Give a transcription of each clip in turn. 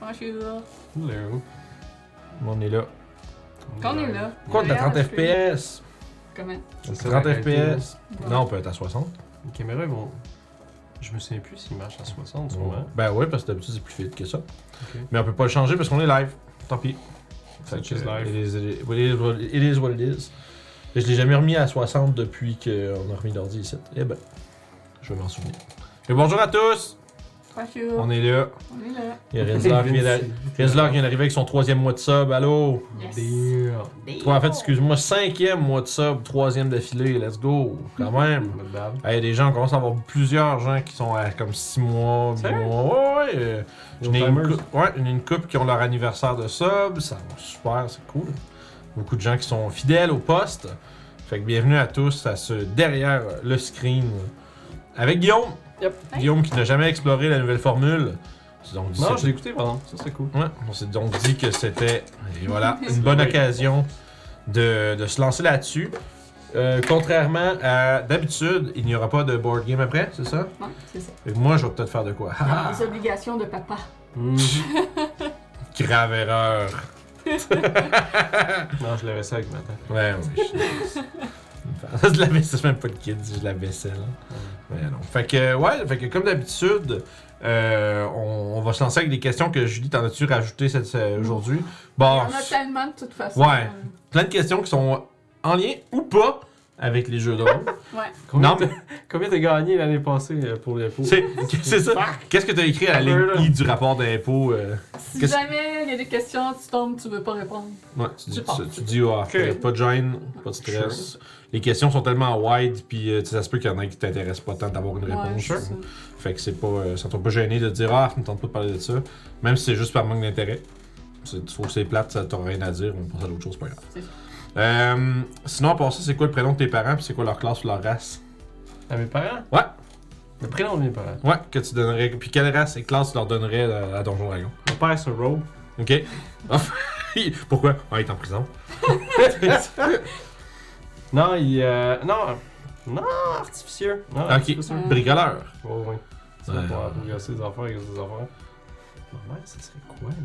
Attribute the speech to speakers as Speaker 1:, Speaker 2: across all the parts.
Speaker 1: Franchis-là.
Speaker 2: Hello. On est là.
Speaker 1: Quand on est là.
Speaker 2: Quoi, t'as
Speaker 1: Regarde,
Speaker 2: 30
Speaker 1: je fais-
Speaker 2: FPS?
Speaker 1: Comment?
Speaker 2: T'as
Speaker 3: Ça,
Speaker 2: 30
Speaker 3: la qualité,
Speaker 2: FPS? Non, on peut être à 60.
Speaker 3: Les caméras, ils vont. Je me souviens plus s'ils marchent à 60 sûrement.
Speaker 2: Ben ouais, parce que d'habitude, c'est plus vite que ça.
Speaker 3: Ok.
Speaker 2: Mais on peut pas le changer parce qu'on est live. Tant pis.
Speaker 3: Such
Speaker 2: que,
Speaker 3: is life.
Speaker 2: It is, it is what it is. what it is. Et je l'ai jamais remis à 60 depuis qu'on a remis l'ordi ici. Eh ben, je vais m'en souvenir. Et bonjour à tous!
Speaker 1: Franchis-là.
Speaker 2: On est là.
Speaker 1: On est là.
Speaker 2: Il y a Renzler qui vient d'arri- Renzler qui vient d'arriver avec son troisième mois de sub. Allô?
Speaker 1: Yes.
Speaker 3: Damn.
Speaker 2: Trois, en
Speaker 1: Oh.
Speaker 2: fait, excuse-moi, cinquième mois de sub, troisième d'affilée. Let's go! Quand même!
Speaker 3: Not bad.
Speaker 2: Hey, des gens, on commence à avoir plusieurs gens qui sont à comme 6 mois, 8
Speaker 3: Sérieux?
Speaker 2: mois. Ouais, ouais. euh, j'en ai une,
Speaker 3: Oldtimers.
Speaker 2: cou- ouais, j'en ai une couple qui ont leur anniversaire de sub. Ça va super, c'est cool. Beaucoup de gens qui sont fidèles au poste. Fait que bienvenue à tous à ce derrière le screen avec Guillaume.
Speaker 3: Yep.
Speaker 2: Guillaume qui n'a jamais exploré la nouvelle formule. Donc,
Speaker 3: Non,
Speaker 2: c'est-
Speaker 3: je l'ai écouté, pardon. Ça, c'est cool.
Speaker 2: Ouais, on s'est donc dit que c'était et voilà, une bonne occasion de, de se lancer là-dessus. Euh, contrairement à d'habitude, il n'y aura pas de board game après, c'est ça?
Speaker 1: Ouais, c'est ça.
Speaker 2: Fait que moi, je vais peut-être faire de quoi. Ah,
Speaker 1: Les obligations de papa.
Speaker 3: Mhm.
Speaker 2: Mm-hmm. grave erreur.
Speaker 3: non, je l'avais ça avec matin.
Speaker 2: Ouais, ouais, je- je la vaisselle, c'est même pas de kid, je la vaisselle. Mais non. Fait que, ouais, fait que comme d'habitude, euh, on, on va se lancer avec des questions que Julie, t'en as-tu rajouté cette- ce- aujourd'hui?
Speaker 1: On
Speaker 2: Bon,
Speaker 1: en a tellement de toute façon.
Speaker 2: Oh, Ouais. plein de questions qui sont en lien ou pas avec les jeux de rôle.
Speaker 1: Ouais.
Speaker 3: Combien
Speaker 2: Non,
Speaker 3: t'as- Combien t'as gagné l'année passée euh, pour l'impôt?
Speaker 2: C'est c'est ça. Qu'est-ce que tu as écrit à la ligne I du rapport d'impôt euh,
Speaker 1: Si
Speaker 2: Qu'est-ce-
Speaker 1: jamais il y a des questions, tu tombes, tu veux pas répondre.
Speaker 2: ouais, tu, dis-
Speaker 1: Je pense.
Speaker 2: tu- tu dis ah,
Speaker 3: Ok.
Speaker 2: pas de gêne, pas de stress. Les questions sont tellement wide, puis euh, tu sais, ça se peut qu'il y en a qui t'intéressent pas tant d'avoir une réponse.
Speaker 1: Ouais, c'est ça.
Speaker 2: Fait que c'est pas, euh, ça t'a pas gêné de dire ah, je me tente pas de parler de ça, même si c'est juste par manque d'intérêt. C'est- Tu trouves que c'est plate, ça t'aura rien à dire, on pense à d'autres choses, c'est pas grave.
Speaker 1: C'est ça.
Speaker 2: Euh, sinon, à part ça, c'est quoi le prénom de tes parents, puis c'est quoi leur classe ou leur race
Speaker 3: À mes parents?
Speaker 2: Ouais.
Speaker 3: Le prénom de mes parents.
Speaker 2: Ouais, que tu donnerais, puis quelle race et classe tu leur donnerais à, à Donjon Dragon
Speaker 3: Mon père, c'est un rogue.
Speaker 2: Ok. Ah, Pourquoi Ah, il est en prison.
Speaker 3: Non, il. euh, non. Non, artificieux. Non,
Speaker 2: Ah, Ok.
Speaker 3: artificieux.
Speaker 1: Mm.
Speaker 2: Bricoleur.
Speaker 3: Ouais, ouais. Ça
Speaker 2: Ouais.
Speaker 3: va pouvoir progresser des affaires avec des affaires. Ma mère, ça serait quoi, man?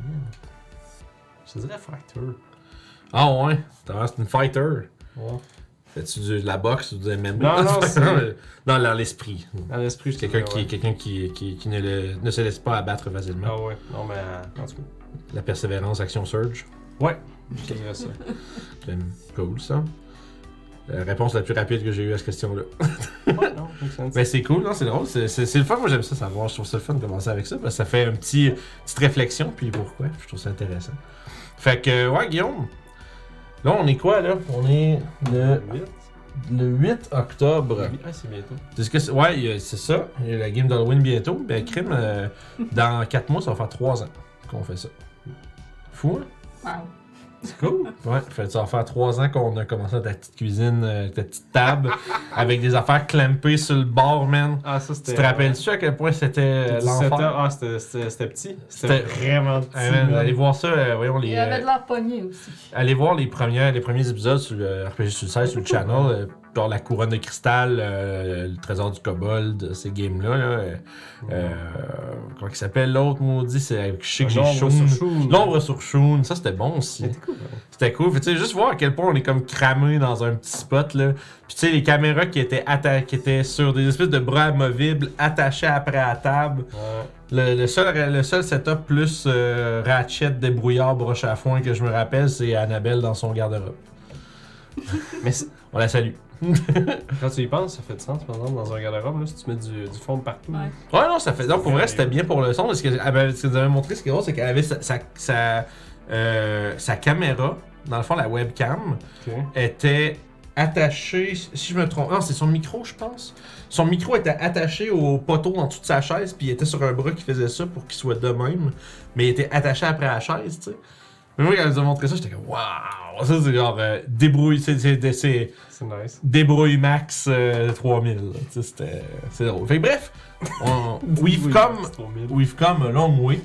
Speaker 3: Je te dirais fracture.
Speaker 2: Ah ouais. T'as l'air, c'est une fighter.
Speaker 3: Ouais.
Speaker 2: Fais-tu du- de la boxe ou du MMA
Speaker 3: Non, non, c'est-
Speaker 2: Non, dans l'esprit.
Speaker 3: Dans l'esprit, je te
Speaker 2: Quelqu'un
Speaker 3: dirais,
Speaker 2: qui,
Speaker 3: ouais.
Speaker 2: quelqu'un qui, qui, qui ne, le- ne se laisse pas abattre facilement.
Speaker 3: Ah ouais, non, mais. euh, En tout cas.
Speaker 2: La persévérance, action surge.
Speaker 3: Ouais, je te dirais ça.
Speaker 2: C'est cool ça. La réponse la plus rapide que j'ai eue à cette question-là.
Speaker 3: ouais, non, make sense.
Speaker 2: Mais Ben, c'est cool, non? C'est drôle. C'est, c'est, c'est le fun. Moi, j'aime ça savoir. Je trouve ça le fun de commencer avec ça. Parce que ça fait une petit, petite réflexion. Puis pourquoi? Je trouve ça intéressant. Fait que, ouais, Guillaume. Là, on est quoi, là? On est le,
Speaker 3: Huit.
Speaker 2: le 8 octobre.
Speaker 3: Ah, c'est bientôt.
Speaker 2: C'est ce que c'est- ouais, il y a- c'est ça. Il y a la game d'Halloween bientôt. Ben, crime, euh, dans 4 mois, ça va faire 3 ans qu'on fait ça. Fou, hein?
Speaker 1: Wow.
Speaker 2: C'est cool. Ouais, fait, que ça va faire trois ans qu'on a commencé ta petite cuisine, euh, ta petite table, avec des affaires clampées sur le bord, man.
Speaker 3: Ah, ça, c'était.
Speaker 2: Tu te rappelles-tu à quel point c'était euh,
Speaker 3: 17
Speaker 2: l'enfer?
Speaker 3: ans. Ah, c'était- c'était c'était petit.
Speaker 2: C'était-
Speaker 3: C'était vraiment petit.
Speaker 2: Ah, man,
Speaker 3: man.
Speaker 2: allez voir ça, euh, voyons
Speaker 1: Il
Speaker 2: les.
Speaker 1: y
Speaker 2: euh,
Speaker 1: avait de la poignée aussi.
Speaker 2: allez voir les premiers, les premiers épisodes sur le RPG sur le 16 sur le channel, euh, genre la couronne de cristal, euh, le trésor du kobold, ces games-là. Là, euh, euh, comment il s'appelle l'autre maudit? C'est avec je sais que j'ai
Speaker 3: L'ombre sur
Speaker 2: Shun.
Speaker 3: Shun.
Speaker 2: L'ombre sur Shun, ça c'était bon aussi.
Speaker 3: C'était cool, hein. ouais.
Speaker 2: C'était cool. Fait, tu sais, juste voir à quel point on est comme cramé dans un petit spot là. Puis tu sais les caméras qui étaient atta- qui étaient sur des espèces de bras amovibles attachés après à table.
Speaker 3: Ouais.
Speaker 2: Le, le seul le seul setup plus euh, ratchet débrouillard broche à foin que je me rappelle c'est Annabelle dans son garde-robe.
Speaker 3: Mais c'est-
Speaker 2: On la salue.
Speaker 3: quand tu y penses, ça fait du sens, par exemple, dans un garde-robe, là, si tu mets du, du fond partout.
Speaker 1: Ouais.
Speaker 2: Ouais non ça fait non pour vrai c'était bien pour le son. parce que elle m'avait- ce que vous avez montré ce qui est drôle c'est qu'elle avait sa sa, sa, euh, sa caméra dans le fond la webcam.
Speaker 3: Ok.
Speaker 2: était attaché, si je me trompe, non, c'est son micro, je pense. Son micro était attaché au poteau dans toute sa chaise, puis il était sur un bras qui faisait ça pour qu'il soit de même, mais il était attaché après la chaise, tu sais. Mais moi, quand elle nous a montré ça, j'étais comme, waouh, ça c'est genre euh, débrouille, c'est, c'est- c'est
Speaker 3: C'est nice.
Speaker 2: débrouille max euh, 3000, là. tu sais, c'était, c'est drôle. Fait que bref, on- we've come,
Speaker 3: C'est trop mille.
Speaker 2: we've come a long way.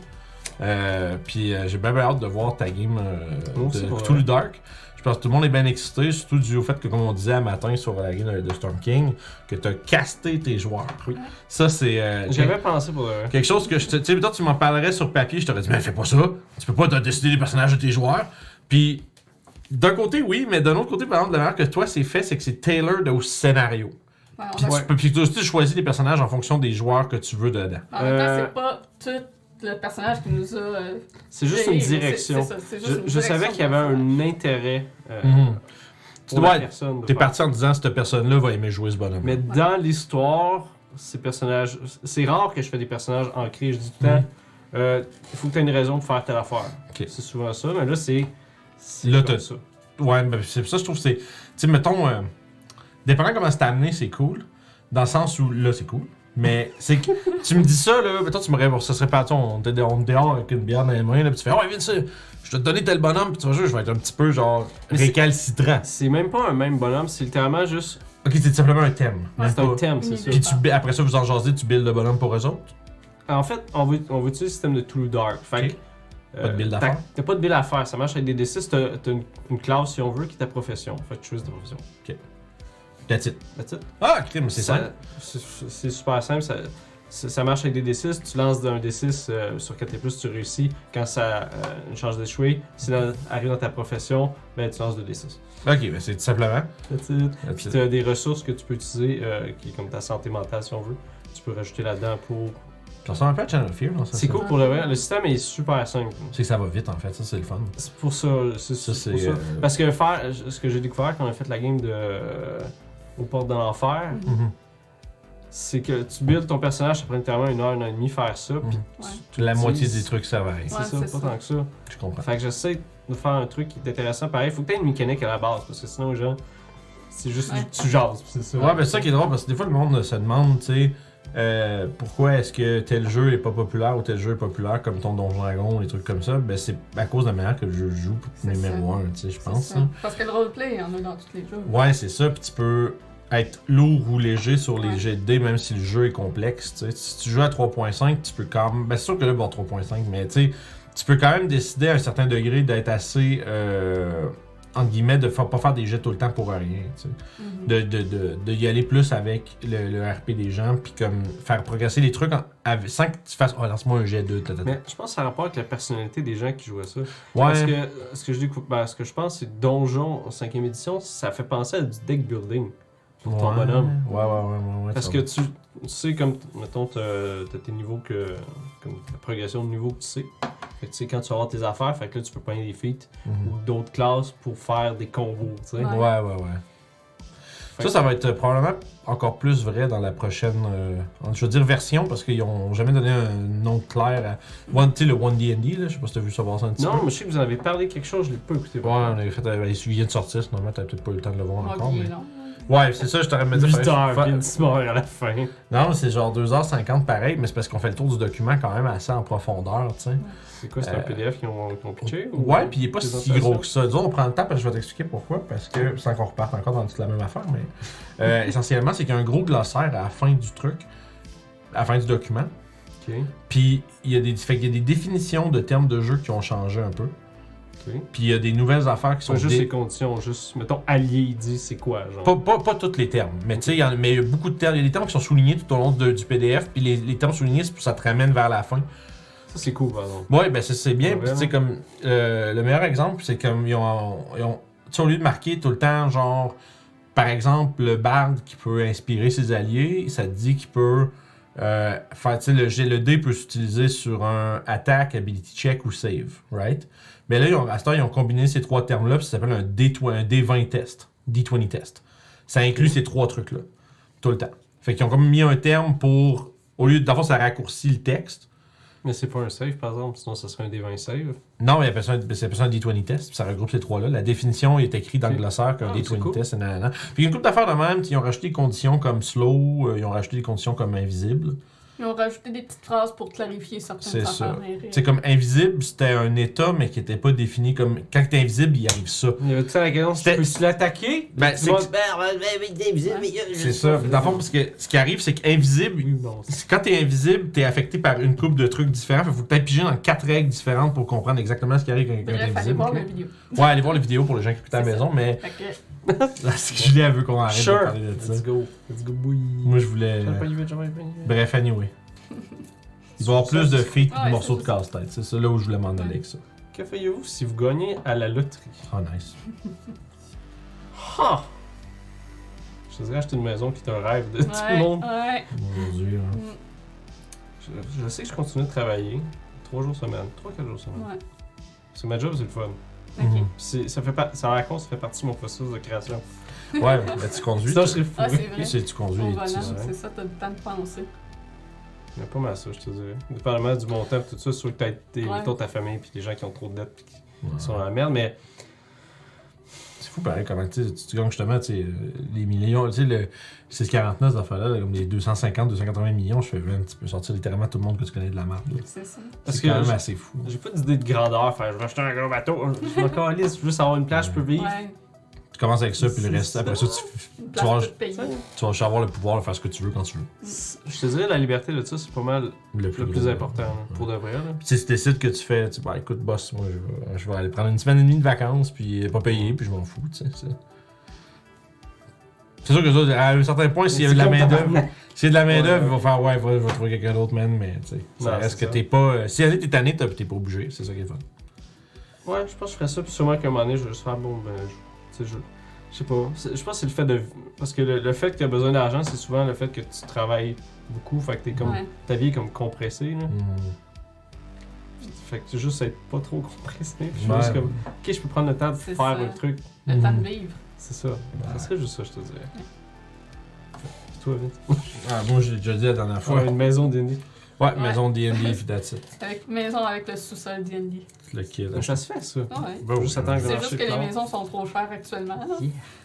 Speaker 2: Euh, puis euh, j'ai bien, bien hâte de voir ta game euh,
Speaker 3: Moi aussi,
Speaker 2: de
Speaker 3: pour
Speaker 2: Cthulhu Dark. Je pense que tout le monde est bien excité, surtout dû au fait que, comme on disait à matin sur la game de Storm King, que tu as casté tes joueurs.
Speaker 3: Oui.
Speaker 2: Ça, c'est euh,
Speaker 3: J'avais pensé pour le.
Speaker 2: quelque chose que je te. Tu sais, toi, tu m'en parlerais sur papier, je t'aurais dit, mais fais pas ça. Tu peux pas te décider les personnages de tes joueurs. Puis, d'un côté, oui, mais d'un autre côté, par exemple, de la manière que toi, c'est fait, c'est que c'est tailored au scénario.
Speaker 1: Ouais,
Speaker 2: Puis,
Speaker 1: on va-
Speaker 2: tu, peux, puis tu tu choisis les personnages en fonction des joueurs que tu veux dedans.
Speaker 1: En même temps,
Speaker 3: Euh,
Speaker 1: c'est pas tout le personnage qui nous a. euh,
Speaker 3: C'est juste
Speaker 1: créé,
Speaker 3: une
Speaker 1: là. C'est-
Speaker 3: direction.
Speaker 1: c'est ça, c'est juste
Speaker 3: Je,
Speaker 1: une
Speaker 3: je savais
Speaker 1: direction
Speaker 3: qu'il y avait
Speaker 1: de
Speaker 3: un intérêt euh,
Speaker 2: Mhm.
Speaker 3: pour
Speaker 2: Ouais,
Speaker 3: la personne. de
Speaker 2: T'es
Speaker 3: faire
Speaker 2: parti en disant cette personne-là va aimer jouer ce bonhomme.
Speaker 3: Mais dans l'histoire, ces personnages. C'est rare que je fais des personnages ancrés. Je dis tout le temps, euh, il faut que tu aies une raison pour faire telle affaire.
Speaker 2: Ok.
Speaker 3: C'est souvent ça, mais là, c'est. c'est
Speaker 2: Là,
Speaker 3: comme
Speaker 2: t'as-
Speaker 3: ça.
Speaker 2: Ouais, mais c'est pour ça que je trouve que c'est. Tu sais, mettons. euh, dépendant comment c'est amené, c'est cool. Dans le sens où là, c'est cool. Mais c'est que tu me dis ça, là, mettons, tu me rêves, ça serait pas, tu sais, on était on était dehors avec une bière dans les mains, là, puis tu fais, ouais, viens, ça, je vais te donner tel bonhomme, puis tu vas jouer, je vais être un petit peu, genre,
Speaker 3: Mais c'est-
Speaker 2: récalcitrant.
Speaker 3: C'est même pas un même bonhomme, c'est littéralement juste.
Speaker 2: Ok, c'est simplement un thème.
Speaker 1: Ouais.
Speaker 2: même
Speaker 3: C'est un
Speaker 2: pas.
Speaker 3: thème, c'est ça.
Speaker 2: Puis tu, bi- après ça, vous en jasez, tu builds le bonhomme pour eux autres.
Speaker 3: En fait, on va, on va utiliser le système de Toulouse Dark. Fait
Speaker 2: Ok.
Speaker 3: que, euh,
Speaker 2: Pas de build
Speaker 3: t'as-
Speaker 2: d'affaires.
Speaker 3: T'as pas de build à faire, ça marche avec des D6, t'as t'as une, une classe si on veut qui est ta profession. Fait que tu choisis ta profession.
Speaker 2: That's it.
Speaker 3: That's it.
Speaker 2: Ah, crime, c'est ça.
Speaker 3: C'est c'est super simple. Ça, ça ça marche avec des D6. Tu lances d'un D6 euh, sur 4 et plus, tu réussis. Quand ça euh, une chance d'échouer, si ça arrive dans ta profession, ben, tu lances 2 D6.
Speaker 2: Ok, ben c'est tout simplement.
Speaker 3: That's it.
Speaker 2: That's
Speaker 3: Puis
Speaker 2: it.
Speaker 3: tu as des ressources que tu peux utiliser, euh, qui est comme ta santé mentale si on veut. Tu peux rajouter là-dedans pour.
Speaker 2: Ça ressemble un peu à Channel Fear, non? ça,
Speaker 3: C'est
Speaker 2: ça?
Speaker 3: cool pour le vrai. Le système est super simple.
Speaker 2: C'est que ça va vite, en fait, ça, c'est le fun.
Speaker 3: C'est pour ça. C'est c'est
Speaker 2: Ça, c'est.
Speaker 3: pour ça.
Speaker 2: euh,
Speaker 3: Parce que faire, ce que j'ai découvert quand on a fait la game de euh, aux portes de l'enfer,
Speaker 2: mhm.
Speaker 3: c'est que tu builds ton personnage, ça prend littéralement une heure, une heure et demie faire ça.
Speaker 2: Mhm.
Speaker 3: Puis
Speaker 1: Ouais.
Speaker 3: tu
Speaker 2: La moitié
Speaker 3: l'utilises.
Speaker 2: des trucs, ça varie.
Speaker 3: C'est
Speaker 1: Ouais,
Speaker 3: ça,
Speaker 1: c'est
Speaker 3: pas
Speaker 1: ça.
Speaker 3: tant que ça.
Speaker 2: Je comprends.
Speaker 3: Fait que j'essaie de faire un truc qui est intéressant. Pareil, faut que t'aies une mécanique à la base, parce que sinon, les gens, c'est juste
Speaker 1: Ouais.
Speaker 3: du- tu jases, puis c'est ça.
Speaker 2: Ouais, mais c'est ça qui est drôle, parce que des fois, le monde se demande, tu sais, euh, pourquoi est-ce que tel jeu est pas populaire ou tel jeu est populaire, comme ton Donjon Dragon, les trucs comme ça. Ben, c'est à cause de la manière que le jeu joue, pour
Speaker 1: C'est
Speaker 2: mes
Speaker 1: ça.
Speaker 2: mémoires, tu sais, je
Speaker 1: C'est
Speaker 2: pense.
Speaker 1: ça.
Speaker 2: hein.
Speaker 1: Parce que le roleplay, il y en a dans tous les jeux.
Speaker 2: Ouais, c'est ça, puis tu peux être lourd ou léger sur les
Speaker 1: Ouais.
Speaker 2: jets de dés, même si le jeu est complexe, tu sais. Si tu joues à 3.5, tu peux quand même. Ben, c'est sûr que là, bon, 3.5, mais tu sais, tu peux quand même décider à un certain degré d'être assez. Euh, entre guillemets, de fa- pas faire des jets tout le temps pour rien, tu sais.
Speaker 1: Mhm.
Speaker 2: de, de, de, de y aller plus avec le, le RP des gens, puis comme faire progresser les trucs en- avec- sans que tu fasses, oh, lance-moi un jet 2, tatata.
Speaker 3: Mais je pense que ça a rapport avec la personnalité des gens qui jouent à ça. Parce que
Speaker 2: Ouais,
Speaker 3: euh, ce que je découvre, ben, ce que je pense, c'est Donjon en 5e édition, ça fait penser à du deck building pour ton
Speaker 2: Ouais.
Speaker 3: bonhomme.
Speaker 2: Ouais, ouais, ouais, ouais. ouais,
Speaker 3: Parce
Speaker 2: ça
Speaker 3: que
Speaker 2: va.
Speaker 3: tu, tu sais, comme, mettons, t'as t'as tes niveaux que. Comme la progression de niveau que tu sais. Fait que tu sais, quand tu vas avoir tes affaires, fait que là, tu peux prendre des feats
Speaker 2: Mhm.
Speaker 3: ou d'autres classes pour faire des combos, tu sais.
Speaker 1: Ouais.
Speaker 2: Ouais, ouais, ouais. Ça, ça va être euh, probablement encore plus vrai dans la prochaine, euh, je veux dire version, parce qu'ils ont jamais donné un nom clair à One, tu sais, le One D&D, là, je sais pas si t'as vu ça passer un petit
Speaker 3: Non,
Speaker 2: peu.
Speaker 3: mais je sais que vous en avez parlé quelque chose, je l'ai pas écouté.
Speaker 2: Ouais, on avait fait, euh, il vient de sortir, sinon t'as peut-être pas eu le temps de le voir
Speaker 1: Ouais,
Speaker 2: encore,
Speaker 1: puis il est
Speaker 2: mais...
Speaker 1: long.
Speaker 2: Ouais, c'est ça, je t'aurais mis
Speaker 3: 8 heures, puis une mort à la fin.
Speaker 2: Non, c'est genre 2h50 pareil, mais c'est parce qu'on fait le tour du document quand même assez en profondeur, tu sais.
Speaker 3: C'est quoi, c'est un
Speaker 2: Euh,
Speaker 3: PDF qu'ils ont, qu'ils ont pitché ou-
Speaker 2: Ouais, puis il est pas si
Speaker 3: présentation?
Speaker 2: gros que ça. Disons, on prend le temps, parce que je vais t'expliquer pourquoi, parce que, sans qu'on reparte encore dans toute la même affaire, mais euh, essentiellement, c'est qu'il y a un gros glossaire à la fin du truc, à la fin du document,
Speaker 3: Ok,
Speaker 2: puis il y a des, fait qu'il y a des définitions de termes de jeu qui ont changé un peu,
Speaker 3: ok.
Speaker 2: puis il y a des nouvelles affaires qui sont
Speaker 3: Pas juste
Speaker 2: dé-
Speaker 3: les conditions, juste, mettons, allié, il dit c'est quoi, genre.
Speaker 2: Pas, pas, pas tous les termes, mais tu sais, il y en a- mais il y a beaucoup de termes. Il y a des termes qui sont soulignés tout au long de- du PDF, puis les, les termes soulignés, c'est pour ça te ramène vers la fin.
Speaker 3: Ça, c'est cool, par exemple.
Speaker 2: Ouais, ben c'est- c'est bien.
Speaker 3: Ouais,
Speaker 2: Puis, tu sais,
Speaker 3: vraiment.
Speaker 2: comme euh, le meilleur exemple, c'est comme ils ont, ils ont- tu sais, au lieu de marquer tout le temps, genre, par exemple, le bard qui peut inspirer ses alliés, ça te dit qu'il peut euh, faire, tu sais, le, jet- le dé peut s'utiliser sur un attack, ability check ou save, right? Mais là, ils ont, à ce temps, ils ont combiné ces trois termes-là, puis ça s'appelle un, D20 un D20 test. D20 test. Ça inclut ces trois trucs-là, tout le temps. Fait qu'ils ont comme mis un terme pour. Au lieu de. D'abord, ça raccourcit le texte.
Speaker 3: Mais c'est pas un save, par exemple, sinon ça serait un D20 save.
Speaker 2: Non, il appelle ça un, c'est appelé ça un D20 test, puis ça regroupe ces trois-là. La définition est écrite dans le
Speaker 3: Ok.
Speaker 2: glossaire qu'un
Speaker 3: Ah,
Speaker 2: D20
Speaker 3: c'est cool.
Speaker 2: test, et nanana. Puis il y a une couple d'affaires de même, puis ils ont rajouté des conditions comme slow, euh, ils ont rajouté des conditions comme invisible.
Speaker 1: Ils ont rajouté des petites phrases pour clarifier certaines
Speaker 2: C'est
Speaker 1: affaires.
Speaker 2: ça.
Speaker 1: mais rien.
Speaker 2: C'est comme invisible, c'était un état, mais qui était pas défini comme. Quand t'es invisible, il arrive ça.
Speaker 3: Il y avait tout ça la question, je
Speaker 2: C'était-
Speaker 3: peux-tu l'attaquer?
Speaker 2: Ben,
Speaker 3: Tu
Speaker 2: c'est
Speaker 3: vas-
Speaker 2: que- C'est
Speaker 4: C'est
Speaker 2: ça. Dans le fond, parce que ce qui arrive, c'est qu'invisible,
Speaker 3: Oui, bon, c'est-
Speaker 2: c'est- quand t'es invisible, t'es affecté par une coupe de trucs différents. Fait que faut peut-être piger dans quatre règles différentes pour comprendre exactement ce qui arrive quand quand t'es
Speaker 1: Bref, allez
Speaker 2: invisible.
Speaker 1: voir la vidéo.
Speaker 2: Ouais, allez voir les vidéos pour les gens qui écoutent à la
Speaker 1: C'est
Speaker 2: maison, mais
Speaker 1: Fait que,
Speaker 2: là, c'est que Julie, elle veut qu'on arrête de
Speaker 3: Sure!
Speaker 2: parler de ça.
Speaker 3: Let's go. Let's go, boy.
Speaker 2: Moi, euh, ben, je voulais.
Speaker 3: J'aurais pas eu, j'aurais pas eu.
Speaker 2: Bref, anyway. Il va y avoir plus de filles que de
Speaker 1: Ouais,
Speaker 2: morceaux de
Speaker 1: c'est ça.
Speaker 2: casse-tête. C'est ça là où je voulais m'en aller avec ça.
Speaker 3: Que feriez-vous si vous gagnez à la loterie?
Speaker 2: Oh, nice.
Speaker 3: Ha! Je te dirais acheter une maison qui est un rêve de tout le monde.
Speaker 1: ouais, ouais.
Speaker 2: Mon Dieu. hein.
Speaker 1: Mm,
Speaker 3: Je, je sais que je continue de travailler 3 jours semaine, 3-4 jours semaine.
Speaker 1: Mm, ouais.
Speaker 3: Parce que ma job, c'est le fun.
Speaker 1: Ok.
Speaker 2: Mhm.
Speaker 3: Puis c'est- Ça fait pas, ça raconte, ça fait partie de mon processus de création.
Speaker 2: Ouais, mais ben, tu conduis.
Speaker 3: Sinon, je
Speaker 2: toi.
Speaker 3: serais
Speaker 1: Ah,
Speaker 3: fourré.
Speaker 1: c'est vrai.
Speaker 2: C'est- tu conduis.
Speaker 1: Au
Speaker 2: tu-
Speaker 1: volant,
Speaker 3: ça.
Speaker 1: c'est ça, t'as le temps de penser.
Speaker 3: Il y a pas mal ça, je te dirais. Dépendamment du montant, pis tout ça, sur que t'as été
Speaker 1: Ouais.
Speaker 3: ta famille, puis les gens qui ont trop de dettes, puis qui
Speaker 2: Ouais.
Speaker 3: sont dans la merde, mais
Speaker 2: C'est fou pareil, comment tu sais, tu- tu gagnes justement tu sais, euh, les millions, tu sais, le 649, cette affaire-là, comme les 250, 280 millions, je fais même, tu peux sortir littéralement tout le monde que tu connais de la marque. là.
Speaker 1: C'est ça.
Speaker 3: Parce
Speaker 2: C'est
Speaker 3: que
Speaker 2: quand même
Speaker 3: je-
Speaker 2: assez fou.
Speaker 3: j'ai pas d'idée de grandeur. Faire, je vais acheter un gros bateau, je m'en calisse, je veux juste avoir une plage, je peux vivre.
Speaker 1: Ouais.
Speaker 2: Tu commences avec ça, puis le
Speaker 3: C'est
Speaker 2: reste,
Speaker 3: ça.
Speaker 2: après ça, tu,
Speaker 1: Une
Speaker 2: Tu vois,
Speaker 1: place
Speaker 2: je-
Speaker 1: toute payée.
Speaker 3: Ça,
Speaker 2: tu vas juste avoir le pouvoir de faire ce que tu veux quand tu veux.
Speaker 3: Je te dirais, la liberté de ça, c'est pas mal le plus
Speaker 2: gros.
Speaker 3: important, là, pour de vrai. là.
Speaker 2: Puis tu sais, tu décides que tu fais, tu dis, bah écoute, boss, moi je vais, je vais aller prendre une semaine et demie de vacances, puis euh, pas payer, puis je m'en fous, tu sais. c'est- C'est sûr que les autres, à un certain point, s'il y a de la
Speaker 3: C'est comme
Speaker 2: main-d'œuvre,
Speaker 3: tabarnak.
Speaker 2: s'il y a de la main-d'œuvre,
Speaker 3: Ouais.
Speaker 2: ils vont faire, ouais, va, je vais trouver quelqu'un d'autre, man, mais tu sais. Ça
Speaker 3: Non,
Speaker 2: reste
Speaker 3: c'est
Speaker 2: que
Speaker 3: ça.
Speaker 2: t'es pas. euh, si elle t'es tanné, t'as- t'es pas bougé, c'est ça qui est le fun.
Speaker 3: Ouais, je pense que je ferais ça, puis sûrement qu'à un moment donné, je vais juste faire bon, ben, je, tu sais, je, je sais pas. C'est- Je pense que c'est le fait de. Parce que le, le fait que t'as besoin d'argent, c'est souvent le fait que tu travailles beaucoup, fait que t'es comme.
Speaker 1: Ouais.
Speaker 3: Ta vie est comme compressée, là.
Speaker 2: Mm.
Speaker 3: Fait que tu juste être pas trop compressé, puis je suis
Speaker 2: Ouais.
Speaker 3: juste comme. Ok, je peux prendre le temps de
Speaker 1: C'est
Speaker 3: faire
Speaker 1: ça.
Speaker 3: un truc.
Speaker 1: Le temps de
Speaker 2: Mhm.
Speaker 1: vivre.
Speaker 3: C'est ça. Ça serait juste ça, je te dirais. Puis toi, Vince.
Speaker 2: Ah, moi, je l'ai déjà dit la dernière fois.
Speaker 3: Faire une maison d'ennemi.
Speaker 2: Ouais,
Speaker 1: Ouais.
Speaker 2: maison DD, puis that's it.
Speaker 1: Avec maison avec le sous-sol D&D.
Speaker 2: Le kid.
Speaker 3: Ça se fait, ça.
Speaker 1: Ouais.
Speaker 2: Bah, oui.
Speaker 3: Juste attendre que-
Speaker 1: C'est
Speaker 3: marché
Speaker 1: juste que les
Speaker 3: clair.
Speaker 1: maisons sont trop chères actuellement. là.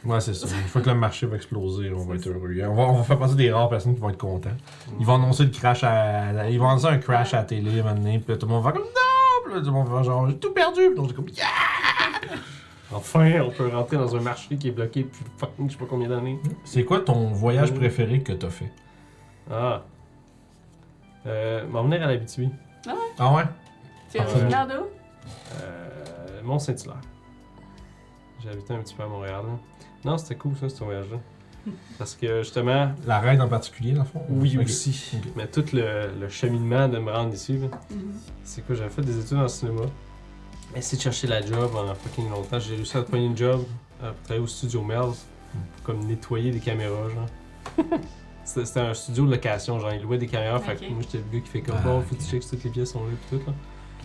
Speaker 2: Ouais, c'est ça. Une fois que le marché va exploser, on va être heureux. On va, on va faire passer des rares personnes qui vont être contents. Ils vont annoncer le crash à. Ils vont annoncer un crash à la télé un moment donné, puis là, tout le monde va faire comme non! Puis là, tout le monde va faire genre j'ai tout perdu! Puis l'autre est comme yeah!
Speaker 3: Enfin, on peut rentrer dans un marché qui est bloqué depuis fucking je sais pas combien d'années.
Speaker 2: C'est quoi ton voyage
Speaker 3: Mm.
Speaker 2: préféré que t'as fait?
Speaker 3: Ah. Euh, M'emmener à l'habitude.
Speaker 2: Ah ouais?
Speaker 1: Tu
Speaker 2: Ah,
Speaker 1: regardes où?
Speaker 3: Euh, Mont-Saint-Hilaire. J'ai habité un petit peu à Montréal. là. Non, c'était cool ça, ce voyage-là. Parce que justement,
Speaker 2: La reine en particulier, dans le fond?
Speaker 3: oui
Speaker 2: Ok.
Speaker 3: aussi,
Speaker 2: Ok.
Speaker 3: mais tout le, le cheminement de me rendre ici, là,
Speaker 1: Mhm.
Speaker 3: c'est quoi, j'avais fait des études en cinéma. J'ai essayé de chercher la job en fucking longtemps. J'ai réussi à trouver une job euh, pour travailler au studio Melz,
Speaker 2: Hmm.
Speaker 3: pour comme nettoyer des caméras, genre. C'était c'était un studio de location, genre, ils louaient des caméras, fait
Speaker 1: Ok.
Speaker 3: que moi j'étais le gars qui fait comme
Speaker 2: Ah,
Speaker 3: bon,
Speaker 2: ok.
Speaker 3: faut que tu checkes si toutes les pièces sont là, pis tout,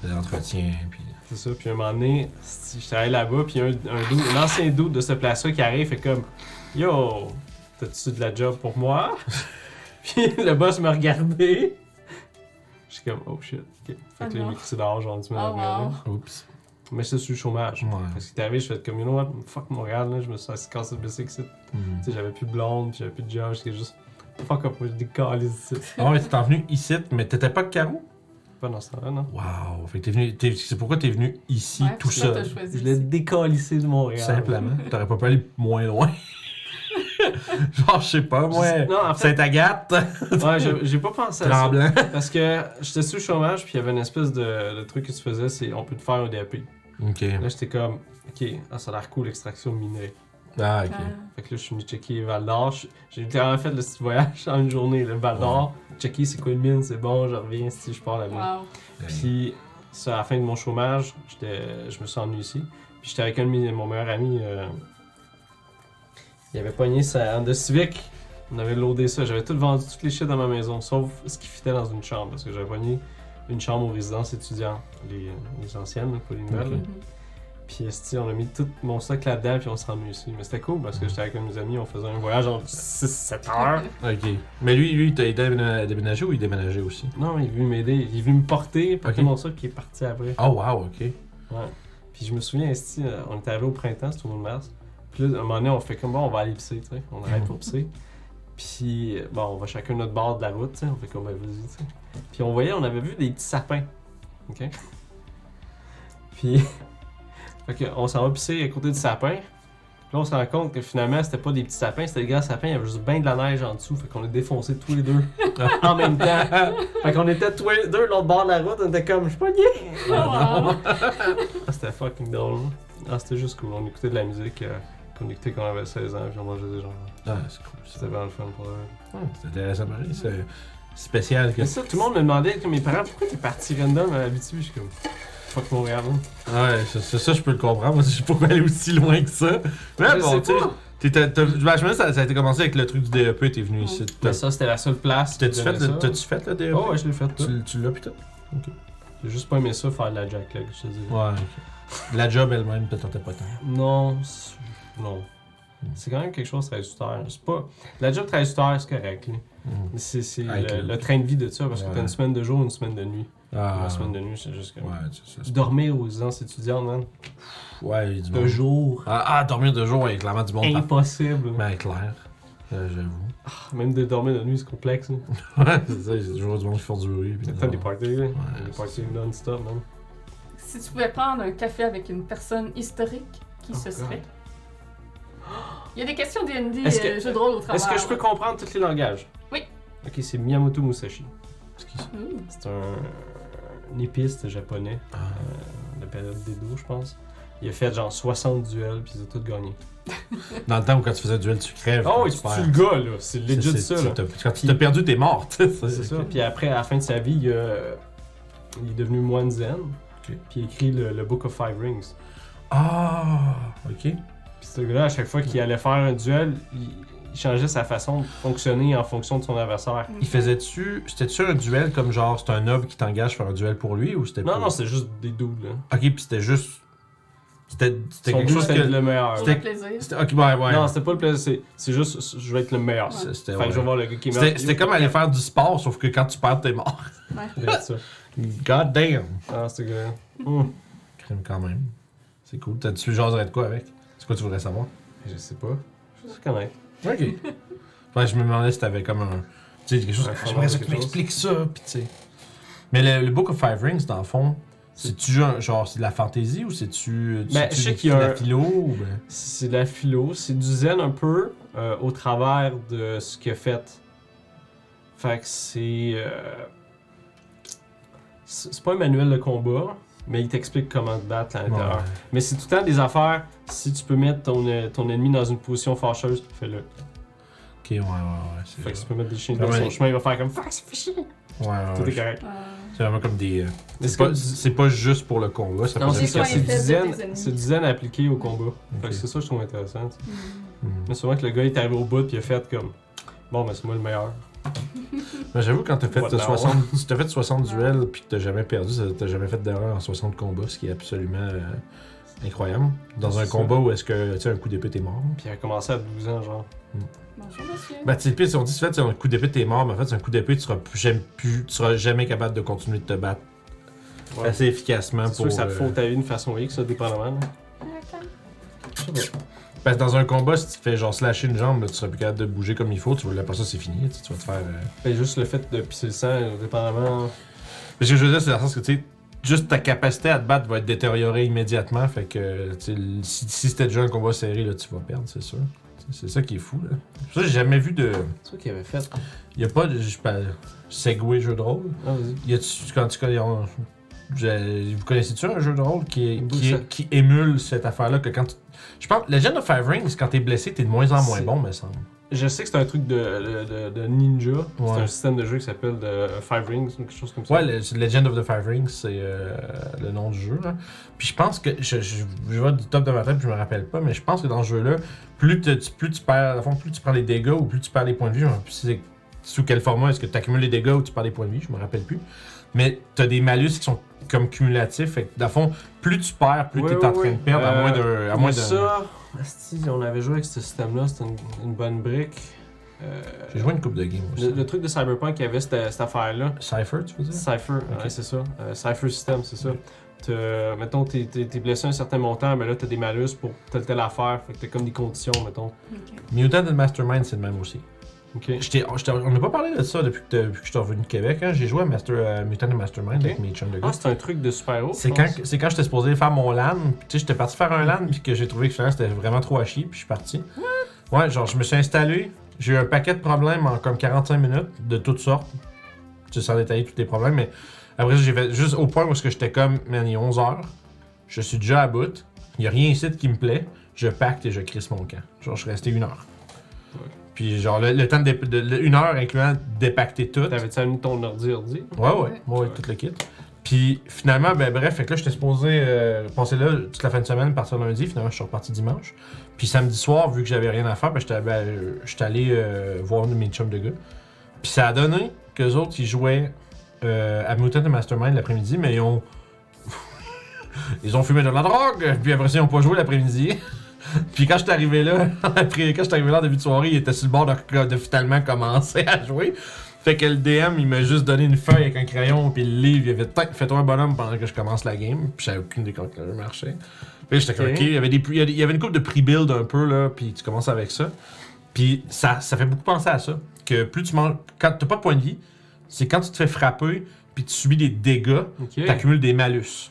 Speaker 3: là.
Speaker 2: L'entretien, puis.
Speaker 3: C'est ça, puis un moment donné, si j'étais allé là-bas, puis un, un, dude- un ancien doute de ce place-là qui arrive fait comme Yo, t'as-tu de la job pour moi? puis le boss m'a regardé. J'étais comme Oh shit, ok. Fait que là,
Speaker 1: Ah
Speaker 3: il
Speaker 1: non.
Speaker 3: m'a crissé dehors, genre, tu m'as
Speaker 1: Oh wow.
Speaker 2: Oups.
Speaker 3: Mais c'est sur le chômage.
Speaker 2: Ouais.
Speaker 3: Parce qu'il est arrivé, je fais comme You know what, fuck Montréal, là, je me suis assis cassé le bicycle, ici.
Speaker 2: Mm.
Speaker 3: Tu sais, j'avais plus de blonde, puis j'avais plus de job, j'étais juste Fuck up, moi, j'ai des calices ici.
Speaker 2: Ah ouais, t'es venu ici, mais t'étais pas de carreau?
Speaker 3: Pas dans ce temps-là, non?
Speaker 2: Wow! Fait que t'es venu. t'es- c'est pourquoi t'es venu ici
Speaker 1: Ouais,
Speaker 2: tout
Speaker 1: puis là,
Speaker 2: seul.
Speaker 1: t'as choisi
Speaker 3: Je l'ai
Speaker 1: ici.
Speaker 3: décalissé de Montréal.
Speaker 2: Simplement. T'aurais pas pu aller moins loin. Genre, je sais pas, moi.
Speaker 3: Non, en fait,
Speaker 2: Sainte-Agathe,
Speaker 3: ouais, j'ai- j'ai pas pensé à ça.
Speaker 2: Tremblant.
Speaker 3: Parce que j'étais sous le chômage, puis il y avait une espèce de, de truc que tu faisais, c'est on peut te faire un DAP.
Speaker 2: Ok.
Speaker 3: Là, j'étais comme, ok, ah, ça a l'air cool l'extraction minerais.
Speaker 2: Ah, ok.
Speaker 1: Ah.
Speaker 3: Fait que là, je suis venu checker Val d'Or. Je- J'ai littéralement fait le petit voyage en une journée, le Val d'Or. Checker c'est quoi une mine, c'est bon, je reviens si je pars là-bas.
Speaker 1: Ah, Wow.
Speaker 2: Ben,
Speaker 3: Puis, ça, à la fin de mon chômage, j'étais- je me suis ennuyé ici. Puis, j'étais avec un de mes- mon meilleur ami. euh, il avait pogné sa Honda Civic. On avait loadé ça. J'avais tout vendu, toutes les shit dans ma maison, sauf ce qui fitait dans une chambre. Parce que j'avais pogné une chambre aux résidences étudiantes, les, les anciennes, là, pas les nouvelles. là.
Speaker 2: Ok.
Speaker 1: Mhm.
Speaker 3: Puis, esti, on a mis tout mon sac là-dedans, puis on s'est ennuyé ici. Mais c'était cool parce
Speaker 2: Mm.
Speaker 3: que j'étais avec un de mes amis, on faisait un voyage en 6-7
Speaker 2: Ah.
Speaker 3: heures.
Speaker 2: Ok. Mais lui, lui, t'as aidé à déménager- à déménager ou il déménageait aussi?
Speaker 3: Non, il est venu m'aider, il est venu me porter, porter
Speaker 2: Ok.
Speaker 3: mon sac, puis il est parti après.
Speaker 2: Oh, wow, ok.
Speaker 3: Ouais. Puis je me souviens, esti, euh, on était arrivé au printemps, c'était au mois de mars. Puis là, à un moment donné, on fait comme bon, on va aller pisser, tu sais. On arrête pour pisser. Puis, euh, bon, on va chacun notre bord de la route, tu sais. On fait comme, ben, vas-y, tu sais. Puis on voyait, on avait vu des petits sapins. OK? Puis, fait que on s'en va pisser à côté du sapin. Puis Là, on se rend compte que finalement, c'était pas des petits sapins, c'était des grands sapins. Il y avait juste bien de la neige en dessous. Fait qu'on a défoncé tous les deux en même temps.
Speaker 2: Ah,
Speaker 3: Fait qu'on était tous les deux l'autre bord de la route. On était comme, je suis pas gay.
Speaker 1: Wow.
Speaker 3: Ah, c'était fucking drôle. Ah, c'était juste cool. On écoutait de la musique euh, qu'on écoutait quand on avait 16 ans, puis on mangeait des gens.
Speaker 2: Ah, c'est cool. Ah,
Speaker 3: C'était vraiment le fun pour eux.
Speaker 2: C'est intéressant, Marie. C'est spécial. Que...
Speaker 3: Mais ça, tout le monde me demandait, comme mes parents, pourquoi t'es parti random à Abitibi? Je suis comme, fuck Montréal. hein.
Speaker 2: Ouais, ça, ça, ça, je peux le comprendre. Moi, je suis pas allé aussi loin que ça. Mais
Speaker 3: Je
Speaker 2: bon,
Speaker 3: sais
Speaker 2: tu sais.
Speaker 3: pas.
Speaker 2: t'es- t'as- t'as- ben, Je me dis, ça, ça a été commencé avec le truc du DEP, t'es venu ici.
Speaker 3: Mais
Speaker 2: T'as-
Speaker 3: ça, c'était la seule place.
Speaker 2: T'as-tu
Speaker 3: qui
Speaker 2: fait,
Speaker 3: donnait
Speaker 2: le-
Speaker 3: ça.
Speaker 2: t'as-tu fait le DEP?
Speaker 3: Oh, ouais, je l'ai fait. tout.
Speaker 2: Tu, tu l'as putain?
Speaker 3: J'ai juste pas aimé ça, faire de la jackleg, je te dis.
Speaker 2: Ouais. La job elle-même te tentait pas tant.
Speaker 3: Non, c'est- non. C'est quand même quelque chose de trajectoire. C'est pas. La job trajectoire, c'est correct. là.
Speaker 2: Mm.
Speaker 3: Mais c'est c'est
Speaker 2: Avec
Speaker 3: le,
Speaker 2: le-
Speaker 3: le train de vie de ça, parce que
Speaker 2: Ouais.
Speaker 3: t'as une semaine de jour, une semaine de nuit.
Speaker 2: Ah.
Speaker 3: La semaine de nuit, c'est juste comme.
Speaker 2: Ouais, c'est ça. c'est-
Speaker 3: Dormir aux résidences étudiantes, man.
Speaker 2: Ouais, il y a du
Speaker 3: De
Speaker 2: monde.
Speaker 3: jour.
Speaker 2: Ah, ah, dormir deux jours avec clairement du monde. par-
Speaker 3: Impossible.
Speaker 2: Ben, clair. Euh, J'avoue.
Speaker 3: Même de dormir de nuit, c'est complexe. hein.
Speaker 2: Ouais, c'est ça, il y a toujours du monde qui font du bruit. puis
Speaker 3: C'est le temps
Speaker 2: non.
Speaker 3: des parties, là.
Speaker 2: Ouais,
Speaker 3: Des
Speaker 2: c'est-
Speaker 3: parties non-stop, man.
Speaker 1: Si tu pouvais prendre un café avec une personne historique, qui
Speaker 3: Oh
Speaker 1: ce
Speaker 3: God.
Speaker 1: serait? Il y a des questions D&D,
Speaker 3: Est-ce que-
Speaker 1: euh, jeux de rôle au travail.
Speaker 3: Est-ce que je peux comprendre tous les langages?
Speaker 1: Oui.
Speaker 3: Ok, c'est Miyamoto Musashi.
Speaker 2: C'est qui ça?
Speaker 1: Hmm.
Speaker 3: C'est un, un épiste japonais,
Speaker 2: Ah.
Speaker 3: euh, de la période des dos, je pense. Il a fait genre 60 duels, puis ils ont tous gagné.
Speaker 2: Dans le temps où quand tu faisais duel, tu crèves.
Speaker 3: Oh,
Speaker 2: quand
Speaker 3: et
Speaker 2: tu
Speaker 3: tu
Speaker 2: perds.
Speaker 3: tues le gars, là. C'est legit
Speaker 2: C'est-
Speaker 3: ça,
Speaker 2: c'est-
Speaker 3: là.
Speaker 2: t'as- Quand tu
Speaker 3: Puis-
Speaker 2: t'es perdu, t'es mort. C'est
Speaker 3: C'est ça. Puis après, à la fin de sa vie, il, a- il est devenu moine zen.
Speaker 2: Ok.
Speaker 3: Puis il écrit le, le Book of Five Rings.
Speaker 2: Ah, ok.
Speaker 3: Puis ce gars-là, à chaque fois qu'il allait faire un duel, il, il changeait sa façon de fonctionner en fonction de son adversaire.
Speaker 2: Il faisait-tu. C'était-tu un duel comme genre, c'est un noble qui t'engage à faire un duel pour lui ou c'était
Speaker 3: Non,
Speaker 2: pour-
Speaker 3: non, c'est juste des doubles. là.
Speaker 2: Ok, puis c'était juste. C'était c'était
Speaker 3: Son
Speaker 2: quelque
Speaker 3: but,
Speaker 2: chose
Speaker 3: c'était
Speaker 2: que.
Speaker 3: d'être le meilleur.
Speaker 1: Pour
Speaker 2: C'était-
Speaker 1: le plaisir.
Speaker 2: c'était- Ok, ouais, ouais.
Speaker 3: Non, c'était pas le plaisir, c'est- c'est juste je vais être le meilleur.
Speaker 1: Ouais.
Speaker 3: Fait
Speaker 2: C'était-
Speaker 3: que
Speaker 2: ouais.
Speaker 3: je vais voir le gars qui est meilleur.
Speaker 2: C'était c'était comme aller faire du sport, sauf que quand tu perds, t'es mort.
Speaker 3: Ouais, ça.
Speaker 2: God damn!
Speaker 3: Ah, c'est gars. Hum.
Speaker 2: Crime quand même. C'est cool. T'as-tu jaserais de quoi avec? C'est quoi tu voudrais savoir?
Speaker 3: Je sais pas. Je sais quand même.
Speaker 2: Ok. ouais, je me demandais si t'avais comme un. Tu sais, quelque chose.
Speaker 3: Ouais,
Speaker 2: Ah, J'aimerais ça que tu
Speaker 3: quelque chose.
Speaker 2: m'expliques ça, pis tu sais. Mais le, le Book of Five Rings, dans le fond, c'est-tu un- genre, c'est de la fantaisie ou c'est-tu. euh,
Speaker 3: Ben,
Speaker 2: c'est-tu
Speaker 3: je sais
Speaker 2: de
Speaker 3: qu'il y a
Speaker 2: la
Speaker 3: un-
Speaker 2: philo ou ben-
Speaker 3: C'est de la philo, c'est du zen un peu euh, au travers de ce qu'il a fait. Fait que c'est. euh, c'est c'est pas un manuel de combat, mais il t'explique comment te battre à l'intérieur.
Speaker 2: Ouais.
Speaker 3: Mais c'est tout le temps des affaires. Si tu peux mettre ton, euh, ton ennemi dans une position fâcheuse, fais-le.
Speaker 2: Ok, ouais, ouais, ouais. C'est
Speaker 3: Fait que tu peux mettre des chiens
Speaker 2: Ouais,
Speaker 3: dans son
Speaker 2: mais-
Speaker 3: chemin, il va faire comme Fuck, c'est fichu!
Speaker 2: Ouais, ouais,
Speaker 3: Tout
Speaker 2: ouais,
Speaker 3: est correct.
Speaker 1: Euh,
Speaker 2: C'est vraiment comme des. euh,
Speaker 3: Mais
Speaker 2: C'est
Speaker 3: c'est
Speaker 2: pas,
Speaker 3: comme-
Speaker 2: c'est pas juste pour le combat, ça
Speaker 3: Non,
Speaker 2: peut
Speaker 1: c'est
Speaker 3: c'est
Speaker 2: être-
Speaker 3: ça,
Speaker 1: quoi
Speaker 3: c'est
Speaker 1: les
Speaker 3: du
Speaker 1: faibles
Speaker 3: zen,
Speaker 1: des ennemis?
Speaker 3: c'est du zen appliqué au combat. Fait
Speaker 2: Ok.
Speaker 3: que c'est ça que je trouve intéressant. tu sais.
Speaker 2: Hmm.
Speaker 3: Mais souvent que le gars est arrivé au bout puis il a fait comme Bon, ben c'est moi le meilleur.
Speaker 2: Ben, J'avoue, quand t'as fait,
Speaker 3: Voilà.
Speaker 2: 60 si t'as fait 60 duels puis que t'as jamais perdu, ça- t'as jamais fait d'erreur en 60 combats, ce qui est absolument euh, incroyable. Dans
Speaker 3: C'est
Speaker 2: un
Speaker 3: ça.
Speaker 2: combat où est-ce que, tu sais, un coup d'épée, t'es mort.
Speaker 3: Puis il a commencé à 12 ans, genre.
Speaker 1: Bonjour, monsieur.
Speaker 2: Bah, tu sais, pis si on dit, c'est fait, c'est un coup d'épée, t'es mort, mais en fait, c'est un coup d'épée, tu seras, plus- j'aime plus, tu seras jamais capable de continuer de te battre
Speaker 3: Ouais.
Speaker 2: assez efficacement
Speaker 3: C'est sûr
Speaker 2: pour.
Speaker 3: que ça te
Speaker 2: euh,
Speaker 3: faut ta vie d'une façon X, ça, dépendamment. là.
Speaker 2: Parce que dans un combat, si tu te fais genre slasher une jambe, là, tu seras plus capable de bouger comme il faut, tu vas après ça, c'est fini, tu sais, tu vas te faire. euh,
Speaker 3: Fait juste le fait de pisser le sang, dépendamment.
Speaker 2: Mais ce que je veux dire, c'est dans le sens que, tu sais, juste ta capacité à te battre va être détériorée immédiatement. Fait que, tu sais, le- si, si c'était déjà un combat serré, là, tu vas perdre, c'est sûr. Tu sais, C'est ça qui est fou, là. C'est pour ça que j'ai jamais vu de.
Speaker 3: C'est toi qui avait fait.
Speaker 2: Y a pas de. Je parle. Segway jeu de rôle.
Speaker 3: Ah, vas-y.
Speaker 2: Y a-tu. Quand tu connais. on- je- vous connaissez-tu un jeu de rôle qui, est- qui,
Speaker 3: Boussa.
Speaker 2: est- qui émule cette affaire-là que quand tu. Je pense. Legend of Five Rings, quand t'es blessé, t'es de moins en moins
Speaker 3: C'est-
Speaker 2: bon, me semble.
Speaker 3: Je sais que c'est un truc de, de- de- de ninja. C'est
Speaker 2: Ouais.
Speaker 3: un système de jeu qui s'appelle de Five Rings ou quelque chose comme ça.
Speaker 2: Ouais, le- c'est Legend of the Five Rings, c'est euh, le nom du jeu. Là. Puis je pense que, je, je, je vois du top de ma tête, puis je me rappelle pas, mais je pense que dans ce jeu-là, plus, te- tu- plus tu perds, à fond, plus tu prends les dégâts ou plus tu perds les points de vie, je me rappelle plus c'est- sous quel format est-ce que tu accumules les dégâts ou tu perds les points de vie, je me rappelle plus. Mais t'as des malus qui sont comme cumulatifs, fait que dans le fond, plus tu perds, plus
Speaker 3: Ouais,
Speaker 2: t'es
Speaker 3: ouais,
Speaker 2: en train de
Speaker 3: ouais.
Speaker 2: perdre, à
Speaker 3: Euh,
Speaker 2: moins d'un... à moins d'un-
Speaker 3: ça, asti, on avait joué avec ce système-là, c'était une, une bonne brique. Euh,
Speaker 2: J'ai joué une coupe de game aussi.
Speaker 3: le, le truc de Cyberpunk, il y avait cette, cette affaire-là.
Speaker 2: Cypher, tu veux dire?
Speaker 3: Cypher, ouais, c'est ça. Euh, Cypher System, c'est ça. T'as- mettons, t'es, t'es- t'es blessé un certain montant, mais là, t'as des malus pour telle telle affaire. Fait que t'as comme des conditions, mettons.
Speaker 1: Ok.
Speaker 2: Mutant and Mastermind, c'est le même aussi.
Speaker 3: Ok.
Speaker 2: Je t'ai- je t'ai- on n'a pas parlé de ça depuis que, t'as- depuis que je suis revenu de Québec. hein. J'ai joué à Master, euh, Mutant and Mastermind
Speaker 3: Ok.
Speaker 2: avec mes chums de gars.
Speaker 3: Ah, c'est un truc de super haut.
Speaker 2: C'est quand, c'est quand j'étais supposé faire mon LAN, puis tu sais, j'étais parti faire un LAN, puis que j'ai trouvé que finalement c'était vraiment trop à chier, puis je suis parti. Ouais, genre, je me suis installé, j'ai eu un paquet de problèmes en comme 45 minutes, de toutes sortes. Tu sais, sans détailler tous les problèmes, mais après, ça, j'ai fait juste au point où est-ce que j'étais comme, man, il est 11 h je suis déjà à bout, il n'y a rien ici de qui me plaît, je pacte et je crisse mon camp. Genre, je suis resté une heure.
Speaker 3: Ouais.
Speaker 2: Puis, genre, le, le temps de, dé- de- le- une heure incluant dépacter tout.
Speaker 3: T'avais-tu amené ton ordi ordi
Speaker 2: Ouais, ouais, ouais,
Speaker 3: Ouais.
Speaker 2: tout le kit. Puis finalement, ben bref, fait que là, j'étais supposé euh, passer là toute la fin de semaine, partir lundi. Finalement, je suis reparti dimanche. Puis samedi soir, vu que j'avais rien à faire, ben j'étais ben, euh, j'étais allé euh, voir un de mes chums de gars. Puis ça a donné qu'eux autres, ils jouaient euh, à Mutant et Mastermind l'après-midi, mais ils ont. ils ont fumé de la drogue, puis après ça, ils ont pas joué l'après-midi. puis quand j'étais arrivé là, après, quand j'étais arrivé là en début de soirée, ils étaient sur le bord de, de finalement commencer à jouer. Fait que le DM, il m'a juste donné une feuille avec un crayon, puis le livre, il avait Tiens, fais-toi un bonhomme pendant que je commence la game, puis j'avais aucune idée comment que le jeu marchait. Puis j'étais comme,
Speaker 3: Ok.
Speaker 2: ok, il y avait, des, il y avait- il y avait une coupe de pre-build un peu, là, puis tu commences avec ça. Puis ça, ça fait beaucoup penser à ça, que plus tu manges, quand t'as pas de point de vie, c'est quand tu te fais frapper, puis tu subis des dégâts,
Speaker 3: Ok.
Speaker 2: t'accumules des malus.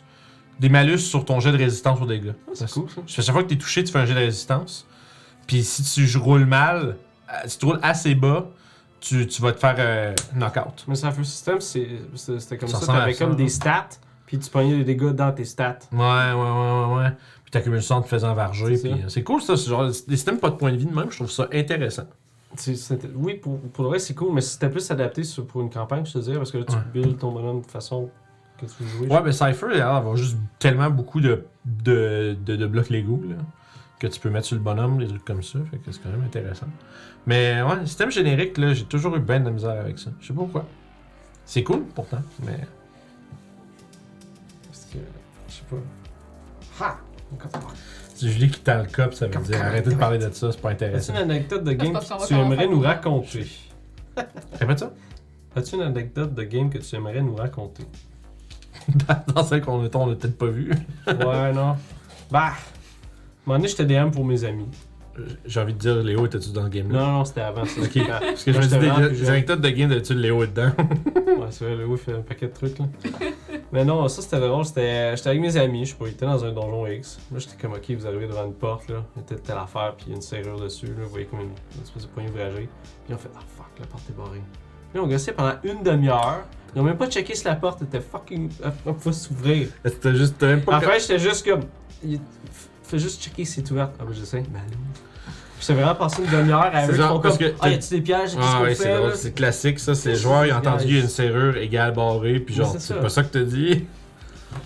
Speaker 2: Des malus sur ton jet de résistance aux dégâts.
Speaker 3: Ah, C'est cool ça.
Speaker 2: Parce que chaque fois que t'es touché, tu fais un jet de résistance. Puis si tu je- roules mal, euh, si tu roules assez bas, tu, tu vas te faire euh, knockout.
Speaker 3: Mais Cypher System, c'est- c'est- c'était comme
Speaker 2: Ça
Speaker 3: ça.
Speaker 2: ressemble à
Speaker 3: T'avais
Speaker 2: ça,
Speaker 3: comme
Speaker 2: là.
Speaker 3: des stats, puis tu pognais les dégâts dans tes stats.
Speaker 2: Ouais, ouais, ouais, ouais, ouais. Puis t'accumules ça en te faisant varger.
Speaker 3: C'est
Speaker 2: puis,
Speaker 3: ça.
Speaker 2: euh, C'est cool ça, ce genre de des systèmes pas de point de vie de même, je trouve ça intéressant.
Speaker 3: C'est- c'était- Oui, pour, pour le reste, c'est cool, mais c'était plus adapté sur- pour une campagne, je te dirais, parce que là, tu
Speaker 2: Ouais.
Speaker 3: builds ton bonhomme de façon que tu veux jouer.
Speaker 2: Ouais, mais Cypher, il a l'air d'avoir juste tellement beaucoup de, de, de, de blocs Lego là, que tu peux mettre sur le bonhomme, des trucs comme ça. Fait que c'est quand même intéressant. Mais ouais, le système générique, là, j'ai toujours eu ben de la misère avec ça. Je sais pas pourquoi. C'est cool pourtant, mais.
Speaker 3: Parce que, je sais pas. Ha!
Speaker 2: Si Julie qui tend le cop, ça veut
Speaker 3: Comme
Speaker 2: dire
Speaker 3: correct,
Speaker 2: arrêtez de
Speaker 3: correct.
Speaker 2: parler de ça, c'est pas
Speaker 3: As-tu
Speaker 2: intéressant.
Speaker 3: une anecdote de
Speaker 1: Parce
Speaker 3: game
Speaker 1: qu'on va
Speaker 3: que tu
Speaker 1: faire
Speaker 3: aimerais nous
Speaker 1: un-
Speaker 3: raconter?
Speaker 2: Répète ça.
Speaker 3: As-tu une anecdote de game que tu aimerais nous raconter?
Speaker 2: Dans celle qu'on on l'a peut-être pas vu.
Speaker 3: ouais, non. Bah! À un moment donné, j'étais DM pour mes amis.
Speaker 2: J'ai envie de dire, Léo, étais-tu dans le game là?
Speaker 3: Non, non, c'était avant ça.
Speaker 2: Ok.
Speaker 3: Ah,
Speaker 2: Parce que je me dis
Speaker 3: J'étais vraiment
Speaker 2: des-
Speaker 3: plus
Speaker 2: des
Speaker 3: jeune.
Speaker 2: anecdotes de game, d'habitude, Léo est dedans.
Speaker 3: Ouais, c'est vrai, le ouf, il fait un paquet de trucs, là. Mais non, ça, c'était drôle. C'était... J'étais avec mes amis, je sais pas, ils étaient dans un donjon X. Là, j'étais comme, OK, vous arrivez devant une porte, là. Il y a peut-être telle affaire, puis il y a une serrure dessus, là. Vous voyez comme une, une espèce de poignée ouvragée. Puis on fait, ah, fuck, la porte est barrée. Puis là, on gossait pendant une demi-heure. Ils ont même pas checké si la porte était fucking... Elle elle pouvait s'ouvrir.
Speaker 2: C'était juste, t'as même pas.
Speaker 3: En fait, j'étais juste comme... il- Fais juste checker si c'est ouvert. Ah, ben, j'essaie. Ben, allô. J'étais vraiment passé une demi-heure à
Speaker 2: C'est
Speaker 3: eux qui
Speaker 2: genre,
Speaker 3: font
Speaker 2: parce
Speaker 3: comme,
Speaker 2: que
Speaker 3: ah, y a-tu des pièges? Qu'est-ce
Speaker 2: Ah
Speaker 3: qu'on
Speaker 2: ouais, c'est
Speaker 3: fait, là?
Speaker 2: drôle, c'est classique ça, c'est le
Speaker 3: Qu'est-ce
Speaker 2: joueur, il a
Speaker 3: que c'est,
Speaker 2: entendu
Speaker 3: guys?
Speaker 2: il y a une serrure égale barrée, puis
Speaker 3: Oui,
Speaker 2: genre,
Speaker 3: c'est
Speaker 2: c'est
Speaker 3: ça.
Speaker 2: pas ça que t'as dit.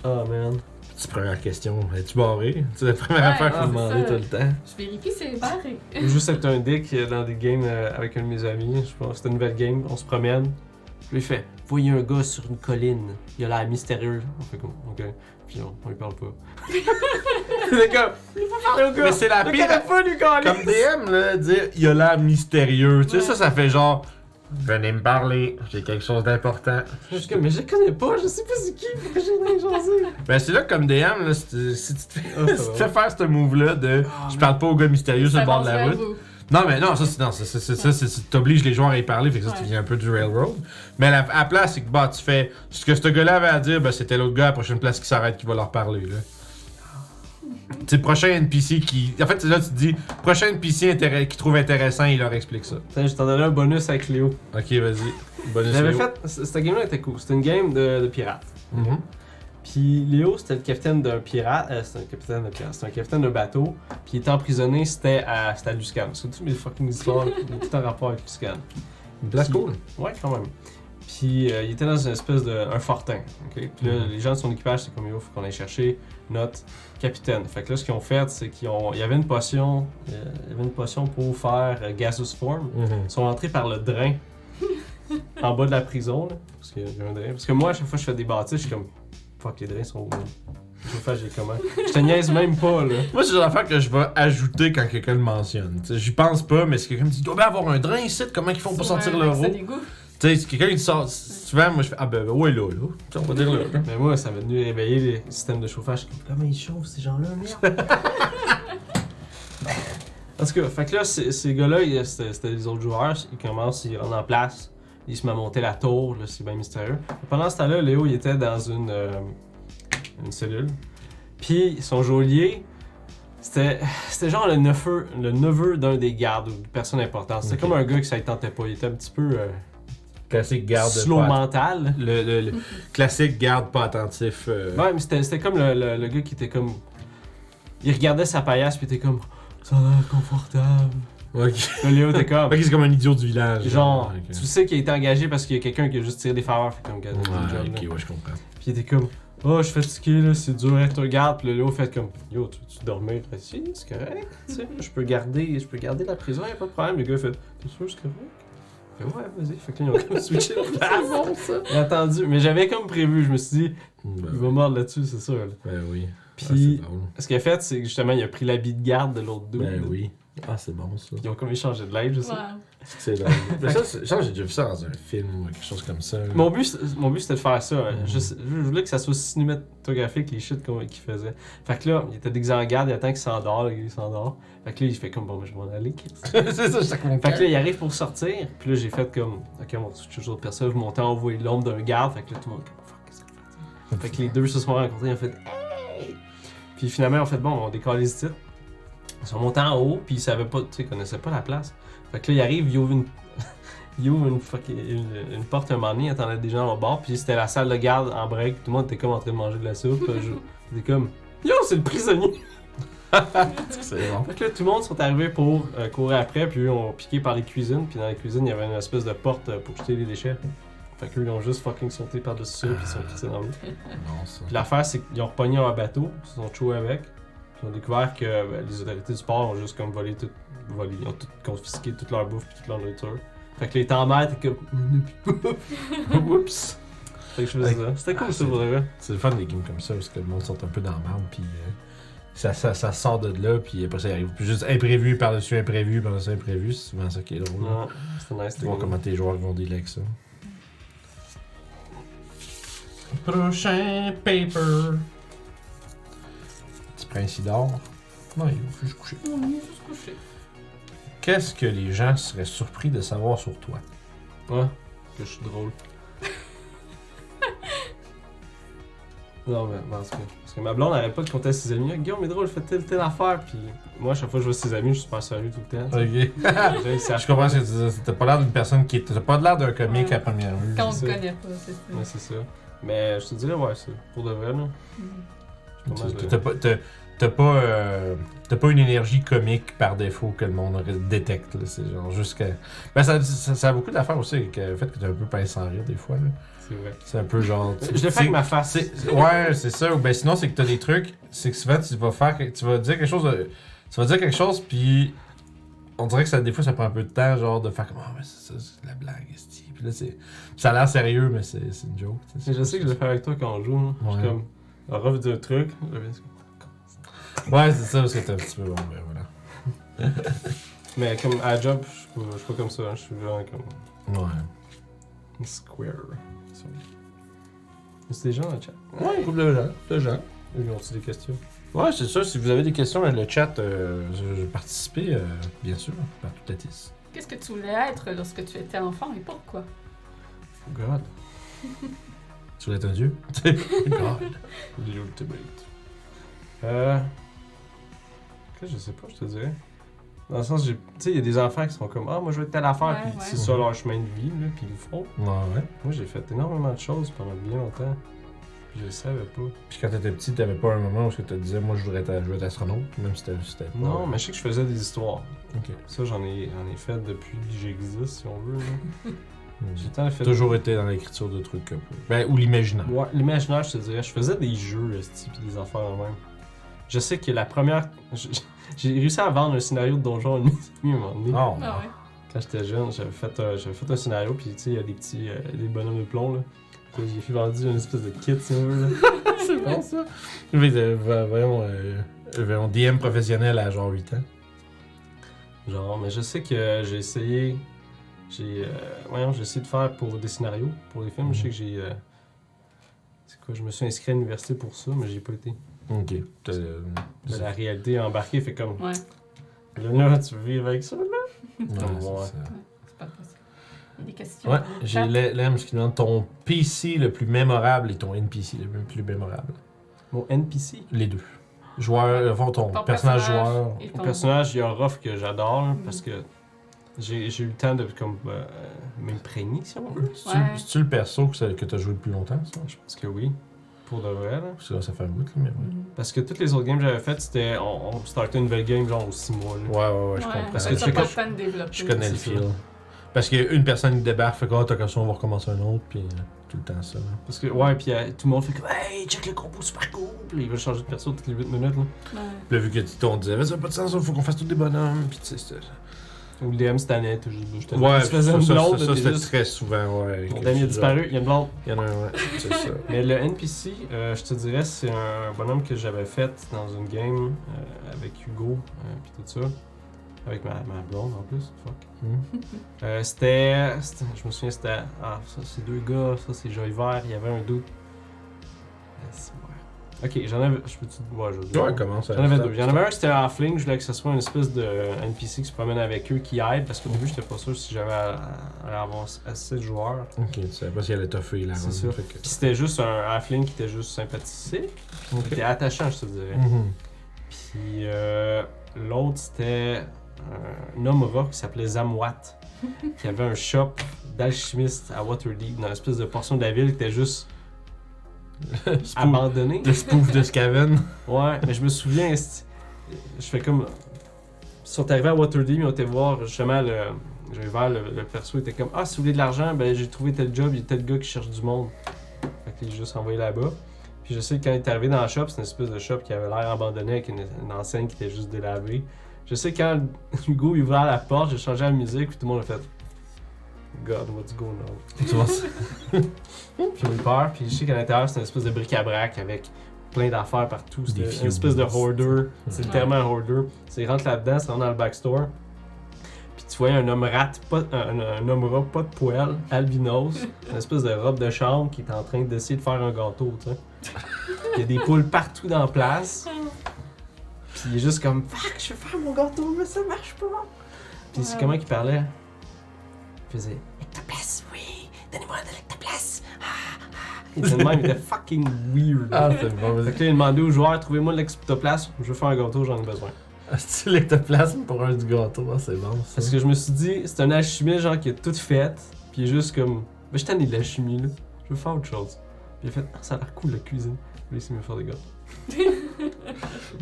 Speaker 3: Oh, man.
Speaker 2: Petite première question, es-tu barré? C'est la première
Speaker 1: Ouais,
Speaker 2: affaire
Speaker 1: ah,
Speaker 2: qu'on demandait tout
Speaker 1: c'est
Speaker 2: le temps.
Speaker 1: Je vérifie, c'est barré.
Speaker 3: Ou juste être un dick euh, dans des games euh, avec un de mes amis. Je pense que c'était une nouvelle game, on se promène. Je lui fais Voyez un gars sur une colline, il a l'air mystérieux. On fait comme Ok. Puis on, on lui parle pas. c'est comme Il faut parler au gars
Speaker 2: Mais c'est la
Speaker 3: Le
Speaker 2: pire-
Speaker 3: gars n'a pas lui gagner
Speaker 2: Comme DM, là, dire il a l'air mystérieux, tu sais,
Speaker 1: Ouais.
Speaker 2: ça, ça fait genre Venez me parler, j'ai quelque chose d'important.
Speaker 3: Je suis comme Mais je le connais pas, je sais pas c'est qui, pourquoi j'ai rien jaser.
Speaker 2: Ben, c'est là que comme DM, là, si tu, si tu te fais,
Speaker 3: Ah, ça
Speaker 2: si tu te
Speaker 3: va.
Speaker 2: fais faire ce move-là de
Speaker 3: Ah,
Speaker 2: je parle pas au gars mystérieux sur
Speaker 1: Ça
Speaker 2: le bord
Speaker 1: avance
Speaker 2: de la
Speaker 1: vers
Speaker 2: route.
Speaker 1: vous.
Speaker 2: Non, mais non, ça, c'est, non, ça, c'est, c'est- ça, c'est- c'est- t'obliges les joueurs à y parler, fait que ça, tu
Speaker 1: Ouais.
Speaker 2: viens un peu du railroad. Mais la, à la place, c'est que, bah, tu fais ce que ce gars-là avait à dire, ben, c'était l'autre gars à la prochaine place qui s'arrête qui va leur parler, là. C'est le prochain NPC qui. En fait, c'est là que tu te dis, prochain NPC intéré- qui trouve intéressant, il leur explique ça.
Speaker 3: Putain, je t'en donnais un bonus avec Léo.
Speaker 2: Ok, vas-y. Bonne
Speaker 3: J'avais fait. c- Cette game-là était cool. C'était une game de, de pirates.
Speaker 2: Mm-hmm.
Speaker 3: Puis Léo, c'était le capitaine d'un pirate. euh, c'était un capitaine d'un pirate. C'était un capitaine d'un bateau. Puis il était emprisonné, c'était à, c'était à Luscan. Parce que toutes mes fucking histoires ont tout en rapport avec Luscan.
Speaker 2: Une place
Speaker 3: Puis-
Speaker 2: cool.
Speaker 3: Ouais, quand même. Puis euh, il était dans une espèce de. un fortin. ok? Puis là,
Speaker 2: Mhm.
Speaker 3: les gens de son équipage, c'est comme yo, faut qu'on aille chercher notre capitaine. Fait que là, ce qu'ils ont fait, c'est qu'ils ont. Il y avait une potion. euh, il y avait une potion pour faire euh, Gaseous Form.
Speaker 2: Mm-hmm.
Speaker 3: Ils sont entrés par le drain en bas de la prison. Là, parce qu'il y a un drain. Parce que moi, à chaque fois que je fais des bâtisses, je suis comme Fuck, les drains sont où là? Je vais faire, j'ai comment Je te niaise même pas, là.
Speaker 2: Moi, c'est l'affaire que je vais ajouter quand quelqu'un le mentionne. Tu sais, J'y pense pas, mais si quelqu'un me dit, il doit bien avoir un drain ici, comment ils font pour
Speaker 1: Sur
Speaker 2: sentir
Speaker 1: un
Speaker 2: l'euro?
Speaker 1: accès d'égout.
Speaker 2: Tu sais, si quelqu'un il dit ça, souvent, moi je fais, ah ben ben, ouais, là, là. Tu sais, On va dire là. là.
Speaker 3: Mais moi, ça m'a venu éveiller les systèmes de chauffage. Je suis comme Comment ils chauffent ces gens-là, merde Ah, tout cas, fait que là, ces, ces gars-là, ils- c'était c'était les autres joueurs, ils commencent, ils rentrent en place, ils se mettent à monter la tour, là, c'est bien mystérieux. Pendant ce temps-là, Léo, il était dans une, euh, une cellule. Puis son geôlier, c'était c'était genre le neveu, le neveu d'un des gardes ou d'une personne importante. C'était
Speaker 2: Ok.
Speaker 3: comme un gars que ça ne tentait pas, il était un petit peu euh,
Speaker 2: Classique garde.
Speaker 3: slow
Speaker 2: pas-
Speaker 3: mental.
Speaker 2: Le, le- le classique garde pas attentif. euh,
Speaker 3: Ouais, mais c'était c'était comme le, le- le gars qui était comme. Il regardait sa paillasse, puis il était comme. Ça a l'air confortable.
Speaker 2: Ok.
Speaker 3: Là, Léo était comme.
Speaker 2: Ok, c'est comme un idiot du village.
Speaker 3: Genre,
Speaker 2: Ok.
Speaker 3: tu sais qu'il a été engagé parce qu'il y a quelqu'un qui a juste tiré des faveurs, fait comme gars,
Speaker 2: Ouais,
Speaker 3: c'est une job, là.
Speaker 2: ok, ouais, je comprends.
Speaker 3: Puis il était comme, oh, je suis fatigué, là, c'est dur à être un garde. Puis le Léo fait comme, yo, tu, tu dormais ici, c'est correct, tu sais, je peux garder, je peux garder la prison, y a pas de problème. Le gars fait, t'es sûr, c'est correct? Fait ouais, vas-y. Fait que là, ils ont comme switché la
Speaker 1: C'est
Speaker 3: place.
Speaker 1: bon, ça.
Speaker 3: J'ai attendu, mais j'avais comme prévu, je me suis dit,
Speaker 2: Ben,
Speaker 3: il va mordre là-dessus, c'est sûr. là.
Speaker 2: ben oui. Ah,
Speaker 3: Puis,
Speaker 2: c'est drôle.
Speaker 3: ce qu'il a fait, c'est que justement, il a pris l'habit de garde de l'autre dude.
Speaker 2: Ben oui. Ah, c'est bon ça.
Speaker 3: Puis Ils ont comme échangé de l'aide, je sais.
Speaker 1: Wow.
Speaker 2: C'est drôle. Mais ça, c'est- genre, j'ai déjà vu ça dans un film ou quelque chose comme ça. là.
Speaker 3: Mon but, c'est- mon but c'était de faire ça. hein.
Speaker 2: Euh, Mhm.
Speaker 3: Je, je voulais que ça soit cinématographique, les shit qu'on- qu'il faisait. Fait que là, il était déguisé en garde, il attend qu'il s'endort, le gars, il s'endort. Fait que là, il fait comme bon, ben, je vais m'en aller. Chris.
Speaker 2: c'est ça, je sais qu'on
Speaker 3: fait que là, il arrive pour sortir, puis là, j'ai fait comme, ok, on va toucher aux autres personnes, vous montez en haut et l'ombre d'un garde. Fait que là, tout le monde, comme, fuck, qu'est-ce qu'on fait? Fait que les deux se sont rencontrés, ils ont fait, hey! Puis finalement, on fait, bon, on décolle les titres. Ils sont montés en haut, puis ils savaient pas, tu sais, ils connaissaient pas la place. Fait que là, il arrive, il ouvre une, il ouvre une, fuck- une- une porte un moment donné, il attendait des gens au bord, puis c'était la salle de garde en break, tout le monde était comme en train de manger de la soupe. euh, je- C'était comme, yo, c'est le prisonnier!
Speaker 2: C'est bon.
Speaker 3: Fait que là, tout le monde sont arrivés pour euh, courir après, puis eux ont piqué par les cuisines, puis dans les cuisines, il y avait une espèce de porte euh, pour jeter les déchets. Fait qu'eux, ils ont juste fucking sauté par-dessus ça, puis ils sont pissés dans l'eau.
Speaker 2: Non, ça.
Speaker 3: Puis l'affaire, c'est qu'ils ont repogné un bateau, ils se sont choués avec, puis ils ont découvert que ben, les autorités du port ont juste comme volé tout, volé, ils ont tout confisqué toute leur bouffe puis toute leur nourriture. Fait que les temps mères étaient comme, on n'a plus de bouffe. Oups! Fait que je faisais ça. C'était cool
Speaker 2: Ah,
Speaker 3: ça pour le vrai.
Speaker 2: C'est le fun des games comme ça parce que le monde sort un peu dans la merde, puis euh, ça, ça, ça sort de là, puis après ça, il arrive juste imprévu par-dessus imprévu, par-dessus imprévu. C'est souvent ça qui est drôle.
Speaker 3: Non, c'était nice.
Speaker 2: Tu vois
Speaker 3: c'était cool.
Speaker 2: comment tes joueurs vont dealer avec ça. Prochain paper. Petit prince d'or. Non, il faut juste coucher.
Speaker 1: On est juste couché.
Speaker 2: Qu'est-ce que les gens seraient surpris de savoir sur toi?
Speaker 3: Ouais, que je suis drôle. non, mais non, c'est que, parce que ma blonde n'arrête pas de compter à ses amis. Ah, Guillaume est drôle, fait telle, telle affaire. Puis moi, à chaque fois que je vois ses amis, je suis super sérieux tout le temps.
Speaker 2: Ok.
Speaker 3: Là, ils savent-
Speaker 2: Je comprends ce que tu disais. T'as pas l'air d'une personne qui. est- T'as pas l'air d'un comique
Speaker 1: Ouais.
Speaker 2: à première vue.
Speaker 1: Quand on
Speaker 3: C'est
Speaker 1: te
Speaker 3: ça.
Speaker 1: connaît pas, c'est ça.
Speaker 3: Ouais, c'est ça. Mais je te dirais, ouais, c'est pour de vrai, là.
Speaker 1: Mhm.
Speaker 3: Je suis pas mal
Speaker 2: Tu-
Speaker 3: de-
Speaker 2: T'as pas, t'as- t'as pas, euh, t'as pas une énergie comique par défaut que le monde aurait- détecte. là. C'est genre jusqu'à. Ben, ça, ça, ça a beaucoup d'affaires aussi avec euh, le fait que t'es un peu pince sans rire des fois. là.
Speaker 3: C'est vrai.
Speaker 2: C'est un peu genre. tu-
Speaker 3: Je le fais
Speaker 2: tu-
Speaker 3: avec ma face.
Speaker 2: c'est- c'est- Ouais, c'est ça. Ou ben sinon, c'est que t'as des trucs. C'est que souvent, tu vas faire. que- Tu vas dire quelque chose. de- Tu vas dire quelque chose, puis. On dirait que ça, des fois, ça prend un peu de temps, genre, de faire comme. Ah, mais c'est ça, c'est de la blague, esti. Puis là, c'est. Ça a l'air sérieux, mais c'est c'est une joke. tu
Speaker 3: Mais Je sais que je le fais avec toi quand on joue. hein. Je
Speaker 2: Ouais.
Speaker 3: suis comme, on refait du truc. je vais-
Speaker 2: Ouais, c'est ça, parce que t'es un petit peu bon, ben voilà.
Speaker 3: Mais comme à la job, je suis pas- je suis pas comme ça. hein. Je suis vraiment comme.
Speaker 2: Ouais.
Speaker 3: Square. C'est des gens dans le chat.
Speaker 2: Ouais, couple de gens. De gens.
Speaker 3: Ils ont-tu des questions?
Speaker 2: Ouais, c'est ça. Si vous avez des questions dans le chat, euh, je- je participez, euh, bien sûr, par toute Atis.
Speaker 1: Qu'est-ce que tu voulais être lorsque tu étais enfant et pourquoi?
Speaker 3: Oh god.
Speaker 2: Tu voulais être un dieu? God.
Speaker 3: The ultimate. Euh. Que je sais pas, je te dirais. Dans le sens, j'ai- tu sais, il y a des enfants qui sont comme Ah, moi je veux être telle affaire,
Speaker 1: Ouais,
Speaker 3: puis
Speaker 1: ouais.
Speaker 3: c'est ça leur chemin de vie, là, puis ils le font.
Speaker 2: Ouais, ouais.
Speaker 3: Moi j'ai fait énormément de choses pendant bien longtemps, puis je le savais pas.
Speaker 2: Puis quand t'étais petit, t'avais pas un moment où tu te disais, moi, je voudrais être, je veux être astronaute, même si t'as- si t'avais pas.
Speaker 3: Non, mais je sais que je faisais des histoires.
Speaker 2: Ok.
Speaker 3: Ça, j'en ai, j'en ai fait depuis que j'existe, si on veut. là. J'ai
Speaker 2: J'ai
Speaker 3: tant fait.
Speaker 2: toujours été dans l'écriture de trucs comme Ben, ou l'imaginaire.
Speaker 3: Ouais, l'imaginaire, je te dirais, je faisais des jeux, esti, pis des affaires en même. Je sais que la première. je- J'ai réussi à vendre un scénario de donjon à un ami à un moment donné.
Speaker 2: Non.
Speaker 1: Ah ouais.
Speaker 3: Quand j'étais jeune, j'avais fait, un- j'avais fait un scénario, puis tu sais, il y a des petits. euh, des bonhommes de plomb, là. Que J'ai fait vendu une espèce de kit, si on veut, là.
Speaker 2: c'est bon, ça. Mais, euh, va- voyons, euh, voyons, DM professionnel à genre 8 ans.
Speaker 3: Genre, mais je sais que j'ai essayé. J'ai. euh, voyons, j'ai essayé de faire pour des scénarios, pour des films. Je sais que j'ai. euh, c'est quoi, je me suis inscrit à l'université pour ça, mais j'ai pas été.
Speaker 2: Ok. T'as- euh,
Speaker 3: La réalité a embarqué, fait comme.
Speaker 1: Ouais.
Speaker 3: Là, tu veux vivre avec ça, là? Ouais.
Speaker 1: C'est pas possible. Il y a des questions.
Speaker 2: Ouais, j'ai l- l'EMS qui demande ton PC le plus mémorable et ton NPC le plus mémorable.
Speaker 3: Mon NPC.
Speaker 2: Les deux. Joueur, vont ton,
Speaker 1: Ton
Speaker 2: personnage,
Speaker 1: personnage.
Speaker 2: joueur.
Speaker 1: Et
Speaker 3: Mon
Speaker 1: ton-
Speaker 3: personnage, il y a Ruff que j'adore, là, parce que j'ai j'ai eu le temps de comme euh, m'imprégner, si on veut.
Speaker 2: C'est-tu
Speaker 1: Ouais.
Speaker 2: c'est-tu le perso que, ça- que t'as joué le plus longtemps, ça?
Speaker 3: Je pense que oui, pour de vrai, là.
Speaker 2: Parce que là, ça fait un bout, là, mais
Speaker 1: Hmm.
Speaker 2: ouais.
Speaker 3: Parce que toutes les autres games que j'avais faites, c'était on, on startait une nouvelle game genre aux 6 mois. Là.
Speaker 2: Ouais, ouais, ouais, je
Speaker 1: Ouais,
Speaker 2: comprends.
Speaker 1: ça,
Speaker 3: que
Speaker 2: Je-
Speaker 1: ça
Speaker 3: tu sais,
Speaker 1: pas
Speaker 3: quand
Speaker 1: le temps de développer.
Speaker 2: Je connais le
Speaker 3: C'est
Speaker 2: feel. Parce qu'il y a une personne qui débarque, fait que Ah, t'as comme ça, on va recommencer un autre, puis euh, tout le temps ça. là.
Speaker 3: Parce que, ouais, puis euh, tout le monde fait comme Hey, check le combo super cool! Puis ils veulent changer de perso toutes les 8 minutes. Là.
Speaker 1: Ouais.
Speaker 2: Puis là, vu que Tito, on disait, Mais ça n'a pas de sens, faut qu'on fasse tous des bonhommes, puis tu sais, c'était.
Speaker 3: Ou le DM cette année, tout juste. j'étais-
Speaker 2: Ouais,
Speaker 3: tu faisais
Speaker 2: ça,
Speaker 3: une
Speaker 2: ça,
Speaker 3: blonde,
Speaker 2: ça, ça,
Speaker 3: t'es
Speaker 2: c'était
Speaker 3: juste,
Speaker 2: très souvent, ouais.
Speaker 3: Mon
Speaker 2: que
Speaker 3: dame, il a
Speaker 2: tu-
Speaker 3: disparu, il y a une blonde.
Speaker 2: Il y en a un, ouais, c'est ça.
Speaker 3: Mais le NPC, euh, je te dirais, c'est un bonhomme que j'avais fait dans une game euh, avec Hugo, euh, puis tout ça. Avec ma, ma blonde en plus, fuck.
Speaker 2: Hmm.
Speaker 3: Euh, c'était, c'était- Je me souviens, c'était. Ah, ça, c'est deux gars, ça, c'est Joy Vert, il y avait un doute. Ok, j'en avais. Je peux-tu. Ouais, je vais dire.
Speaker 2: Ouais, comment ça
Speaker 3: J'en avais deux. J'en avais un qui c'était en fling, je voulais que ce soit une espèce de NPC qui se promène avec eux, qui aide, parce qu'au début, j'étais pas sûr si j'avais à, à avoir assez de joueurs.
Speaker 2: Ok, tu savais pas si elle allait toffer la
Speaker 3: C'est
Speaker 2: run,
Speaker 3: ça.
Speaker 2: fait que-
Speaker 3: Puis c'était juste un halfling qui était juste sympathique, qui était attachant, je te dirais.
Speaker 2: Mhm.
Speaker 3: Puis euh, l'autre, c'était euh, un homme rock qui s'appelait Zamwat, qui avait un shop d'alchimiste à Waterdeep, dans l'espèce de portion de la ville qui était juste
Speaker 2: Spoof-
Speaker 3: abandonnée.
Speaker 2: Le spoof de Skaven.
Speaker 3: Ouais, mais je me souviens, c'est- je fais comme. Ils sont arrivés à Waterdeep, ils ont été voir justement le. J'avais vers le, le perso, il était comme Ah, si vous voulez de l'argent, ben j'ai trouvé tel job, il y a tel gars qui cherche du monde. Fait que j'ai juste envoyé là-bas. Puis je sais que quand il est arrivé dans le shop, c'est une espèce de shop qui avait l'air abandonné avec une, une enseigne qui était juste délavée. Je sais que quand Hugo il ouvrait la porte, j'ai changé la musique, puis tout le monde a fait God, what's going on?
Speaker 2: Tu vois ça?
Speaker 3: Puis j'ai eu peur, puis je sais qu'à l'intérieur, c'est une espèce de bric-à-brac avec plein d'affaires partout.
Speaker 2: Des
Speaker 3: C'était une
Speaker 2: fioles.
Speaker 3: espèce de hoarder. C'est
Speaker 2: Ouais.
Speaker 3: littéralement un hoarder. Tu rentres là-dedans, tu rentres dans le backstore. Puis tu vois un homme rat, pas, un, un homme rat, pas de poêle, albinos, une espèce de robe de chambre qui est en train d'essayer de faire un gâteau, tu sais. Il y a des poules partout dans la place. Puis il est juste comme Fuck, je veux faire mon gâteau, mais ça marche pas. Puis c'est
Speaker 1: Ouais.
Speaker 3: comment qu'il parlait Il faisait Ectoplasme, oui, donnez-moi de l'ectoplasme. Ah, ah. Il était de même, il était fucking weird.
Speaker 2: Ah, c'est bon,
Speaker 3: Fait
Speaker 2: vas-y.
Speaker 3: que là, il demandait aux joueurs, trouvez-moi de l'ectoplasme, je veux faire un gâteau, j'en ai besoin.
Speaker 2: Est-ce l'ectoplasme pour un du gâteau? Ah, c'est bon, ça.
Speaker 3: Parce que je me suis dit, c'est un alchimiste genre qui est tout fait, puis il est juste comme, ben je t'en ai de l'alchimie là, je veux faire autre chose. Puis il a fait, ah, ça a l'air cool la cuisine. Lui, il s'est mis à faire des gâteaux.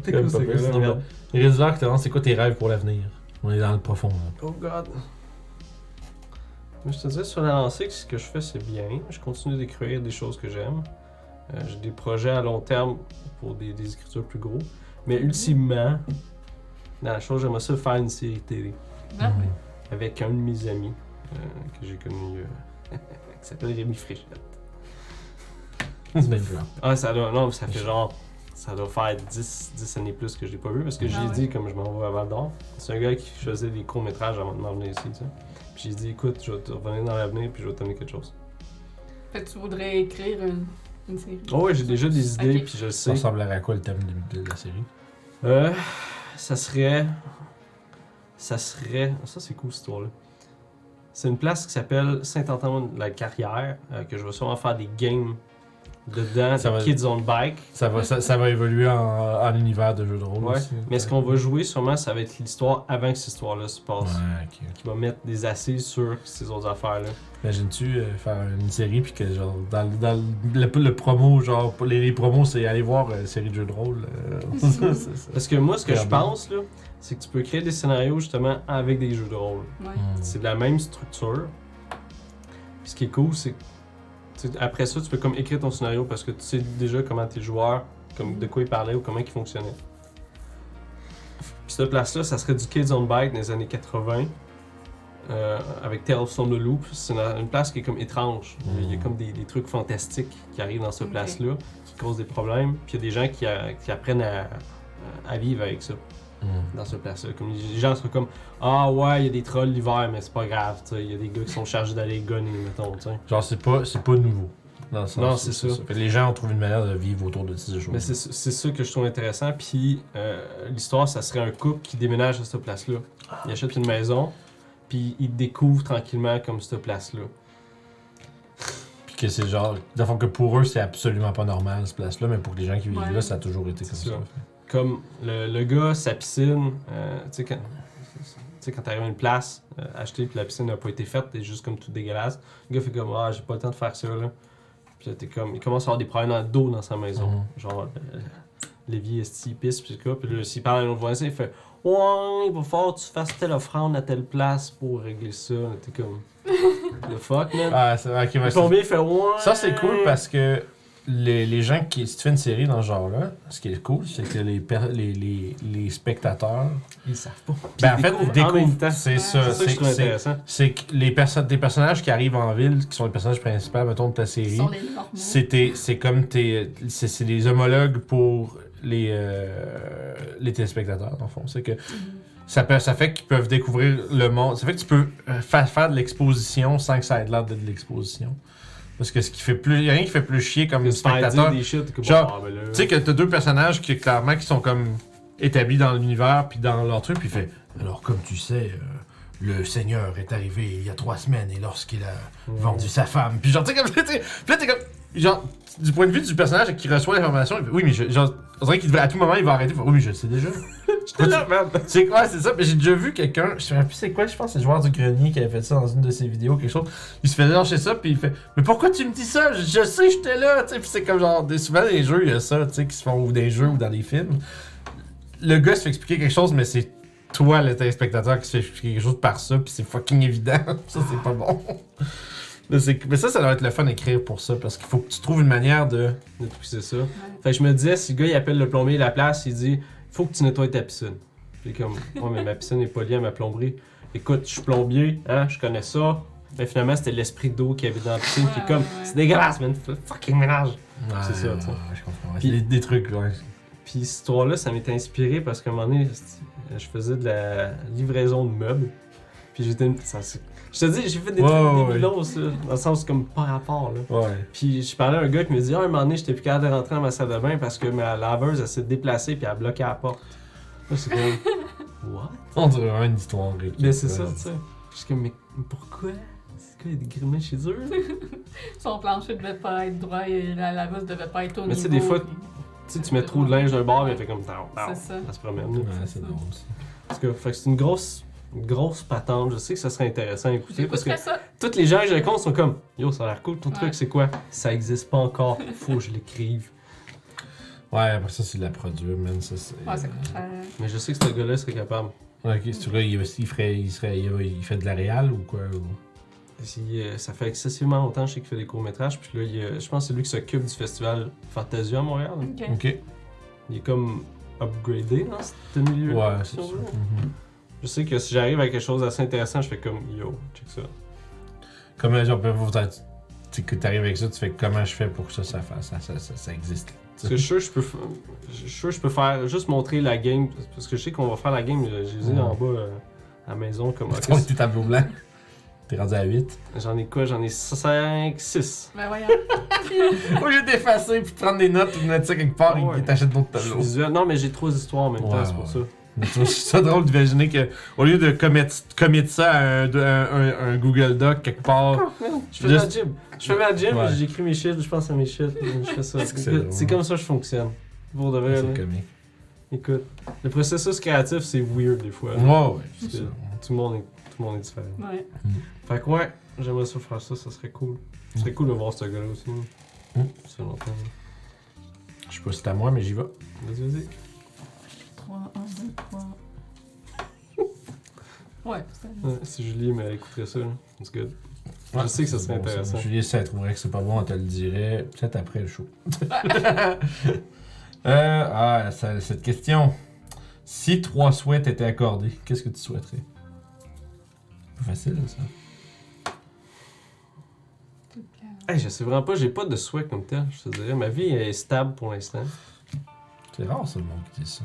Speaker 3: T'es
Speaker 2: Comme
Speaker 3: cool,
Speaker 2: pas
Speaker 3: c'est
Speaker 2: possible.
Speaker 3: cool, merde.
Speaker 2: Résultat, que t'as demandé, c'est quoi tes rêves pour l'avenir? On est dans le profond, là.
Speaker 3: Oh god. Mais je te dirais sur la lancée que ce que je fais c'est bien. Je continue d'écrire des choses que j'aime. Euh, J'ai des projets à long terme pour des, des écritures plus gros. Mais ultimement, dans la chose, j'aimerais ça faire une série télé
Speaker 1: Non, mais-
Speaker 3: avec un de mes amis euh, que j'ai connu euh, qui s'appelle Rémi Fréchette.
Speaker 2: C'est bien blanc.
Speaker 3: Ah, ça doit, non, ça fait genre, ça doit faire 10, 10 années plus que je l'ai pas vu parce que
Speaker 1: Ah
Speaker 3: j'ai
Speaker 1: ouais.
Speaker 3: dit, comme je m'en vais à Val d'Or, c'est un gars qui faisait des courts-métrages avant de m'en venir ici, tu sais. Puis j'ai dit, écoute, je vais te revenir dans l'avenir puis je vais t'amener quelque chose.
Speaker 1: Fait que tu voudrais écrire une, une série.
Speaker 3: Oh ouais, j'ai déjà des idées
Speaker 1: Ok.
Speaker 3: puis je le
Speaker 2: Ça
Speaker 3: sais.
Speaker 2: ressemblerait à quoi le thème de, de la série?
Speaker 3: Euh, ça serait. Ça serait. Ça, c'est cool, cette histoire-là. C'est une place qui s'appelle Saint-Antoine-la-Carrière, euh, que je vais sûrement faire des games dedans,
Speaker 2: Ça
Speaker 3: de
Speaker 2: va-
Speaker 3: Kids on Bike.
Speaker 2: Ça va, ça, ça va évoluer en, en univers de jeux de rôle
Speaker 3: Ouais.
Speaker 2: aussi.
Speaker 3: Mais ce qu'on va jouer, sûrement, ça va être l'histoire avant que cette histoire-là se
Speaker 2: Ouais,
Speaker 3: passe.
Speaker 2: ok.
Speaker 3: Qui va mettre des assises sur ces autres affaires-là.
Speaker 2: Imagines-tu euh, faire une série puis que genre dans, le- dans le, le- le promo genre pour les, les promos c'est aller voir euh, série de jeux de rôle. euh, c'est ça.
Speaker 3: Parce que moi, ce que je
Speaker 2: Clairement.
Speaker 3: pense, là, c'est que tu peux créer des scénarios justement avec des jeux de rôle.
Speaker 1: Ouais.
Speaker 2: Hmm,
Speaker 3: C'est de la même structure. Puis ce qui est cool, c'est que tu sais, après ça, tu peux comme écrire ton scénario parce que tu sais déjà comment tes joueurs, comme de quoi ils parlaient ou comment ils fonctionnaient. Puis cette place-là, ça serait du Kids on Bike des années 80. euh, avec Tales from the Loop, c'est une, une place qui est comme étrange. Il y a
Speaker 2: Mm.
Speaker 3: comme des, des trucs fantastiques qui arrivent dans cette
Speaker 1: Ok.
Speaker 3: place-là, qui causent des problèmes. Puis il y a des gens qui, a- qui apprennent à- à vivre avec ça
Speaker 2: Mm.
Speaker 3: dans ce place-là. Comme les gens sont comme Ah ouais, il y a des trolls l'hiver, mais c'est pas grave, tu sais. Il y a des gars qui sont chargés d'aller gonner, mettons, tu sais.
Speaker 2: Genre c'est pas c'est pas nouveau. Dans le sens
Speaker 3: Non,
Speaker 2: où
Speaker 3: c'est ça.
Speaker 2: Fait que Les gens ont trouvé une manière de vivre autour de ces
Speaker 3: Mais
Speaker 2: choses.
Speaker 3: c'est c'est ça que je trouve intéressant. Puis euh, l'histoire, ça serait un couple qui déménage à cette place-là. Il achète une maison, puis il découvre tranquillement comme cette place-là.
Speaker 2: Puis que c'est genre. Dans le fond, que pour eux, c'est absolument pas normal, cette place-là, mais pour les gens qui vivent
Speaker 1: Ouais.
Speaker 2: là, ça a toujours été comme
Speaker 3: C'est
Speaker 2: ça.
Speaker 3: ça. Comme le, le gars, sa piscine, euh, tu sais, quand, tu sais, quand t'arrives à une place euh, achetée, puis la piscine n'a pas été faite, t'es juste comme tout dégueulasse. Le gars fait comme, ah, j'ai pas le temps de faire ça, là. Puis là, t'es comme, il commence à avoir des problèmes dans le dos dans sa maison.
Speaker 2: Mhm.
Speaker 3: Genre, euh, l'évier est pisse, puis tout ça. Puis là, s'il parle à un autre voisin, il fait, ouais, il va falloir que tu fasses telle offrande à telle place pour régler ça. Là, T'es comme, le fuck, man.
Speaker 2: Ah, c'est ok, ouais,
Speaker 3: le
Speaker 2: c'est-
Speaker 3: plombier fait, ouais.
Speaker 2: Ça, c'est cool parce que les, les gens qui. Si tu fais une série dans ce genre-là, ce qui est cool, c'est que les, per- les, les, les spectateurs.
Speaker 3: Ils savent pas. Puis
Speaker 2: Ben, en
Speaker 3: ils
Speaker 2: fait,
Speaker 3: découvrent
Speaker 2: ils
Speaker 3: en
Speaker 2: découvrent.
Speaker 3: même temps.
Speaker 2: C'est
Speaker 1: Ouais.
Speaker 2: ça.
Speaker 3: C'est ça que je
Speaker 2: C'est
Speaker 3: trouve
Speaker 2: c'est-
Speaker 3: intéressant.
Speaker 2: c'est que les personnes, des personnages qui arrivent en ville, qui sont les personnages principaux, mettons, de ta
Speaker 1: Ils
Speaker 2: série,
Speaker 1: sont des normaux.
Speaker 2: c'est tes- c'est comme tes. C'est c'est des homologues pour les, euh, les téléspectateurs, en fond. C'est que ça, peut- ça fait qu'ils peuvent découvrir le monde. Ça fait que tu peux euh, fa- faire de l'exposition sans que ça ait l'air de de l'exposition. Parce que ce qui fait plus. y a rien qui fait plus chier comme
Speaker 3: Comme
Speaker 2: spectateur.
Speaker 3: des shit, comme,
Speaker 2: Genre,
Speaker 3: ah, ben là.
Speaker 2: Tu sais que t'as deux personnages qui clairement qui sont comme établis dans l'univers puis dans leur truc puis il fait alors comme tu sais euh, le Seigneur est arrivé il y a trois semaines et lorsqu'il a
Speaker 3: Ouais.
Speaker 2: vendu sa femme puis genre tu sais comme tu sais, puis là t'es comme genre du point de vue du personnage qui reçoit l'information il fait, oui mais je, genre on dirait qu'il devrait à tout moment il va arrêter il fait, oui mais je le sais déjà
Speaker 3: J'étais là, man.
Speaker 2: c'est quoi, c'est ça? Mais j'ai déjà vu quelqu'un, je sais même plus c'est quoi, je pense que c'est le joueur du grenier qui avait fait ça dans une de ses vidéos, quelque chose. Il se fait lâcher ça, puis il fait Mais pourquoi tu me dis ça? Je, je sais, j'étais là, tu sais. Puis c'est comme genre, des, souvent dans les jeux, il y a ça, tu sais, qui se font ou des jeux ou dans les films. Le gars se fait expliquer quelque chose, mais c'est toi, le téléspectateur, qui se fait expliquer quelque chose par ça, puis c'est fucking évident. ça, c'est pas bon. Mais, c'est- mais ça, ça doit être le fun à écrire pour ça, parce qu'il faut que tu trouves une manière de.
Speaker 3: de twister ça. Fait que je me disais, si le gars il appelle le plombier de la place, il dit Faut que tu nettoies ta piscine. Puis comme, ouais, mais ma piscine n'est pas liée à ma plomberie. Écoute, je suis plombier, hein, je connais ça. Mais finalement, c'était l'esprit d'eau qui avait dans la piscine. Puis
Speaker 1: Ouais,
Speaker 3: comme,
Speaker 1: ouais.
Speaker 3: c'est dégueulasse, man. F- Fucking ménage. C'est ça,
Speaker 2: Ouais,
Speaker 3: tu sais.
Speaker 2: ouais, je comprends.
Speaker 3: Puis-
Speaker 2: des, des trucs, ouais.
Speaker 3: Puis cette histoire-là, ça m'était inspiré parce qu'à un moment donné, je je faisais de la livraison de meubles. Puis j'étais une. ça, c'est- Je te dis, j'ai fait des
Speaker 2: Ouais, ouais,
Speaker 3: trucs
Speaker 2: ouais.
Speaker 3: débilos, là, dans le sens comme par rapport, là.
Speaker 2: Ouais.
Speaker 3: Puis je parlais à un gars qui me dit Ah, un moment donné, j'étais plus capable de rentrer dans ma salle de bain parce que ma laveuse, elle s'est déplacée puis elle a bloqué la porte. Là, c'est comme What
Speaker 2: On dirait une histoire. Rick.
Speaker 3: Mais c'est ça,
Speaker 2: Ouais.
Speaker 3: tu sais. Je suis comme Mais pourquoi C'est quoi, il y a des grimaces chez eux là? Tu
Speaker 1: Son plancher devait pas être droit et la laveuse devait pas être au
Speaker 3: Mais tu sais,
Speaker 1: niveau.
Speaker 3: des fois,
Speaker 1: puis-
Speaker 3: sais, tu mets trop de linge d'un bar, mais elle fait comme Tao, tao.
Speaker 1: C'est ça.
Speaker 3: Elle se promène. là.
Speaker 2: Ouais, c'est drôle ça.
Speaker 3: En tout cas, fait que c'est une grosse, une grosse patente. Je sais que ça serait intéressant à écouter parce que
Speaker 1: J'écouterais ça.
Speaker 3: toutes les gens que je rencontre sont comme Yo, ça a l'air cool, ton
Speaker 1: Ouais.
Speaker 3: truc, c'est quoi Ça existe pas encore, faut que je l'écrive.
Speaker 2: Ouais, après ça, c'est de la produire, man. Ça, c'est...
Speaker 1: Ouais, ça coûte cher.
Speaker 3: Mais je sais que ce gars-là serait capable.
Speaker 2: Ok, c'est tout là, il, il ferait, il serait, il, il fait de la réal ou quoi ou-
Speaker 3: Si, euh, ça fait excessivement longtemps je sais qu'il fait des courts-métrages. Puis là, il, euh, je pense que c'est lui qui s'occupe du festival Fantasia à Montréal.
Speaker 1: Ok.
Speaker 2: Ok.
Speaker 3: Il est comme upgradé dans ce milieu.
Speaker 2: Ouais, c'est ça. Mhm.
Speaker 3: Je sais que si j'arrive à quelque chose d'assez intéressant, je fais comme yo, check ça.
Speaker 2: Comment, genre, peut- vous t'en- tu sais, que t'arrives avec ça, tu fais comment je fais pour que ça, ça, fasse- ça, ça, ça, ça existe.
Speaker 3: Parce que je suis sûr que je peux, fa- je suis sûr que je peux faire juste montrer la game. Parce que je sais qu'on va faire la game, je je les ai
Speaker 2: Ouais.
Speaker 3: en bas euh, à la maison. comme ok,
Speaker 2: Ton petit tableau blanc. T'es rendu à 8.
Speaker 3: J'en ai quoi J'en ai 5, 6.
Speaker 1: Ben voyons.
Speaker 2: Au lieu d'effacer puis de prendre des notes ou de mettre ça quelque part,
Speaker 3: Ah Ouais.
Speaker 2: il t'achète d'autres tableaux.
Speaker 3: Visuel. Non, mais j'ai trois histoires en même temps,
Speaker 2: Ouais,
Speaker 3: c'est pour
Speaker 2: ouais.
Speaker 3: ça.
Speaker 2: Mais tu vois, c'est ça drôle d'imaginer que, au lieu de commettre, commettre ça à un, de- un- un- un Google Doc quelque part.
Speaker 3: Je fais ma
Speaker 2: Juste-
Speaker 3: gym. Je fais ma gym,
Speaker 2: Ouais.
Speaker 3: j'écris mes shit, je pense à mes shit, je fais ça.
Speaker 2: Est-ce que c'est drôle?
Speaker 3: C'est comme ça que je fonctionne. Pour de vrai, là.
Speaker 2: C'est comique.
Speaker 3: Écoute, le processus créatif, c'est weird des fois.
Speaker 2: Ouais,
Speaker 3: là.
Speaker 2: ouais, c'est
Speaker 3: Parce que
Speaker 2: ça.
Speaker 3: Tout le monde est, tout le monde est différent.
Speaker 1: Ouais.
Speaker 3: Fait que ouais, j'aimerais ça faire ça, ça serait cool. Ça serait cool de voir ce gars-là aussi. hein,
Speaker 2: Mm.
Speaker 3: Ça fait longtemps. hein.
Speaker 2: Je sais pas si c'est à moi, mais j'y vais.
Speaker 3: Vas-y, vas-y.
Speaker 1: 3, 1, 2, 3. Ouais, c'est
Speaker 3: Ouais, si Julie mais elle écouterait ça, là. it's good.
Speaker 2: Ouais,
Speaker 3: je sais que ça
Speaker 2: c'est
Speaker 3: serait
Speaker 2: bon,
Speaker 3: intéressant.
Speaker 2: ça. Julie, si elle trouverait que c'est pas bon, elle te le dirait peut-être après le show. Euh, ah, ça- cette question. Si trois souhaits t'étaient accordés, qu'est-ce que tu souhaiterais? Pas facile, ça.
Speaker 3: Hey, je sais vraiment pas, j'ai pas de souhait comme tel, je te dirais. Ma vie est stable pour l'instant.
Speaker 2: C'est rare, ça, le monde qui dit ça.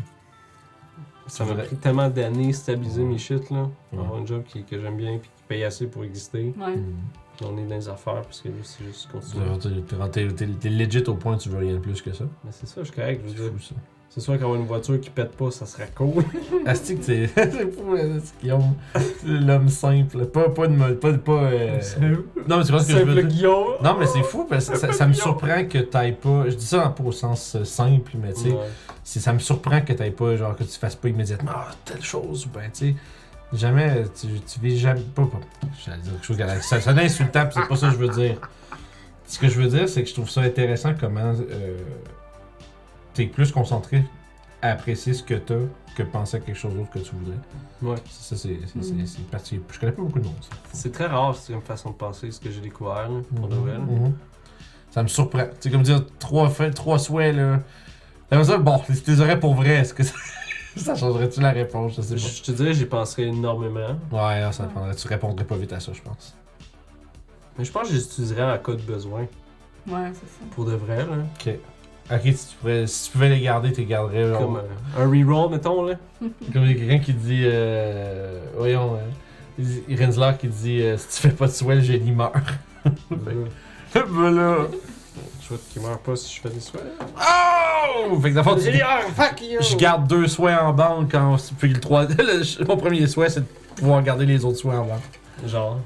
Speaker 3: Ça m'a
Speaker 2: vrai.
Speaker 3: pris tellement d'années de stabiliser mes shit, là. pour
Speaker 2: Ouais.
Speaker 3: Avoir un job qui- que j'aime bien puis qui paye assez pour exister.
Speaker 1: Ouais.
Speaker 2: Mm.
Speaker 3: Puis on est dans les affaires, parce que lui, c'est juste
Speaker 4: Tu
Speaker 3: continuer.
Speaker 4: veux dire, T'es rendu- t'es- t'es legit au point, tu veux rien de plus que ça.
Speaker 3: Mais c'est ça, je suis correct. Je
Speaker 4: C'est
Speaker 3: veux dire,
Speaker 4: fou ça.
Speaker 3: c'est sûr qu'avoir une voiture qui pète pas, ça serait cool.
Speaker 4: Astic, c'est c'est fou, euh, c'est Guillaume. C'est L'homme simple. Pas, pas de. mo- Pas, pas, euh, Non, mais tu vois ce que je veux
Speaker 3: Simple
Speaker 4: dire.
Speaker 3: Guillaume.
Speaker 4: Non, mais c'est fou, parce que ça, ça me surprend que t'ailles pas. Je dis ça en- pas au sens euh, simple, mais tu sais,
Speaker 3: Ouais.
Speaker 4: c'est- ça me surprend que t'ailles pas, genre, que tu fasses pas immédiatement Ah, telle chose, ou ben, tu sais. Jamais, tu, tu vis jamais. Pas, pas, j'allais dire quelque chose qui Ça sonne insultant, pis c'est pas ça que je veux dire. Ce que je veux dire, c'est que je trouve ça intéressant comment euh, t'es plus concentré à apprécier ce que t'as que penser à quelque chose d'autre que tu voudrais.
Speaker 3: Ouais.
Speaker 4: Ça, c'est c'est-
Speaker 1: Mm.
Speaker 4: c'est- c'est particulier. Je connais pas beaucoup de monde, ça.
Speaker 3: C'est très rare, c'est une façon de penser, ce que j'ai découvert, là, pour de vrai. là.
Speaker 4: Mhm. Ça me surprend. C'est comme dire trois, faits, trois souhaits, là. T'aimerais ça, bon, si tu les aurais pour vrai, est-ce que ça, ça changerait-tu la réponse? Je sais
Speaker 3: Je,
Speaker 4: pas.
Speaker 3: je te dirais, j'y penserais énormément.
Speaker 4: Ouais, non, ça prendrait. Tu répondrais pas vite à ça, je pense.
Speaker 3: Mais je pense que je les utiliserais en cas de besoin.
Speaker 1: Ouais, c'est ça.
Speaker 3: Pour de vrai, là.
Speaker 4: Ok. Ok, si tu, pourrais- si tu pouvais les garder, tu les garderais. genre-
Speaker 3: Comme euh, un reroll, mettons, là.
Speaker 4: Comme il y a quelqu'un qui dit. euh, voyons, euh, il dit- Renzler qui dit euh, Si tu fais pas de souhait, le génie meurt.
Speaker 3: Je
Speaker 4: ben là.
Speaker 3: vois qu'il meurt pas si je fais des souhaits.
Speaker 4: Oh! Fait que dans le fond, tu-
Speaker 3: fuck you!
Speaker 4: Je garde deux souhaits en banque quand puis le trois. le- mon premier souhait, c'est de pouvoir garder les autres souhaits en banque.
Speaker 3: Genre.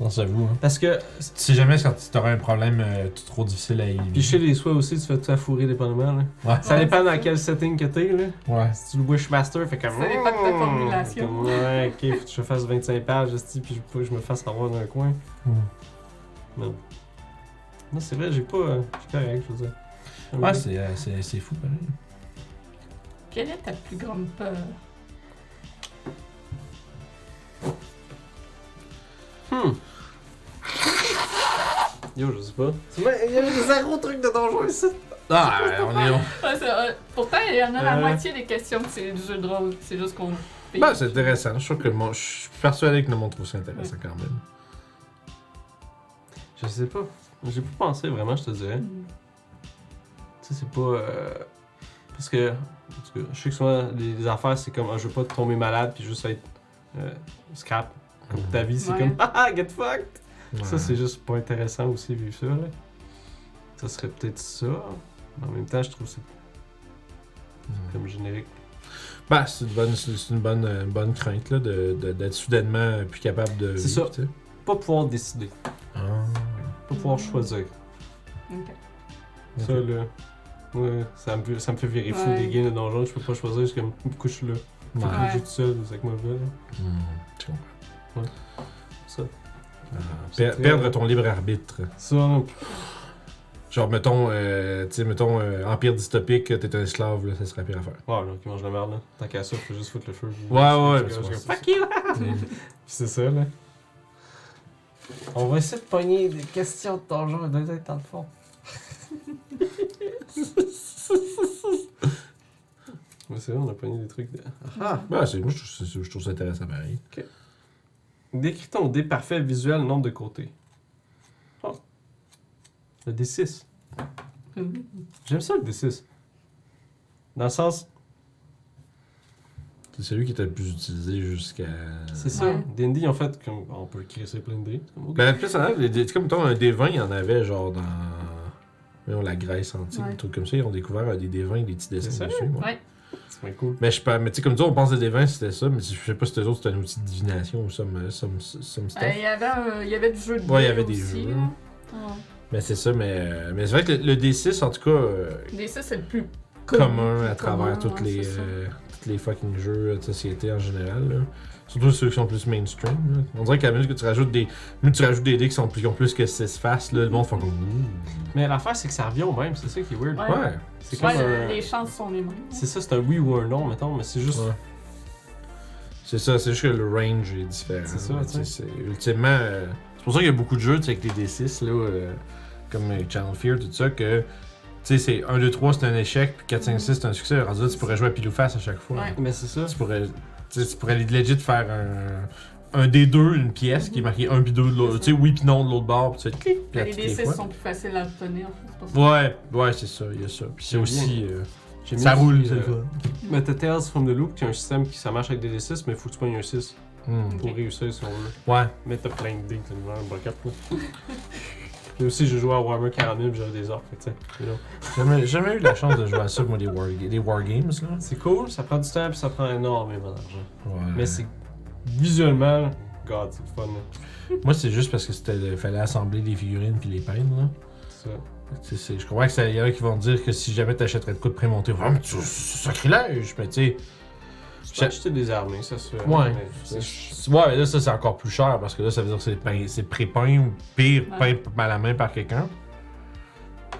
Speaker 4: Non, c'est vous. Hein.
Speaker 3: Parce que,
Speaker 4: Tu sais jamais quand tu auras un problème euh, tout trop difficile à
Speaker 3: puis chez
Speaker 4: éviter.
Speaker 3: les souhaits aussi, tu fais tout à fourrer dépendamment, là.
Speaker 4: Ouais.
Speaker 3: Ça
Speaker 1: Ouais,
Speaker 3: dépend
Speaker 1: c'est
Speaker 3: dans
Speaker 1: ça.
Speaker 3: quel setting que t'es, là.
Speaker 4: Ouais.
Speaker 3: Si tu le Wishmaster, fait comme.
Speaker 1: Ça dépend de ta formulation.
Speaker 3: Comme, Ouais, ok, faut que je fasse 25 pages, esti, puis je, je me fasse avoir dans un coin.
Speaker 4: Hmm.
Speaker 3: Non. Non, c'est vrai, j'ai pas. euh, Je suis correct, je veux dire.
Speaker 4: Ouais, c'est, euh, c'est, c'est fou pareil.
Speaker 1: Quelle est ta plus grande peur?
Speaker 3: Hmm. Yo, je sais pas. C'est vrai, il y avait zéro truc de donjon ici.
Speaker 4: Ah, on est on-
Speaker 1: Ouais, c'est- euh, pourtant, il y en a la
Speaker 3: Euh. Ben,
Speaker 1: moitié des questions que c'est du jeu de rôle. C'est juste qu'on.
Speaker 2: Bah, c'est intéressant. Je suis sûr que mon- je suis persuadé que le monde trouve ça intéressant quand même.
Speaker 3: Je sais pas. J'ai pas pensé vraiment, je te dirais.
Speaker 1: Mm.
Speaker 3: Tu sais, c'est pas. euh, Parce que. En tout cas, je sais que souvent, les, les affaires, c'est comme. ah, je veux pas tomber malade puis juste être. euh, scrap. Comme ta vie, c'est
Speaker 1: Ouais.
Speaker 3: comme. Haha, get fucked! Ça,
Speaker 2: Ouais.
Speaker 3: c'est juste pas intéressant aussi, vu ça. Là. Ça serait peut-être ça. Mais en même temps, je trouve que c'est
Speaker 2: Mm.
Speaker 3: comme générique.
Speaker 2: Bah, c'est une bonne, c'est c'est une bonne, euh, une bonne crainte là, de, de- d'être soudainement euh, plus capable de.
Speaker 3: C'est
Speaker 2: vivre,
Speaker 3: ça.
Speaker 2: tu sais.
Speaker 3: Pas pouvoir décider,
Speaker 2: Ah.
Speaker 3: pas pouvoir
Speaker 1: Mm.
Speaker 3: choisir.
Speaker 1: Ok.
Speaker 3: Ça, là. Ouais, ça me, ça me fait virer fou
Speaker 1: Ouais.
Speaker 3: des games de donjon, je peux pas choisir, je suis comme couche là. Faut que
Speaker 1: Ouais.
Speaker 3: je joue tout seul, c'est avec moi là.
Speaker 2: Hmm, je comprends.
Speaker 3: Ça.
Speaker 2: Ah,
Speaker 3: C'est
Speaker 2: per-
Speaker 3: très-
Speaker 2: perdre ton libre arbitre.
Speaker 3: Ça, non,
Speaker 2: Genre, mettons, euh, tu sais, mettons, euh, Empire dystopique, t'es un esclave, là, ça serait pire à faire.
Speaker 3: ouais, Ah, là, qui mange la merde là. Tant qu'à ça, faut juste foutre le feu.
Speaker 2: Ouais, ouais,
Speaker 3: Je
Speaker 2: ouais,
Speaker 3: suis
Speaker 2: ouais,
Speaker 3: comme, Fuck you! Puis Ah, c'est ça là. On va essayer de pogner des questions de donjon, il doit être dans le fond. Ouais, c'est vrai, on a pogné des trucs de.
Speaker 2: Ah! Ouais, c'est, moi, je trouve, c'est- je trouve ça intéressant pareil.
Speaker 3: Décris ton dé parfait visuel, nombre de côtés. Oh. Le D6.
Speaker 1: Mhm.
Speaker 3: J'aime ça le D6. Dans le sens,
Speaker 2: C'est celui qui était le plus utilisé jusqu'à.
Speaker 3: c'est ça.
Speaker 1: Ouais.
Speaker 3: D&D, ils ont fait comme, on peut crisser plein de dés. C'est comme, ok.
Speaker 2: Ben, plus ça a l'air, les dés- c'est comme, mettons, un D20, il y en avait, genre, dans. voyons, la Grèce antique,
Speaker 1: Ouais.
Speaker 2: des trucs comme ça. Ils ont découvert euh, des D20, des petits
Speaker 3: ça?
Speaker 2: dessins dessus. ouais.
Speaker 1: Ouais.
Speaker 3: C'est bien cool.
Speaker 2: Mais je sais pas, mais tu sais, comme tu dis, on pense des D20, c'était ça, mais je sais pas si c'était eux autres, c'était un outil de divination ou some, euh, some, some stuff.
Speaker 1: Euh, Il y, avait, un- il y avait du jeu de
Speaker 2: Ouais, il y
Speaker 1: dés
Speaker 2: avait des
Speaker 1: aussi,
Speaker 2: jeux.
Speaker 1: là. Ouais.
Speaker 2: Mais c'est ça, mais, euh, mais c'est vrai que le, le D6, en tout cas, euh,
Speaker 1: Les ça, c'est le plus
Speaker 2: commun
Speaker 1: le
Speaker 2: à
Speaker 1: plus
Speaker 2: travers
Speaker 1: commun,
Speaker 2: toutes,
Speaker 1: ouais,
Speaker 2: les,
Speaker 1: c'est ça.
Speaker 2: euh, toutes les fucking jeux euh, de société en général. là. Surtout ceux qui sont plus mainstream. là. On dirait qu'à mesure que tu rajoutes des. Même tu rajoutes des dés qui sont plus, qui ont plus que 6 faces, là, le monde fait comme. Ouh.
Speaker 3: Mais l'affaire, c'est que ça revient au même, c'est ça qui est weird.
Speaker 1: Ouais.
Speaker 2: Ouais.
Speaker 3: C'est
Speaker 1: Ouais,
Speaker 3: comme un-
Speaker 1: les chances sont les mêmes.
Speaker 3: C'est ça, c'est un oui ou un non, mettons, mais c'est juste...
Speaker 2: Ouais. C'est ça, c'est juste que le range est différent.
Speaker 3: C'est ça,
Speaker 2: Mais
Speaker 3: tu sais.
Speaker 2: c'est- Ultimement, euh, c'est pour ça qu'il y a beaucoup de jeux tu sais, avec les D6, là, euh, comme euh, Channel Fear, tout ça, que. Tu sais, c'est 1, 2, 3, c'est un échec, puis 4, 5, 6, c'est un succès. Rendu là, tu pourrais jouer à pile ou face à chaque fois.
Speaker 1: Ouais.
Speaker 3: Mais c'est ça.
Speaker 2: Tu pourrais, tu sais, tu pourrais legit faire un, un des deux, une pièce qui est marquée 1 puis 2 de
Speaker 1: C'est
Speaker 2: l'autre.
Speaker 1: ça.
Speaker 2: Tu sais, oui puis non de l'autre bord, puis tu fais clic, puis à
Speaker 1: les
Speaker 2: toutes les
Speaker 1: D6
Speaker 2: fois.
Speaker 1: sont plus faciles à obtenir. c'est pour ça.
Speaker 2: Ouais, ouais, c'est ça, il y a ça. Puis c'est
Speaker 3: J'aime
Speaker 2: aussi. euh,
Speaker 3: J'ai
Speaker 2: ça
Speaker 3: mis,
Speaker 2: roule,
Speaker 3: euh,
Speaker 2: c'est le fun.
Speaker 3: Mais t'as Tales from the Loop, qui est un système qui ça marche avec des D6, mais faut que tu pognes un 6.
Speaker 2: Hmm.
Speaker 3: pour
Speaker 1: Ok.
Speaker 3: réussir si on veut.
Speaker 2: Ouais.
Speaker 3: Mais t'as plein de dés, t'as une un bucket là. Puis aussi, j'ai joué à Warhammer 40 000 puis j'avais des orques, fait que tu sais, you know.
Speaker 2: J'ai Jamais, jamais eu la chance de jouer à ça, moi, des war, des war games, là.
Speaker 3: C'est cool, ça prend du temps puis ça prend énormément d'argent.
Speaker 2: Ouais.
Speaker 3: Mais c'est visuellement, God, c'est le fun. là.
Speaker 2: Moi, c'est juste parce que c'était, le- fallait assembler les figurines puis les peindre, là.
Speaker 3: C'est ça.
Speaker 2: Tu sais, c'est- je comprends qu'il y en a qui vont dire que si jamais t'achèterais de coups de prémonté, vraiment, c'est sacrilège, mais tu sais.
Speaker 3: Tu
Speaker 2: J'ai-
Speaker 3: peux acheter des armées, ça se fait.
Speaker 2: Ouais.
Speaker 3: mais c'est-
Speaker 2: c'est- Ouais, mais là, ça, c'est encore plus cher parce que là, ça veut dire que c'est peint- c'est pré-peint ou pire,
Speaker 1: Ouais.
Speaker 2: peint à la main par quelqu'un.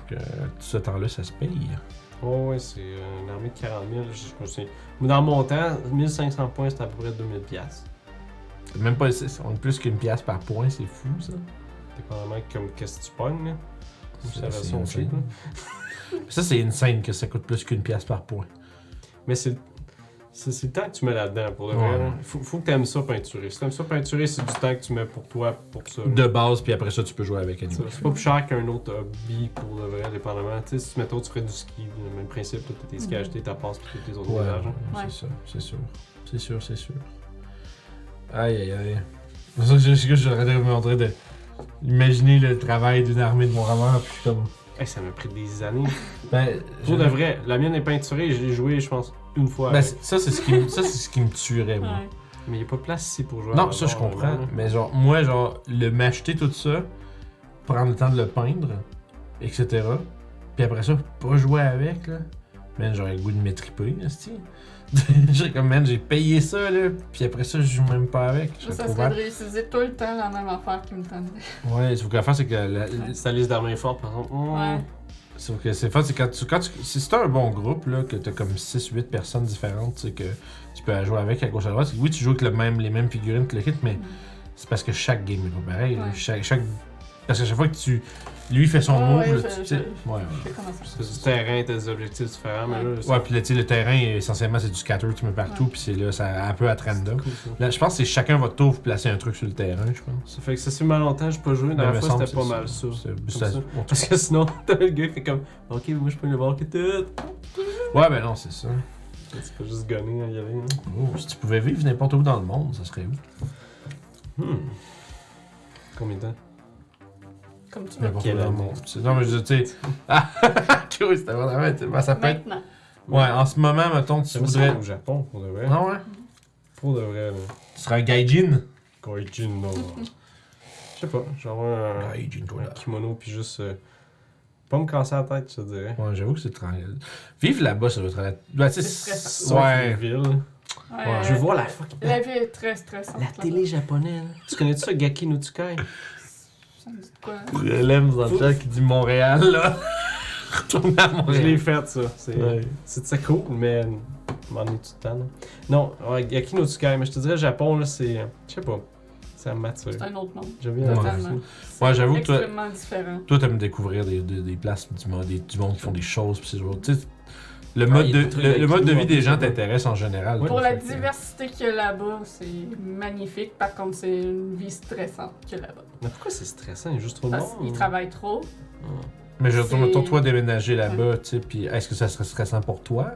Speaker 2: Que euh, tout ce temps-là, ça se paye.
Speaker 3: Oh, ouais, c'est euh, une armée de 40 000. Je, je me souviens. Mais Dans mon temps, 1500 points, c'était à peu près 2000 piastres.
Speaker 2: C'est Même pas, c'est- on est plus qu'une pièce par point, c'est fou, ça.
Speaker 3: Dépendamment comme qu'est-ce que tu pognes, là. Comme
Speaker 2: C'est-
Speaker 3: ça, la
Speaker 2: c'est
Speaker 3: version
Speaker 2: insane.
Speaker 3: cheap, là.
Speaker 2: Ça, c'est insane que ça coûte plus qu'une pièce par point.
Speaker 3: Mais c'est c'est c'est le temps que tu mets là-dedans, pour le
Speaker 2: Ouais.
Speaker 3: vrai. là. Faut, faut que t'aimes ça peinturer. Si t'aimes ça peinturer, c'est du temps que tu mets pour toi, pour ça.
Speaker 2: De base, puis après ça, tu peux jouer avec
Speaker 3: Ça,
Speaker 2: anime.
Speaker 3: C'est pas plus cher qu'un autre hobby pour le vrai, dépendamment. Tu sais, si mettons, tu ferais du ski, le même principe, là, t'as tes skis
Speaker 1: Mhm.
Speaker 3: à acheter, ta passe, puis tous tes autres
Speaker 2: Ouais,
Speaker 3: voyages, hein.
Speaker 2: ouais,
Speaker 1: Ouais.
Speaker 2: c'est ça, c'est sûr. C'est sûr, c'est sûr. Aïe, aïe, aïe. C'est pour ça que je, que je suis en train de me montrer de. Imaginez le travail d'une armée de mon rameur, puis je suis comme.
Speaker 3: Hey, ça m'a pris des années.
Speaker 2: Ben,
Speaker 3: Pour
Speaker 2: je-
Speaker 3: de vrai, la mienne est peinturée, je l'ai jouée, je pense, une fois.
Speaker 2: Ben,
Speaker 3: avec.
Speaker 2: c'est- ça, c'est ce qui me, ça, c'est ce qui me tuerait, moi.
Speaker 1: Ouais.
Speaker 3: Mais il n'y a pas de place ici pour jouer. à
Speaker 2: Non,
Speaker 3: la
Speaker 2: ça, je
Speaker 3: barre,
Speaker 2: comprends.
Speaker 3: là.
Speaker 2: Mais genre, moi, genre, le m'acheter tout ça, prendre le temps de le peindre, etc. Puis après ça, pas jouer avec, là. Man, j'aurais le goût de m'étriper, esti. J'ai comme, man, j'ai payé ça, là. Puis après ça, je joue même pas avec. Je
Speaker 1: Ça,
Speaker 2: serais
Speaker 1: ça
Speaker 2: trop
Speaker 1: serait de
Speaker 2: mal.
Speaker 1: réutiliser tout le temps la même affaire qui me tendrait.
Speaker 2: Ouais, sauf que l'affaire, c'est que la- la-
Speaker 3: Sa liste d'armes est forte, par exemple. Hmm.
Speaker 1: Ouais.
Speaker 2: Sauf que c'est fun, c'est quand tu, quand tu- si c'est un bon groupe, là, que t'as comme 6-8 personnes différentes, tu sais, que tu peux jouer avec à gauche à droite. Oui, tu joues avec le même, les mêmes figurines que le kit, mais
Speaker 1: Mm.
Speaker 2: c'est parce que chaque game est pas pareil. là.
Speaker 1: Ouais.
Speaker 2: Chaque, chaque- Parce que chaque fois que tu. Lui fait son
Speaker 1: Ah
Speaker 2: move,
Speaker 1: ouais,
Speaker 2: là,
Speaker 1: je-
Speaker 2: tu sais.
Speaker 1: je-
Speaker 2: Ouais, ouais.
Speaker 1: Je sais comment ça se
Speaker 3: Parce que du terrain, t'as des objectifs différents, mais là, c'est
Speaker 2: Ouais, puis là, tu sais, le terrain, essentiellement, c'est du scatter, tu mets partout, puis c'est là, ça un peu à random.
Speaker 3: cool, ça.
Speaker 2: Là, je pense que c'est chacun votre tour, vous placez un truc sur le terrain, je pense.
Speaker 3: Ça fait que ça fait mal longtemps, j'ai pas joué. Dans
Speaker 2: Mais
Speaker 3: la
Speaker 2: me
Speaker 3: fois,
Speaker 2: semble
Speaker 3: c'était pas
Speaker 2: que c'est
Speaker 3: mal ça.
Speaker 2: C'est-
Speaker 3: Comme
Speaker 2: ça-
Speaker 3: ça.
Speaker 2: on-
Speaker 3: Parce que sinon, t'avais le gars qui fait comme Ok, moi je peux le voir que tout.
Speaker 2: Ouais, ben non, c'est ça.
Speaker 3: Tu peux juste gonner, hein, y aller. hein.
Speaker 2: Oh, si tu pouvais vivre n'importe où dans le monde, ça serait où?
Speaker 3: Hmm. Combien de temps
Speaker 1: passe. Comme tu veux.
Speaker 2: N'importe
Speaker 3: Quelle
Speaker 2: où dans le
Speaker 3: année?
Speaker 2: monde. C'est- Non, mais je veux dire, tu sais. Ah, Chris, c'était vraiment. tu- ben, ça peut être-
Speaker 1: Maintenant.
Speaker 2: Ouais, en ce moment, mettons, tu
Speaker 3: J'aimerais ça aller
Speaker 2: voudrais.
Speaker 3: au Japon pour de vrai.
Speaker 2: Non, ouais.
Speaker 3: Pour de vrai, là.
Speaker 2: Tu serais un gaijin.
Speaker 3: Gaijin, non. Je sais pas, genre un,
Speaker 2: Gaijin,
Speaker 3: un kimono, puis juste. euh, pas me casser la tête, je te dirais.
Speaker 2: Ouais, j'avoue que c'est tranquille. Vivre là-bas, ça doit être. Ouais, tu
Speaker 1: C'est
Speaker 2: sais, c'est-
Speaker 1: stressant.
Speaker 3: Ouais.
Speaker 2: Ouais.
Speaker 3: Ville.
Speaker 1: Ouais, euh,
Speaker 3: Je veux voir la fucking.
Speaker 1: La vie est très stressante.
Speaker 3: La
Speaker 1: là-bas.
Speaker 3: télé japonaise. Tu connais-tu ça, Gaki no Tsukai?
Speaker 1: Ça me dit quoi?
Speaker 2: Relève dans
Speaker 3: le chat
Speaker 2: qui dit Montréal, là. Retourne
Speaker 3: Je
Speaker 2: à
Speaker 3: l'ai
Speaker 2: Montréal.
Speaker 3: fait, ça. C'est c'est c'est cool, mais m'en est tout le temps. là. Non, ouais, Gaki no Tsukai, mais je te dirais, Japon, là, c'est. Je sais pas. Ça m'attire.
Speaker 1: C'est un autre monde.
Speaker 3: J'aime bien la
Speaker 2: Ouais.
Speaker 3: Russie.
Speaker 1: Totalement.
Speaker 2: Ouais, j'avoue que toi-
Speaker 1: Extrêmement différent.
Speaker 2: Toi, t'aimes découvrir des, des, des places du monde, des- du monde qui font des choses, pis c'est genre. Tu sais, le mode,
Speaker 3: Ah, il y a
Speaker 2: de,
Speaker 3: des trucs
Speaker 2: le,
Speaker 3: avec
Speaker 2: le mode de
Speaker 3: nous,
Speaker 2: vie
Speaker 3: en
Speaker 2: des
Speaker 3: plus,
Speaker 2: gens
Speaker 3: là-bas.
Speaker 2: t'intéresse en général.
Speaker 3: Ouais.
Speaker 2: toi,
Speaker 1: Pour la
Speaker 2: fait que- euh,
Speaker 1: diversité qu'il y a là-bas, c'est magnifique. Par contre, c'est une vie stressante qu'il y a là-bas.
Speaker 3: Mais pourquoi c'est stressant? Il y a juste trop de
Speaker 1: Parce
Speaker 3: monde.
Speaker 1: qu'ils travaillent trop.
Speaker 3: Ah.
Speaker 2: Mais je retourne
Speaker 1: C'est-
Speaker 2: autour toi déménager là-bas, tu sais, puis est-ce que ça serait stressant pour toi?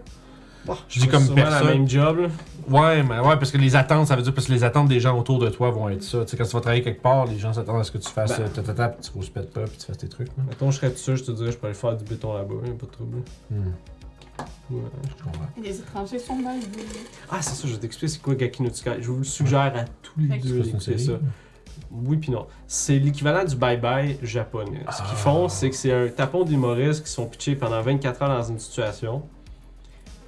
Speaker 2: Je
Speaker 3: Ils
Speaker 2: dis
Speaker 3: font
Speaker 2: comme
Speaker 3: sûrement
Speaker 2: personne.
Speaker 3: la même job, là.
Speaker 2: Ouais, mais ouais, parce que les attentes, ça veut dire parce que les attentes des gens autour de toi vont être ça. Tu sais, quand tu vas travailler quelque part, les gens s'attendent à ce que tu fasses
Speaker 3: Ben.
Speaker 2: euh, tatata, puis tu grosses pètes pas, puis tu fasses tes trucs. hein. là.
Speaker 3: Mettons, je serais tout seul, je te dirais, je pourrais aller faire du béton là-bas, y'a pas de trouble.
Speaker 2: Hmm,
Speaker 3: Ouais.
Speaker 2: je comprends.
Speaker 1: Les étrangers sont mal vus.
Speaker 3: Ah, c'est ça, je vais t'expliquer c'est quoi Gaki no Tsukai. Je vous le suggère à tous les
Speaker 1: Ok.
Speaker 3: deux
Speaker 2: C'est une
Speaker 3: d'écouter
Speaker 2: série?
Speaker 3: ça. Oui puis non. C'est l'équivalent du bye-bye japonais. Ce qu'ils
Speaker 2: Ah.
Speaker 3: font, c'est que c'est un tapon d'humoristes qui sont pitchés pendant 24 heures dans une situation.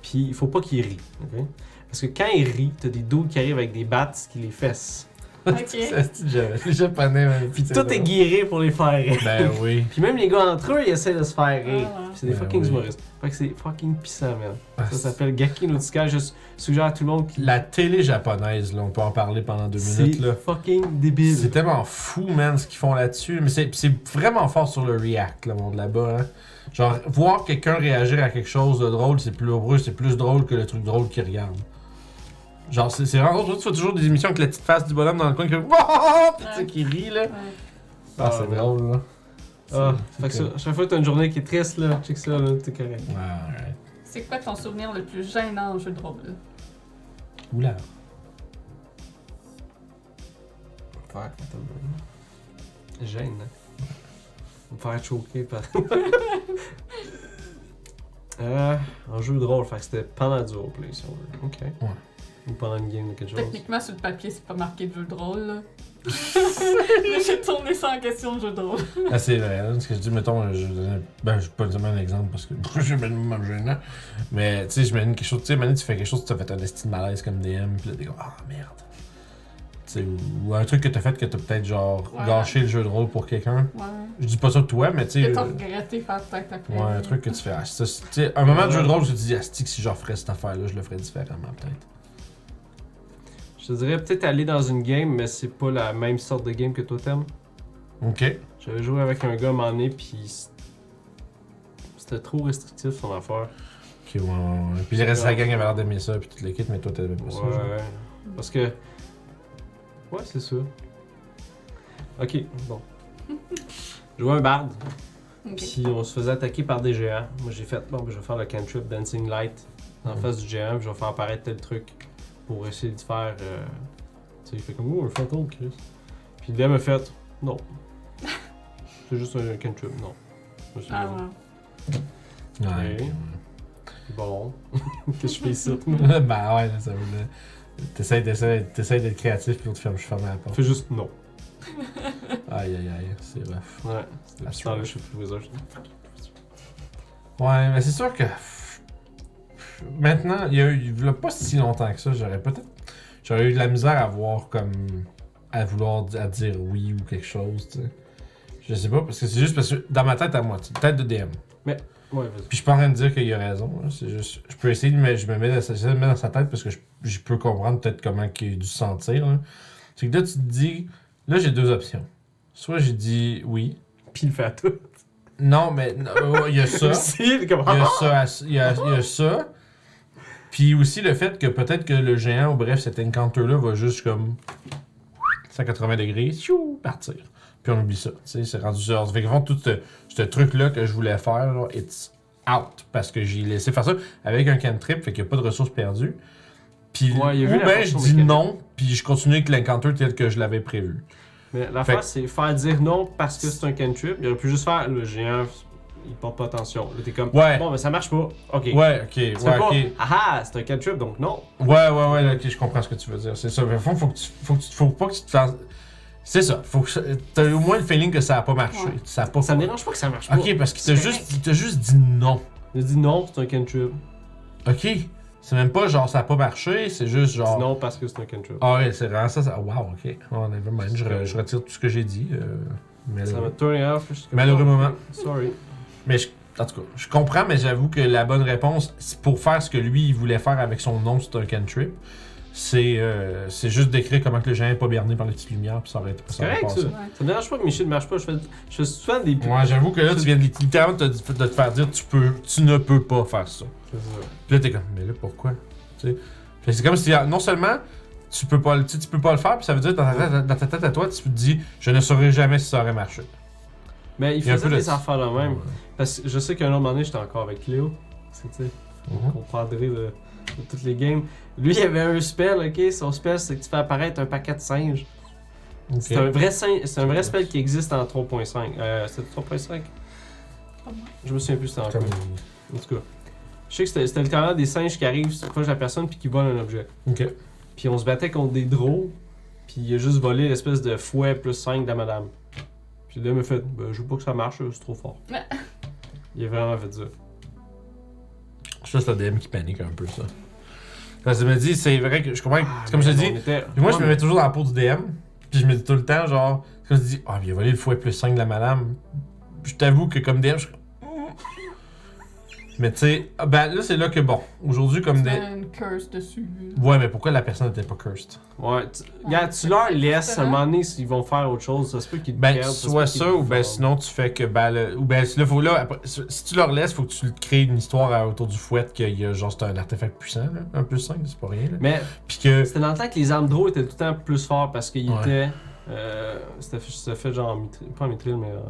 Speaker 3: Puis il faut pas qu'ils rient. ok? Parce que quand ils rient, t'as des dos qui arrivent avec des battes qui les fessent.
Speaker 1: Ok.
Speaker 2: Ça, c'est déjà- les japonais, man.
Speaker 3: Puis tout est guéri pour les faire rire.
Speaker 2: Ben oui.
Speaker 3: Puis même les gars entre eux, ils essaient de se faire rire.
Speaker 1: Ah ouais.
Speaker 3: Puis c'est des
Speaker 2: Ben
Speaker 3: fucking
Speaker 2: oui. Ah,
Speaker 3: humoristes. Fait que c'est fucking pissant, man. Ça s'appelle Gaki no Tsukai. Je suggère à tout le monde qui
Speaker 2: La télé japonaise, là, on peut en parler pendant deux
Speaker 3: C'est
Speaker 2: minutes, là.
Speaker 3: fucking débile.
Speaker 2: C'est tellement fou, man, ce qu'ils font là-dessus. Mais c'est- c'est vraiment fort sur le react, le monde là-bas. hein. Genre, voir quelqu'un réagir à quelque chose de drôle, c'est plus heureux, c'est plus drôle que le truc drôle qu'il regarde. Genre, c'est c'est vraiment drôle. Tu vois toujours des émissions avec la petite face du bonhomme dans le coin qui fait Wouah! Puis tu sais, qui rit, là.
Speaker 1: Ouais.
Speaker 2: Ah, c'est
Speaker 3: ouais.
Speaker 2: drôle, là.
Speaker 3: Ah,
Speaker 2: C'est
Speaker 3: fait que ça,
Speaker 2: cool.
Speaker 3: à chaque fois que t'as une journée qui est triste, là, check ça, là, t'es correct.
Speaker 2: Ouais, ouais.
Speaker 1: C'est quoi ton souvenir le plus gênant en jeu de rôle?
Speaker 2: Oula.
Speaker 3: faire quand t'as besoin. Gêne. hein. Me faire choquer par. euh, un jeu de rôle, fait que c'était pendant du roleplay si on veut. Ok.
Speaker 2: Ouais.
Speaker 3: Ou pendant une game ou quelque chose.
Speaker 1: Techniquement, sur le papier, c'est pas marqué de jeu de rôle. là. Mais j'ai tourné ça en question de jeu de rôle.
Speaker 2: Ah, c'est vrai, là, ce que je dis, mettons, je donnais- ben, je vais pas vraiment un exemple parce que je vais même gênant. Mais, tu sais, je mets quelque chose, tu sais, à un moment donné, tu fais quelque chose, tu as fait un estime malaise comme DM, pis là, t'es comme, ah merde. Tu sais, ou, ou un truc que t'as fait que t'as peut-être, genre,
Speaker 1: Ouais.
Speaker 2: gâché le jeu de rôle pour quelqu'un.
Speaker 1: Ouais.
Speaker 2: Je dis pas ça de toi, mais tu
Speaker 1: Que
Speaker 2: sais.
Speaker 1: t'as
Speaker 2: euh,
Speaker 1: regretté faire peut-être après.
Speaker 2: Ouais, un truc que tu fais. Ah, ça, c'est- tu sais, un moment de jeu de rôle, je te dis, ah, stick, si je referais cette affaire-là, je le ferais différemment, peut-être.
Speaker 3: Je te dirais peut-être aller dans une game, mais c'est pas la même sorte de game que toi t'aimes.
Speaker 2: Ok.
Speaker 3: J'avais joué avec un gars à un moment donné, puis c- c'était trop restrictif son affaire.
Speaker 2: Ok, ouais, ouais, ouais. Puis le reste de la gang avait l'air d'aimer ça, puis toute l'équipe, mais toi, t'aimais pas ça. genre.
Speaker 3: Ouais, parce que. Ouais, c'est ça. Ok, bon. Jouer un barde,
Speaker 1: Ok.
Speaker 3: puis on se faisait attaquer par des géants. Moi j'ai fait, bon, ben, je vais faire le cantrip Dancing Light en
Speaker 2: Mhm.
Speaker 3: face du géant, puis je vais faire apparaître tel truc pour essayer de faire. euh, Tu sais, il fait comme, oh, un fantôme, Chris. Puis le DM a fait, non. c'est juste un cantrip, non. Je me suis dit,
Speaker 1: Ah, ouais.
Speaker 2: Ouais,
Speaker 3: Ok.
Speaker 2: ok, ouais.
Speaker 3: Bon, qu'est-ce que je fais ici?
Speaker 2: ben ouais, là, ça veut dire. T'essayes, t'essayes, t'essayes d'être créatif, puis on te ferme, je ferme la porte.
Speaker 3: Fais juste non.
Speaker 2: Aïe, aïe, aïe, c'est rough.
Speaker 3: Ouais.
Speaker 2: Ah,
Speaker 3: Depuis ce temps-là, je suis plus wizard.
Speaker 2: Ouais, mais c'est sûr que. pff, pff, Maintenant, il y a eu, il y a pas si longtemps que ça, j'aurais peut-être. J'aurais eu de la misère à voir comme. à vouloir di- à dire oui ou quelque chose, tu sais. Je sais pas, parce que c'est juste parce que dans ma tête à moi, tu sais, tête de DM.
Speaker 3: Ouais, vas-y.
Speaker 2: Puis je suis pas en train de dire qu'il a raison. là. C'est juste, je peux essayer, mais je me mets dans, sa- je me mets dans sa tête parce que je, je peux comprendre peut-être comment qu'il a dû se sentir. là. C'est que là, tu te dis, là, j'ai deux options. Soit j'ai dit oui.
Speaker 3: Puis il fait à tout.
Speaker 2: Non, mais non, oh, il y a ça.
Speaker 3: Si, comme. ah!
Speaker 2: Il y a ça. à- Il y a, il y a ça. Puis aussi le fait que peut-être que le géant, ou bref, cet encounter-là va juste comme 180 degrés, tchou, partir. Puis on oublie ça. Tu sais, c'est rendu ça. Fait que fond, tout ce, ce truc-là que je voulais faire, là, it's out. Parce que j'ai laissé faire ça avec un cantrip, fait qu'il n'y a pas de ressources perdues. Puis,
Speaker 3: Ouais, il y a
Speaker 2: ou
Speaker 3: eu la
Speaker 2: ben, je
Speaker 3: portion
Speaker 2: dis
Speaker 3: mécanique.
Speaker 2: non, puis je continue avec l'encounter tel que je l'avais prévu.
Speaker 3: Mais
Speaker 2: Fait
Speaker 3: l'affaire,
Speaker 2: que-
Speaker 3: c'est faire dire non parce que c'est un cantrip. Il aurait pu juste faire le géant, il porte pas attention. Là, t'es comme.
Speaker 2: Ouais.
Speaker 3: Bon, mais ça marche pas. Ok.
Speaker 2: Ouais, ok,
Speaker 3: Tu fais
Speaker 2: ouais,
Speaker 3: pas,
Speaker 2: ok.
Speaker 3: Ah ah, c'est un cantrip, donc non.
Speaker 2: Ouais, ouais, ouais, là, ok, je comprends ce que tu veux dire. C'est ça. Mais au fond, faut, que tu, faut, que tu- faut pas que tu te fasses. C'est ça. Faut que ça- t'as au moins le feeling que ça a pas marché.
Speaker 1: Ouais.
Speaker 2: Ça a pas.
Speaker 3: Ça me dérange pas que ça marche pas.
Speaker 2: Ok, parce qu'il t'a
Speaker 3: C'est
Speaker 2: juste, il t'a juste dit non.
Speaker 3: Il dit non, c'est un cantrip.
Speaker 2: Ok. C'est même pas genre ça a pas marché, c'est juste
Speaker 3: Il dit
Speaker 2: genre.
Speaker 3: non parce que c'est un cantrip.
Speaker 2: Ah ouais, c'est vraiment ça. ça... Wow, ok. Oh, never mind. Je, re- je retire tout ce que j'ai dit. euh, mais
Speaker 3: Ça m'a tourné off. je suis comme,
Speaker 2: Malheureux moment.
Speaker 3: Sorry.
Speaker 2: mais je- en tout cas, je comprends, mais j'avoue que la bonne réponse c'est pour faire ce que lui il voulait faire avec son nom, c'est un cantrip. C'est euh, c'est juste d'écrire comment que le géant est pas berné par les petites lumières, puis ça aurait été
Speaker 3: C'est correct, ça.
Speaker 1: Ouais.
Speaker 3: Ça me dérange pas que Michel marche pas. Je fais, je fais souvent des.
Speaker 2: Moi, j'avoue que là, tu viens de littéralement de, te- de te faire dire tu peux, tu ne peux pas faire ça.
Speaker 3: C'est ça.
Speaker 2: Puis là, t'es comme, mais là, pourquoi Tu sais. Fait que C'est comme si ah, non seulement tu peux pas, le- tu, sais, tu peux pas le faire, puis ça veut dire dans ta, tête- dans ta tête à toi, tu te dis, je ne saurais jamais si ça aurait marché.
Speaker 3: Mais il
Speaker 2: Il y a un
Speaker 3: faisait
Speaker 2: peu de-
Speaker 3: des affaires là même. Parce que je sais qu'un autre moment donné, j'étais encore avec Cléo. C'est, tu sais,
Speaker 2: Mhm.
Speaker 3: comprendrez de, de toutes les games. Lui, il avait un spell, ok? Son spell, c'est que tu fais apparaître un paquet de singes.
Speaker 2: Ok.
Speaker 3: C'est un vrai singe- c'est un vrai spell qui existe en 3.5. Euh, c'était
Speaker 1: Pas
Speaker 3: 3.5?
Speaker 1: moi.
Speaker 3: Je me souviens plus c'était en quoi.
Speaker 2: Comme-
Speaker 3: En tout cas, je sais que c'était, c'était littéralement des singes qui arrivent sur proche de la personne puis qui volent un objet.
Speaker 2: Ok.
Speaker 3: Puis on se battait contre des drôles, puis il a juste volé l'espèce de fouet plus 5 de la madame. Puis là, il m'a fait, ben, je veux pas que ça marche, c'est trop fort. il a vraiment fait ça.
Speaker 2: Ça, c'est le DM qui panique un peu, ça. Parce que je me dis, c'est vrai que je comprends,
Speaker 3: Ah,
Speaker 2: que- comme je te dis, moi, je me mets toujours dans la peau du DM, puis je me dis tout le temps, genre, quand je dis, ah, il a volé le fouet plus 5 de la madame, je t'avoue que comme DM, je suis comme, hmm. Mais tu sais, ah, ben là, c'est là que bon, aujourd'hui, comme
Speaker 1: Tu
Speaker 2: des.
Speaker 1: mets une curse dessus.
Speaker 2: Ouais, mais pourquoi la personne n'était pas cursed
Speaker 3: Ouais, tu, regarde, tu leur laisses, à un moment donné, s'ils vont faire autre chose, ça se peut qu'ils te
Speaker 2: Ben,
Speaker 3: perdent, se
Speaker 2: soit
Speaker 3: peut qu'ils
Speaker 2: ça,
Speaker 3: te
Speaker 2: ou ben
Speaker 3: font-
Speaker 2: sinon, tu fais que. Ben, le- ou ben, si, là, faut, là, après, si si tu leur laisses, faut que tu crées une histoire à- autour du fouet, qu'il y a genre, c'est un artefact puissant, là, un plus 5, c'est pas rien, là.
Speaker 3: Mais
Speaker 2: Puis que.
Speaker 3: c'était dans le temps que les armes drôles étaient tout le temps plus forts parce qu'ils
Speaker 2: Ouais.
Speaker 3: étaient. Euh, c'était, fait- c'était fait genre. en mitri- Pas en mitril, mais. Euh,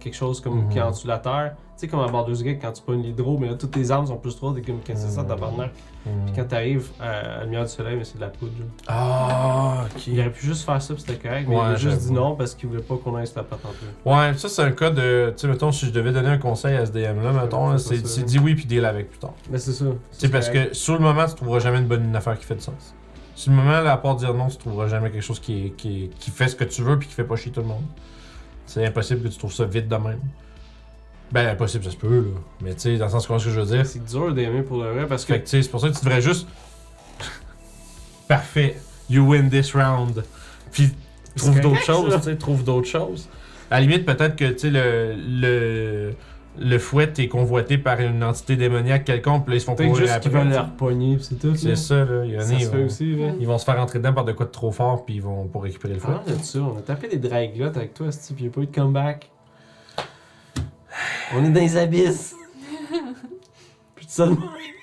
Speaker 3: quelque chose comme
Speaker 4: Mhm.
Speaker 3: qui est en dessous de la terre. Tu sais, comme à Baldur's Gate, quand tu pognes l'hydro, mais là, toutes tes armes sont plus 3 dès que quand c'est ça,
Speaker 4: Mhm.
Speaker 3: tabarnak.
Speaker 4: Hmm.
Speaker 3: Puis quand t'arrives à, à la lumière du soleil, mais c'est de la poudre. là.
Speaker 4: Ah, ok.
Speaker 3: Il aurait pu juste faire ça, puis c'était correct, mais
Speaker 4: Ouais,
Speaker 3: il a juste
Speaker 4: j'avoue.
Speaker 3: dit non parce qu'il voulait pas qu'on ait cette patente-là.
Speaker 4: Ouais, ça c'est un cas de. Tu sais, mettons, si je devais donner un conseil à ce DM-là, mettons, là,
Speaker 3: C'est
Speaker 4: c'est
Speaker 3: ça.
Speaker 4: c'est dis oui puis deal avec plus tard.
Speaker 3: Mais c'est ça.
Speaker 4: C'est parce que sur le moment, tu trouveras jamais une bonne une affaire qui fait du sens. Sur le moment, là, à part dire non, tu trouveras jamais quelque chose qui, est- qui, est- qui fait ce que tu veux puis qui fait pas chier tout le monde. C'est impossible que tu trouves ça vite de même. Ben, impossible, ça se peut, là. Mais tu sais, dans le sens, comment ce que je veux dire?
Speaker 3: C'est dur d'aimer pour le vrai parce que.
Speaker 4: Fait que tu sais, c'est pour ça que tu devrais juste. Parfait, you win this round. Puis trouve
Speaker 3: C'est
Speaker 4: d'autres
Speaker 3: correct,
Speaker 4: choses,
Speaker 3: ça.
Speaker 4: tu sais, trouve d'autres choses. À la limite, peut-être que tu sais, le, le, le fouet est convoité par une entité démoniaque quelconque, puis là, ils se font
Speaker 3: Peut-être
Speaker 4: courir
Speaker 3: juste
Speaker 4: après,
Speaker 3: qu'ils veulent
Speaker 4: tu sais.
Speaker 3: la repogner, pis c'est tout. là.
Speaker 4: C'est ça, là. Il y en a,
Speaker 3: Ça
Speaker 4: ils,
Speaker 3: se fait
Speaker 4: vont,
Speaker 3: aussi, ouais.
Speaker 4: ils vont se faire entrer dedans par de quoi de trop fort, puis ils vont pour récupérer le fouet.
Speaker 3: Parlant de ça, on a tapé des draglottes avec toi, Steve, pis y'a pas eu de comeback. On est dans les abysses. Puis ça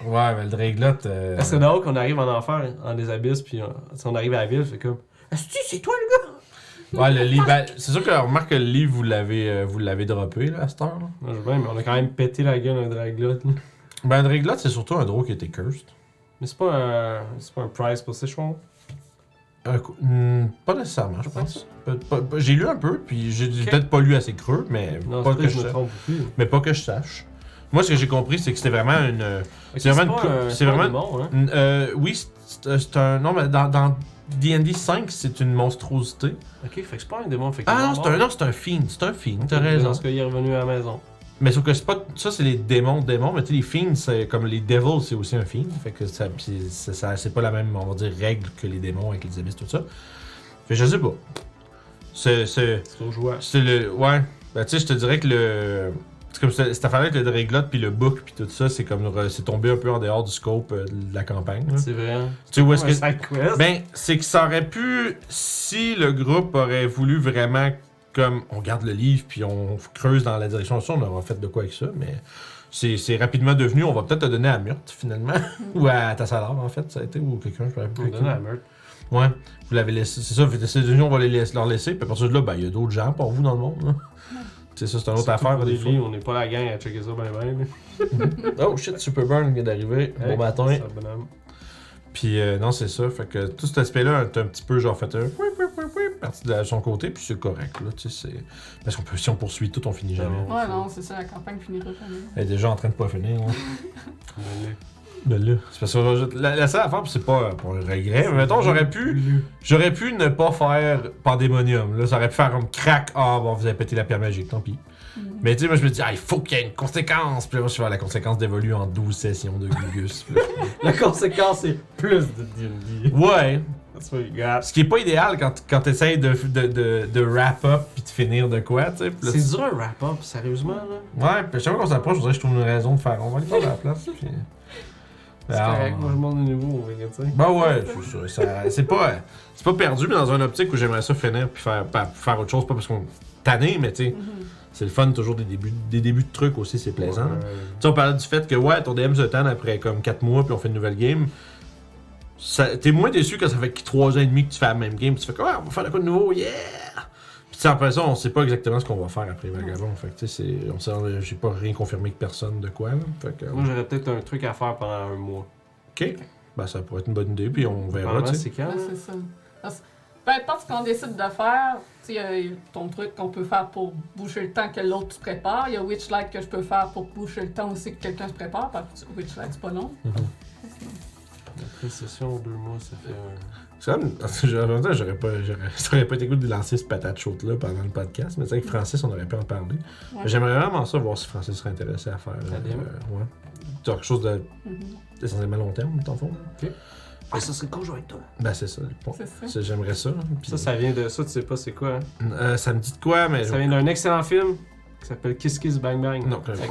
Speaker 4: Ouais, mais le Draglotte. euh,
Speaker 3: Ah. Parce que dehors qu'on arrive en enfer, en des abysses, puis on, si on arrive à la ville, c'est comme. Asti, c'est toi le
Speaker 4: Ouais, le livre. ben, c'est sûr que remarque que le livre, vous l'avez, euh, vous l'avez droppé, là, à cette heure. là.
Speaker 3: gars? Non, je veux bien, mais on a quand même pété la gueule à un draglotte. là.
Speaker 4: Ben, le Draglotte, c'est surtout un drôle qui était cursed.
Speaker 3: Mais c'est pas un. C'est pas un prize pour ces chevaux.
Speaker 4: Un coup- hmm, pas nécessairement, je pense. Pe- pe- pe- J'ai lu un peu, puis j'ai
Speaker 3: Ok.
Speaker 4: peut-être pas lu assez creux, mais,
Speaker 3: Non,
Speaker 4: pas
Speaker 3: c'est
Speaker 4: que
Speaker 3: vrai que
Speaker 4: je
Speaker 3: je me
Speaker 4: sache.
Speaker 3: trompe plus.
Speaker 4: mais pas que je sache. Moi, ce que j'ai compris, c'est que c'était vraiment une. euh,
Speaker 3: Ok,
Speaker 4: vraiment une
Speaker 3: pas
Speaker 4: cou-
Speaker 3: un-
Speaker 4: c'est
Speaker 3: C'est vraiment.
Speaker 4: vraiment-
Speaker 3: Démon, hein?
Speaker 4: une- euh, oui, c'est- c'est c'est un. Non, mais dans, dans DD 5, c'est une monstruosité.
Speaker 3: Ok, fait que c'est pas un démon. Fait que
Speaker 2: Ah non,
Speaker 3: mort.
Speaker 2: c'est un, non, c'est un fiend, c'est un fiend, t'as
Speaker 3: Ok,
Speaker 2: raison.
Speaker 3: Parce qu'il est revenu à la maison.
Speaker 2: Mais sauf que c'est pas. Ça, c'est les démons, démons, mais tu sais, les fiends, c'est comme les devils, c'est aussi un fiend. Fait que ça, pis ça- ça- c'est pas la même, on va dire, règle que les démons avec les abysses, tout ça. Fait que je sais pas. C'est. c'est-
Speaker 3: C'est au joueur.
Speaker 2: C'est le. Ouais. Ben, tu sais, je te dirais que le. C'est comme ça- cette affaire avec le Draglotte puis le book puis tout ça, c'est comme. re- C'est tombé un peu en dehors du scope euh, de la campagne. là.
Speaker 3: C'est vrai. hein.
Speaker 2: Tu sais, où est-ce que.
Speaker 3: Ouais, side quest.
Speaker 2: Ben, c'est que ça aurait pu. Si le groupe aurait voulu vraiment. Comme on garde le livre puis on creuse dans la direction de ça, on aurait fait de quoi avec ça, mais. C'est c'est rapidement devenu, on va peut-être te donner à Murte finalement, ou à Tassalar en fait, ça a été, ou quelqu'un, je me rappelle
Speaker 3: On
Speaker 2: plus.
Speaker 3: donne à la meurtre.
Speaker 2: Ouais, vous l'avez laissé. C'est ça, fait que ces deux on va les laisser, leur laisser. Puis à partir de là, ben, il y a d'autres gens pour vous dans le monde. là. C'est ça, c'est une autre
Speaker 3: Surtout
Speaker 2: affaire.
Speaker 3: pour
Speaker 2: Des
Speaker 3: les
Speaker 2: fois.
Speaker 3: vies, on n'est pas la gang à checker ça ben ben.
Speaker 2: Oh shit, Superburn vient d'arriver.
Speaker 3: là.
Speaker 2: Bon matin.
Speaker 3: C'est un bonhomme.
Speaker 2: Puis euh, non, c'est ça. Fait que tout cet aspect-là est un petit peu genre fait un whip, whip, whip, whip, parti de son côté. Puis c'est correct. Là, tu sais, c'est... Parce qu'on peut, si on poursuit tout, on finit jamais.
Speaker 1: Ouais, non, c'est ça, la campagne finira jamais.
Speaker 4: Elle est déjà en train de pas finir. là.
Speaker 2: Ben là, hein. c'est parce que la, la seule affaire, puis c'est pas euh, pour le regret. Mais mettons, j'aurais pu. J'aurais pu ne pas faire Pandémonium. Là, ça aurait pu faire comme crack. Ah, bon, vous avez pété la pierre magique, tant pis. Mais tu sais, moi, je me dis, ah, il faut qu'il y ait une conséquence. Puis là, moi, je fais la conséquence dévolue en 12 sessions de Gugus. Puis là,
Speaker 3: La conséquence, c'est plus de D&D.
Speaker 2: ouais.
Speaker 3: That's what you got.
Speaker 2: Ce qui est pas idéal quand, quand t'essayes de, de, de, de wrap up puis de finir de quoi, tu sais. Puis là,
Speaker 3: C'est dur un wrap-up, sérieusement, là.
Speaker 2: Ouais, puis chaque fois qu'on s'approche, je dirais que je trouve une raison de faire. On va aller faire la place. Puis...
Speaker 3: C'est
Speaker 2: Ah,
Speaker 3: correct, moi je monte de niveau, on va tu sais.
Speaker 2: Ben ouais, c'est ça. ça- c'est pas, c'est pas perdu, mais dans une optique où j'aimerais ça finir puis faire, pa- faire autre chose, pas parce qu'on tanné, mais tu sais,
Speaker 1: Mm-hmm.
Speaker 2: c'est le fun toujours des débuts, des débuts de trucs aussi, c'est plaisant.
Speaker 3: Ouais.
Speaker 2: Tu sais, on parlait du fait que, ouais, ton DM se tanne après comme 4 mois, puis on fait une nouvelle game. Ça- T'es moins déçu quand ça fait 3 ans et demi que tu fais la même game, puis tu fais comme, ah, on va faire de quoi de nouveau, yeah! Puis tu sais, après ça, on sait pas exactement ce qu'on va faire après Vagabond. Fait que, tu sais, c'est- on sait- j'ai pas rien confirmé que personne de quoi, là. Fait que,
Speaker 3: Moi j'aurais peut-être un truc à faire pendant un mois.
Speaker 2: ok. Ben, ça pourrait être une bonne idée, puis on verra,
Speaker 3: Pendant
Speaker 2: Eh ben, tu sais.
Speaker 3: c'est quand?
Speaker 1: Ouais,
Speaker 3: là?
Speaker 1: Ah, c'est ça. Parce- peu importe ce qu'on décide de faire, tu sais, il y a ton truc qu'on peut faire pour boucher le temps que l'autre se prépare. Il y a Witchlight que je peux faire pour boucher le temps aussi que quelqu'un se prépare. Parce que Witchlight, c'est pas long.
Speaker 3: Après session, deux mois, ça fait un.
Speaker 2: C'est comme, j'aurais en même temps, j'aurais pas, j'aurais, ça aurait pas été cool de lancer ce patate chaude là pendant le podcast, mais c'est vrai que Francis, on aurait pu en parler.
Speaker 1: Ouais.
Speaker 2: Mais J'aimerais vraiment ça voir si Francis serait intéressé à faire.
Speaker 3: La démo?
Speaker 2: euh, ouais. T'as quelque chose de
Speaker 1: Mhm.
Speaker 2: essentiellement long terme, dans ton fond. là?
Speaker 3: Ah, ça serait cool jouer avec toi.
Speaker 2: Ben, c'est ça le point.
Speaker 1: C'est ça.
Speaker 2: C'est- J'aimerais ça. hein, puis-
Speaker 3: Ça, ça vient de ça, tu sais pas c'est quoi. hein?
Speaker 2: Euh, ça me dit de quoi, mais.
Speaker 3: Ça vient d'un excellent film qui s'appelle Kiss Kiss Bang Bang.
Speaker 2: Non, que-
Speaker 3: Avec-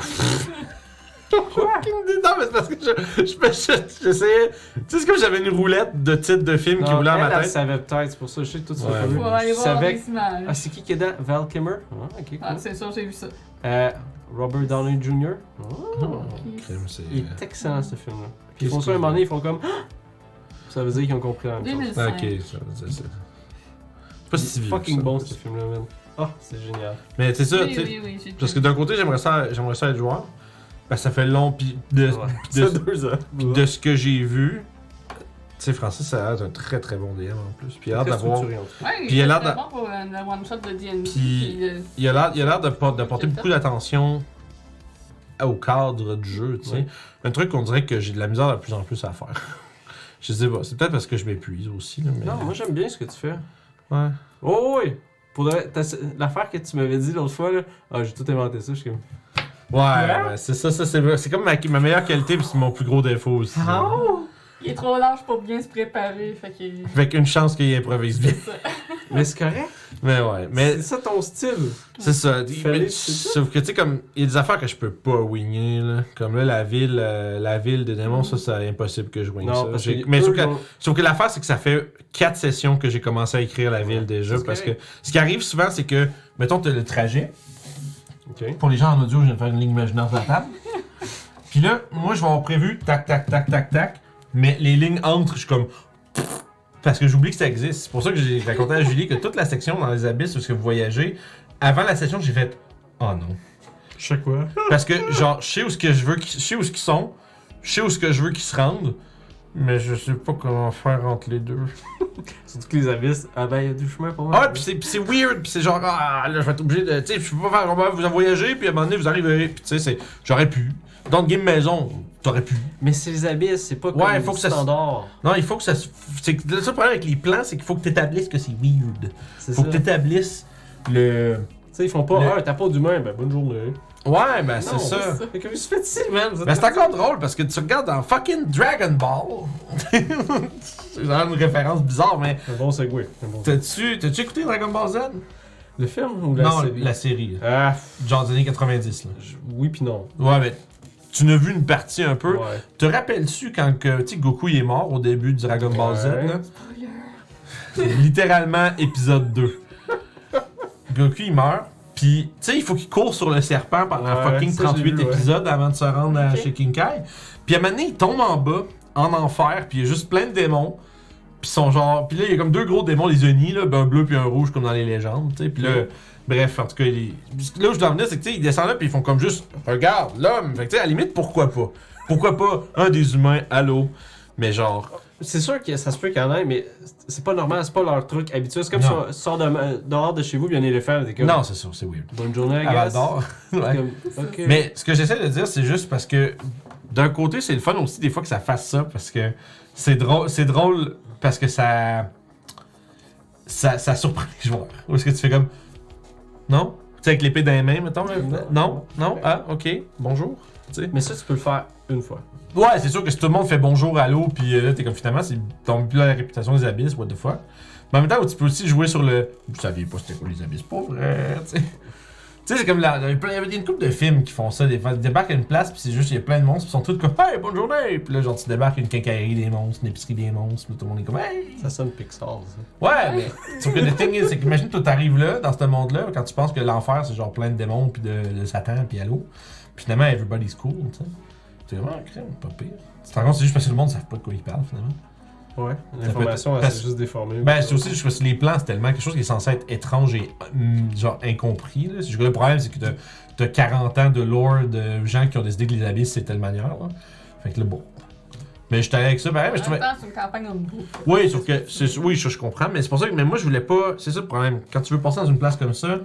Speaker 2: Quoi? non, mais c'est parce que je, je, je- j'essayais. Tu sais, c'est comme j'avais une roulette de titres de films qui
Speaker 3: Non,
Speaker 2: roulait en
Speaker 3: elle,
Speaker 2: ma
Speaker 3: elle
Speaker 2: tête.
Speaker 3: savait peut-être, c'est pour ça, je sais que tout ça.
Speaker 4: Ouais.
Speaker 3: pas vu.
Speaker 1: Faut aller
Speaker 3: Je
Speaker 1: voir
Speaker 3: savais
Speaker 1: les images.
Speaker 3: Ah, c'est qui qui est dedans? Val Kimmer? Ah, ok, cool.
Speaker 1: Ah, c'est sûr, j'ai vu ça.
Speaker 3: Euh, Robert Downey Jr. Ah.
Speaker 2: Crime, Oh, c'est- euh,
Speaker 3: Il est excellent ce film-là. Puis ils
Speaker 2: Qu'est-ce
Speaker 3: font ça un
Speaker 2: que-
Speaker 3: moment donné, ils font comme. Ah! Ça veut dire qu'ils ont compris la même chose.
Speaker 1: 2005.
Speaker 2: Ah, Ok, ça, c'est, c'est... c'est pas si
Speaker 3: C'est
Speaker 2: vieux,
Speaker 3: fucking
Speaker 2: ça.
Speaker 3: bon ce film-là, man. Ah, Ah, c'est génial.
Speaker 2: Mais c'est ça,
Speaker 1: oui,
Speaker 2: tu sais.
Speaker 1: oui, oui, j'ai
Speaker 2: Parce que d'un côté, j'aimerais ça, j'aimerais ça être joueur. Parce que ça fait long, puis de,
Speaker 3: Ouais.
Speaker 2: de-
Speaker 3: Ça, deux heures.
Speaker 2: puis de ce que j'ai vu, tu sais, Francis, ça a l'air d'un très très bon DM en plus. Puis il a l'air
Speaker 3: Très
Speaker 2: d'avoir.
Speaker 3: structuré, en tout
Speaker 1: Ouais,
Speaker 2: Puis il a l'air
Speaker 1: c'est
Speaker 2: de-
Speaker 1: bon pour euh, le one-shot de D&D.
Speaker 2: Puis-
Speaker 1: puis, euh,
Speaker 2: Il a l'air, il a l'air de, por- de porter beaucoup d'attention au cadre du jeu, tu sais.
Speaker 3: Ouais.
Speaker 2: Un truc qu'on dirait que j'ai de la misère de plus en plus à faire. je sais pas, c'est peut-être parce que je m'épuise aussi, là, mais.
Speaker 3: cas. Non, moi j'aime bien ce que tu fais.
Speaker 2: Ouais.
Speaker 3: Oh oui! Pour de vrai, t'as- l'affaire que tu m'avais dit l'autre fois, là, ah, j'ai tout inventé ça, je suis comme.
Speaker 2: Ouais, ouais, c'est ça, ça c'est, c'est comme ma, ma meilleure qualité, puis c'est mon plus gros défaut aussi.
Speaker 3: Ah.
Speaker 1: il est trop large pour bien se préparer, fait que...
Speaker 2: Fait qu'une chance qu'il improvise bien.
Speaker 3: Mais c'est correct!
Speaker 2: Mais ouais, mais.
Speaker 3: Mais... C'est ça ton style!
Speaker 2: C'est ça.
Speaker 3: Fallait
Speaker 2: Mais-
Speaker 3: que c'est ça.
Speaker 2: sauf que, tu sais, comme, il y a des affaires que je peux pas winner, là. Comme là, la ville, euh, la ville des démons, ça, c'est impossible que je win ça.
Speaker 3: Hmm. parce
Speaker 2: J'ai-
Speaker 3: que
Speaker 2: Mais
Speaker 3: eux
Speaker 2: sauf que,
Speaker 3: vont-
Speaker 2: sauf que l'affaire, c'est que ça fait quatre sessions que j'ai commencé à écrire la ville déjà.
Speaker 3: c'est
Speaker 2: Parce que
Speaker 3: correct.
Speaker 2: ce qui arrive souvent, c'est que, mettons, t'as le trajet.
Speaker 3: Ok.
Speaker 2: Pour les gens en audio, je viens de faire une ligne imaginaire sur la table. Puis là, moi, je vais avoir prévu tac, tac, tac, tac, tac. Mais les lignes entrent, je suis comme. pff, Parce que j'oublie que ça existe. C'est pour ça que j'ai raconté à Julie que toute la section dans les abysses où est-ce que vous voyagez, avant la session, j'ai fait. Oh non.
Speaker 3: Je sais quoi.
Speaker 2: Parce que, genre, je sais où ce que je veux, qu'ils- je sais où ce qu'ils sont, je sais où ce que je veux qu'ils se rendent, mais je sais pas comment faire entre les deux.
Speaker 3: Surtout que les abysses, ah ben il y a du chemin pour moi.
Speaker 2: Ah, ouais, pis c'est, pis c'est weird, pis c'est genre, ah, là, je vais être obligé de. Tu sais, je peux pas faire. On va vous en voyager, pis à un moment donné, vous arrivez, pis tu sais, c'est. J'aurais pu. Dans le game maison, t'aurais pu.
Speaker 3: Mais c'est les abysses, c'est pas comme
Speaker 2: Ouais,
Speaker 3: les
Speaker 2: faut que ça se-
Speaker 3: standards.
Speaker 2: Non, il faut que ça. se- C'est que le seul problème avec les plans, c'est qu'il faut que t'établisses que c'est weird.
Speaker 3: C'est
Speaker 2: Faut
Speaker 3: ça.
Speaker 2: que
Speaker 3: Tu
Speaker 2: t'établisses le.
Speaker 3: sais, ils font pas,
Speaker 2: Le-
Speaker 3: ah, t'as pas d'humain, ben bonne journée.
Speaker 2: Ouais, ben
Speaker 3: Non,
Speaker 2: c'est ça.
Speaker 3: Fait que je suis fait ici, man.
Speaker 2: Ben c'est encore drôle parce que tu regardes dans fucking Dragon Ball. c'est genre une référence bizarre, mais.
Speaker 3: Un bon segway. un bon-
Speaker 2: T'as-tu, t'as-tu écouté Dragon Ball Z?
Speaker 3: Le film ou la
Speaker 2: non,
Speaker 3: série?
Speaker 2: la série. là.
Speaker 3: Ah,
Speaker 2: Genre des années 90. Là.
Speaker 3: je- oui puis non.
Speaker 2: Ouais, mais tu n'as vu une partie un peu.
Speaker 3: Ouais.
Speaker 2: Te rappelles-tu quand que, tu sais, Goku il est mort au début du Dragon Ball Z?
Speaker 3: Ouais.
Speaker 2: là? Littéralement épisode 2. Goku il meurt. Puis, tu sais, il faut qu'il court sur le serpent pendant
Speaker 3: Ouais,
Speaker 2: fucking
Speaker 3: ça, j'ai
Speaker 2: 38
Speaker 3: vu, ouais.
Speaker 2: épisodes avant de se rendre à-
Speaker 1: Ok.
Speaker 2: chez Kinkai. Puis à un moment donné, il tombe en bas, en enfer, puis il y a juste plein de démons. Puis ils sont genre. Puis là, il y a comme deux gros démons, les Oni, là, ben, un bleu puis un rouge, comme dans les légendes, tu sais. Puis là,
Speaker 3: Ouais.
Speaker 2: bref, en tout cas, il est- là où je dois venir, c'est que, tu sais, ils descendent là, puis ils font comme juste, regarde, l'homme. Fait que, tu sais, à la limite, pourquoi pas Pourquoi pas un des humains, allô Mais genre.
Speaker 3: C'est sûr que ça se peut qu'il y en ait, mais c'est pas normal, c'est pas leur truc habituel. C'est comme
Speaker 2: Non.
Speaker 3: si on sort de- dehors de chez vous, puis il y a un éléphant, t'es comme.
Speaker 2: Non, c'est sûr, c'est weird.
Speaker 3: Bonne journée,
Speaker 2: Elle
Speaker 3: gars.
Speaker 2: adore. Ouais.
Speaker 3: Mais.
Speaker 2: Mais ce que j'essaie de dire, c'est juste parce que d'un côté, c'est le fun aussi des fois que ça fasse ça parce que c'est drôle, c'est drôle parce que ça, ça, ça surprend les joueurs. Ou est-ce que tu fais comme non, tu sais avec l'épée dans les mains, mettons, là,
Speaker 3: Non.
Speaker 2: non, non, ah, ok, bonjour. tu sais.
Speaker 3: Mais ça, tu peux le faire une fois.
Speaker 2: Ouais, c'est sûr que si tout le monde fait bonjour à l'eau, puis euh, là, t'es comme finalement, c'est tombes plus dans la réputation des abysses, what the fuck. Mais en même temps, tu peux aussi jouer sur le. Vous saviez pas c'était quoi les abysses, pour vrai, tu sais. Tu sais, c'est comme la. Il y a une couple de films qui font ça. Des fois, ils débarquent à une place, puis c'est juste, il y a plein de monstres, puis ils sont tous comme, hey, bonne journée! Puis là, genre, tu débarques une quincaillerie des monstres, une épicerie des monstres, puis tout le monde est comme, hey!
Speaker 3: Ça sonne Pixar, ça.
Speaker 2: Ouais, mais. Sauf que le thing is, c'est qu'imagine, toi, t'arrives là, dans ce monde-là, quand tu penses que l'enfer, c'est genre plein de démons, puis de, de Satan, puis allô. Puis finalement, everybody's cool, tu sais. C'est vraiment un crime, pas pire. C'est encore, c'est juste parce que le monde ne savent pas de quoi ils parlent, finalement.
Speaker 3: Ouais. L'information,
Speaker 2: peut-
Speaker 3: elle
Speaker 2: parce-
Speaker 3: s'est juste déformée.
Speaker 2: Ben, c'est aussi, je trouve que les plans, c'est tellement quelque chose qui est censé être étrange et hum, genre incompris. Là. C'est- Le problème, c'est que t'as, t'as 40 ans de lore de gens qui ont décidé que les abysses, c'est telle manière. Là. Fait que là, bon. Mais je allé avec ça, pareil, mais je
Speaker 1: En
Speaker 2: trouvais.
Speaker 1: même temps, c'est une campagne en groupe.
Speaker 2: Oui, sauf que. c'est- oui, ça, je comprends. Mais c'est pour ça que mais moi, je voulais pas. C'est ça le problème. Quand tu veux passer dans une place comme ça,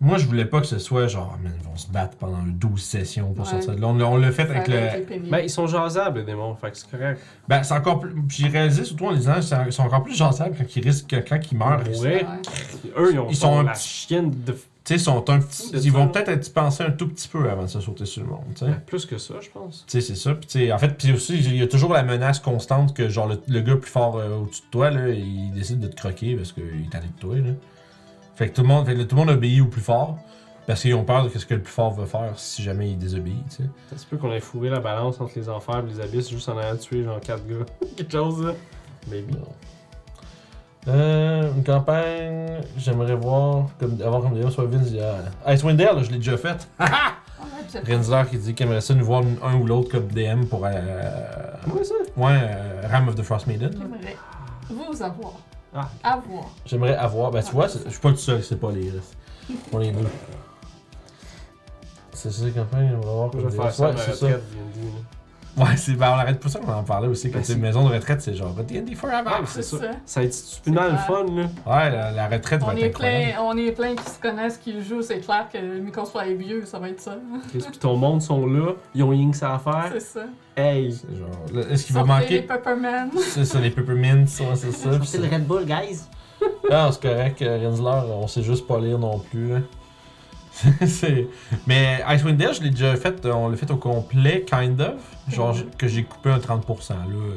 Speaker 2: moi, je voulais pas que ce soit genre, ah, man, ils vont se battre pendant 12 sessions pour
Speaker 1: Ouais.
Speaker 2: sortir de là. On, l'a- on l'a fait avec le.
Speaker 3: Ben, ils sont jasables, les démons, fait que c'est correct.
Speaker 2: Ben, c'est encore plus. J'ai réalisé, surtout en lisant, c'est c'est encore plus chanceable quand ils risquent, quand ils meurent.
Speaker 3: Ils
Speaker 2: ils-
Speaker 3: mourraient. Eux, ils ont
Speaker 2: Ah, Ils sont un
Speaker 3: la
Speaker 2: petit-
Speaker 3: chienne de.
Speaker 2: Tu sais, sont un petit,
Speaker 3: Fou de
Speaker 2: ils
Speaker 3: ça,
Speaker 2: vont
Speaker 3: là.
Speaker 2: peut-être être pensés un tout petit peu avant de se sauter sur le monde, tu sais.
Speaker 3: Plus que ça, je pense.
Speaker 2: Tu sais, c'est ça. Puis, tu sais, en fait, puis aussi, il y a toujours la menace constante que, genre, le, le gars plus fort euh, au-dessus de toi, là, il décide de te croquer parce qu'il est allé de toi, là. Fait que tout le monde, fait que tout le monde obéit au plus fort parce qu'ils ont peur de ce que le plus fort va faire si jamais il désobéit, tu sais.
Speaker 3: Ça se peut qu'on ait fourré la balance entre les enfers et les abysses juste en allant tuer genre 4 gars. Quelque chose là. Maybe.
Speaker 2: Euh, une campagne, j'aimerais voir, comme, avoir comme d'ailleurs sur Vince, il y a- Icewind Dale, là, je l'ai déjà faite. Renzler qui dit qu'il aimerait ça nous voir une- un ou l'autre comme DM pour. euh,
Speaker 3: Moi ça?
Speaker 2: Ouais, euh, Ram of the Frost Maiden. là.
Speaker 1: J'aimerais vous avoir.
Speaker 3: Ah.
Speaker 1: Avoir. Ah,
Speaker 2: J'aimerais avoir. Ben, tu vois, c'est- je suis pas le seul, c'est pas les. Pour les deux. C'est ça qu'on fait, on va voir
Speaker 3: Je vais
Speaker 2: des-
Speaker 3: faire ça à
Speaker 2: Ouais,
Speaker 3: ma
Speaker 2: c'est ça.
Speaker 3: retraite, D&D, là.
Speaker 2: Ouais, c'est ben, on arrête pour ça qu'on en parlait aussi. Que
Speaker 3: Ben,
Speaker 2: tu sais,
Speaker 3: c'est- Ah.
Speaker 2: maison de retraite, c'est genre D&D forever.
Speaker 3: Ouais, mais c'est
Speaker 1: C'est
Speaker 3: ça.
Speaker 1: ça.
Speaker 3: Ça va être stupidement le
Speaker 1: clair.
Speaker 3: fun, là.
Speaker 2: Ouais, la, la retraite
Speaker 1: On
Speaker 2: va
Speaker 1: est,
Speaker 2: être incroyable.
Speaker 1: plein, on est plein qui se connaissent, qui le jouent, c'est clair que Micro soit vieux, ça va être ça.
Speaker 3: Chris, puis ton monde sont là, ils ont rien que ça à faire.
Speaker 1: C'est ça.
Speaker 3: Hey!
Speaker 2: C'est genre, là, Est-ce qu'il va
Speaker 1: Sortez les
Speaker 2: manquer
Speaker 1: Pepperman.
Speaker 2: C'est ça, les peppermints, ça, c'est ça. pis
Speaker 4: C'est le Red Bull, guys.
Speaker 2: c'est- Non, c'est correct, euh, Rinsler, on sait juste pas lire non plus. là. C'est- Mais Icewind Dale, je l'ai déjà fait, euh, on l'a fait au complet, kind of. Genre j- que j'ai coupé un 30%. Là. Euh,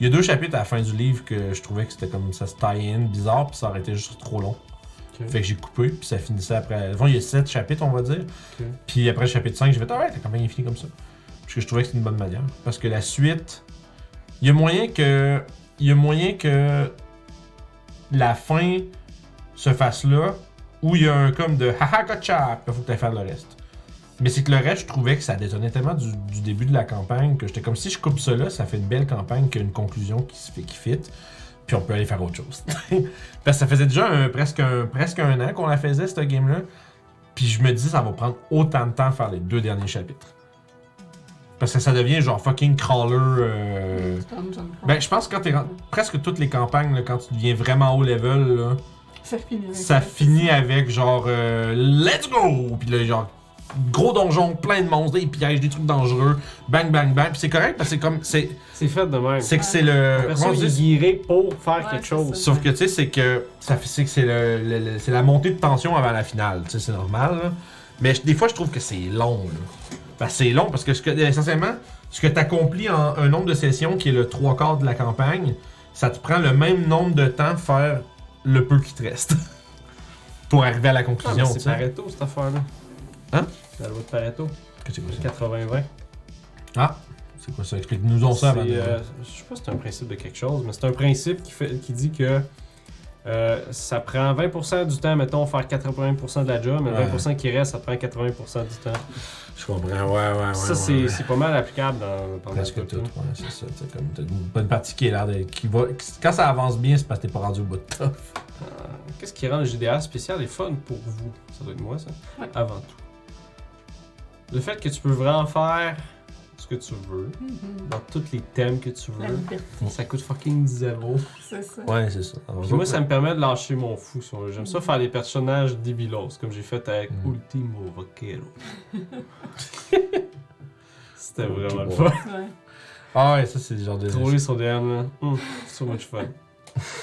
Speaker 2: Il y a deux chapitres à la fin du livre que je trouvais que c'était comme ça se tie-in bizarre, puis ça aurait été juste trop long.
Speaker 3: Ok.
Speaker 2: Fait que j'ai coupé, puis ça finissait après. Bon, il y a sept chapitres, on va dire. Puis après le chapitre 5, j'ai fait, ah ouais, t'as quand même infini comme ça. Parce que je trouvais que c'était une bonne manière. Parce que la suite, il y a moyen que. Il y a moyen que. La fin se fasse là, où il y a un comme de haha gotcha, puis faut que t'ailles faire le reste. Mais c'est que le reste, je trouvais que ça détonnait tellement du, du début de la campagne que j'étais comme si je coupe ça là, ça fait une belle campagne qui a une conclusion qui se fait qui fit, puis on peut aller faire autre chose. Parce que ça faisait déjà un- presque, un, presque un an qu'on la faisait, cette game-là. Puis je me dis, ça va prendre autant de temps de faire les deux derniers chapitres. Parce que ça devient genre fucking crawler. euh,
Speaker 1: Dungeon Crawl.
Speaker 2: Ben, je pense que quand t'es ren- presque toutes les campagnes, là, quand tu deviens vraiment haut level, là,
Speaker 1: ça finit. avec
Speaker 2: ça finit avec genre euh, Let's go! Puis là, genre gros donjon, plein de monstres, des pièges, des trucs dangereux, bang bang bang. Puis c'est correct parce que c'est comme. C'est
Speaker 3: C'est fait de même.
Speaker 2: c'est que c'est le. comment on
Speaker 3: Personne
Speaker 2: dit?
Speaker 3: est guiré pour faire
Speaker 1: Ouais,
Speaker 3: quelque
Speaker 1: c'est
Speaker 3: chose.
Speaker 2: Sauf que tu sais, c'est que ça fait c'est que c'est le- le- le- c'est la montée de tension avant la finale, tu sais, c'est normal. là. Mais je- des fois, je trouve que c'est long. là. Ben, c'est long parce que, ce que essentiellement, ce que tu accomplis en un nombre de sessions qui est le trois quarts de la campagne, ça te prend le même nombre de temps de faire le peu qui te reste pour arriver à la
Speaker 3: Ah, mais
Speaker 2: conclusion. tu
Speaker 3: c'est
Speaker 2: sais.
Speaker 3: Pareto, cette affaire-là.
Speaker 2: Hein?
Speaker 3: La loi de Pareto,
Speaker 2: Que c'est quoi ça?
Speaker 3: 80-20.
Speaker 2: Ah, c'est quoi ça Explique-nous en ça. avant de-
Speaker 3: C'est, euh, je sais pas si c'est un principe de quelque chose, mais c'est un principe qui, fait, qui dit que euh, ça prend 20% du temps, mettons, faire 80% de la job, mais le
Speaker 2: Ouais.
Speaker 3: 20% qui reste, ça prend 80% du temps.
Speaker 2: Je comprends. Ouais, ouais, ouais.
Speaker 3: ça,
Speaker 2: ouais,
Speaker 3: c'est,
Speaker 2: ouais.
Speaker 3: c'est pas mal applicable dans, dans
Speaker 2: Presque
Speaker 3: notre
Speaker 2: tout,
Speaker 3: truc,
Speaker 2: ouais, c'est ça. t'sais, comme t'as une bonne partie qui est l'air de. Qui va, quand ça avance bien, c'est parce que t'es pas rendu au bout de top.
Speaker 3: là. Euh, Qu'est-ce qui rend le GDR spécial et fun pour vous Ça doit être moi, ça.
Speaker 1: Ouais.
Speaker 3: Avant tout. Le fait que tu peux vraiment faire ce que tu veux,
Speaker 1: Mhm.
Speaker 3: dans tous les thèmes que tu
Speaker 1: La
Speaker 3: veux,
Speaker 1: liberté,
Speaker 3: ça coûte fucking 10 euros.
Speaker 1: c'est ça.
Speaker 2: Ouais, c'est ça.
Speaker 3: Puis moi, ça me permet de lâcher mon fou. sur le jeu. J'aime ça faire des personnages débilos, comme j'ai fait avec
Speaker 2: Mm.
Speaker 3: Ultimo Vaquero. C'était
Speaker 2: Ultimo.
Speaker 3: vraiment le fun.
Speaker 1: Ouais.
Speaker 2: Ah ouais, ça, c'est le genre de.
Speaker 3: Troller son DM, là. Hum, so much fun.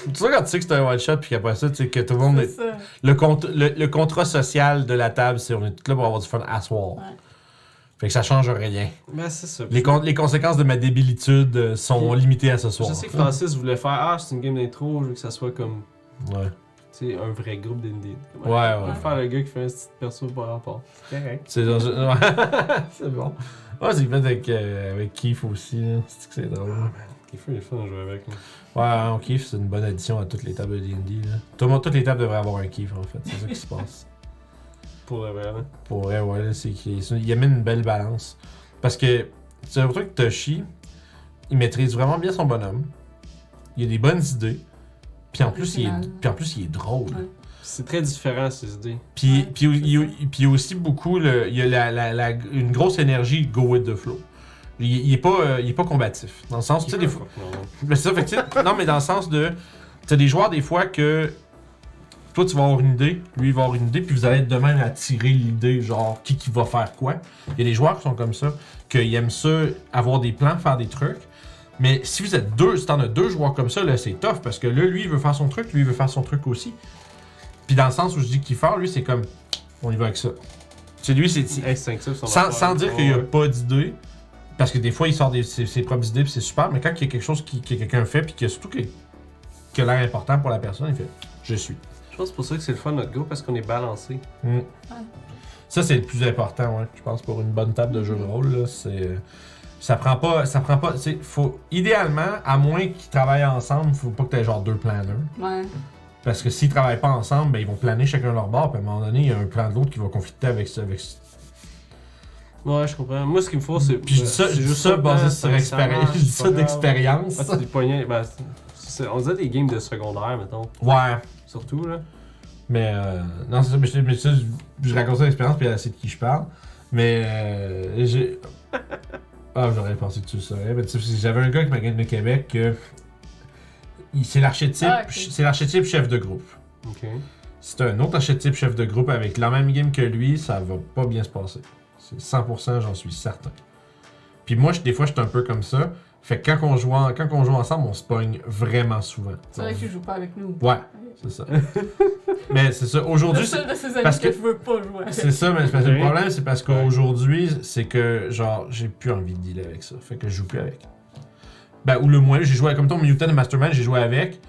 Speaker 2: Tu sais, quand tu sais que c'est un one shot, puis qu'après ça, tu sais que tout le monde.
Speaker 1: C'est
Speaker 2: Est...
Speaker 1: ça.
Speaker 2: Le, compte- le, le contrat social de la table, c'est on est tous là pour avoir du fun à soir.
Speaker 1: Ouais.
Speaker 2: Fait que ça change rien.
Speaker 3: Ben, c'est ça.
Speaker 2: Les, con- les conséquences de ma débilitude euh, sont
Speaker 3: Puis-
Speaker 2: limitées à ce soir.
Speaker 3: Je sais que Francis voulait faire Ah, c'est une game d'intro, je veux que ça soit comme
Speaker 2: Ouais.
Speaker 3: tu sais, un vrai groupe d'indie.
Speaker 2: Ouais, ouais.
Speaker 3: On va faire le gars qui fait un petit perso par rapport. C'est correct.
Speaker 2: C'est dans- ouais. c'est bon. Ouais, c'est fait avec, euh, avec Keith aussi. là. C'est que c'est drôle.
Speaker 3: Qui fait les fun à jouer avec. hein. là.
Speaker 2: Ouais, un kiff, c'est une bonne addition à toutes les tables de D&D. là. Tout le monde- toutes les tables devraient avoir un kiff, en fait. C'est ça qui se passe.
Speaker 3: Pour le vrai, hein. là.
Speaker 2: Pour vrai, ouais, là, c'est qu'il c'est- il amène une belle balance. Parce que, c'est un truc que Toshi, il maîtrise vraiment bien son bonhomme. Il a des bonnes idées. Puis en plus, il est,
Speaker 1: Original.
Speaker 2: puis en plus, il est drôle.
Speaker 1: Ouais.
Speaker 3: C'est très différent, ces idées.
Speaker 2: Puis,
Speaker 1: Ouais,
Speaker 2: puis, il, y a-
Speaker 1: c'est
Speaker 2: puis il y a aussi beaucoup, le- il y a la- la- la- une grosse énergie go with the flow. Il, il est pas, euh, il est pas combatif. Dans le sens, tu sais, des fois,
Speaker 3: Non, non.
Speaker 2: Mais c'est ça, fait que tu sais, non, mais dans le sens de. T'as des joueurs, des fois, que. Toi, tu vas avoir une idée, lui, il va avoir une idée, puis vous allez être de même à tirer l'idée, genre, qui, qui va faire quoi. Il y a des joueurs qui sont comme ça, qu'ils aiment ça, avoir des plans, faire des trucs. Mais si vous êtes deux, si t'en as deux joueurs comme ça, là, c'est tough, parce que là, lui, il veut faire son truc, lui, il veut faire son truc aussi. Puis dans le sens où je dis qu'il fait, lui, c'est comme, on y va avec ça. C'est lui, c'est. c'est-
Speaker 3: Instinctif, son
Speaker 2: sans,
Speaker 3: affaire.
Speaker 2: sans dire qu'il n'y a
Speaker 3: Ouais.
Speaker 2: pas d'idée, parce que des fois, il sort des- ses, ses propres idées, puis c'est super, mais quand il y a quelque chose qui- que quelqu'un fait, puis que surtout que- qui a l'air important pour la personne, il fait Je suis.
Speaker 3: Je pense que c'est pour ça que c'est le fun notre groupe parce qu'on est balancé.
Speaker 2: Mm. Ça, c'est le plus important, ouais, je pense, pour une bonne table de jeu de rôle. là, c'est, euh, ça prend pas. Ça prend pas tu sais, faut, idéalement, à moins qu'ils travaillent ensemble, faut pas que tu aies genre deux planeurs.
Speaker 1: Ouais.
Speaker 2: Parce que s'ils travaillent pas ensemble, ben, ils vont planer chacun leur bord, puis à un moment donné, il y a un plan de l'autre qui va conflicter avec, ce- avec ce-
Speaker 3: Ouais, je comprends. Moi, ce qu'il me faut, c'est.
Speaker 2: Puis je dis ça,
Speaker 3: c'est
Speaker 2: je dis
Speaker 3: juste
Speaker 2: ça basé
Speaker 3: hein,
Speaker 2: sur
Speaker 3: ça
Speaker 2: expérience.
Speaker 3: marche,
Speaker 2: Je dis
Speaker 3: c'est
Speaker 2: ça
Speaker 3: pas grave.
Speaker 2: d'expérience.
Speaker 3: Ah, c'est des poignets. Ben, c'est- c'est- on disait des games de secondaire, mettons.
Speaker 2: Ouais.
Speaker 3: Surtout, là.
Speaker 2: Mais euh, non, c'est ça, mais, je, mais ça, je, je raconte ça l'expérience, puis elle sait de qui je parle. Mais euh, j'ai. Ah, j'aurais pensé que tu le saurais. Mais tu sais, j'avais un gars qui m'a gagné de Québec que. il- C'est l'archétype,
Speaker 1: Ah, ok.
Speaker 2: c'est l'archétype chef de groupe.
Speaker 3: Ok.
Speaker 2: Si t'as un autre archétype chef de groupe avec la même game que lui, ça va pas bien se passer. C'est 100%, j'en suis certain. Puis moi, je- des fois, je suis un peu comme ça. Fait que quand on joue, en- quand on joue ensemble, on se pogne vraiment souvent.
Speaker 1: C'est vrai que tu joues pas avec nous.
Speaker 2: Ouais, c'est ça. Mais c'est ça. Aujourd'hui,
Speaker 1: Le
Speaker 2: c'est-
Speaker 1: seul de ses amis
Speaker 2: parce
Speaker 1: que,
Speaker 2: que-
Speaker 1: je veux pas jouer avec.
Speaker 2: c'est ça, mais c'est parce que le
Speaker 3: Ok.
Speaker 2: problème, c'est parce qu'aujourd'hui, c'est que, genre, j'ai plus envie de dealer avec ça. Fait que je joue plus avec. Ben, ou le moins, j'ai joué comme ton Mutant et Mastermind, j'ai joué avec.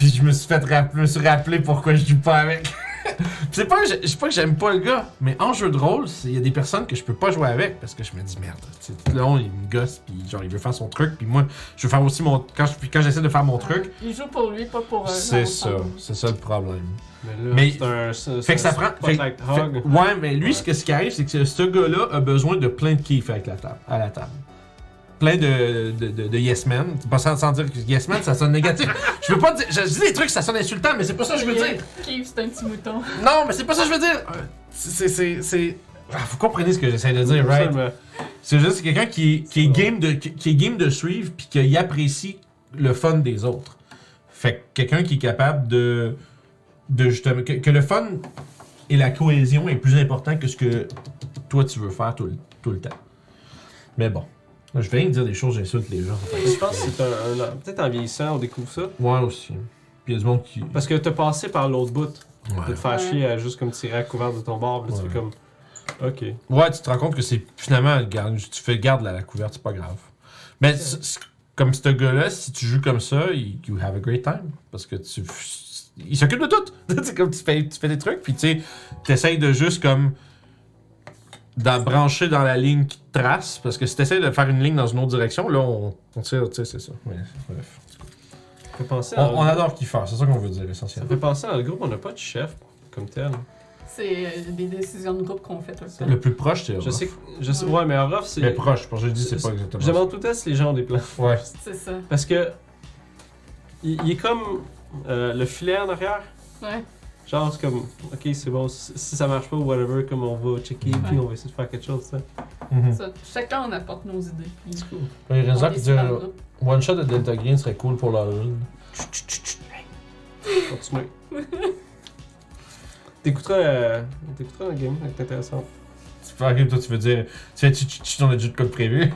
Speaker 2: Puis je me suis fait rappeler, me suis rappelé pourquoi je joue pas avec. Puis c'est pas, que j'ai- c'est pas que j'aime pas le gars, mais en jeu de rôle, c'est- il y a des personnes que je peux pas jouer avec parce que je me dis merde, tu sais, tout le long, il me gosse, puis genre, il veut faire son truc, puis moi, je veux faire aussi mon. Quand je- puis quand j'essaie de faire mon truc,
Speaker 1: Il joue pour lui, pas pour euh, eux.
Speaker 2: c'est
Speaker 1: Non,
Speaker 2: ça, c'est ça le problème.
Speaker 3: Mais là,
Speaker 2: Mais-
Speaker 3: c'est un. c'est-
Speaker 2: Fait que
Speaker 3: c'est
Speaker 2: ça
Speaker 3: un
Speaker 2: prend. fait-
Speaker 3: Spotlight
Speaker 2: fait-
Speaker 3: hog.
Speaker 2: ouais, mais lui,
Speaker 3: Ouais.
Speaker 2: ce, que- ce qui arrive, c'est que ce gars-là a besoin de plein de kiff avec la table, à la table. Plein de, de, de, de yes men. C'est Pas sans, sans dire que yes men, ça sonne négatif. je veux pas dire. Je, je dis des trucs, ça sonne insultant, mais c'est pas ça que je veux
Speaker 1: Il y a-
Speaker 2: dire.
Speaker 1: Keith, c'est un petit mouton.
Speaker 2: Non, mais c'est pas ça que je veux dire. Euh, C'est. c'est- c'est- Ah, vous comprenez ce que j'essaie de dire, right?
Speaker 3: Absolument.
Speaker 2: C'est juste quelqu'un qui, est- qui, est
Speaker 3: C'est
Speaker 2: game de, qui, qui est game de suivre puis qui apprécie le fun des autres. Fait que quelqu'un qui est capable de. de justement, que, que le fun et la cohésion est plus important que ce que toi tu veux faire tout, le- tout le temps. Mais bon. Moi, Je vais rien dire des choses, j'insulte les gens.
Speaker 3: Je pense que c'est un. un- Peut-être en vieillissant, on découvre ça.
Speaker 2: Moi aussi. Puis il y a du monde qui.
Speaker 3: Parce que t'as passé par l'autre bout. De
Speaker 2: Ouais.
Speaker 3: te faire
Speaker 1: Ouais.
Speaker 3: chier à juste comme tirer à couvert de ton bord. Puis là, tu
Speaker 2: Ouais.
Speaker 3: fais comme. Ok.
Speaker 2: Ouais, tu te rends compte que c'est finalement, garde, tu fais garde la, la couverte, c'est pas grave. Mais c- c- comme ce gars-là, si tu joues comme ça, il- you have a great time. Parce que tu. Il s'occupe de tout. c'est comme tu fais, tu fais des trucs, puis tu sais, t'essayes de juste comme. D'en brancher dans la ligne qui te trace. Parce que si t'essayes de faire une ligne dans une autre direction, là, on, on tire, tu sais, c'est ça. Ouais, bref.
Speaker 3: Ça fait penser
Speaker 2: On,
Speaker 3: à.
Speaker 2: on adore kiffer, c'est ça qu'on veut dire
Speaker 3: Ça
Speaker 2: essentiellement.
Speaker 3: fait penser à notre groupe, on n'a pas de chef comme tel.
Speaker 1: C'est euh, des décisions de groupe qu'on fait tout le temps.
Speaker 2: Le plus proche, c'est
Speaker 3: Je
Speaker 2: Orof.
Speaker 3: sais que. Je sais, ouais, mais Orof, c'est.
Speaker 2: Mais proche, parce que je dis, c'est pas exactement.
Speaker 3: Je demande tout le temps si les gens ont des plans.
Speaker 2: Ouais.
Speaker 1: C'est ça.
Speaker 3: Parce que. Il, il est comme. euh, le filet en arrière.
Speaker 1: Ouais.
Speaker 2: Hmm.
Speaker 3: Genre, c'est comme. Ok, c'est bon. Si, si ça marche pas, whatever, comme on va checker, puis on va essayer de faire quelque chose, ça.
Speaker 2: Mhm.
Speaker 1: ça. Chacun, on apporte nos idées. puis
Speaker 3: C'est cool.
Speaker 2: Il y a
Speaker 1: on
Speaker 2: des gens qui
Speaker 1: décide
Speaker 2: disent,
Speaker 1: par groupe.
Speaker 2: One shot de Delta Green serait cool pour l'Halloween.
Speaker 3: Continuez. T'écouteras, euh, t'écouteras la game, c'est intéressant.
Speaker 2: Tu fais ok, toi tu veux dire. Tu fais tu tu tu ton jeu de code prévu.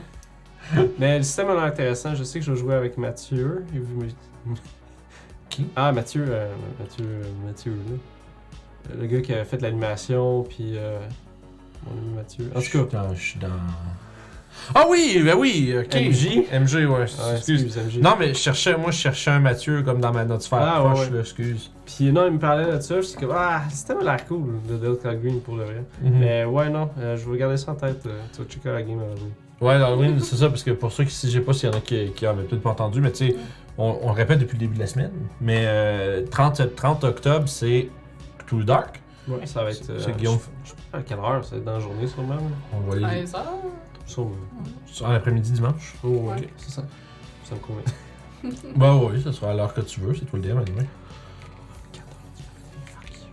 Speaker 3: Mais le système a l'air intéressant. Je sais que je vais jouer avec Mathieu. Et vous me-
Speaker 2: Qui?
Speaker 3: Ah, Mathieu. euh, Mathieu. euh, Mathieu, là. Le gars qui a fait de l'animation, puis. euh, mon ami Mathieu. En tout cas.
Speaker 2: je suis dans. Ah oui, ben oui, ok.
Speaker 3: MJ?
Speaker 2: MJ, ouais.
Speaker 3: Ah,
Speaker 2: excuse.
Speaker 3: excuse, MJ.
Speaker 2: Non, mais je cherchais, moi je cherchais un Mathieu comme dans ma notre sphère
Speaker 3: Ah,
Speaker 2: proche,
Speaker 3: ouais, ouais.
Speaker 2: là, excuse.
Speaker 3: Puis non, il me parlait de ça. Je suis comme, ah, le système a l'air cool de Delta Green pour le
Speaker 2: Mm.
Speaker 3: vrai.
Speaker 2: Mhm.
Speaker 3: Mais ouais, non, euh, je vais garder ça en tête. euh, tu vas checker la game avant de jouer.
Speaker 2: Ouais, l'Halloween, c'est ça, parce que pour ceux qui, si j'ai pas s'il y en a qui, qui avaient peut-être pas entendu, mais tu sais, on, on répète depuis le début de la semaine, mais euh, 30, 30 octobre, c'est Cthulhu Dark.
Speaker 3: Ouais, ça va être. euh,
Speaker 2: C'est- c'est Guillaume.
Speaker 3: Je je sais pas à quelle heure, ça va être dans la journée sûrement. là.
Speaker 2: On va aller
Speaker 1: Ouais, ça.
Speaker 3: Sûrement.
Speaker 2: en après-midi dimanche.
Speaker 3: Oh, ok,
Speaker 1: Ouais.
Speaker 3: c'est ça. Ça me convient.
Speaker 2: Bah oui, ça sera à l'heure que tu veux, c'est toi le DM, anyway.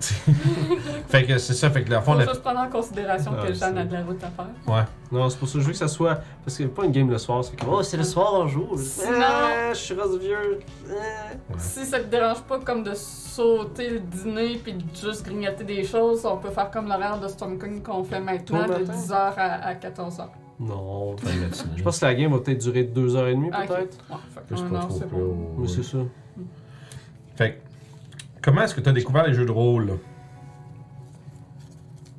Speaker 2: Fait que c'est ça, fait que la fond,
Speaker 1: Faut
Speaker 2: la...
Speaker 1: juste prendre en considération
Speaker 3: Ah,
Speaker 1: que Jeanne
Speaker 3: c'est-
Speaker 1: a de la route à faire.
Speaker 2: Ouais.
Speaker 3: Non, c'est pour ça que je veux que ça soit. Parce qu'il n'y a pas une game le soir, c'est comme Oh, c'est le soir, on joue.
Speaker 1: Sinon-
Speaker 3: Ah, je suis rose vieux. Ah.
Speaker 1: Si ça te dérange pas comme de sauter le dîner puis de juste grignoter des choses, on peut faire comme l'horaire de Storm King qu'on fait maintenant
Speaker 3: Tôt le
Speaker 1: de
Speaker 3: matin.
Speaker 1: 10h à, 14h.
Speaker 3: Non. Je pense que la game va peut-être durer 2h30
Speaker 1: Ah,
Speaker 3: peut-être.
Speaker 1: c'est bon.
Speaker 3: Mais c'est ça.
Speaker 2: Fait que, comment est-ce que t'as découvert les jeux de rôle?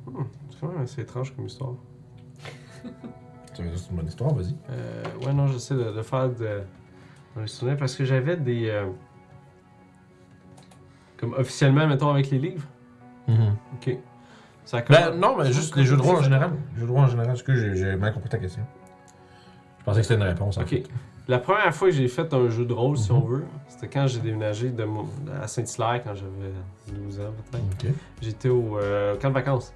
Speaker 3: Hmm, C'est quand même assez étrange comme histoire.
Speaker 2: C'est une bonne histoire, vas-y.
Speaker 3: Euh, ouais, non, j'essaie de, de faire de, dans les souvenirs parce que j'avais des. euh, comme officiellement, mettons, avec les livres. Ok. Ça a
Speaker 2: Mm-hmm. Ben
Speaker 3: commencé-
Speaker 2: non, mais juste les jeux de rôle en général. Les jeux de rôle en général, parce que j'ai- j'ai mal compris ta question. Je pensais que c'était une réponse. en
Speaker 3: Ok.
Speaker 2: fait.
Speaker 3: La première fois que j'ai fait un jeu de rôle, si
Speaker 2: Mhm.
Speaker 3: on veut, c'était quand j'ai déménagé de mon- à Saint-Hilaire quand j'avais 12 ans, peut-être.
Speaker 2: Ok.
Speaker 3: J'étais au euh, camp de vacances.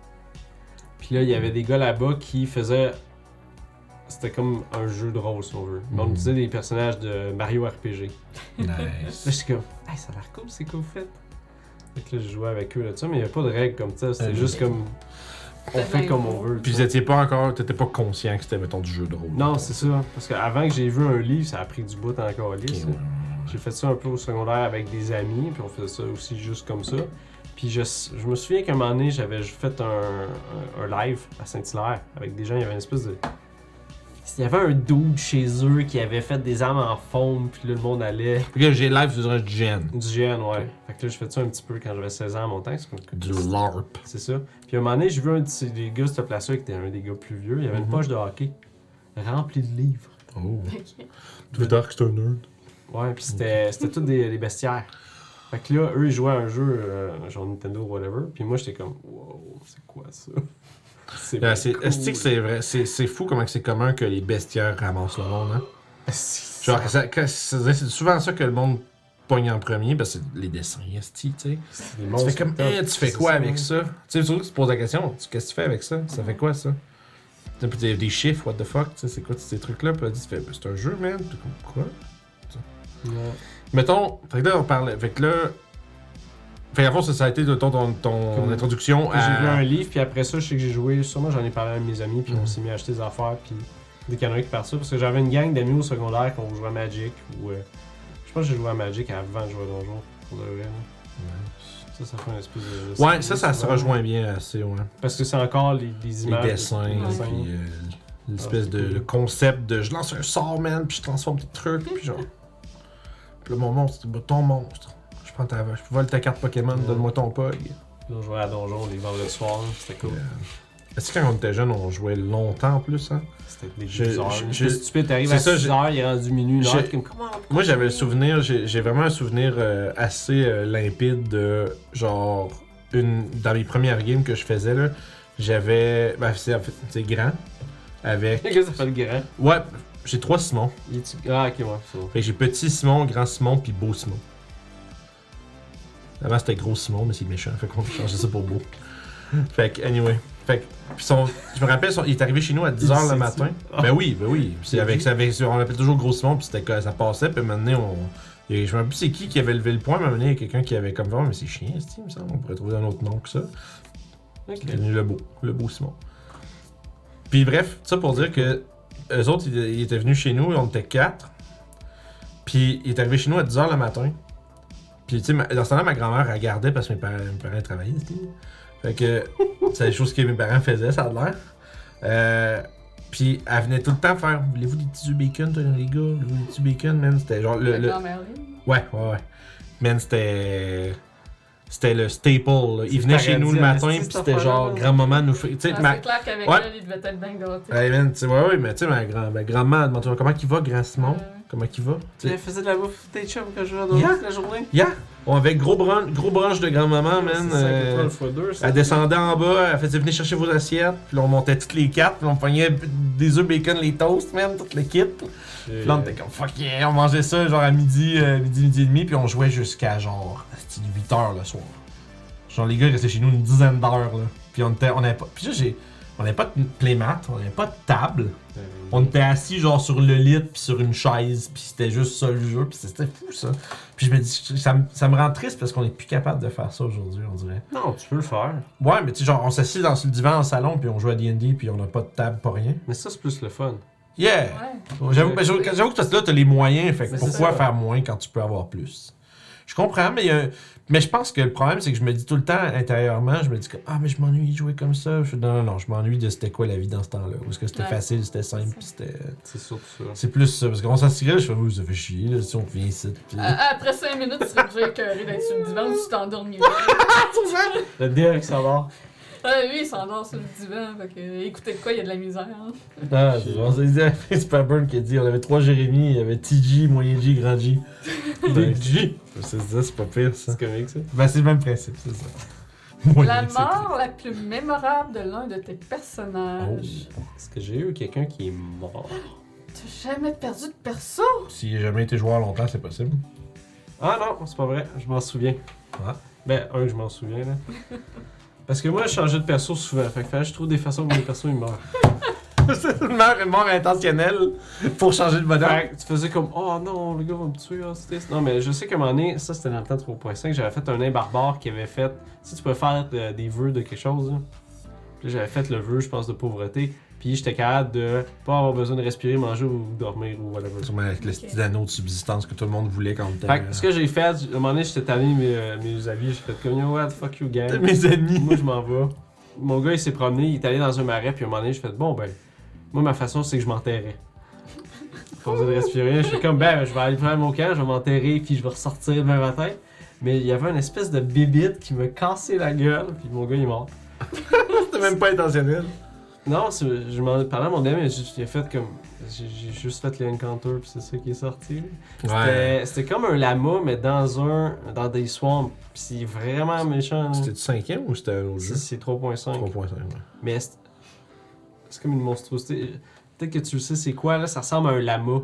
Speaker 3: Puis là, il y avait des gars là-bas qui faisaient. C'était comme un jeu de rôle, si on veut. Mais On
Speaker 2: Mhm.
Speaker 3: utilisait des personnages de Mario RPG. Là,
Speaker 2: Nice.
Speaker 3: j'étais comme, hey, ça a l'air cool, c'est cool fait. Fait que là, je jouais avec eux là-dessus, mais il n'y a pas de règles comme ça. C'est
Speaker 4: Euh,
Speaker 3: juste comme. On
Speaker 1: C'est
Speaker 3: fait
Speaker 1: bien
Speaker 3: comme
Speaker 1: beau.
Speaker 3: on veut. tu
Speaker 2: Puis vous
Speaker 3: sais.
Speaker 2: étiez pas encore, t'étais pas conscient que c'était, mettons, du jeu de rôle.
Speaker 3: Non, c'est ça. Parce qu'avant que j'ai vu un livre, ça a pris du bout encore
Speaker 2: Ok,
Speaker 3: lisse.
Speaker 2: ouais.
Speaker 3: J'ai fait ça un peu au secondaire avec des amis, puis on faisait ça aussi juste comme ça. Puis je, je me souviens qu'à un moment donné, j'avais fait un, un- un live à Saint-Hilaire avec des gens, il y avait une espèce de... Il y avait un dude chez eux qui avait fait des armes en forme, puis là, le monde allait
Speaker 4: Puis là, j'ai live sur un gen.
Speaker 3: du GN, ouais. Fait que là, je fais ça un petit peu quand j'avais 16 ans à mon temps. c'est comme-
Speaker 2: Du LARP.
Speaker 3: C'est ça. Puis à un moment donné, j'ai vu un de ces- des gars de cette place-là qui était un des gars plus vieux. Il y avait une
Speaker 2: Mhm.
Speaker 3: poche de hockey remplie de livres.
Speaker 2: Oh.
Speaker 1: Ok.
Speaker 2: Tout dark, c'est un nerd.
Speaker 3: Ouais, puis c'était c'était tous des, des bestiaires. Fait que là, eux, ils jouaient à un jeu, euh, genre Nintendo ou whatever. Puis moi, j'étais comme, wow, c'est quoi ça? C'est bien
Speaker 2: Ouais, Ah, c'est,
Speaker 3: cool.
Speaker 2: Est-ce que c'est vrai? C'est, c'est fou comment que c'est commun que les bestiaires ramassent le monde, hein?
Speaker 3: Esti,
Speaker 2: Genre, que ça- que c'est, c'est souvent ça que le monde pogne en premier, parce que c'est les dessins, esti, tu sais.
Speaker 3: c'est des
Speaker 2: Tu
Speaker 3: monstres
Speaker 2: fais comme,
Speaker 3: top.
Speaker 2: Eh, tu fais
Speaker 3: C'est
Speaker 2: quoi
Speaker 3: ça.
Speaker 2: avec ça? Tu sais, surtout que tu te poses la question, tu- qu'est-ce que tu fais avec ça? Ça fait quoi ça? Tu sais, puis Des, des chiffres, what the fuck, tu sais, c'est quoi tous ces trucs-là? Puis là, tu fais, Ben, c'est un jeu, man. Puis comme, quoi?
Speaker 3: Ouais.
Speaker 2: Mettons, fait que là, on parlait, fait que là. Fait qu'à fond, ça, ça a été ton, ton, ton
Speaker 3: Comme-
Speaker 2: introduction
Speaker 3: J'ai lu
Speaker 2: à.
Speaker 3: un livre, puis après ça, je sais que j'ai joué. Sûrement, j'en ai parlé à mes amis, puis on
Speaker 2: Euh, Mhm.
Speaker 3: s'est mis à acheter des affaires, puis des conneries qui partent ça. Parce que j'avais une gang d'amis au secondaire qu'on jouait à Magic, ou. euh, je pense que j'ai joué à Magic avant de jouer à Donjon, pour de vrai. là. Ça, ça fait un espèce de.
Speaker 2: Ouais, ça, ça se
Speaker 3: souvent.
Speaker 2: rejoint bien assez, ouais.
Speaker 3: Parce que c'est encore les, les
Speaker 2: Les
Speaker 3: images.
Speaker 2: dessins,
Speaker 3: les dessins.
Speaker 2: puis euh, l'espèce
Speaker 3: Ah,
Speaker 2: de
Speaker 3: c'est cool.
Speaker 2: le concept de je lance un sort, man, puis je transforme des trucs, puis genre. Puis là, mon monstre, bah, ton monstre. Je prends ta. Je vole ta carte Pokémon,
Speaker 3: Ouais.
Speaker 2: donne-moi ton Pog.
Speaker 3: Là, on jouait à Donjon les vendredis soirs, là, c'était cool.
Speaker 2: Euh, Est-ce que quand on était jeune, on jouait longtemps en plus, hein?
Speaker 3: C'était des
Speaker 2: je-
Speaker 3: bizarres.
Speaker 2: je-
Speaker 3: C'était stupide, t'arrives à
Speaker 2: c'est ça,
Speaker 3: 6
Speaker 2: je-
Speaker 3: heures, il est rendu minuit, une
Speaker 2: je-
Speaker 3: heure, t'es comme comment
Speaker 2: Moi, j'avais le souvenir, j'ai j'ai vraiment un souvenir euh, assez euh, limpide de genre, une, dans les premières games que je faisais, là, j'avais. Ben, c'est en fait, c'est grand. Avec.
Speaker 3: Qu'est-ce que ça fait le grand
Speaker 2: Ouais, j'ai trois Simons.
Speaker 3: Il est- Ah, ok, ouais, c'est bon.
Speaker 2: Fait que j'ai petit Simon, grand Simon, puis beau Simon. Avant c'était gros Simon, mais c'est méchant, fait qu'on a changé ça pour beau. Fait que, anyway. Fait que, puis son, je me rappelle, son- il est arrivé chez nous à 10h le
Speaker 3: sait-tu?
Speaker 2: matin.
Speaker 3: Ah.
Speaker 2: Ben oui, ben oui. Puis
Speaker 3: Il
Speaker 2: avec,
Speaker 3: dit.
Speaker 2: avec- on l'appelle toujours gros Simon, puis c'était que ça passait, puis maintenant on. et je me rappelle plus c'est qui qui avait levé le point, mais maintenant il y a quelqu'un qui avait comme fait, mais c'est chien, c'est il me semble, on pourrait trouver un autre nom que ça.
Speaker 3: Ok.
Speaker 2: C'est devenu le beau, le beau Simon. Puis bref, ça pour dire que eux autres, ils, ils étaient venus chez nous, on était quatre. Puis ils étaient arrivés chez nous à 10h le matin. Puis tu sais, ma- dans ce temps-là, ma grand-mère regardait parce que mes parents, mes parents travaillaient. tu sais. Fait que c'est des choses que mes parents faisaient, ça a l'air. Euh, puis elle venait tout le temps faire Voulez-vous des petits œufs bacon, toi, les gars Voulez-vous des petits bacon, man C'était genre le-
Speaker 1: La
Speaker 2: le,
Speaker 1: grand-mère Lynn.
Speaker 2: Ouais, ouais, ouais. Man, c'était. C'était le staple. là.
Speaker 3: C'est
Speaker 2: Il venait chez
Speaker 3: paradis,
Speaker 2: nous le
Speaker 3: hein,
Speaker 2: matin,
Speaker 3: c'est
Speaker 2: puis
Speaker 3: cette
Speaker 2: c'était
Speaker 3: affaire-là,
Speaker 2: genre
Speaker 3: là.
Speaker 2: grand-maman nous fait. Tu sais,
Speaker 1: Ah,
Speaker 2: ma...
Speaker 1: C'est clair qu'avec
Speaker 2: Ouais.
Speaker 1: elle, il devait être bien gâté.
Speaker 2: Hey, man, tu sais, ouais, ouais, mais tu sais, ma, grand... ma grand-maman, elle demande comment il va, grand Simon
Speaker 1: Ouais.
Speaker 2: Comment il va Tu sais,
Speaker 3: faisait de la bouffe tes chums quand je jouais à
Speaker 2: Donjon
Speaker 3: la journée.
Speaker 2: Yeah On avait gros, bran- gros branche de grand-maman, man. euh, elle descendait en bas, elle faisait venir chercher vos assiettes, puis là, on montait toutes les quatre, puis on pognait des œufs bacon, les toasts, man, tout le kit. Puis
Speaker 3: Euh.
Speaker 2: là, on était comme fuck yeah, on mangeait ça genre à midi, euh, midi, midi et demi, puis on jouait jusqu'à genre 8 h le soir. Genre les gars ils restaient chez nous une dizaine d'heures là. Puis on était, on avait pas, puis là, j'ai, on avait pas de playmat, on avait pas de table.
Speaker 3: euh,
Speaker 2: On était assis genre sur le lit puis sur une chaise, puis c'était juste ça le jeu, puis c'était fou ça. Puis je me dis, ça, me- ça me rend triste parce qu'on est plus capable de faire ça aujourd'hui, on dirait.
Speaker 3: Non, tu peux le faire.
Speaker 2: Ouais, mais tu sais genre on s'assit dans le divan en salon puis on joue à D&D puis on a pas de table, pas rien.
Speaker 3: Mais ça, c'est plus le fun.
Speaker 2: Yeah.
Speaker 1: Ouais.
Speaker 2: J'avoue, ben, j'avoue que- j'avoue que parce que là, t'as les moyens, fait que
Speaker 3: Mais c'est
Speaker 2: pourquoi
Speaker 3: ça.
Speaker 2: faire moins quand tu peux avoir plus? Je comprends, mais, il y a un- mais je pense que le problème, c'est que je me dis tout le temps intérieurement, je me dis que Ah, mais je m'ennuie de jouer comme ça. Je fais, non, non, non, je m'ennuie de c'était quoi la vie dans ce temps-là. Parce que c'était
Speaker 1: Ouais.
Speaker 2: facile, c'était simple,
Speaker 1: C'est ça.
Speaker 2: puis c'était. euh,
Speaker 3: C'est surtout ça.
Speaker 2: C'est plus ça. Parce qu'on s'en tirait, je fais, vous, ça fait chier, là, si on revient ici. Puis...
Speaker 1: Euh, Après 5 minutes, tu serais déjà écœuré d'être sur le divan ou tu t'endormis.
Speaker 3: Le deal qui s'en va.
Speaker 1: Ouais, Euh, lui, il s'endort sur le divan. Fait que, euh, écoutez de quoi, il y a de la misère. hein.
Speaker 2: Ah, on s'est dit, c'est pas Burn qui a dit on avait trois Jérémy, il y avait TG, moyen G, grand G. Big G. C'est ça, c'est pas pire, ça.
Speaker 3: C'est comique, ça.
Speaker 2: Ben, c'est le même principe, c'est ça. Moyen
Speaker 1: La
Speaker 2: G, c'est
Speaker 1: mort la plus mémorable de l'un de tes personnages.
Speaker 3: Est-ce que j'ai eu quelqu'un qui est mort?
Speaker 1: T'as jamais perdu de perso?
Speaker 2: S'il n'a jamais été joueur longtemps, c'est possible.
Speaker 3: Ah non, c'est pas vrai, je m'en souviens.
Speaker 2: Ah.
Speaker 3: Ben, un, je m'en souviens, là. Parce que moi, je changeais de perso souvent, fait que fallait que je trouve des façons que mes persos ils meurent.
Speaker 5: c'est une mort, une mort intentionnelle pour changer de bonheur.
Speaker 3: Fait que tu faisais comme, oh non, le gars va me tuer, oh, c'était- Non, mais je sais qu'à un moment donné, ça c'était dans le temps 3.5, j'avais fait un nain barbare qui avait fait, si tu peux faire euh, des vœux de quelque chose, là. Puis là, j'avais fait le vœu, je pense, de pauvreté. Puis j'étais capable de pas avoir besoin de respirer, manger ou dormir ou whatever.
Speaker 2: Sûrement avec le petit anneau de subsistance que tout le monde voulait quand on était.
Speaker 3: Fait que ce que j'ai fait, à un moment donné, j'étais tanné, mes, euh, mes amis, j'ai fait comme, yo, what, fuck you,
Speaker 2: euh,
Speaker 3: gang.
Speaker 5: Mes amis.
Speaker 3: Moi, je m'en vais. Mon gars, il s'est promené, il est allé dans un marais, puis à un moment donné, j'ai fait Bon, ben, moi, ma façon, c'est que je m'enterrais. Pas besoin de respirer. Je suis comme Ben, je vais aller prendre mon camp, je vais m'enterrer, puis je vais ressortir demain matin. Mais il y avait une espèce de bibite qui me cassait la gueule, puis mon gars, il est mort.
Speaker 5: C'était même pas intentionnel.
Speaker 3: Non, c'est- je m'en parlais à mon ami, mais j'ai j'ai fait comme. J'ai j'ai juste fait le encounter, puis c'est ça qui est sorti.
Speaker 2: Ouais.
Speaker 3: C'était- C'était comme un lama, mais dans un. dans des swamps, puis c'est vraiment méchant. là.
Speaker 2: C'était du cinquième ou c'était un autre
Speaker 3: C'est
Speaker 2: jeu
Speaker 3: c'est 3.5.
Speaker 2: 3.5. ouais.
Speaker 3: Mais c'est c'est comme une monstruosité. Peut-être que tu le sais, c'est quoi là Ça ressemble à un lama.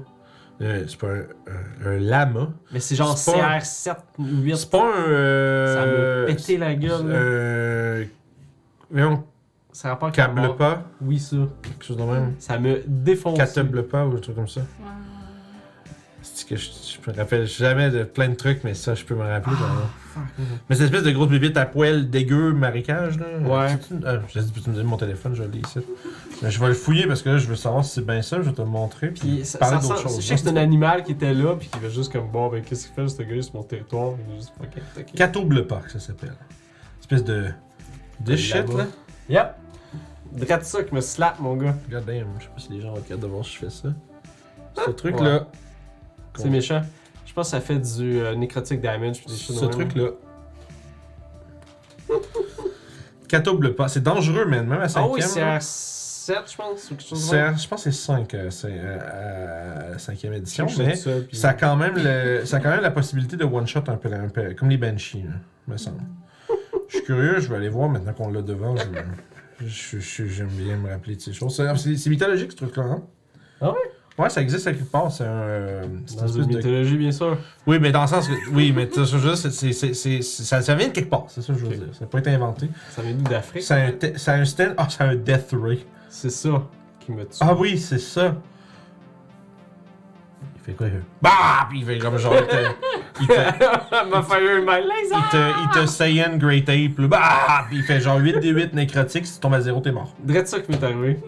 Speaker 2: Euh, C'est pas un, un- un lama.
Speaker 3: Mais c'est genre
Speaker 2: C'est pas-
Speaker 3: CR7 ou 8.
Speaker 2: C'est pas un. euh,
Speaker 3: Ça me pété la gueule. là.
Speaker 2: Euh. Voyons,
Speaker 3: ça rapporte à la
Speaker 2: câble
Speaker 3: mort.
Speaker 2: pas,
Speaker 3: Oui, ça.
Speaker 2: quelque chose de même.
Speaker 3: Ça me défonce.
Speaker 2: Catable pas ou un truc comme ça. C'est que je, je me rappelle jamais de plein de trucs, mais ça, je peux me rappeler.
Speaker 3: Ah,
Speaker 2: là. Mais cette espèce de grosse bibite à poêle dégueu, marécage, là.
Speaker 3: Ouais.
Speaker 2: Tu- tu- ah, je dis, peux-tu me donner mon téléphone, je l'ai ici. Mais je vais le fouiller parce que là, je veux savoir si c'est bien ça, je vais te le montrer.
Speaker 3: Puis ça,
Speaker 2: parler
Speaker 3: ça
Speaker 2: d'autre
Speaker 3: ressemble-
Speaker 2: chose,
Speaker 3: Je sais que c'est
Speaker 2: hein.
Speaker 3: un animal qui était là, puis qui fait juste comme bon, ben qu'est-ce qu'il fait, ce gars-là, sur mon territoire. Il est juste ok, ok.
Speaker 2: Catable pas, que ça s'appelle. Espèce de. De
Speaker 3: Un
Speaker 2: shit,
Speaker 3: lama.
Speaker 2: là.
Speaker 3: Yep. Drette ça qui me slap, mon gars.
Speaker 2: God damn, je sais pas si les gens regardent devant si je fais ça. Ce
Speaker 3: Ah, Ouais.
Speaker 2: truc-là.
Speaker 3: C'est méchant. Je pense que ça fait du euh, nécrotic damage. Puis des choses de
Speaker 2: Ce
Speaker 3: même.
Speaker 2: truc-là. Catable pas. C'est dangereux, man. Même à
Speaker 3: Ah
Speaker 2: 5
Speaker 3: oui, CR7, je pense, ou quelque chose de même.
Speaker 2: C'est- je pense que c'est 5, c'est euh, euh, cinquième édition,
Speaker 3: Quelque chose
Speaker 2: mais
Speaker 3: de ça, puis-
Speaker 2: ça a, quand même le- ça a quand même la possibilité de one-shot un peu, un peu- comme les Banshees, là, me semble. Je suis curieux, je vais aller voir maintenant qu'on l'a devant. je- je- je- J'aime bien me rappeler de ces choses. C'est- C'est c'est mythologique ce truc-là, hein?
Speaker 3: Ah
Speaker 2: Ouais, ça existe à quelque part, c'est un... euh, c'est
Speaker 3: Dans
Speaker 2: une
Speaker 3: une
Speaker 2: espèce de-
Speaker 3: mythologie, bien sûr.
Speaker 2: Oui, mais dans le sens que... Oui, mais ça, je veux dire, c'est- c'est- c'est- c'est- ça, ça vient de quelque part, c'est ça que je veux
Speaker 3: Ok.
Speaker 2: dire. Ça n'a pas été inventé.
Speaker 3: Ça vient d'où d'Afrique?
Speaker 2: Ça a un, te- ça a un stand... Ah, ça a un death ray.
Speaker 3: C'est ça qui me tue.
Speaker 2: Ah oui, c'est ça. Il fait quoi, il fait Bah! Puis il fait comme genre. Il te, il te, Ah,
Speaker 3: Ma fire my laser!
Speaker 2: il te, il te Saiyan Great Ape. là. Bah! Puis il fait genre 8 des 8 nécrotiques. Si tu tombes à 0, t'es mort.
Speaker 3: Drette ça qui m'est arrivé.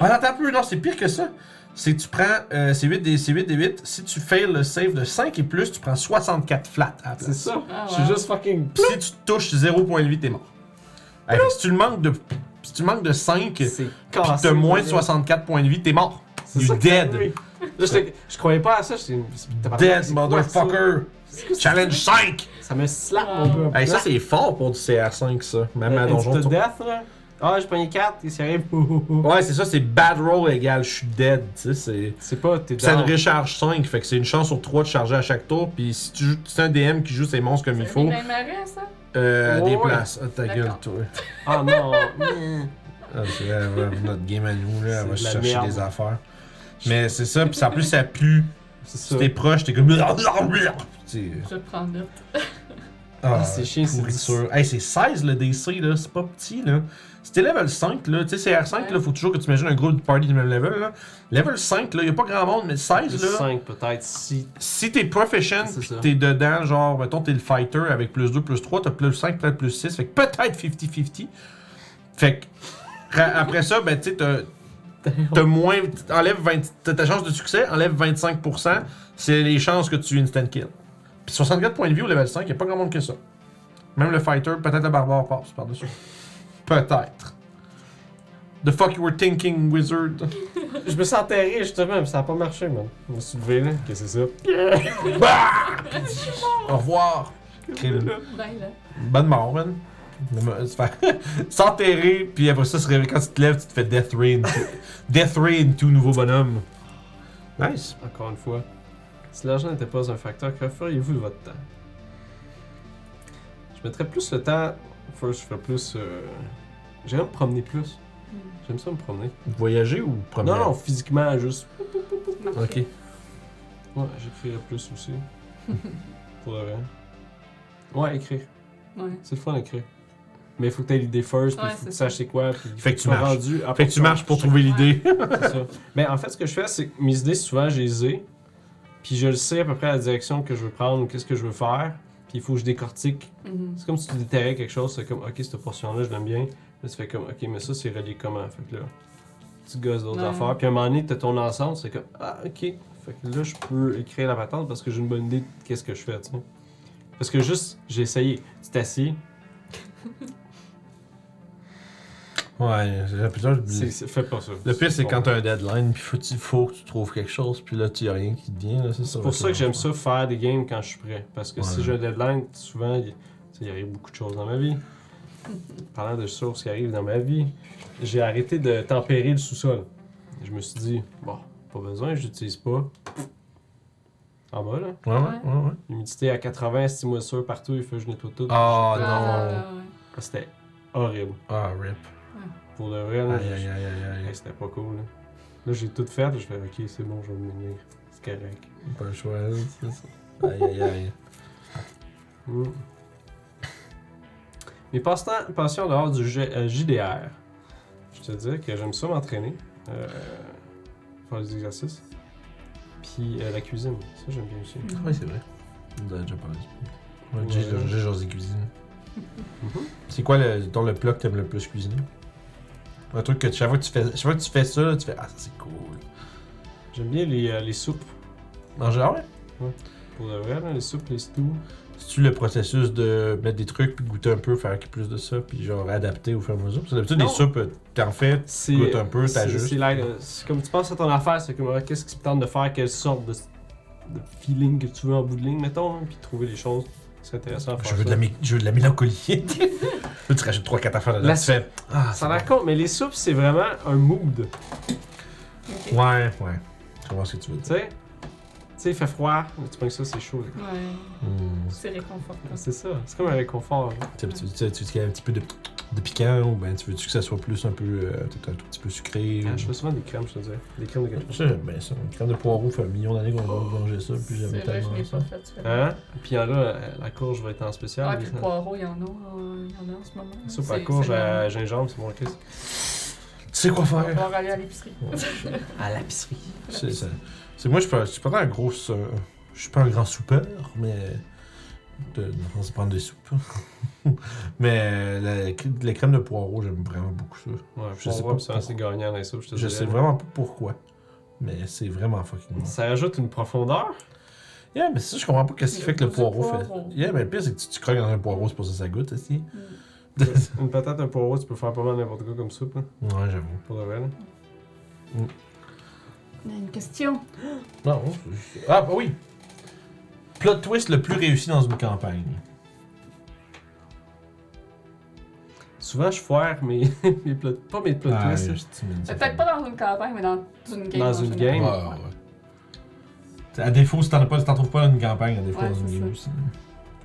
Speaker 2: Ah, attends un peu. Non, c'est pire que ça. C'est que tu prends. Euh, c'est 8 des, c'est 8 des 8. Si tu fails le save de 5 et plus, tu prends 64 flats à la
Speaker 3: C'est
Speaker 2: place.
Speaker 3: ça.
Speaker 1: Ah,
Speaker 3: Je suis
Speaker 1: wow.
Speaker 3: juste fucking.
Speaker 2: Puis si tu touches 0.8, t'es mort. Hey, fait que si tu le manques de. Si tu manques de 5 et
Speaker 3: C'est
Speaker 2: t'as moins de 64 points de vie, t'es mort.
Speaker 3: C'est ça
Speaker 2: You
Speaker 3: qui m'est
Speaker 2: dead.
Speaker 3: arrivé. Là, j'étais- je croyais pas à ça. j'étais- t'as pas-
Speaker 2: Dead,
Speaker 3: Ah, c'est quoi ça?
Speaker 2: motherfucker!
Speaker 3: C'est quoi ça?
Speaker 2: Challenge 5!
Speaker 3: Ça me slap
Speaker 1: Wow.
Speaker 3: mon gars.
Speaker 2: Hey, ça, c'est fort pour du CR5, ça. Même à
Speaker 3: Euh,
Speaker 2: Donjon.
Speaker 3: Insta
Speaker 2: Tour-
Speaker 3: Death, là. Ah, j'ai pogné 4, il s'y arrive. Ouh, ouh, ouh.
Speaker 2: Ouais, c'est ça, c'est bad roll égal, je suis dead, tu sais, c'est...
Speaker 3: C'est pas, t'es
Speaker 2: Puis ça ne
Speaker 3: down.
Speaker 2: recharge 5, fait que c'est une chance sur 3 de charger à chaque tour, puis si tu joues, c'est un DM qui joue ses monstres comme il faut,
Speaker 1: C'est un marais, ça?
Speaker 2: euh, à
Speaker 3: Ouais,
Speaker 2: des
Speaker 3: ouais.
Speaker 2: places. Ah, ta gueule,
Speaker 1: D'accord.
Speaker 2: toi.
Speaker 3: Ah non.
Speaker 2: Ah, c'est elle va- notre game à nous, là,
Speaker 3: C'est
Speaker 2: elle va
Speaker 3: de la
Speaker 2: chercher
Speaker 3: merde.
Speaker 2: des affaires. Mais c'est ça, puis en plus, ça pue.
Speaker 3: C'est
Speaker 2: Si
Speaker 3: ça.
Speaker 2: t'es proche, t'es comme... Ah, T'sais,
Speaker 1: Je prends note.
Speaker 2: Ah,
Speaker 3: Ah, c'est chiant, c'est
Speaker 2: pourriture. Hey, c'est 16 le DC, là. C'est pas petit, là. Si t'es level 5, là, tu sais, CR5, là,
Speaker 1: Ouais.
Speaker 2: faut toujours que tu imagines un groupe de party du même level, là. Level 5, là, y a pas grand monde, mais 16, là.
Speaker 3: 5 peut-être, si.
Speaker 2: Si t'es profession,
Speaker 3: C'est
Speaker 2: pis
Speaker 3: ça.
Speaker 2: t'es dedans, genre, mettons, t'es le fighter avec plus 2, plus 3, t'as plus 5, peut-être plus 6, fait que peut-être 50-50. Fait que, ra- après ça, ben, tu sais, t'as- t'as moins. Enlève 20. T'as ta chance de succès, enlève 25%, c'est les chances que tu instant kill. Puis 64 points de vie au level 5, y a pas grand monde que ça. Même le fighter, peut-être le barbare passe par-dessus. Peut-être. The fuck you were thinking, wizard.
Speaker 3: Je me suis enterré justement, mais ça a pas marché, man. Je me suis levé là. Qu'est-ce que c'est ça?
Speaker 2: Au revoir. Crime.
Speaker 1: Ben là.
Speaker 2: Bonne mort, man. De me- se faire- S'enterrer, puis après ça, se réveiller. quand tu te lèves, tu te fais Death Rain. Death Rain, tout nouveau bonhomme. Nice.
Speaker 3: Encore une fois, si l'argent n'était pas un facteur, que feriez-vous de votre temps Je mettrais plus le temps. First, je ferais plus. euh, J'aimerais me promener plus. J'aime ça me promener.
Speaker 2: Voyager ou promener?
Speaker 3: Non, non, physiquement, juste.
Speaker 2: Ok.
Speaker 3: Ouais, j'écrirais plus aussi. Pour le vrai. Ouais, écrire.
Speaker 1: Ouais.
Speaker 3: C'est le fun d'écrire. Mais il faut que tu aies l'idée first, puis
Speaker 1: Ouais,
Speaker 3: il faut que
Speaker 1: c'est
Speaker 3: tu
Speaker 1: ça.
Speaker 3: saches c'est quoi. Puis il
Speaker 6: Fait
Speaker 3: faut
Speaker 6: que tu
Speaker 3: sois
Speaker 6: marches.
Speaker 3: rendu à
Speaker 6: Fait que tu
Speaker 3: portion.
Speaker 6: marches pour trouver l'idée.
Speaker 3: C'est ça. Mais en fait, ce que je fais, c'est que mes idées, souvent, je les ai. Puis je le sais à peu près la direction que je veux prendre, qu'est-ce que je veux faire. Puis il faut que je décortique.
Speaker 1: Mhm.
Speaker 3: C'est comme si tu déterrais quelque chose, c'est comme, ok, cette portion-là, je l'aime bien. Là, tu fais comme, ok, mais ça, c'est relié comment? Fait que là, tu gosses d'autres
Speaker 1: Ouais.
Speaker 3: affaires. Puis à un moment donné, t'as ton ensemble, c'est comme, ah, ok. Fait que là, je peux créer la patente parce que j'ai une bonne idée de qu'est-ce que je fais, tu sais. Parce que juste, j'ai essayé. Tu t'assieds,
Speaker 2: Ouais, j'ai plutôt.
Speaker 3: c'est- c'est- fais pas ça.
Speaker 6: Mm. Le pire, c'est
Speaker 3: Bon.
Speaker 6: quand t'as un deadline, puis faut, tu- faut que tu trouves quelque chose, puis là, tu y a rien qui te vient. là,
Speaker 3: C'est pour ça que j'aime ça faire des games quand je suis prêt. Parce que si
Speaker 2: Ouais.
Speaker 3: j'ai un deadline, souvent, il, tu sais, il arrive beaucoup de choses dans ma vie. Parlant de choses qui arrivent dans ma vie, j'ai arrêté de tempérer le sous-sol. Je me suis dit, bon, pas besoin, j'utilise pas. En bas, là.
Speaker 2: Ouais, ouais, ouais. ouais.
Speaker 3: L'humidité à 80, c'est moisissure partout, il faut que je nettoie tout. Ah,
Speaker 1: Ah,
Speaker 2: Oh non.
Speaker 1: là, ouais.
Speaker 3: C'était horrible.
Speaker 2: Ah, rip.
Speaker 3: Pour de vrai, là,
Speaker 2: Aïe, aïe, aïe, aïe, aïe.
Speaker 3: hey, c'était pas cool. Là, Là, j'ai tout fait, je fais, ok, c'est bon, je vais me venir. C'est correct.
Speaker 2: Pas le choix, hein, c'est ça. Aïe, aïe, aïe.
Speaker 3: Mm. Mes passe-temps, passions en dehors du G- euh, JDR. Je te dirais que j'aime ça m'entraîner, euh, faire des exercices. Puis euh, la cuisine, ça j'aime bien aussi.
Speaker 1: Mhm.
Speaker 2: Oui, c'est vrai. On en a déjà parlé.
Speaker 3: Ouais.
Speaker 2: Ouais, J'ai j'ai jasé cuisine.
Speaker 3: Mhm.
Speaker 2: C'est quoi le, ton, le plat que t'aimes le plus cuisiner? Un truc que tu- chaque fois que tu fais, chaque fois que tu fais ça, là, tu fais Ah, ça c'est cool.
Speaker 3: J'aime bien les, euh, les soupes,
Speaker 2: Manger, ah ouais?
Speaker 3: pour de vrai, là, les soupes, les stews.
Speaker 2: C'est-tu le processus de mettre des trucs, puis goûter un peu, faire plus de ça, puis genre adapter au fur et à mesure? Parce que d'habitude,
Speaker 3: Non.
Speaker 2: des soupes, euh, t'en fais,
Speaker 3: C'est,
Speaker 2: Goûte un peu,
Speaker 3: c'est-
Speaker 2: t'ajustes.
Speaker 3: c'est la- c'est comme tu penses à ton affaire, c'est comme euh, qu'est-ce qui te tente de faire, quelle sorte de, de feeling que tu veux en bout de ligne, mettons, hein, puis trouver les choses. C'est intéressant à faire
Speaker 2: je veux, de
Speaker 3: ça.
Speaker 2: la, mé- je veux de la mélancolie. là, tu rajoutes 3-4 affaires dedans,
Speaker 3: La
Speaker 2: tu fais Ah,
Speaker 3: Ça
Speaker 2: ça
Speaker 3: a
Speaker 2: va.
Speaker 3: l'air con, mais les soupes, c'est vraiment un mood.
Speaker 1: Ok.
Speaker 2: Ouais, ouais. Je comprends ce que tu veux
Speaker 3: Tu
Speaker 2: dire.
Speaker 3: sais, Tu sais, il fait froid, mais tu penses que ça, c'est chaud. Ah,
Speaker 1: Ouais.
Speaker 2: Hmm.
Speaker 1: C'est réconfortant.
Speaker 3: C'est ça, c'est comme un réconfort. là.
Speaker 2: Tu sais, tu- tu- tu veux qu'il y ait un petit peu de, de piquant, ou ben tu veux-tu que ça soit plus un peu, euh, peut-être un tout petit peu sucré? ou-
Speaker 3: Ah, je fais souvent des crèmes, je te dirais. Des crèmes de quelque chose.
Speaker 2: Ça, ben ça, une crème de poireau, fait un million d'années qu'on va manger ça, puis
Speaker 1: C'est
Speaker 2: j'aimais
Speaker 1: vrai, je
Speaker 2: tellement
Speaker 1: l'ai
Speaker 2: ça.
Speaker 1: pas fait. celui-là.
Speaker 3: Hein? Puis là, euh, la courge va être en spécial.
Speaker 1: Ah, puis le
Speaker 3: maintenant.
Speaker 1: poireau, il y en a, euh, il y en a en ce moment.
Speaker 3: Soupe à
Speaker 1: C'est-
Speaker 3: courge
Speaker 1: c'est
Speaker 3: à gingembre, c'est bon, Chris.
Speaker 2: Tu sais
Speaker 1: On
Speaker 2: quoi
Speaker 1: va
Speaker 2: faire?
Speaker 1: pouvoir aller à l'épicerie.
Speaker 2: Ouais, je-
Speaker 3: À l'épicerie.
Speaker 2: c'est ça. C'est moi, je suis pas- je suis pas dans un gros. euh, Je suis pas un grand soupeur, mais. De, on se prendre des soupes. mais euh, la- les crèmes de poireau, j'aime vraiment beaucoup ça.
Speaker 3: Ouais,
Speaker 2: Je
Speaker 3: je
Speaker 2: sais
Speaker 3: sais
Speaker 2: pas
Speaker 3: pas. Ça, c'est gagnant dans les soupes, je te
Speaker 2: Je
Speaker 3: dirais.
Speaker 2: sais vraiment pas pourquoi, mais c'est vraiment fucking bon.
Speaker 3: Ça ajoute une profondeur.
Speaker 2: Yeah, mais ça, je comprends pas qu'est-ce qui
Speaker 1: Le
Speaker 2: fait que le
Speaker 1: goût du
Speaker 2: poireau fait.
Speaker 1: poireau.
Speaker 2: Yeah, mais le pire, c'est que tu, tu croques dans un poireau, c'est pour ça que ça goûte, aussi.
Speaker 3: une patate, un poireau, tu peux faire pas mal n'importe quoi comme soupe, là,
Speaker 2: ouais, j'avoue.
Speaker 3: pour de vrai. là.
Speaker 1: On a une question.
Speaker 2: Non, c'est- ah, bah oui! Plot twist le plus réussi dans une campagne.
Speaker 3: Souvent, je foire mes, mes plats. Pas mes plats
Speaker 2: Ah,
Speaker 3: twists. là.
Speaker 2: je- tu me dis ça.
Speaker 1: Euh, Peut-être pas dans une campagne, mais dans une game.
Speaker 3: Dans
Speaker 1: en
Speaker 3: une
Speaker 1: général.
Speaker 3: game.
Speaker 2: Ouais, ouais, ouais. À défaut, si t'en as pas- si t'en trouves pas dans une campagne, à défaut,
Speaker 1: Ouais,
Speaker 2: dans une
Speaker 1: c'est
Speaker 2: game
Speaker 1: ça.
Speaker 2: aussi.
Speaker 3: hein.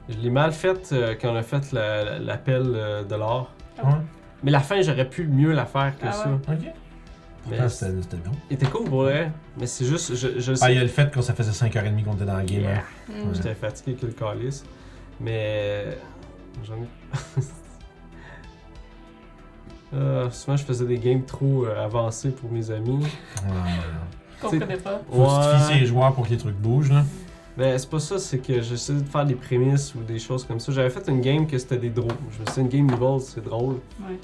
Speaker 3: Je l'ai mal faite euh, quand on a fait la- l'appel euh, de l'or.
Speaker 2: Ouais,
Speaker 3: Mais la fin, j'aurais pu mieux la faire que
Speaker 1: Ah
Speaker 3: ça.
Speaker 1: ouais.
Speaker 2: ok.
Speaker 3: Mais
Speaker 2: Pourtant, c'était c'était bon.
Speaker 3: il était cool pour vrai, mais c'est juste, je, je le sais.
Speaker 2: Ah, il y a le fait qu'on ça faisait 5h30 qu'on était dans la game.
Speaker 3: Yeah.
Speaker 2: hein.
Speaker 1: Mm.
Speaker 3: J'étais fatigué que le calice. Mais. euh, J'en ai. Euh, souvent, je faisais des games trop euh, avancés pour mes amis.
Speaker 2: hein. Ouais, ouais, ouais.
Speaker 1: Je comprenais pas.
Speaker 2: Faut justifier les joueurs pour que les trucs bougent, là.
Speaker 3: Mais Ben, c'est pas ça, c'est que j'essaie de faire des prémices ou des choses comme ça. J'avais fait une game que c'était des drôles. Je me suis dit, une game evil, c'est drôle.
Speaker 1: Ouais.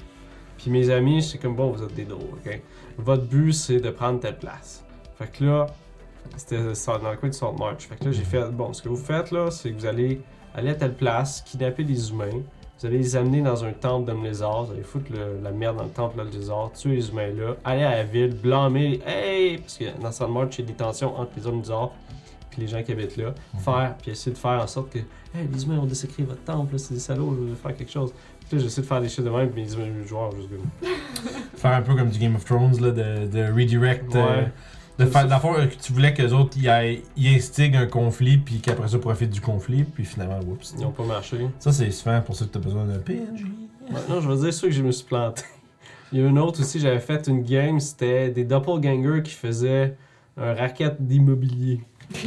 Speaker 3: Puis mes amis, c'est comme bon, vous êtes des drôles, ok? Votre but, c'est de prendre telle place. Fait que là, c'était ça- dans le coin du Salt March. Fait que là, j'ai fait bon, ce que vous faites là, c'est que vous allez aller à telle place, kidnapper des humains, vous allez les amener dans un temple d'hommes lézards, vous allez foutre le- la merde dans le temple d'hommes lézards, tuer les humains là, aller à la ville, blâmer, hey! Parce que dans Salt March, il y a des tensions entre les hommes lézards puis les gens qui habitent là, faire, puis essayer de faire en sorte que, hey, les humains ont désécrit votre temple, là, c'est des salauds, je veux faire quelque chose. Puis là, j'essaie de faire des choses de même, puis mes humains- mes joueurs, juste comme.
Speaker 2: Faire un peu comme du Game of Thrones, là, de, de redirect.
Speaker 3: Ouais.
Speaker 2: euh, de
Speaker 3: C'est ça.
Speaker 2: faire, dans le fond, euh, que tu voulais que les autres y, aillent- y instiguent un conflit, puis qu'après ça profitent du conflit, puis finalement, oups.
Speaker 3: Ils n'ont pas marché.
Speaker 2: Ça, c'est souvent pour ça que t'as besoin d'un PNJ.
Speaker 3: Non, je veux dire ceux que je me suis planté. Il y a une autre aussi, j'avais fait une game, c'était des doppelgangers qui faisaient un racket d'immobilier.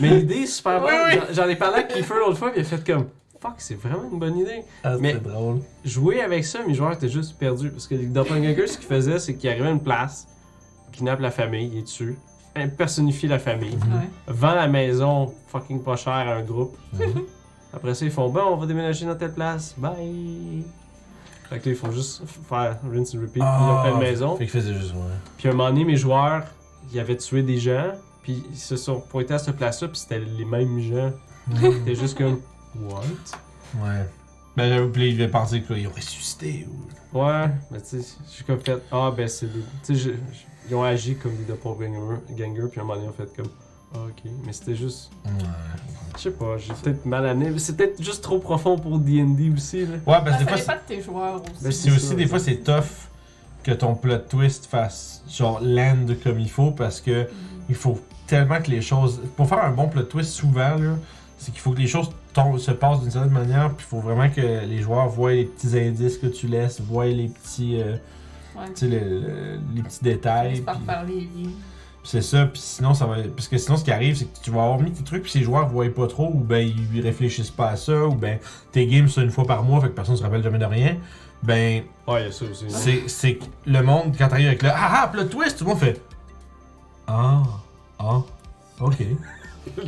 Speaker 3: Mais l'idée est super bonne. J'en- J'en ai parlé avec Kiefer l'autre fois, puis il a fait comme fuck, c'est vraiment une bonne idée.
Speaker 2: Ah,
Speaker 3: Mais-
Speaker 2: c'est drôle.
Speaker 3: Jouer avec ça, mes joueurs étaient juste perdus. Parce que les Doppelganger, ce qu'ils faisaient, c'est qu'ils arrivaient à une place, kidnappent la famille, les tuent, personnifient la famille,
Speaker 1: Ouais.
Speaker 3: vendent la maison fucking pas cher à un groupe.
Speaker 2: Mhm.
Speaker 3: Après ça, ils font bon, on va déménager dans telle place, bye. Fait que là, ils font juste f- faire rinse and repeat, puis ils ont fait une maison.
Speaker 2: Ah, Fait qu'il faisait juste, ouais.
Speaker 3: Puis à un moment donné, mes joueurs, ils avaient tué des gens, puis ils se sont pointés à cette place-là, puis c'était les mêmes gens. C'était juste comme, what?
Speaker 2: Ouais. Ben, j'avais oublié, il devait penser qu'ils ont ressuscité ou.
Speaker 3: Ouais, mais tu sais, je suis comme fait. Ah, ben c'est des. Tu sais, je- je- ils ont agi comme des doppelganger, ganger, puis à un moment donné, ils ont fait comme. Ah, ok. Mais c'était juste.
Speaker 2: Ouais.
Speaker 3: Je sais pas, j'ai peut-être mal amené. mais C'est peut-être juste trop profond pour DD aussi, là.
Speaker 2: Ouais, parce que
Speaker 1: Ça
Speaker 2: des fois,
Speaker 1: dépend de tes joueurs aussi.
Speaker 3: Ben,
Speaker 2: c'est aussi, des fois, c'est tough que ton plot twist fasse genre land comme il faut parce que il faut tellement que les choses. Pour faire un bon plot twist, souvent, là, c'est qu'il faut que les choses tombent- se passent d'une certaine manière, puis il faut vraiment que les joueurs voient les petits indices que tu laisses, voient les petits, euh,
Speaker 1: Ouais.
Speaker 2: tu sais, le- le- les petits
Speaker 1: Finissent
Speaker 2: détails.
Speaker 1: par
Speaker 2: puis-
Speaker 1: faire les liens.
Speaker 2: C'est ça, puis sinon ça va parce que sinon ce qui arrive c'est que tu vas avoir mis tes trucs puis ces joueurs voient pas trop ou ben ils réfléchissent pas à ça ou ben tes games c'est une fois par mois fait que personne se rappelle jamais de rien. Ben
Speaker 3: Ouais, il y a ça aussi.
Speaker 2: c'est c'est que le monde quand t'arrives avec le ah ah puis le twist tout le monde fait ah ah OK.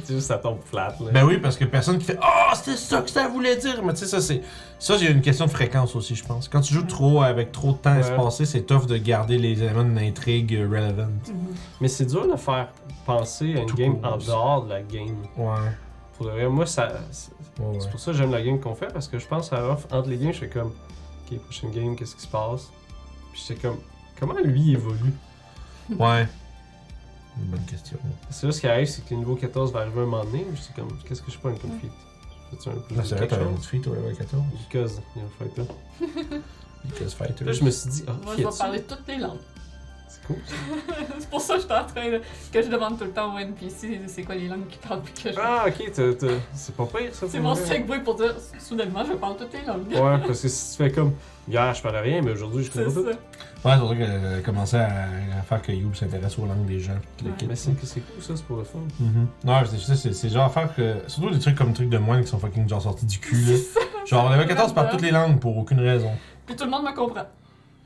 Speaker 3: c'est juste, ça tombe flat, là.
Speaker 2: ben oui parce que personne qui fait ah c'est ça que ça voulait dire mais tu sais ça c'est ça j'ai une question de fréquence aussi je pense. Quand tu joues trop avec trop de temps
Speaker 3: Ouais.
Speaker 2: espacé, c'est tough de garder les éléments d'une intrigue euh, relevant.
Speaker 3: Mais c'est dur de faire penser à une
Speaker 2: Tout
Speaker 3: game
Speaker 2: court,
Speaker 3: en
Speaker 2: ça.
Speaker 3: dehors de la game.
Speaker 2: Ouais.
Speaker 3: Pour de vrai, moi, ça. C'est
Speaker 2: ouais, ouais.
Speaker 3: c'est pour ça que j'aime la game qu'on fait, parce que je pense à off, entre les games, je fais comme. Ok, prochaine game, qu'est-ce qui se passe? Puis c'est comme. Comment lui évolue?
Speaker 2: Ouais. Une bonne question.
Speaker 3: C'est là ce qui arrive, c'est que le niveau 14 va arriver un moment donné. Je suis comme, qu'est-ce que je prends une confit Fais-tu un peu
Speaker 2: Là,
Speaker 3: de
Speaker 2: c'est vrai,
Speaker 3: quelque
Speaker 2: t'avais une
Speaker 3: chose
Speaker 2: fille, toi, level 14.
Speaker 3: Because, il y a un fight là. Puis
Speaker 2: Because Fighter.
Speaker 3: Là, je me suis dit, ah,
Speaker 1: Moi,
Speaker 3: y
Speaker 1: je vais
Speaker 3: a-tu-
Speaker 1: parler toutes les langues.
Speaker 3: C'est cool. ça.
Speaker 1: c'est pour ça que je suis en train là, que je demande tout le temps au NPC c'est quoi les langues qui parlent puis que je.
Speaker 3: Ah, ok, t'as- t'as- c'est pas pire ça.
Speaker 1: c'est
Speaker 3: pour
Speaker 1: mon
Speaker 3: vrai.
Speaker 1: segway pour dire soudainement je parle toutes les langues.
Speaker 3: Ouais, parce que si tu fais comme, hier je parlais rien, mais aujourd'hui je
Speaker 1: c'est
Speaker 3: connais
Speaker 1: ça.
Speaker 3: tout.
Speaker 2: Ouais, surtout qu'elle a commencé euh, à, à faire que Youb s'intéresse aux langues des gens. pis le
Speaker 1: Ouais.
Speaker 2: kit.
Speaker 3: Mais c'est c'est cool ça, c'est pour le fun.
Speaker 2: Mhm. Ouais, c'est ça, c'est- c'est genre faire que. Surtout des trucs comme trucs de moines qui sont fucking genre sortis du cul, là. Genre, level 14 parle toutes les langues pour aucune raison.
Speaker 1: Puis tout le monde me comprend.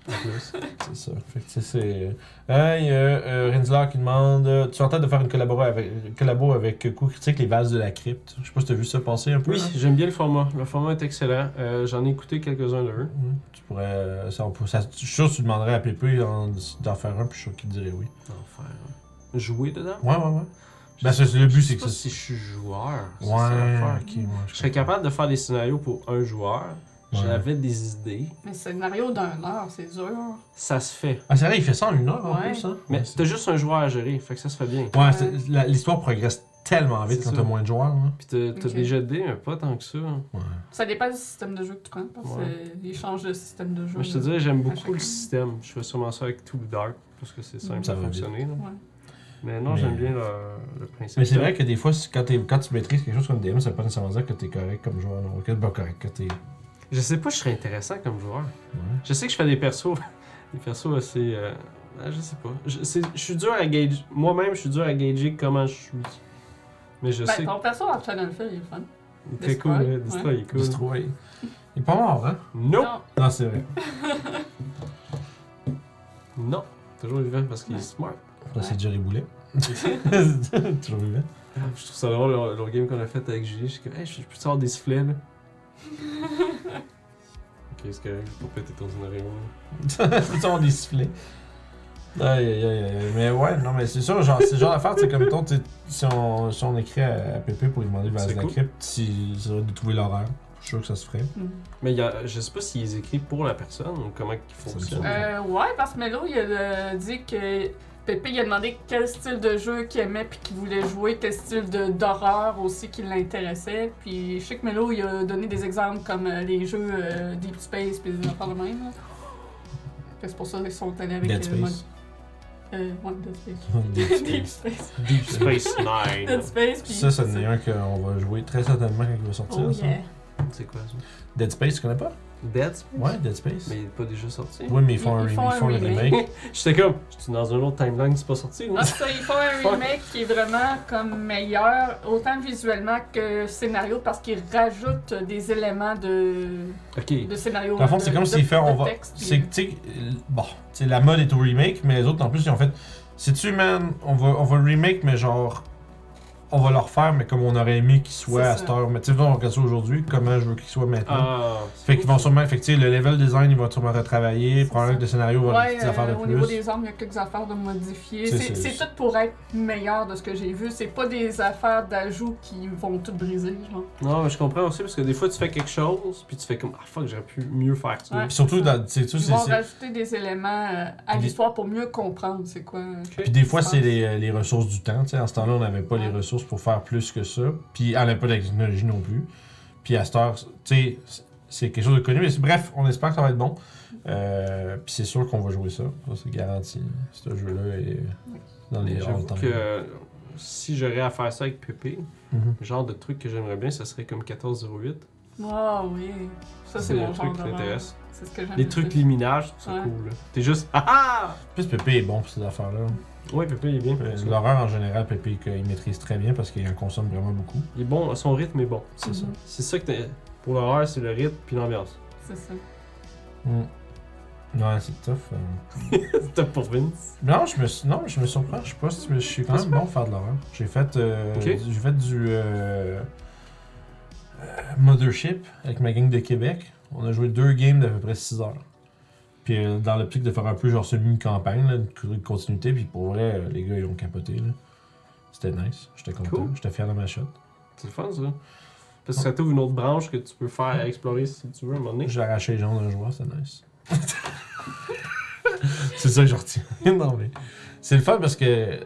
Speaker 3: En plus.
Speaker 2: C'est ça. Fait que, tu sais, c'est. Euh, il y a euh, Renzler qui demande euh, Tu es en train de faire une collabo avec, collabo avec Coup Critique, les vases de la crypte. Je sais pas si t'as vu ça passer un peu.
Speaker 3: Oui,
Speaker 2: là.
Speaker 3: j'aime bien le format. Le format est excellent. Euh, J'en ai écouté quelques-uns d'eux.
Speaker 2: Mhm. Tu pourrais. euh, Ça, on peut- ça- je suis sûr que tu demanderais à Pépé d'en d'en faire un, puis je suis sûr qu'il te dirait oui.
Speaker 3: Enfer. Jouer dedans
Speaker 2: Ouais, ouais, ouais. Ben, c'est- le but,
Speaker 3: Je
Speaker 2: c'est
Speaker 3: sais
Speaker 2: que
Speaker 3: pas
Speaker 2: ça.
Speaker 3: si je suis joueur. ça, c'est
Speaker 2: Ouais,
Speaker 3: l'affaire.
Speaker 2: ok, ouais.
Speaker 3: Je serais capable de faire des scénarios pour un joueur.
Speaker 2: Ouais.
Speaker 3: J'avais des idées.
Speaker 1: Mais scénario d'un heure, c'est dur.
Speaker 3: Ça se fait.
Speaker 2: Ah, c'est vrai, il fait ça en une heure en
Speaker 1: Ouais.
Speaker 2: plus, hein?
Speaker 3: Mais
Speaker 2: ouais,
Speaker 3: t'as juste un joueur à gérer, fait que ça se fait bien.
Speaker 2: c'est- ouais, c'est- la- l'histoire progresse tellement vite
Speaker 3: C'est
Speaker 2: quand
Speaker 3: ça.
Speaker 2: t'as moins de joueurs, hein. là.
Speaker 3: Puis t'as t'as
Speaker 1: Ok.
Speaker 3: des jets de dés, mais pas tant que ça.
Speaker 2: Ouais.
Speaker 1: Ça dépend du système de jeu que tu prends parce
Speaker 3: Ouais.
Speaker 1: qu'ils changent de système de jeu.
Speaker 3: Mais je te dirais, j'aime
Speaker 1: À
Speaker 3: beaucoup le
Speaker 1: chacun.
Speaker 3: système. Je fais sûrement ça avec tout Dark, parce que c'est simple
Speaker 2: Ça
Speaker 3: à
Speaker 2: va vite.
Speaker 3: fonctionner. là.
Speaker 1: Ouais.
Speaker 3: Mais non,
Speaker 2: Mais-
Speaker 3: j'aime bien le, le principe.
Speaker 2: Mais c'est vrai que des fois, si- quand, t'es- quand tu maîtrises quelque chose comme DM, ça veut pas nécessairement dire que t'es correct comme joueur, non? Que t'es pas correct, que t'es.
Speaker 3: Je sais pas, je serais intéressant comme joueur.
Speaker 2: Ouais.
Speaker 3: Je sais que je fais des persos. Des persos assez. euh, ben, je sais pas. Je, c'est- je suis dur à gauger. Moi-même, je suis dur à gager comment je suis. Mais je sais
Speaker 1: Ben, ton perso dans Channel Field, il est fun.
Speaker 3: qu'il est très
Speaker 1: Destroy,
Speaker 3: cool. hein. Destroy, il est cool.
Speaker 2: Distro, ouais. Il est pas mort, hein?
Speaker 3: Nope!
Speaker 1: Non,
Speaker 2: Non, c'est vrai.
Speaker 3: Non! Toujours vivant parce qu'il est
Speaker 1: Ouais.
Speaker 3: smart.
Speaker 2: Là, c'est Jerry Boulet. C'est Toujours vivant.
Speaker 3: Ah, Je trouve ça drôle, le, le game qu'on a fait avec Julie. Je suis comme, hey, je je peux te sortir des sifflets, là. ok, c'est correct, j'ai pas péter ton scénario. là.
Speaker 2: Tout on est sifflé. Aïe, aïe, aïe, aïe. Mais ouais, non, mais c'est sûr, genre, c'est genre d'affaire, c'est comme mettons, tu sais, si on, si on écrit à, à Pépé pour lui demander de
Speaker 3: C'est
Speaker 2: la
Speaker 3: cool.
Speaker 2: crypte, si ça va de trouver l'horaire. Je suis sûr que ça se ferait.
Speaker 1: Hmm.
Speaker 3: Mais il y a, je sais pas s'il est écrit pour la personne ou comment il fonctionne.
Speaker 2: semble.
Speaker 1: Euh, ouais, parce que Melo, il a euh, dit que Pépé, il a demandé quel style de jeu qu'il aimait puis qu'il voulait jouer, quel style de- d'horreur aussi qui l'intéressait. Puis je sais que Melo, il a donné des exemples comme euh, les jeux euh, Deep Space puis des affaires de même. là. Fait que C'est pour ça qu'ils sont allés avec
Speaker 2: Dead
Speaker 1: euh,
Speaker 2: Space.
Speaker 1: mod- euh, ouais, Dead Space.
Speaker 2: Dead
Speaker 1: Deep
Speaker 2: Space.
Speaker 1: Space.
Speaker 3: Deep Space
Speaker 1: Dead
Speaker 3: Nine.
Speaker 1: Space. puis-
Speaker 2: Ça, ça devient un qu'on va jouer très certainement quand il va sortir.
Speaker 1: Oh
Speaker 2: ça.
Speaker 1: yeah.
Speaker 3: C'est quoi ça
Speaker 2: Dead Space, tu connais pas?
Speaker 3: Dead Space?
Speaker 2: Ouais, Dead Space.
Speaker 3: Mais il est pas déjà sorti.
Speaker 2: Oui, mais ils font,
Speaker 1: Ils-
Speaker 2: un,
Speaker 1: ils
Speaker 2: ils
Speaker 1: font un
Speaker 2: font le
Speaker 1: remake.
Speaker 2: remake.
Speaker 3: J'étais comme, j'étais dans un autre timeline, c'est pas sorti. là.
Speaker 1: Ah, ça, ils font un
Speaker 3: Fuck.
Speaker 1: remake qui est vraiment comme meilleur, autant visuellement que scénario, parce qu'ils rajoutent des éléments de,
Speaker 3: Ah. Ok.
Speaker 1: de scénario.
Speaker 2: Dans le fond,
Speaker 1: de-
Speaker 2: c'est comme
Speaker 1: de-
Speaker 2: s'ils font.
Speaker 1: de
Speaker 2: On va.
Speaker 1: texte, puis-
Speaker 2: C'est que, tu sais, euh, bon, tu sais, la mode est au remake, mais les autres, en plus, ils ont fait. C'est-tu, man, on va, on va le remake, mais genre. On va le refaire, mais comme on aurait aimé qu'il soit
Speaker 1: C'est
Speaker 2: à
Speaker 1: ça.
Speaker 2: cette heure. Mais tu sais, on regarde ça aujourd'hui, comment je veux qu'il soit maintenant.
Speaker 3: Ah,
Speaker 2: fait qu'ils vont sûrement. Fait que, tu sais, le level design, ils vont sûrement retravailler.
Speaker 1: C'est
Speaker 2: Probablement
Speaker 1: ça.
Speaker 2: que le scénario va avoir des
Speaker 1: Ouais,
Speaker 2: petites affaires
Speaker 1: euh,
Speaker 2: de
Speaker 1: au niveau
Speaker 2: plus.
Speaker 1: des armes, il y a quelques affaires de modifier.
Speaker 2: C'est-
Speaker 1: C'est
Speaker 2: c'est-
Speaker 1: c'est tout pour être meilleur de ce que j'ai vu. C'est pas des affaires d'ajout qui vont tout briser. Genre.
Speaker 3: Non, mais je comprends aussi parce que des fois tu fais quelque chose, puis tu fais comme ah fuck, j'aurais pu mieux faire ça.
Speaker 1: Ouais.
Speaker 2: Puis surtout, dans- tu sais, tu
Speaker 1: Ils
Speaker 2: sais,
Speaker 1: vont
Speaker 2: c'est.
Speaker 1: rajouter des éléments euh, à
Speaker 2: Des-
Speaker 1: l'histoire pour mieux comprendre c'est quoi.
Speaker 2: Puis des fois,
Speaker 1: Ça.
Speaker 2: c'est les, euh, les ressources du temps. tu sais, en ce temps-là, on n'avait pas les
Speaker 1: Ouais.
Speaker 2: ressources pour faire plus que ça. Puis on n'avait pas la technologie non plus. Puis à cette heure, tu sais, c'est- c'est quelque chose de connu. Mais c'est- bref, on espère que ça va être bon. Euh, puis c'est sûr qu'on va jouer ça. Ça, c'est garanti. Ce jeu-là est dans les
Speaker 3: J'avoue
Speaker 2: temps.
Speaker 3: que si j'aurais à faire ça avec Pépé,
Speaker 2: Mhm.
Speaker 3: le genre de truc que j'aimerais bien, ça serait comme 1408.
Speaker 1: Ah oui. Ça, c'est
Speaker 3: le
Speaker 1: mon genre
Speaker 3: truc qui
Speaker 1: d'horreur.
Speaker 3: m'intéresse.
Speaker 1: C'est ce que j'aime.
Speaker 3: Les
Speaker 1: le
Speaker 3: trucs
Speaker 1: plus.
Speaker 3: liminages, je trouve ça
Speaker 1: Ouais.
Speaker 3: cool. là. T'es juste ah ah!
Speaker 2: Puis Pépé est bon pour ces affaires-là.
Speaker 3: Ouais, Pépé il est bien.
Speaker 2: Euh, L'horreur en général, Pépé, que- il maîtrise très bien parce qu'il en consomme vraiment beaucoup.
Speaker 3: Il est bon, son rythme est bon.
Speaker 2: C'est ça.
Speaker 1: Mhm.
Speaker 3: C'est ça que t'as- pour l'horreur, c'est le rythme puis l'ambiance.
Speaker 1: C'est ça.
Speaker 3: Mm.
Speaker 2: Ouais, c'est tough. euh.
Speaker 3: C'est top pour Vince.
Speaker 2: Non, je me, suis- non, je me surprends. Je sais pas si tu me- je suis quand même bon pour faire de l'horreur. J'ai fait, euh,
Speaker 3: Ok.
Speaker 2: du- j'ai fait du euh, euh, Mothership avec ma gang de Québec. On a joué deux games d'à peu près 6 heures. Puis euh, dans l'optique de faire un peu genre semi-campagne, là, une co- une continuité. Puis pour vrai, euh, les gars, ils ont capoté. là. C'était nice. J'étais content.
Speaker 3: Cool.
Speaker 2: J'étais fier de ma shot.
Speaker 3: C'est le fun ça. Parce que ça t'ouvre une autre branche que tu peux faire explorer si tu veux à un moment donné.
Speaker 2: J'ai arraché les jambes d'un joueur, c'était nice. c'est ça que je retiens. non, mais c'est le fun parce que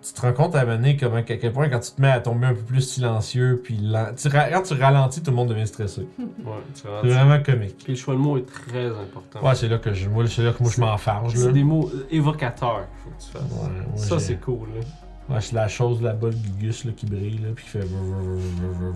Speaker 2: tu te rends compte à un moment donné comment, à quel point quand tu te mets à tomber un peu plus silencieux, puis lent- tu ra- quand tu ralentis, tout le monde devient stressé.
Speaker 3: Ouais, tu
Speaker 2: C'est
Speaker 3: rentres.
Speaker 2: vraiment comique.
Speaker 3: Puis le choix de mots est très important.
Speaker 2: Ouais, c'est là que je, moi, c'est là que moi, je m'en farge.
Speaker 3: C'est
Speaker 2: Là.
Speaker 3: des mots évocateurs qu'il faut que tu fasses.
Speaker 2: Ouais, moi,
Speaker 3: ça,
Speaker 2: j'ai-
Speaker 3: c'est cool. Là.
Speaker 2: Ouais, c'est la chose là-bas, le gugus là, qui brille, là, puis qui fait. vrr, vrr,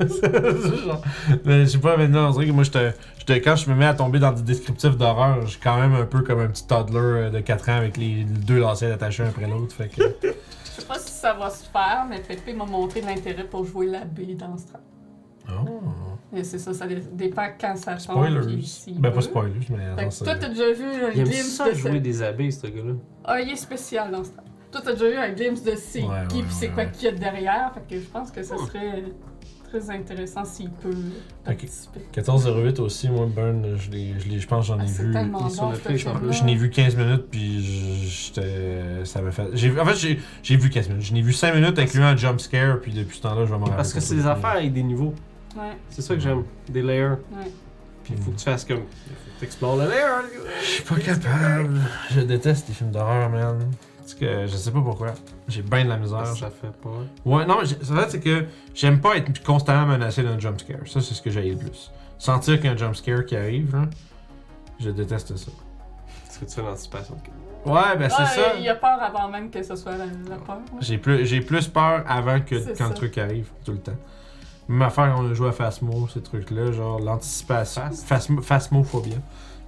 Speaker 2: vrr, vrr, vrr. C'est genre- Mais Je sais pas, maintenant, on dirait que moi, j'étais- j'étais- quand je me mets à tomber dans des descriptifs d'horreur, je suis quand même un peu comme un petit toddler euh, de 4 ans avec les deux lacets attachés un après l'autre. Fait que.
Speaker 1: Je sais pas si ça va se faire, mais Pépé m'a montré l'intérêt pour jouer la B dans ce temps.
Speaker 2: Oh.
Speaker 1: Mais c'est ça, ça dé- dépend quand ça tombe.
Speaker 2: Spoilers.
Speaker 1: puis s'il
Speaker 2: Ben, pas
Speaker 1: veut.
Speaker 2: spoilers, mais.
Speaker 1: Fait
Speaker 2: non,
Speaker 1: que
Speaker 2: c'est-
Speaker 1: toi, t'as déjà vu un
Speaker 3: Il aime
Speaker 1: glimpse
Speaker 3: ça
Speaker 1: de
Speaker 3: jouer
Speaker 1: ça.
Speaker 3: des abeilles, ce gars-là.
Speaker 1: Ah, il est spécial dans ce temps. Toi, t'as déjà eu un glimpse de c'est
Speaker 2: Ouais,
Speaker 1: qui,
Speaker 2: ouais,
Speaker 1: puis c'est
Speaker 2: ouais,
Speaker 1: quoi
Speaker 2: ouais.
Speaker 1: qu'il y a derrière. Fait que je pense que ça
Speaker 3: Hmm.
Speaker 1: serait très intéressant s'il peut participer.
Speaker 2: 14-08 aussi, moi, Burn, je, l'ai- je l'ai- je pense que j'en ai
Speaker 1: Ah, c'est
Speaker 2: vu.
Speaker 1: tellement
Speaker 3: il est sur
Speaker 1: bon, ce
Speaker 3: Netflix, en
Speaker 1: film-là.
Speaker 3: plus.
Speaker 2: Je n'ai vu 15 minutes, puis je- j'étais. Ça m'a fait. j'ai- En fait, j'ai- j'ai vu 15 minutes. Je n'ai vu 5 minutes, incluant un jump scare, puis depuis ce temps-là, je vais m'en rappeler.
Speaker 3: Parce que
Speaker 2: pour
Speaker 3: c'est
Speaker 2: tout
Speaker 3: des
Speaker 2: le
Speaker 3: affaires avec des niveaux.
Speaker 1: Ouais,
Speaker 3: C'est ça que j'aime. Des layers.
Speaker 1: ouais.
Speaker 3: Puis il faut que tu fasses comme. Il faut que tu explores le layer.
Speaker 2: Je suis pas capable. Je déteste les films d'horreur, man. Parce que je sais pas pourquoi. J'ai bien de la misère.
Speaker 3: Ça fait pas.
Speaker 2: Ouais, non, mais j'ai- c'est vrai, c'est que j'aime pas être constamment menacé d'un jump scare. Ça, c'est ce que j'ai le plus. Sentir qu'il y a un jump scare qui arrive, là, je déteste ça.
Speaker 3: Est-ce que tu fais l'anticipation?
Speaker 2: Ouais, ben c'est
Speaker 1: Ah,
Speaker 2: ça.
Speaker 1: Il y a peur avant même que ce soit la, la peur. ouais.
Speaker 2: J'ai plus, j'ai plus peur avant que
Speaker 1: C'est
Speaker 2: quand le
Speaker 1: ça.
Speaker 2: truc arrive, tout le temps. Même affaire quand on a joué à Phasmo, ces trucs-là, genre l'anticipation.
Speaker 3: Phas-
Speaker 2: Phasmo- Phasmophobia.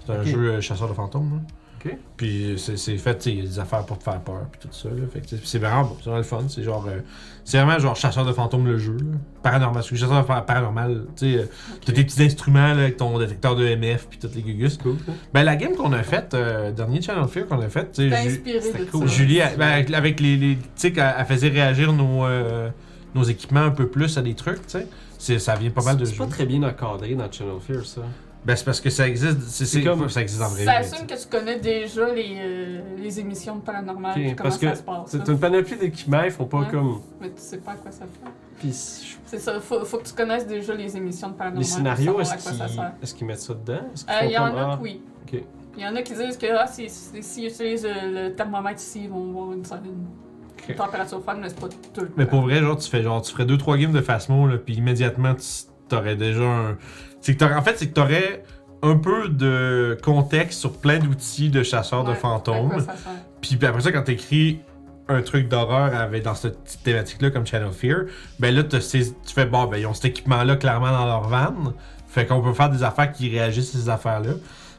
Speaker 2: C'est un
Speaker 3: Ok.
Speaker 2: jeu euh, chasseur de fantômes. là.
Speaker 3: Ok.
Speaker 2: Puis c'est- c'est fait, tu sais, il y a des affaires pour te faire peur, puis tout ça. Là. Fait que c'est- c'est vraiment bon, c'est vraiment le fun. C'est genre. euh, c'est vraiment genre chasseur de fantômes le jeu. là. Paranormal. parce que Chasseur de fa- paranormal. Tu sais, euh, t'as tes petits instruments là, avec ton détecteur de MF, puis toutes les gugus.
Speaker 3: C'est cool.
Speaker 2: Ben la game qu'on a faite, euh, dernier Channel Fear qu'on a faite, tu
Speaker 1: T'es
Speaker 2: sais. ju-
Speaker 1: inspiré
Speaker 3: c'était
Speaker 1: de
Speaker 3: cool.
Speaker 1: ça.
Speaker 2: Julie, elle- ben, avec, avec les, les- tu sais, qu'elle elle faisait réagir nos, euh, nos équipements un peu plus à des trucs, tu sais. C'est- Ça vient pas mal de
Speaker 3: C'est
Speaker 2: jeux.
Speaker 3: pas très bien encadré dans Channel Fear, ça.
Speaker 2: Ben, c'est parce que ça existe. C'est c'est-
Speaker 3: comme-
Speaker 2: ça existe en vrai.
Speaker 1: Ça
Speaker 2: vie, tu sais.
Speaker 1: assume que tu connais déjà les, euh, les émissions de paranormal,
Speaker 3: Ok,
Speaker 1: puis comment
Speaker 3: parce
Speaker 1: ça
Speaker 3: que
Speaker 1: se passe.
Speaker 3: c'est
Speaker 1: là.
Speaker 3: une panoplie d'équipements, ils font pas
Speaker 1: Ouais.
Speaker 3: comme.
Speaker 1: Mais tu sais pas à quoi ça fait.
Speaker 3: Puis je-
Speaker 1: C'est ça, faut, faut que tu connaisses déjà les émissions de paranormal.
Speaker 3: les
Speaker 1: pour
Speaker 3: scénarios,
Speaker 1: savoir
Speaker 3: est-ce
Speaker 1: à quoi Ah ça
Speaker 3: qu'ils
Speaker 1: sert.
Speaker 3: est-ce qu'ils mettent ça dedans? Est-ce qu'ils
Speaker 1: Euh, Il
Speaker 3: font
Speaker 1: y en
Speaker 3: comme,
Speaker 1: a
Speaker 3: ah,
Speaker 1: que oui.
Speaker 3: ok.
Speaker 1: Puis Il y en a qui disent que ah, si- si- s'ils utilisent euh, le thermomètre ici, ils vont voir une, une
Speaker 3: Ok.
Speaker 1: température froide, mais c'est pas tout. le
Speaker 2: Mais
Speaker 1: temps.
Speaker 2: pour vrai, genre, tu fais genre, tu ferais 2-3 games de Phasmo, là, puis immédiatement, tu t'aurais déjà un. c'est que t'aurais- en fait, c'est que t'aurais un peu de contexte sur plein d'outils de chasseurs de
Speaker 1: Ouais, à quoi
Speaker 2: fantômes.
Speaker 1: ça sert.
Speaker 2: Puis puis après ça, quand t'écris un truc d'horreur avec, dans cette petite thématique-là, comme Channel Fear, ben là, t'as ces- tu fais, bon, ben, ils ont cet équipement-là clairement dans leur van. Fait qu'on peut faire des affaires qui réagissent à ces affaires-là.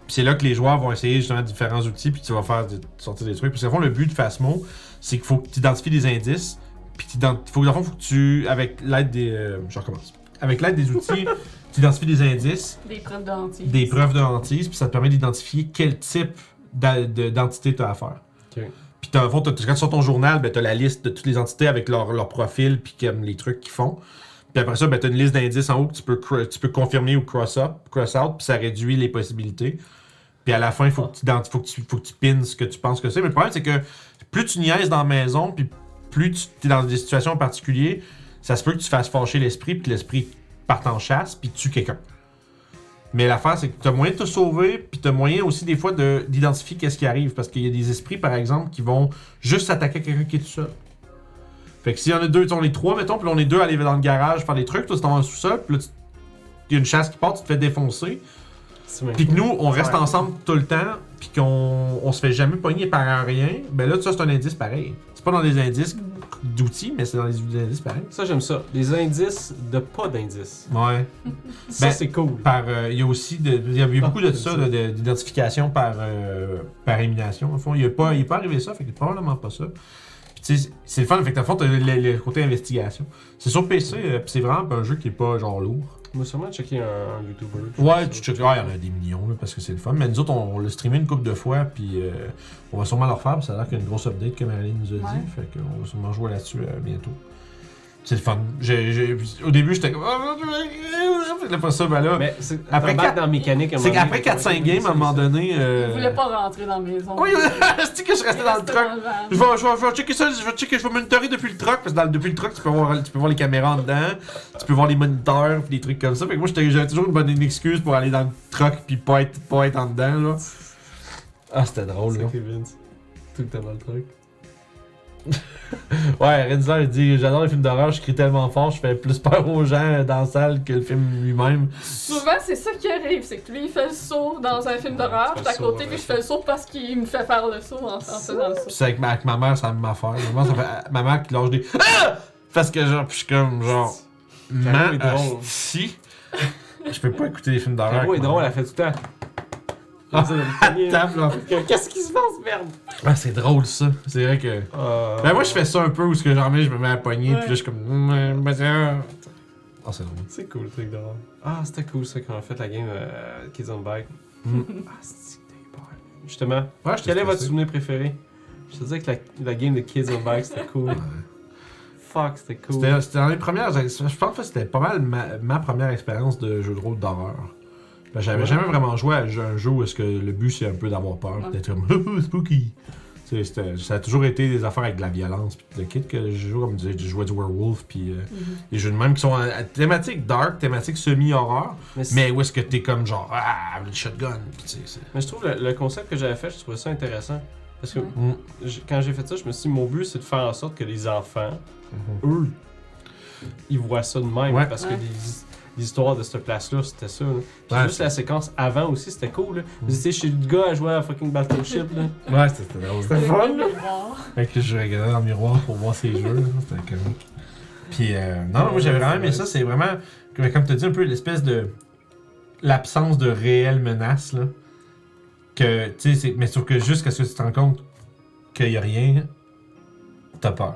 Speaker 2: Puis c'est là que les joueurs vont essayer justement différents outils, puis tu vas faire des- sortir des trucs. Parce qu'en fond, le but de Phasmo, c'est qu'il faut que tu identifies des indices, puis tu faut, dans le fond, faut que tu, avec l'aide des. euh, je recommence. Avec l'aide des outils, tu identifies des indices,
Speaker 1: Des preuves de hantise.
Speaker 2: des preuves de hantise, puis ça te permet d'identifier quel type d'a- de- d'entité tu as à faire.
Speaker 3: Ok.
Speaker 2: Puis t'as- en fond, t'as- quand sur ton journal, ben, t'as la liste de toutes les entités avec leur, leur profil, puis comme les trucs qu'ils font. Puis après ça, ben, t'as une liste d'indices en haut que tu peux, cro- tu peux confirmer ou cross-up, cross-out, puis ça réduit les possibilités. Puis à la fin, il faut, que tu identi- faut, que tu- faut que tu pines ce que tu penses que c'est. Mais le problème, c'est que plus tu niaises dans la maison, puis plus tu es dans des situations particulières, ça se peut que tu fasses fâcher l'esprit, puis que l'esprit parte en chasse, puis tue quelqu'un. Mais l'affaire, c'est que tu as moyen de te sauver, puis tu as moyen aussi des fois de- d'identifier qu'est-ce qui arrive. Parce qu'il y a des esprits, par exemple, qui vont juste s'attaquer à quelqu'un qui est tout seul. Fait que s'il y en a deux, on est trois, mettons, puis là, on est deux à aller dans le garage faire des trucs, toi, tu t'en vas dans le sous-sol, puis là, tu- il y a une chasse qui part, tu te fais défoncer.
Speaker 3: C'est même
Speaker 2: Puis que nous, on reste
Speaker 7: Ouais.
Speaker 2: ensemble tout le temps, puis qu'on on se fait jamais pogner par un rien, ben là, ça, c'est un indice pareil. C'est pas dans des indices d'outils, mais c'est dans des indices pareils.
Speaker 3: Ça, j'aime ça. Les indices de pas d'indices.
Speaker 2: Ouais.
Speaker 3: Ça,
Speaker 2: Ben,
Speaker 3: c'est cool.
Speaker 2: Par, euh, il y a aussi de, il y a eu
Speaker 3: Ah,
Speaker 2: beaucoup de
Speaker 3: c'est
Speaker 2: ça,
Speaker 3: ça.
Speaker 2: de- de- d'identification par, euh, par élimination. Au fond, il n'est pas, il est pas arrivé ça, fait que probablement pas ça. Puis, tu sais, c'est le fun, fait que dans le fond, t'as le, le- le côté investigation. C'est sur PC, euh, puis c'est vraiment pas un jeu qui est pas genre lourd.
Speaker 3: On va sûrement checker un, un YouTuber.
Speaker 2: Ouais, tu checkes. Ah, il y en a des millions, là, parce que c'est le fun. Mais nous autres, on, on l'a streamé une couple de fois, puis euh, on va sûrement le refaire, parce que ça a l'air qu'il y a une grosse update, comme Aline nous a dit.
Speaker 1: Ouais.
Speaker 2: Fait qu'on va sûrement jouer là-dessus euh, bientôt. C'est le fun. J'ai- j'ai- au début, j'étais comme. Ah, Fait que là, pas ça, ben là.
Speaker 3: Mais c'est
Speaker 2: Après
Speaker 3: après
Speaker 2: quatre-
Speaker 3: dans la mécanique. à un
Speaker 2: C'est
Speaker 3: moment donné,
Speaker 2: qu'après 4-5
Speaker 3: oui,
Speaker 2: games, à un moment
Speaker 3: c'est ça.
Speaker 2: donné.
Speaker 1: Il
Speaker 2: euh,
Speaker 1: voulait pas rentrer dans la maison.
Speaker 2: Oui, c'est que je restais dans le truck. Je
Speaker 1: truc.
Speaker 2: vais, je, vais, je vais checker ça, je vais checker, je vais monitorer depuis le truck, parce que dans, le- depuis le truck, tu peux, voir, tu peux voir les caméras en dedans, tu peux voir les moniteurs, puis des trucs comme ça. Fait que moi, j'étais- j'avais toujours une bonne une excuse pour aller dans le truck, puis pas être, pas être en dedans, là. Ah, c'était drôle,
Speaker 3: C'est
Speaker 2: là.
Speaker 3: que Vince. Tout le temps dans le truc.
Speaker 2: Ouais, Renzo, il dit J'adore les films d'horreur, je crie tellement fort, je fais plus peur aux gens dans la salle que le film lui-même.
Speaker 1: Souvent, c'est ça qui arrive, c'est que lui, il fait le saut dans un film
Speaker 3: Ouais,
Speaker 1: d'horreur,
Speaker 3: tu
Speaker 1: je
Speaker 3: fais
Speaker 1: suis
Speaker 3: le
Speaker 1: à
Speaker 3: saut,
Speaker 1: côté,
Speaker 3: ouais.
Speaker 1: puis je fais le saut parce qu'il me fait faire le saut en, en faisant le saut.
Speaker 2: Puis c'est avec ma, avec ma mère, c'est la même affaire. Ma mère, ça fait, ma mère qui lâche des Ah! Parce que genre, puis je suis comme genre. euh,
Speaker 3: Caro est
Speaker 2: Ma-
Speaker 3: drôle.
Speaker 2: Si. Je peux pas écouter des films d'horreur.
Speaker 3: Caro est
Speaker 2: avec ma
Speaker 3: drôle,
Speaker 2: mère.
Speaker 3: elle fait tout le temps.
Speaker 2: Ah,
Speaker 3: Elle dit,
Speaker 2: Table, là.
Speaker 3: Qu'est-ce qui se passe, merde?
Speaker 2: Ah, c'est drôle ça. C'est vrai que. Ben, moi, je fais ça un peu où ce que j'en mets, je me mets à pogner,
Speaker 1: Ouais.
Speaker 2: puis là, je suis comme. Hum, ben, tiens. Ah, c'est drôle.
Speaker 3: C'est cool le truc d'horreur. Ah, c'était cool ça quand on a fait la game euh, Kids on Bike.
Speaker 2: Mm.
Speaker 3: Ah, c'est que t'as eu peur. Justement,
Speaker 2: Ouais, je
Speaker 3: quel est votre
Speaker 2: stressé.
Speaker 3: souvenir préféré Je te disais que la, la game de Kids on Bike c'était cool.
Speaker 2: Ouais.
Speaker 3: Fuck, c'était cool.
Speaker 2: C'était c'était dans les premières. Je pense que c'était pas mal ma, ma première expérience de jeu de rôle d'horreur. Ben, J'avais
Speaker 3: Ouais.
Speaker 2: jamais vraiment joué à un jeu- un jeu où est-ce que le but c'est un peu d'avoir peur,
Speaker 1: Ouais.
Speaker 2: d'être comme Hou, hou, spooky. Tu sais, c'était- Ça a toujours été des affaires avec de la violence. Puis le kit que je joue, comme je disais, je jouais du werewolf, puis euh, les jeux de même qui sont à, à thématique dark, thématique semi-horreur,
Speaker 3: Mais, c'est-
Speaker 2: mais où est-ce que t'es comme genre ah, le shotgun. Puis tu sais, c'est-
Speaker 3: mais je trouve le, le concept que j'avais fait, je trouvais ça intéressant. Parce que
Speaker 1: Ouais.
Speaker 2: Mm.
Speaker 3: j- quand j'ai fait ça, je me suis dit, mon but c'est de faire en sorte que les enfants, eux, ils voient ça de même.
Speaker 2: Ouais.
Speaker 3: Parce que
Speaker 1: Ouais.
Speaker 3: les, les histoires de cette place-là, c'était ça. là. Puis
Speaker 2: Ouais, Mm.
Speaker 3: juste la séquence avant aussi, c'était cool. là. Vous étiez chez le gars à jouer à fucking Battleship. Là.
Speaker 2: Ouais, c'était drôle.
Speaker 1: Le
Speaker 3: fun,
Speaker 1: gars, il part.
Speaker 2: Fait que je regardais dans le miroir pour voir ses jeux, là. c'était comique. Puis, euh, non, moi j'avais vraiment aimé ça, c'est vraiment, comme comme tu dis, un peu l'espèce de. l'absence de réelle menace, là. Que, tu sais, c'est- mais sauf que jusqu'à ce que tu te rends compte qu'il n'y a rien, t'as peur.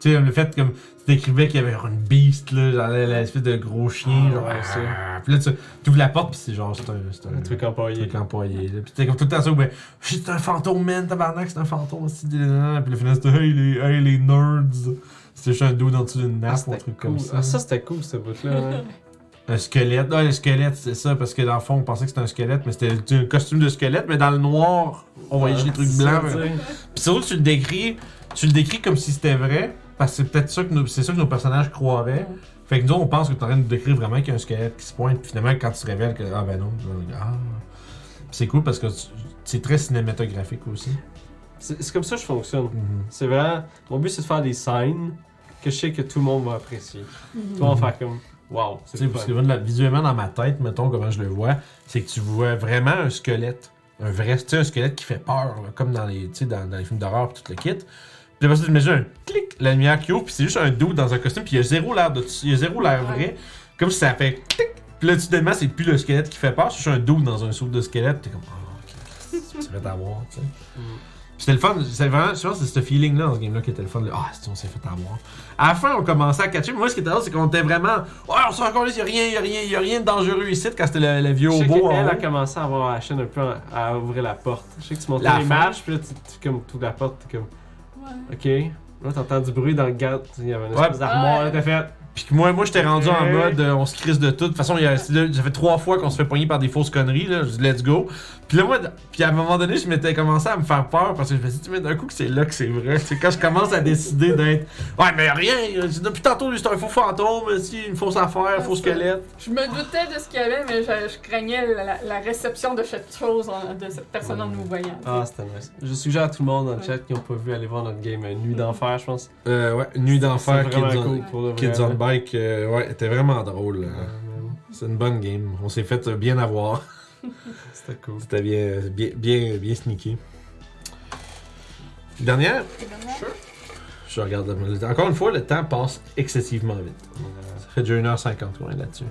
Speaker 2: Tu sais, le fait comme tu décrivais qu'il y avait genre une beast, là, genre l'espèce de gros chien,
Speaker 3: Ah,
Speaker 2: genre.
Speaker 3: ouais, ça.
Speaker 2: ah, Puis là, tu tu ouvres la porte, puis c'est genre, c'est un. C'est
Speaker 3: Un truc empaillé.
Speaker 2: Truc empaillé, là. Puis t'es comme tout le temps ça, ben, c'est un fantôme, man, tabarnak, c'est un fantôme aussi. Puis le final, c'était, hey, les, hey, les nerds. C'était juste un dos dans dessous d'une
Speaker 3: Ah,
Speaker 2: nappe ou un
Speaker 3: c'était
Speaker 2: truc
Speaker 3: cool.
Speaker 2: comme ça.
Speaker 3: Ah, ça, c'était cool, ce bout-là. hein.
Speaker 2: Un squelette. Ah, le squelette, c'est ça, parce que dans le fond, on pensait que c'était un squelette, mais c'était tu sais, un costume de squelette, mais dans le noir, on voyait juste les trucs
Speaker 3: C'est ça,
Speaker 2: blancs.
Speaker 3: tu
Speaker 2: mais-
Speaker 3: sais.
Speaker 2: Puis surtout, tu le décris, tu le décris comme si c'était vrai, parce que c'est peut-être ça que nos, c'est ça que nos personnages croiraient.
Speaker 1: Ouais.
Speaker 2: Fait que nous, on pense que t'es en train de décrire vraiment qu'il y a un squelette qui se pointe, puis finalement, quand tu révèles que, ah ben non, ah. Puis c'est cool parce que tu- c'est très cinématographique aussi.
Speaker 3: C'est c'est comme ça que je fonctionne.
Speaker 2: Mhm.
Speaker 3: C'est vraiment. Mon but, c'est de faire des scènes que je sais que tout le monde va apprécier. Tout le monde va faire comme. Wow,
Speaker 2: Tu
Speaker 3: c'est
Speaker 2: sais,
Speaker 3: le
Speaker 2: parce que
Speaker 3: fun.
Speaker 2: là, visuellement, dans ma tête, mettons, comment je le vois, c'est que tu vois vraiment un squelette. Un vrai, tu sais, un squelette qui fait peur, là, comme dans les, tu sais, dans, dans les films d'horreur, pis tout le kit. J'ai passé de un clic, la lumière qui ouvre, puis c'est juste un dos dans un costume, puis il y a zéro l'air de, il y a zéro l'air
Speaker 1: Ouais.
Speaker 2: vrai. Comme si ça fait clic. Puis là, tout d'un moment, c'est plus le squelette qui fait peur, c'est juste un dos dans un soupe de squelette. T'es comme, oh, ok, tu vas t'avoir, tu sais.
Speaker 3: Mm.
Speaker 2: Puis C'était le fun, c'est vraiment, je pense que c'est ce feeling-là dans ce game-là qui était le fun. le, Ah, c'est on s'est fait avoir. À la fin, on commençait à catcher. mais Moi, ce qui était drôle, c'est qu'on était vraiment. Oh, on se rend compte, il n'y a rien, il n'y a rien, il n'y a rien de dangereux ici quand c'était le, le vieux
Speaker 3: Je sais
Speaker 2: hobo. en
Speaker 3: qu'elle
Speaker 2: haut.
Speaker 3: a commencé à avoir la chaîne un peu en- à ouvrir la porte. Je sais que tu montais
Speaker 2: La
Speaker 3: les
Speaker 2: fin.
Speaker 3: marches, puis là, tu, tu comme, tu ouvres la porte, t'es comme,
Speaker 1: Ouais.
Speaker 3: ok. Là, t'entends du bruit dans le garde, il y avait une
Speaker 2: Ouais.
Speaker 3: espèce d'armoire,
Speaker 1: Ouais.
Speaker 3: là, t'as fait.
Speaker 2: Puis que moi, moi j'étais rendu en
Speaker 3: Hey.
Speaker 2: mode euh, on se crisse de tout. De toute façon, il y a, c'est là, ça fait trois fois qu'on se fait poigner par des fausses conneries. Là. Je dis let's go. Puis là, moi, d- puis à un moment donné, je m'étais commencé à me faire peur parce que je me suis dit, mais d'un coup, que c'est là que c'est vrai. C'est quand je commence à décider d'être. Ouais, mais rien. euh, Depuis tantôt, c'est un faux fantôme, euh, si, une fausse affaire, un faux squelette.
Speaker 1: Je me doutais de ce qu'il y avait, mais je, je craignais la, la- la réception de cette chose, en- de cette personne en nous voyant.
Speaker 3: Ah, c'était nice. Je suggère à tout le monde dans le
Speaker 1: Ouais.
Speaker 3: chat qui n'ont pas vu aller voir notre game euh, Nuit d'enfer, je pense.
Speaker 2: Euh, ouais, Nuit
Speaker 3: C'est
Speaker 2: d'enfer,
Speaker 3: vraiment
Speaker 2: Kids,
Speaker 3: cool
Speaker 2: on,
Speaker 3: pour le vrai.
Speaker 2: Kids on Bike. euh, ouais, était vraiment drôle.
Speaker 3: Ouais,
Speaker 2: euh.
Speaker 3: man,
Speaker 2: C'est une bonne game. On s'est fait euh, bien avoir.
Speaker 3: C'était cool.
Speaker 2: C'était bien, bien, bien, bien sneaké. Dernière. Je regarde le le temps. Encore une fois, le temps passe excessivement vite. Ça fait déjà 1h50 qu'on est là-dessus.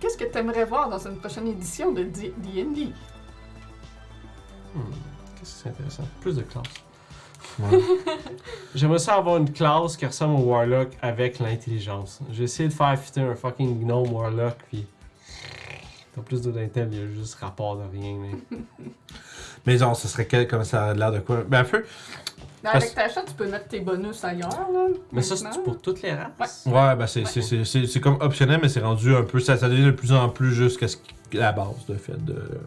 Speaker 1: Qu'est-ce que tu aimerais voir dans une prochaine édition de D- D&D?
Speaker 3: Hmm. Qu'est-ce que c'est intéressant? Plus de classe.
Speaker 2: Ouais.
Speaker 3: J'aimerais ça avoir une classe qui ressemble au Warlock avec l'intelligence. J'ai essayé de faire fitter un fucking gnome Warlock, puis. T'as plus de l'intel, il y a juste rapport de rien, mais.
Speaker 2: Mais non, ce serait quel, comme ça a l'air de quoi? Ben un peu.
Speaker 1: Mais
Speaker 2: Parce-
Speaker 1: Avec ta chatte, tu peux mettre tes bonus ailleurs, là.
Speaker 3: Mais ça, c'est
Speaker 1: maintenant.
Speaker 3: pour toutes les races.
Speaker 2: Ouais, ben c'est, c'est, c'est, c'est, c'est comme optionnel, mais c'est rendu un peu. Ça, ça devient de plus en plus jusqu'à ce que la base, de fait. De,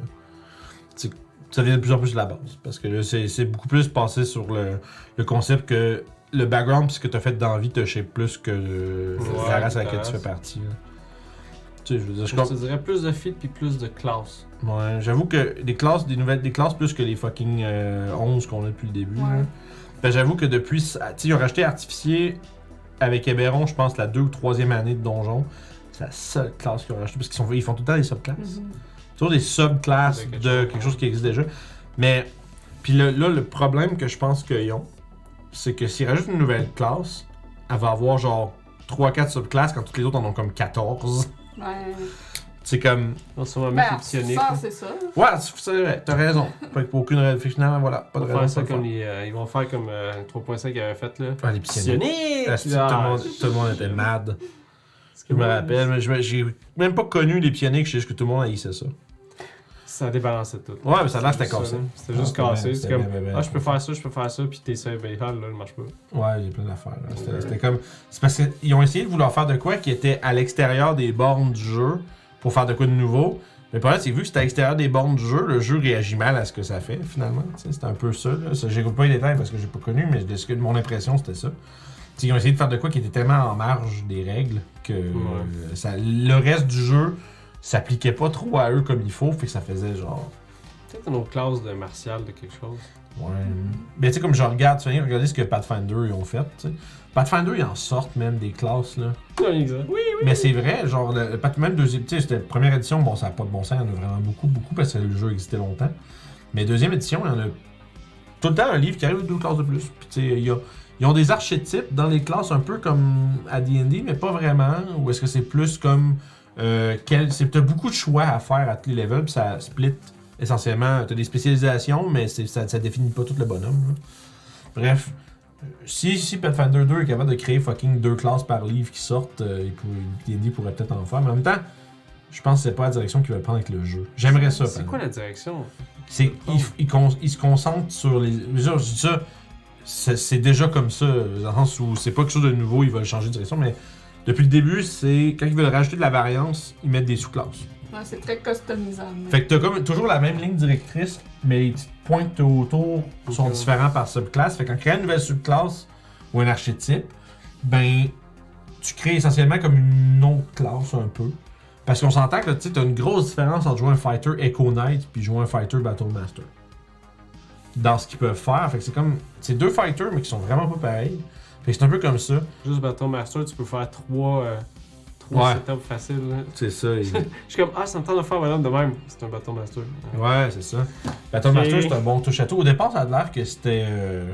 Speaker 2: c'est- ça devient de plus en plus la base. Parce que là, c'est, c'est beaucoup plus passé sur le, le concept que le background, puis ce que t'as fait dans la vie, te shape plus que euh,
Speaker 3: Ouais,
Speaker 2: la race à laquelle
Speaker 3: t'as
Speaker 2: tu fais
Speaker 3: raison.
Speaker 2: partie. là. Tu sais, je veux dire, je
Speaker 3: Je
Speaker 2: comp-
Speaker 3: te dirais plus de feats puis plus de classes.
Speaker 2: Ouais, j'avoue que des classes, des nouvelles, des classes plus que les fucking euh, 11 qu'on a depuis le début.
Speaker 1: Ouais.
Speaker 2: là. Ben, j'avoue que depuis, ça- tu sais, ils ont racheté Artificier avec Héberon, je pense, la 2 ou 3e année de donjon. C'est la seule classe qu'ils ont racheté parce qu'ils sont- ils font tout le temps des subclasses.
Speaker 1: Mhm.
Speaker 2: Toujours des
Speaker 3: De
Speaker 2: subclasses de
Speaker 3: quelque
Speaker 2: quelque,
Speaker 3: chose.
Speaker 2: chose qui existe déjà. Mais, puis là, là, le problème que je pense qu'ils ont, c'est que s'ils rajoutent une nouvelle classe, elle va avoir genre 3-4 subclasses quand toutes les autres en ont comme 14.
Speaker 1: Ouais.
Speaker 2: C'est comme.
Speaker 3: On se va
Speaker 1: Ben,
Speaker 3: mettre fictionner.
Speaker 1: ça, c'est ça.
Speaker 2: Ouais, c'est c'est vrai, t'as raison. Fait que pour aucune raison, finalement, voilà, pas
Speaker 3: Ils
Speaker 2: de
Speaker 3: vont
Speaker 2: raison.
Speaker 3: faire ça
Speaker 2: pour
Speaker 3: comme
Speaker 2: le
Speaker 3: les, euh, ils vont faire comme euh, 3.5 qu'ils avaient fait là.
Speaker 2: faire. Ah, les psionniers.
Speaker 3: Psionner!
Speaker 2: Ah, c'est- tout, le monde, tout le monde était mad. Je me rappelle, mais je me- j'ai même pas connu les pionniers, que je sais juste que tout le monde haïssait ça.
Speaker 3: Ça débalançait tout.
Speaker 2: Ouais, mais ça a l'air que
Speaker 3: C'est
Speaker 2: c'était cassé.
Speaker 3: ça, là. C'était juste
Speaker 2: Ah, c'était
Speaker 3: cassé.
Speaker 2: bien,
Speaker 3: C'est
Speaker 2: c'était
Speaker 3: comme,
Speaker 2: bien, bien, bien.
Speaker 3: ah, je peux faire ça, je peux faire ça, puis t'es ça, ben, là, il marche pas.
Speaker 2: Ouais, il y a plein d'affaires. là. C'était c'était comme. C'est parce qu'ils ont essayé de vouloir faire de quoi qui était à l'extérieur des bornes du jeu pour faire de quoi de nouveau. Mais le problème, c'est que vu que c'était à l'extérieur des bornes du jeu, le jeu réagit mal à ce que ça fait finalement. Tu sais, C'était un peu ça. là. Ça, J'écoute pas les détails parce que j'ai pas connu, mais de ce que- de mon impression, c'était ça. Tu sais, Ils ont essayé de faire de quoi qui était tellement en marge des règles que euh, ça, le reste du jeu s'appliquait pas trop à eux comme il faut, fait que ça faisait genre.
Speaker 3: Peut-être une autre classe de martial de quelque chose.
Speaker 2: Ouais. Mais tu sais, comme je regarde, tu viens regarder ce que Pathfinder ils ont fait. tu sais. Pathfinder, ils en sortent même des classes là.
Speaker 3: Oui, oui.
Speaker 2: Mais c'est vrai, genre, le, le pat- même deuxième, tu sais, c'était première édition, bon, ça n'a pas de bon sens, il y en a vraiment beaucoup, beaucoup, parce que le jeu existait longtemps. Mais deuxième édition, il y en a tout le temps un livre qui arrive avec deux classes de plus. Puis, tu sais, il y a- ils ont des archétypes dans les classes un peu comme à D&D, mais pas vraiment. Ou est-ce que c'est plus comme... Euh, quel- c'est- t'as beaucoup de choix à faire à tous les levels, puis ça split essentiellement. T'as des spécialisations, mais c'est- ça, ça définit pas tout le bonhomme. là. Bref, si, si Pathfinder 2 est capable de créer fucking deux classes par livre qui sortent, euh, il pour- D&D pourrait peut-être en faire, mais en même temps, je pense que c'est pas la direction qu'ils veulent prendre avec le jeu. J'aimerais ça.
Speaker 3: C'est
Speaker 2: par
Speaker 3: quoi la direction?
Speaker 2: c'est ils il se concentrent sur les. je veux dire, je dis ça, c'est c'est déjà comme ça, dans le sens où c'est pas quelque chose de nouveau, ils veulent changer de direction, mais depuis le début, c'est quand ils veulent rajouter de la variance, ils mettent des sous-classes.
Speaker 1: Ouais, c'est très customisable.
Speaker 2: Fait que t'as comme toujours la même ligne directrice, mais les petites pointes autour sont
Speaker 3: Ok.
Speaker 2: différents par subclasse. Fait qu'en créant une nouvelle subclasse ou un archétype, ben tu crées essentiellement comme une autre classe un peu. Parce qu'on s'entend que là, tu as une grosse différence entre jouer un fighter Echo Knight puis jouer un fighter Battle Master. Dans ce qu'ils peuvent faire. Fait que c'est comme. C'est deux fighters mais qui sont vraiment pas pareils. Fait que c'est un peu comme ça.
Speaker 3: Juste bâton master, tu peux faire trois, euh, trois
Speaker 2: Ouais.
Speaker 3: setups faciles. là.
Speaker 2: C'est ça.
Speaker 3: Je suis comme, ah, ça me tente de faire bonhomme de même. C'est un bâton master.
Speaker 2: Ouais, c'est ça. Battle
Speaker 3: Ok.
Speaker 2: Master, c'est un bon touche à tout. Au départ, ça a l'air que c'était. euh,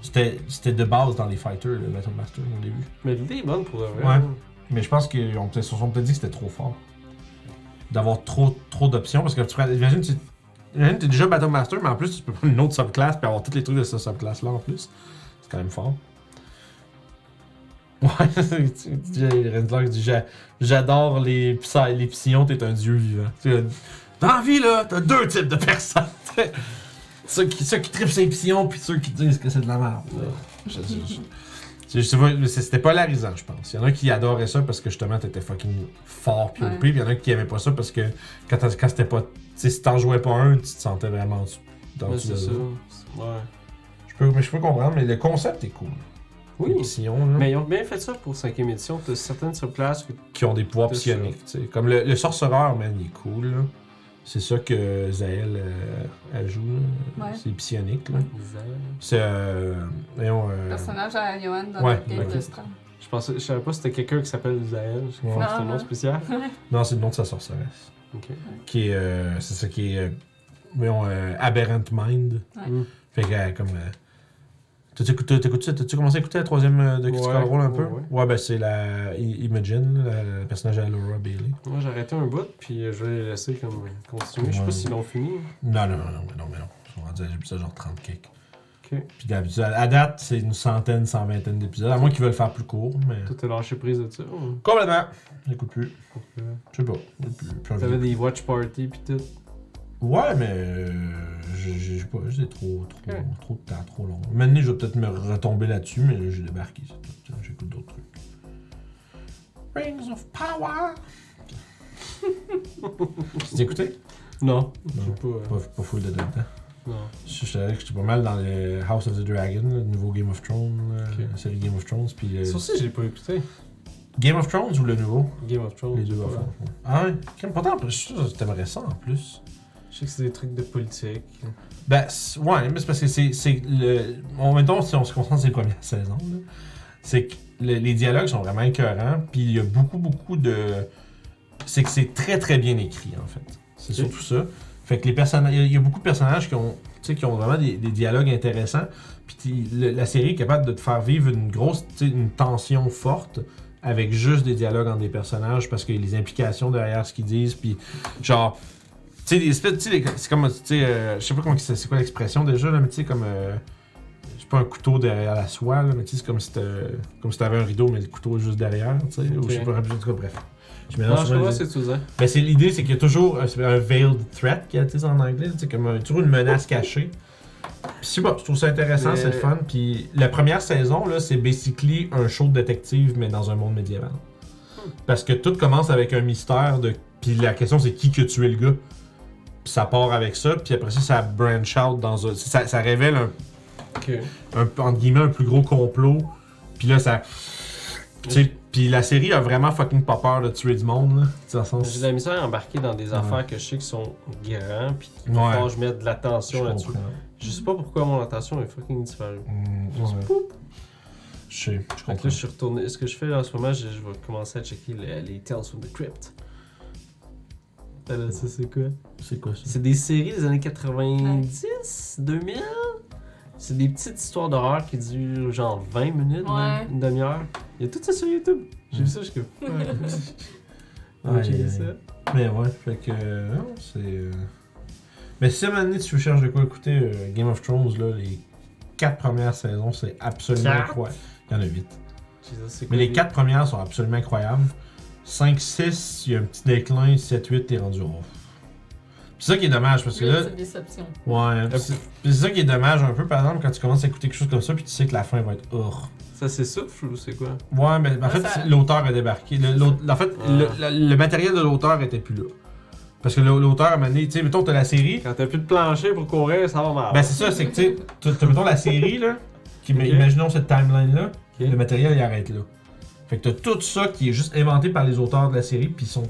Speaker 2: C'était c'était de base dans les fighters, le Battle Master, au début.
Speaker 3: Mais l'idée est bonne pour de vrai.
Speaker 2: Ouais. Mais je pense qu'ils ont peut- se sont peut-être dit que c'était trop fort. D'avoir trop, trop d'options. Parce que tu prends- imagine, tu imagine, t'es déjà Battle Master, mais en plus, tu peux prendre une autre subclasse puis avoir tous les trucs de cette subclasse-là en plus. C'est quand même fort. Ouais, tu- tu- j'ai- Renslayer dit J'a- J'adore les, psy- les psions, t'es un dieu vivant. Tu sais, Dans la vie, là, t'as deux types de personnes. ceux qui, ceux qui trippent ses psions, puis ceux qui disent que c'est de la merde. là. Je- je- je- c'est- je sais pas, mais c'est- C'était polarisant, je pense. Il y en a qui adoraient ça parce que justement, t'étais fucking fort puis
Speaker 1: Ouais.
Speaker 2: OP, puis il y en a qui aimaient pas ça parce que quand, t'as- quand c'était pas. tu sais, si t'en jouais pas un, tu te sentais vraiment en dessous- dans
Speaker 3: Ouais,
Speaker 2: le dessous
Speaker 3: c'est
Speaker 2: de
Speaker 3: ça.
Speaker 2: l'autre.
Speaker 3: Ouais.
Speaker 2: Je peux, mais je peux comprendre, mais le concept est cool. Les
Speaker 3: Oui.
Speaker 2: psions, là,
Speaker 3: Mais ils ont bien fait ça pour 5 édition. T'as certaines surplaces que
Speaker 2: qui ont des pouvoirs
Speaker 3: C'est ça.
Speaker 2: psioniques, tu sais. Comme le, le sorcereur, man, il est cool, là. C'est ça que Zael euh, elle joue, là.
Speaker 1: Ouais.
Speaker 2: C'est psionique, là.
Speaker 3: Je
Speaker 2: C'est. Euh, voyons, euh,
Speaker 1: Personnage à Johan dans
Speaker 2: Ouais,
Speaker 1: notre game
Speaker 2: ok.
Speaker 1: de Strand.
Speaker 3: pensais, je savais pas si c'était quelqu'un qui s'appelle Zael. Je crois
Speaker 2: Ouais.
Speaker 3: que c'est un nom
Speaker 1: Non,
Speaker 3: spécial.
Speaker 2: Non, c'est le nom de sa sorceresse.
Speaker 3: Ok.
Speaker 2: qui est, euh, c'est ça qui est, euh, voyons, euh, Aberrant Mind.
Speaker 1: Ouais.
Speaker 3: Mm.
Speaker 2: Fait que, euh, comme. euh, T'as-tu écouté- t'écoutes ça? T'as-tu commencé à écouter la troisième euh, de Critical
Speaker 3: Ouais,
Speaker 2: Role un
Speaker 3: ouais,
Speaker 2: peu?
Speaker 3: ouais.
Speaker 2: Ouais, ben c'est la I- Imogen, la- le personnage à Laura Bailey.
Speaker 3: Moi, j'ai arrêté un bout, puis euh, je vais les laisser comme continuer. Je sais pas
Speaker 2: Ouais.
Speaker 3: s'ils l'ont fini.
Speaker 2: Non, non, non, non, mais non, mais non. Ils sont rendus à l'épisode genre 30 quelques.
Speaker 3: Ok.
Speaker 2: Puis d'habitude, à à date, c'est une centaine, cent vingtaine d'épisodes. À moins qu'ils veulent faire plus court, mais.
Speaker 3: Toi, t'as lâché prise de ça. ou-
Speaker 2: Complètement! J'écoute plus.
Speaker 3: Pourquoi?
Speaker 2: Je sais pas. J'écoute plus. Plus envie
Speaker 3: T'avais des watch parties, puis tout.
Speaker 2: Ouais, mais euh, j'ai- j'ai j'ai pas, j'ai trop, trop,
Speaker 3: Ouais.
Speaker 2: trop de temps, trop long. Maintenant, je vais peut-être me retomber là-dessus, mais là, j'ai débarqué. c'est tout. Tiens, J'écoute d'autres trucs. Rings of Power! tu t'es écouté?
Speaker 3: Non.
Speaker 2: Non.
Speaker 3: J'ai pas. euh,
Speaker 2: Pas, pas full de temps.
Speaker 3: Non.
Speaker 2: Je je savais que j'étais pas mal dans le House of the Dragon, le nouveau Game of Thrones, euh,
Speaker 3: Ok.
Speaker 2: la série Game of Thrones, puis le-
Speaker 3: Ça aussi, je l'ai pas écouté.
Speaker 2: Game of Thrones ou le nouveau?
Speaker 3: Game of Thrones.
Speaker 2: Les deux à
Speaker 3: ouais.
Speaker 2: fond. Ah ouais? Crème, Pourtant, je suis sûr que t'aimerais ça en plus.
Speaker 3: Je sais que c'est des trucs de politique.
Speaker 2: Ben, c- ouais, mais c'est parce que c'est. c'est le... En même temps, si on se concentre sur les premières saisons, là, c'est que le- les dialogues sont vraiment écœurants, puis il y a beaucoup, beaucoup de. C'est que c'est très, très bien écrit, en fait. C'est
Speaker 3: Ok.
Speaker 2: surtout ça. Fait que les personnages. Il y a- il y, a beaucoup de personnages qui ont, tu sais, qui ont vraiment des, des dialogues intéressants, puis t'y- le- la série est capable de te faire vivre une grosse. tu sais, une tension forte avec juste des dialogues entre des personnages parce que les implications derrière ce qu'ils disent, puis genre. Tu sais, des espèces- tu sais, les- c'est comme, tu sais, euh, je sais pas comment c'est c'est quoi l'expression déjà, là, mais tu sais, comme, euh, je sais pas, un couteau derrière la soie, là, mais tu sais, c'est comme si t'as- comme si t'avais un rideau, mais le couteau est juste derrière, tu sais, ou
Speaker 3: Ok.
Speaker 2: je sais pas, en tout cas, bref. Je
Speaker 3: Non,
Speaker 2: mélange
Speaker 3: je
Speaker 2: souvent
Speaker 3: comprends
Speaker 2: les-
Speaker 3: ce que tu disais.
Speaker 2: ben, c'est l'idée, c'est qu'il y a toujours un, c'est un veiled threat, qui est en anglais, c'est comme un- toujours une menace cachée. Puis c'est bon, je trouve ça intéressant,
Speaker 3: Mais-
Speaker 2: c'est le fun. Puis la première saison, là, c'est basically un show de détective, mais dans un monde médiéval. Parce que tout commence avec un mystère de. Puis la question, c'est qui que tu es le gars. Puis ça part avec ça, puis après ça, ça branch out dans un. Ça, ça révèle un,
Speaker 3: Ok.
Speaker 2: un, entre guillemets, un plus gros complot. Puis là, ça. Tu sais, puis la série a vraiment fucking pas peur de tuer du monde, là. Dans le sens-
Speaker 3: J'ai de la misère à embarquer dans des
Speaker 2: Ouais.
Speaker 3: affaires que je sais qui sont grands, puis qu'il
Speaker 2: Ouais.
Speaker 3: faut que je mette de l'attention
Speaker 2: Je
Speaker 3: là-dessus.
Speaker 2: comprends.
Speaker 3: Je sais pas pourquoi mon attention est fucking disparue.
Speaker 2: Mm, ouais. Je sais, je
Speaker 3: Fait que
Speaker 2: comprends.
Speaker 3: là, je suis retourné. Ce que je fais là, en ce moment, je, je vais commencer à checker le- les Tales from the Crypt. Ah là, ça, c'est quoi
Speaker 2: C'est quoi ça?
Speaker 3: C'est des séries des années 90, 2000. C'est des petites histoires d'horreur qui durent genre 20 minutes,
Speaker 1: Ouais.
Speaker 3: même, une demi-heure. Il y a tout ça sur YouTube. J'ai vu ça, je suis comme.
Speaker 2: Ouais, Ah,
Speaker 3: Ouais, j'ai vu
Speaker 2: ouais.
Speaker 3: ça.
Speaker 2: Mais ouais, fait que. euh, non, c'est. euh, Mais si à un moment donné, tu cherches de quoi écouter euh, Game of Thrones, là, les quatre premières saisons, c'est absolument
Speaker 3: Quatre?
Speaker 2: incroyable. Il y en a huit.
Speaker 3: Jesus, c'est
Speaker 2: Mais
Speaker 3: quoi
Speaker 2: les quatre premières sont absolument incroyables. 5, 6, il y a un petit déclin. 7, 8, t'es rendu off. C'est ça qui est dommage parce que là.
Speaker 1: C'est une déception.
Speaker 2: Ouais. pis c'est pis c'est ça qui est dommage un peu, par exemple, quand tu commences à écouter quelque chose comme ça, puis tu sais que la fin va être hors.
Speaker 3: Ça s'essouffle ou c'est quoi
Speaker 2: Ouais, mais en
Speaker 1: Ouais,
Speaker 2: fait,
Speaker 1: ça-
Speaker 2: c'est- l'auteur a débarqué. Le- l'au- en fait, le, le- le matériel de l'auteur était plus là. Parce que l'au- l'auteur a mené, tu sais, mettons, t'as la série.
Speaker 3: Quand t'as plus de plancher pour courir, ça va mal.
Speaker 2: Ben, c'est ça, c'est que, tu sais, t'as- t'as, mettons, la série, là. Qui,
Speaker 3: Ah Ok.
Speaker 2: Imaginons cette timeline-là.
Speaker 3: Ok.
Speaker 2: Le matériel, il arrête là. Fait que t'as tout ça qui est juste inventé par les auteurs de la série, puis ils sont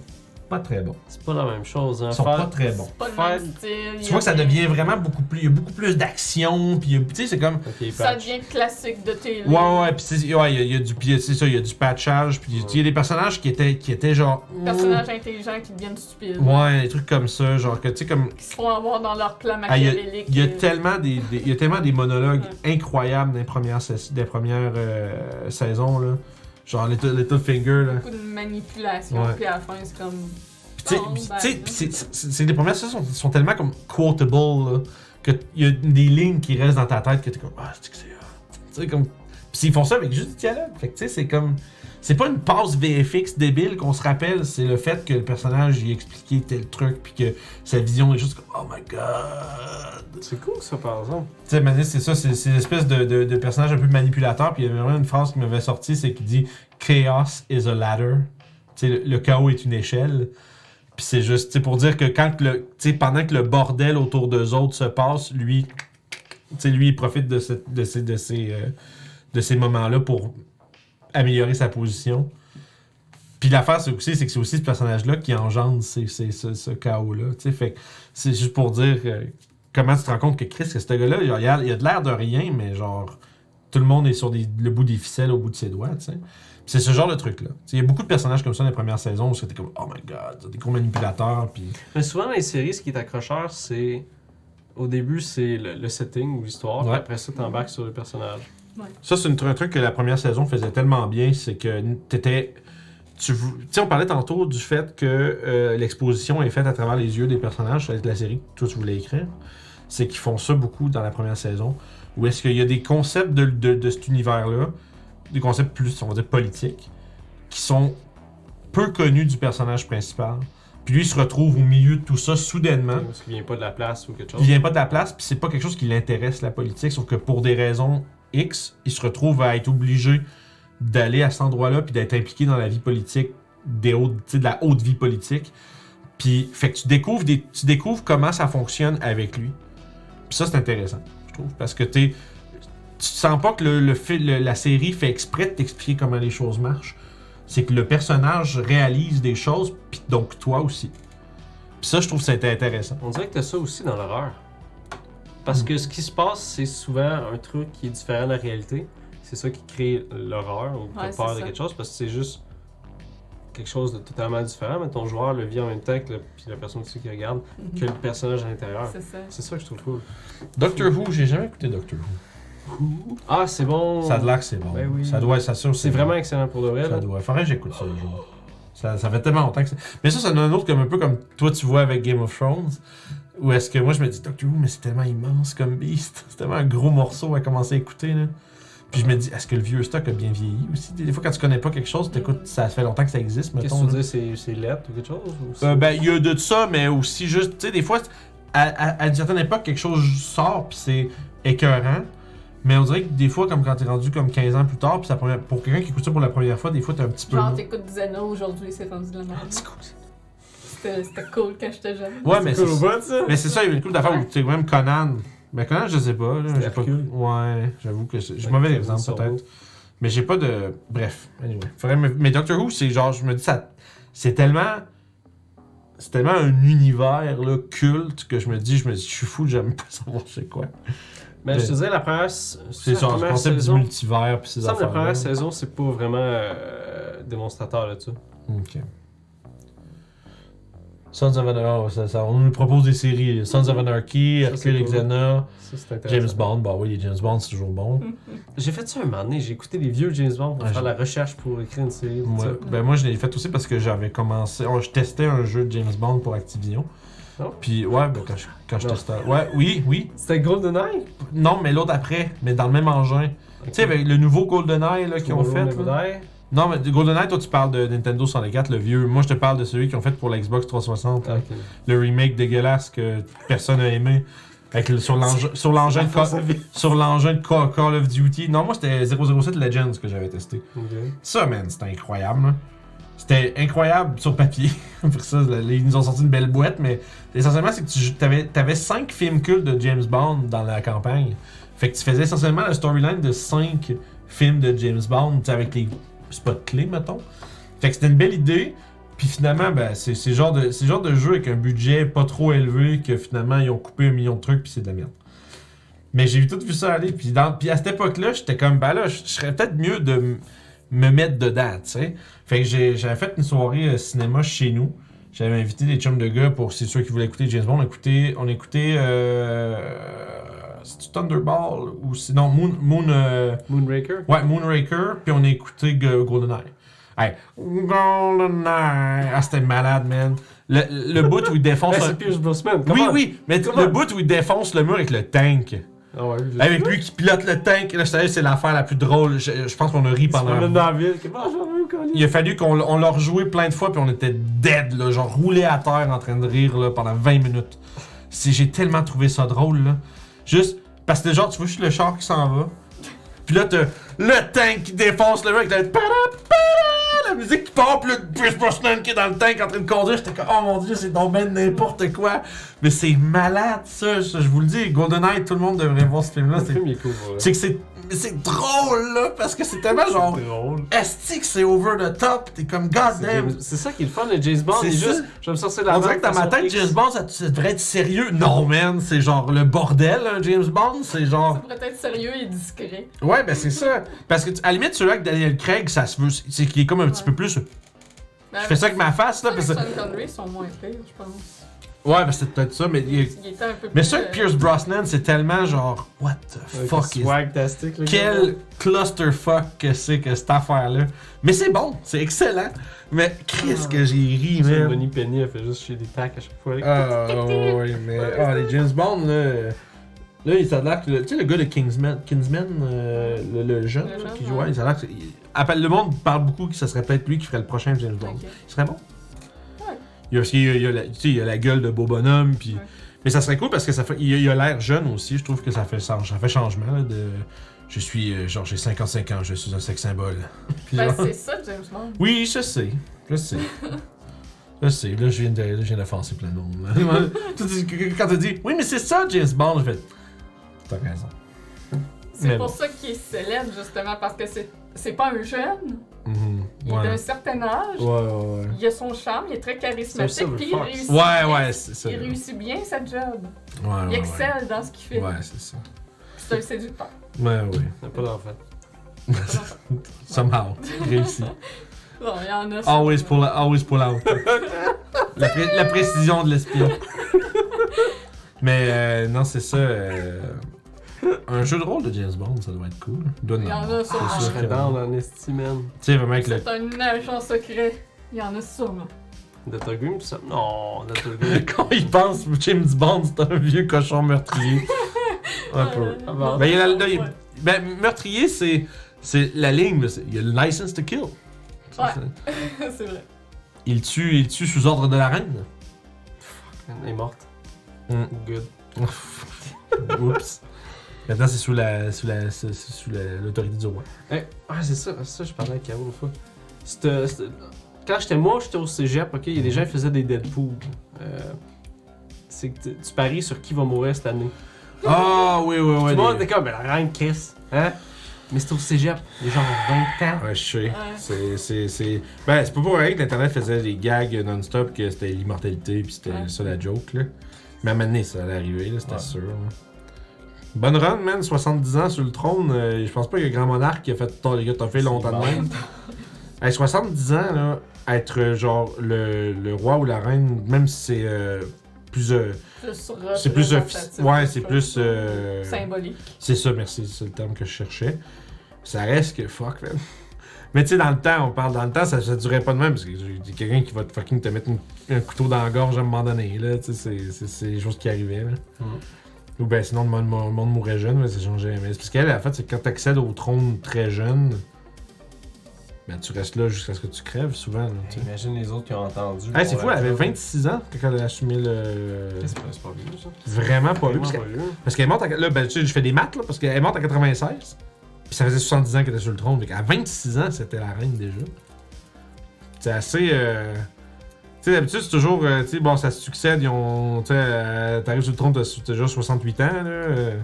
Speaker 2: pas très bons.
Speaker 3: C'est pas la même chose, hein.
Speaker 2: Ils sont
Speaker 3: Faire-
Speaker 2: pas très bons.
Speaker 1: Pas le
Speaker 3: Faire-
Speaker 1: même style.
Speaker 2: Tu vois que ça devient vraiment beaucoup plus. Il y a beaucoup plus d'action, puis il y a- tu sais, c'est comme.
Speaker 3: Ok, patch.
Speaker 1: Ça devient classique de télé.
Speaker 2: Ouais, ouais, puis c'est- ouais, il y a- il y, a du. puis C'est ça, il y a du patchage, puis il y a des personnages qui étaient, qui étaient genre.
Speaker 1: Personnages intelligents qui deviennent stupides.
Speaker 2: Ouais, des trucs comme ça, genre que tu sais, comme.
Speaker 1: Qui se font avoir dans leur plan
Speaker 2: Ah, il y a-
Speaker 1: machiavélique.
Speaker 2: Il y a
Speaker 1: et-
Speaker 2: tellement des, des- il y a tellement des monologues incroyables dans les premières, sais- des premières euh, saisons, là. Genre Little, Little Finger, là.
Speaker 1: beaucoup de manipulation,
Speaker 2: Ouais.
Speaker 1: puis à la fin, c'est comme.
Speaker 2: Puis tu sais,
Speaker 1: Bon,
Speaker 2: puis
Speaker 1: ben,
Speaker 2: tu sais,
Speaker 1: là.
Speaker 2: puis c'est- c'est c'est- les premières saisons sont, sont tellement comme quotable, là, que il y a des lignes qui restent dans ta tête que t'es comme, ah, c'est que c'est. ah, Tu sais, comme. Puis ils font ça avec juste du dialogue. Fait que tu sais, c'est comme. C'est pas une passe VFX débile qu'on se rappelle, c'est le fait que le personnage y a expliqué tel truc, puis que sa vision est juste comme, oh my god.
Speaker 3: C'est cool ça par exemple.
Speaker 2: Tu sais, Manis, c'est ça, c'est c'est l'espèce de, de, de personnage un peu manipulateur. Puis il y avait vraiment une phrase qui m'avait sorti, c'est qui dit Chaos is a ladder. Tu sais, le, le chaos est une échelle. Puis c'est juste, tu sais, pour dire que quand que le, tu sais, pendant que le bordel autour d'eux autres se passe, lui, tu sais, lui, il profite de, cette- de ces, de ces, euh, de ces moments-là pour améliorer sa position. Puis l'affaire, c'est aussi, c'est que c'est aussi ce personnage-là qui engendre ces- ces- ce, ce chaos-là. Tu sais, fait que c'est juste pour dire euh, comment tu te rends compte que Chris, que ce gars-là, il a, l'air- il a de l'air de rien, mais genre, tout le monde est sur des- le bout des ficelles, au bout de ses doigts, tu sais. Puis C'est ce genre de truc-là. Tu sais, Il y a beaucoup de personnages comme ça dans les premières saisons où c'était comme, oh my god, des gros manipulateurs, puis.
Speaker 3: Mais souvent dans les séries, ce qui est accrocheur, c'est. Au début, c'est le, le setting ou l'histoire, puis
Speaker 2: Ouais.
Speaker 3: après ça, t'embarques sur le personnage.
Speaker 2: Ça, c'est une- un truc que la première saison faisait tellement bien, c'est que t'étais. Tu vou- tu sais, on parlait tantôt du fait que euh, l'exposition est faite à travers les yeux des personnages, ça va être la série que toi tu voulais écrire. C'est qu'ils font ça beaucoup dans la première saison. Où est-ce qu'il y a des concepts de, de- de cet univers-là, des concepts plus, on va dire, politiques, qui sont peu connus du personnage principal. Puis lui, il se retrouve au milieu de tout ça soudainement.
Speaker 3: Parce qu'il vient pas de la place ou quelque chose.
Speaker 2: Il vient pas de la place, puis c'est pas quelque chose qui l'intéresse, la politique, sauf que pour des raisons X, il se retrouve à être obligé d'aller à cet endroit-là, puis d'être impliqué dans la vie politique, des hautes, tu sais, de la haute vie politique. Puis, fait que tu découvres, des, tu découvres comment ça fonctionne avec lui. Puis ça, c'est intéressant, je trouve, parce que t'es, tu sens pas que le, le fi- le- la série fait exprès de t'expliquer comment les choses marchent. C'est que le personnage réalise des choses, puis donc toi aussi. Puis ça, je trouve que c'était intéressant.
Speaker 3: On dirait que t'as ça aussi dans l'horreur. Parce
Speaker 2: Hmm.
Speaker 3: que ce qui se passe, c'est souvent un truc qui est différent de la réalité. C'est ça qui crée l'horreur ou t'as
Speaker 1: Ouais,
Speaker 3: peur
Speaker 1: c'est
Speaker 3: de
Speaker 1: ça.
Speaker 3: quelque chose parce que c'est juste quelque chose de totalement différent. Mais ton joueur le vit en même temps que le- puis la personne aussi qui regarde que le personnage à l'intérieur.
Speaker 1: Mhm. C'est ça.
Speaker 3: C'est ça que je trouve cool.
Speaker 2: Doctor Who, j'ai jamais écouté Doctor Who.
Speaker 3: Ah, c'est bon.
Speaker 2: Ça a l'air que c'est bon.
Speaker 3: Ben oui.
Speaker 2: Ça doit, ça sûr,
Speaker 3: C'est vraiment excellent pour le vrai.
Speaker 2: Ça
Speaker 3: là.
Speaker 2: doit. Faudrait que j'écoute ça un jour. Ça, ça fait tellement longtemps que c'est. Mais ça, ça donne un autre comme un peu comme toi tu vois avec Game of Thrones. Où est-ce que moi je me dis Doctor Who, mais c'est tellement immense comme beast. C'est tellement un gros morceau à commencer à écouter là. Puis je me dis, est-ce que le vieux stock a bien vieilli aussi? Des fois, quand tu connais pas quelque chose, t'écoutes, ça fait longtemps que ça existe,
Speaker 3: Qu'est-ce que
Speaker 2: mettons.
Speaker 3: tu
Speaker 2: là.
Speaker 3: veux dire C'est- C'est lettre ou quelque chose ou c'est-
Speaker 2: Euh, ben, il y a de ça, mais aussi juste, tu sais, des fois, à, à- à une certaine époque, quelque chose sort, puis c'est écœurant. Mais on dirait que des fois, comme quand t'es rendu comme 15 ans plus tard, puis sa première- pour quelqu'un qui écoute ça pour la première fois, des fois, t'es un petit peu.
Speaker 1: Genre, t'écoutes Zeno aujourd'hui, c'est rendu de la merde. C'était c'était cool quand j'étais jeune.
Speaker 2: Ouais, mais c'est
Speaker 3: cool au bout, ça.
Speaker 2: mais c'est ça, il y a une couple d'affaires où, tu sais, même Conan. Mais Conan, je sais pas. Là,
Speaker 3: C'était
Speaker 2: j'ai pas...
Speaker 3: Hercule.
Speaker 2: Ouais, j'avoue que c'est- j'ai
Speaker 3: Ouais,
Speaker 2: mauvais
Speaker 3: c'est
Speaker 2: exemple,
Speaker 3: le
Speaker 2: peut-être.
Speaker 3: cerveau.
Speaker 2: Mais j'ai pas de. Bref. Anyway. Faudrait me- Mais Doctor Who, c'est genre, je me dis, ça. C'est tellement. C'est tellement un univers là, culte que je me dis, je me dis, je suis fou, j'aime pas savoir c'est quoi.
Speaker 3: Mais Ben, je te disais, la première. C'est
Speaker 2: C'est
Speaker 3: la
Speaker 2: genre le
Speaker 3: première
Speaker 2: concept
Speaker 3: saison.
Speaker 2: du multivers puis
Speaker 3: Il me
Speaker 2: ces
Speaker 3: semble que la
Speaker 2: affaires.
Speaker 3: première saison, c'est pas vraiment euh, démonstrateur là-dessus.
Speaker 2: Ok. Sons of Anarchy, ça, ça- on nous propose des séries. Sons of Anarchy,
Speaker 3: Ça, c'est
Speaker 2: Hercule et
Speaker 3: cool.
Speaker 2: Xena,
Speaker 3: Ça, c'est intéressant.
Speaker 2: James Bond. Bah oui, les James Bond, c'est toujours bon.
Speaker 3: J'ai fait ça un moment donné, j'ai écouté les vieux James Bond pour
Speaker 2: Ouais,
Speaker 3: faire
Speaker 2: j'ai-
Speaker 3: la recherche pour écrire une série. tout
Speaker 2: Moi,
Speaker 3: ça.
Speaker 2: ben moi, je l'ai fait aussi parce que j'avais commencé. oh, je testais un jeu de James Bond pour Activision.
Speaker 3: Oh.
Speaker 2: Puis, ouais, ben, quand je, quand je
Speaker 3: Non.
Speaker 2: testais. Ouais, oui, oui.
Speaker 3: C'était GoldenEye
Speaker 2: Non, mais l'autre après, mais dans le même engin. Tu sais, avec le nouveau GoldenEye là, qu'ils ont fait. là.
Speaker 3: GoldenEye.
Speaker 2: Non, mais GoldenEye, toi, tu parles de Nintendo 64, le vieux. Moi, je te parle de celui qu'ils ont fait pour la Xbox 360.
Speaker 3: Ah, ok.
Speaker 2: Le remake dégueulasse que personne n'a aimé. Avec le- sur l'engin sur l'engin de, Ca- sur l'engin de Ca- Call of Duty. Non, moi, c'était 007 Legends que j'avais testé.
Speaker 3: Ok.
Speaker 2: Ça, man, c'était incroyable. là. C'était incroyable sur papier. Pour ça, là, ils nous ont sorti une belle boîte, mais essentiellement, c'est que tu avais, cinq films cultes de James Bond dans la campagne. Fait que tu faisais essentiellement la storyline de cinq films de James Bond, tu sais, avec les spots clés, mettons. Fait que c'était une belle idée. Puis finalement, ben, c'est c'est le genre, de- c'est le genre de jeu avec un budget pas trop élevé que finalement ils ont coupé un million de trucs puis c'est de la merde. Mais j'ai tout vu ça aller. Puis, dans, puis à cette époque-là, j'étais comme, ben là, je je serais peut-être mieux de m- me mettre dedans, tu sais. Fait que j'ai- j'avais fait une soirée euh, cinéma chez nous. J'avais invité des chums de gars pour, c'est ceux qui voulaient écouter James Bond, on écoutait, on écoutait euh, c'est-tu Thunderball ou sinon Moon, Moon euh,
Speaker 3: Moonraker.
Speaker 2: Ouais, Moonraker, puis on a écouté G- GoldenEye. Hey, GoldenEye! Ah, c'était malade, man. Le, le bout où il défonce.
Speaker 3: Hey,
Speaker 2: un-
Speaker 3: c'est Pierce Brosnan. come
Speaker 2: Oui,
Speaker 3: on.
Speaker 2: oui, mais
Speaker 3: Come
Speaker 2: le
Speaker 3: on.
Speaker 2: bout où il défonce le mur avec le tank.
Speaker 3: Ah ouais, oui, je-
Speaker 2: Avec lui qui pilote le tank, là, je savais, c'est l'affaire la plus drôle. Je, je pense qu'on a ri
Speaker 3: Il se
Speaker 2: pendant.
Speaker 3: promène dans la ville. Comment j'en ai eu, Colin?
Speaker 2: Il a fallu qu'on l- on l'a rejoué plein de fois, puis on était dead, là, genre roulé à terre en train de rire là, pendant 20 minutes. Si J'ai tellement trouvé ça drôle. Là. Juste parce que, genre, tu vois juste le char qui s'en va. Puis là, t'as le tank qui défonce le mec, avec le para, para, la musique qui part, puis là, Pierce Brosnan qui est dans le tank en train de conduire. J'étais comme, oh mon dieu, c'est donc ben n'importe quoi. Mais c'est malade, ça, ça, je vous le dis. GoldenEye, tout le monde devrait voir ce film-là.
Speaker 3: Le
Speaker 2: C'est-
Speaker 3: film est cool. pour vrai.
Speaker 2: C'est que c'est c'est drôle, là, parce que c'est tellement genre
Speaker 3: C'est drôle.
Speaker 2: Esti que c'est over the top, t'es comme
Speaker 3: C'est
Speaker 2: god damn.
Speaker 3: James- C'est ça qui est le fun de James Bond.
Speaker 2: C'est
Speaker 3: Il est
Speaker 2: ça.
Speaker 3: juste, je vais me sortir de la
Speaker 2: On dirait que
Speaker 3: marque,
Speaker 2: dans ma
Speaker 3: façon
Speaker 2: tête,
Speaker 3: X.
Speaker 2: James Bond, ça, ça devrait être sérieux. Non, man, c'est genre le bordel, hein, James Bond, c'est
Speaker 1: Ça
Speaker 2: genre.
Speaker 1: pourrait être sérieux et discret.
Speaker 2: Ouais, ben c'est ça. Parce que, tu- à la limite, celui-là avec Daniel Craig, ça se veut. C'est qu'il est comme un petit
Speaker 1: Ouais.
Speaker 2: peu plus.
Speaker 1: Ben,
Speaker 2: Je fais ça avec ma face,
Speaker 1: ça,
Speaker 2: là,
Speaker 1: les
Speaker 2: parce que.
Speaker 1: Sean Connery sont moins pires, je pense.
Speaker 2: Ouais, ben c'est peut-être ça, mais. il est-
Speaker 1: Il était un peu
Speaker 2: Mais
Speaker 1: plus,
Speaker 2: ça avec
Speaker 1: euh,
Speaker 2: Pierce Brosnan, c'est tellement genre. What the
Speaker 3: Avec
Speaker 2: fuck
Speaker 3: le
Speaker 2: is
Speaker 3: Swagtastic. le gars.
Speaker 2: Quel clusterfuck que c'est que cette affaire-là. Mais c'est bon, c'est excellent. Mais qu'est-ce que j'ai ri,
Speaker 3: C'est
Speaker 2: man.
Speaker 3: Bonnie Penny, elle fait juste chier des tacs à chaque fois.
Speaker 2: Ah oui, mais ah, les James Bond, là. Là, il s'est l'air que. le- Tu sais, le gars de Kingsman, Kingsman euh, le, le jeune,
Speaker 1: Le
Speaker 2: là,
Speaker 1: jeune,
Speaker 2: qui
Speaker 1: ouais.
Speaker 2: jouait, il s'est l'air que. il- appelle- le monde parle beaucoup que ça serait peut-être lui qui ferait le prochain James Bond.
Speaker 1: Ok.
Speaker 2: Il serait bon.
Speaker 1: Ouais.
Speaker 2: Il y a, parce qu'il y a- il y a la, tu sais, il y a la gueule de beau bonhomme, puis.
Speaker 1: Ouais.
Speaker 2: Mais ça serait cool parce que ça fait, il y a- il y a l'air jeune aussi. Je trouve que ça fait, ça, ça fait changement là, de. Je suis, euh, genre, j'ai 55 ans, je suis un sex symbole. Puis
Speaker 1: Ben,
Speaker 2: genre-
Speaker 1: c'est ça, James Bond.
Speaker 2: oui, je sais. Je sais. Je sais. Là, je viens de, là, je viens d'offenser plein de monde. là. Moi, tu dis- Quand tu dis, oui, mais c'est ça, James Bond, je fais, t'as raison. Mais
Speaker 1: C'est pour
Speaker 2: bon.
Speaker 1: ça qu'il est célèbre, justement, parce que c'est c'est pas un jeune,
Speaker 2: Mhm.
Speaker 1: il est
Speaker 2: Ouais.
Speaker 1: d'un certain âge,
Speaker 2: Ouais, ouais, ouais.
Speaker 1: il a son charme, il est très
Speaker 3: C'est un
Speaker 1: charismatique, puis il
Speaker 3: silver fox.
Speaker 1: réussit,
Speaker 2: Ouais, ouais, c'est ça.
Speaker 1: il
Speaker 2: Ouais,
Speaker 1: réussit bien sa job.
Speaker 2: ouais,
Speaker 1: Il
Speaker 2: ouais.
Speaker 1: excelle dans ce qu'il fait.
Speaker 2: Ouais, c'est ça.
Speaker 1: C'est un séducteur.
Speaker 2: Ouais, ouais.
Speaker 3: T'as pas d'enfant.
Speaker 2: Somehow. Réussi.
Speaker 1: Bon, Oh, il y en a.
Speaker 2: Always
Speaker 1: sûrement.
Speaker 2: pull out. Always pull out. la, pré- la précision de l'espion. Mais euh, non, c'est ça. euh, un jeu de rôle de James Bond, ça doit être cool. Donne
Speaker 1: Il y en a sûrement.
Speaker 2: C'est
Speaker 3: Ah, Je
Speaker 2: sûr
Speaker 3: serais
Speaker 2: que-
Speaker 3: down en esti, man.
Speaker 2: Tu sais, vraiment avec le
Speaker 1: C'est un agent secret. Il y en a sûrement.
Speaker 3: Dr. Grimm, ça. Non, Dr. Grimm.
Speaker 2: Quand il pense, James Bond, c'est un vieux cochon meurtrier. un peu.
Speaker 1: Euh,
Speaker 3: Ah, bon.
Speaker 1: non,
Speaker 2: Ben, il y a la- là, il-
Speaker 1: ouais.
Speaker 2: ben, meurtrier, c'est, c'est la ligne. mais c'est- Il y a le license to kill. Ça, ça-
Speaker 1: c'est vrai.
Speaker 2: Il, tue, il tue sous ordre de la reine.
Speaker 3: Elle est morte.
Speaker 2: Mm.
Speaker 3: Good.
Speaker 2: Oups. Maintenant, c'est sous, la, sous, la, c'est- c'est sous la- l'autorité du roi.
Speaker 3: Eh, ah, c'est ça, c'est ça, je parlais à K.O. une fois. C'était- c'était- Quand j'étais moi, j'étais au cégep, ok, il y a des
Speaker 2: Mhm.
Speaker 3: gens qui faisaient des Deadpool. Euh, c'est que tu, tu paries sur qui va mourir cette année.
Speaker 2: Ah oui, oui,
Speaker 3: Tout
Speaker 2: oui.
Speaker 3: le monde
Speaker 2: les-
Speaker 3: était comme, mais la reine Chris, hein? Mais c'était au cégep, les gens ont 20 ans.
Speaker 2: Ouais, je sais.
Speaker 1: Ouais.
Speaker 2: C'est, c'est, c'est... Ben, c'est pas pour rien que l'Internet faisait des gags non-stop que c'était l'immortalité puis c'était
Speaker 1: Ouais.
Speaker 2: ça la joke, là. Mais à un moment donné, ça allait arriver, là, c'était
Speaker 3: Ouais.
Speaker 2: sûr. là. Bonne run, man. 70 ans sur le trône. euh, je pense pas qu'il y a grand monarque qui a fait tant les gars, t'as fait
Speaker 3: C'est
Speaker 2: longtemps de
Speaker 3: mort.
Speaker 2: même. Hey, 70 ans, là, être euh, genre le, le roi ou la reine, même si c'est euh, plus... euh,
Speaker 1: Plus
Speaker 2: c'est plus... euh,
Speaker 1: représentatif,
Speaker 2: ouais, c'est
Speaker 1: je
Speaker 2: plus...
Speaker 1: pense.
Speaker 2: euh,
Speaker 1: Symbolique.
Speaker 2: c'est ça, merci, c'est le terme que je cherchais. Ça reste que fuck, man. Mais tu sais, dans le temps, on parle dans le temps, ça, ça durait pas de même, parce que y a quelqu'un qui va te fucking te mettre une- un couteau dans la gorge à un moment donné, là. Tu sais, c'est- c'est- c'est les choses qui arrivaient, là. Ou ben sinon, le monde, le monde mourait jeune, mais ça changeait. Mais c'est parce qu'elle, en fait, c'est que quand t'accèdes au trône très jeune, ben tu restes là jusqu'à ce que tu crèves, souvent, là, tu sais.
Speaker 3: Imagine les autres qui ont entendu. euh,
Speaker 2: Hey, c'est fou, elle avait 26 ans quand elle a assumé le.
Speaker 3: C'est pas c'est pas vieux, ça.
Speaker 2: Vraiment pas
Speaker 3: Vraiment
Speaker 2: vu, parce que-
Speaker 3: pas vieux.
Speaker 2: parce qu'elle monte à. Là, ben, tu sais, je fais des maths, là, parce qu'elle est morte à 96. Puis ça faisait 70 ans qu'elle était sur le trône. Donc à 26 ans, c'était la reine déjà. C'est assez. euh, Tu sais, d'habitude, c'est toujours. euh, tu sais, bon, ça se succède. Ils ont. Tu sais, euh, t'arrives sur le trône, t'as t'as déjà 68 ans, là. euh,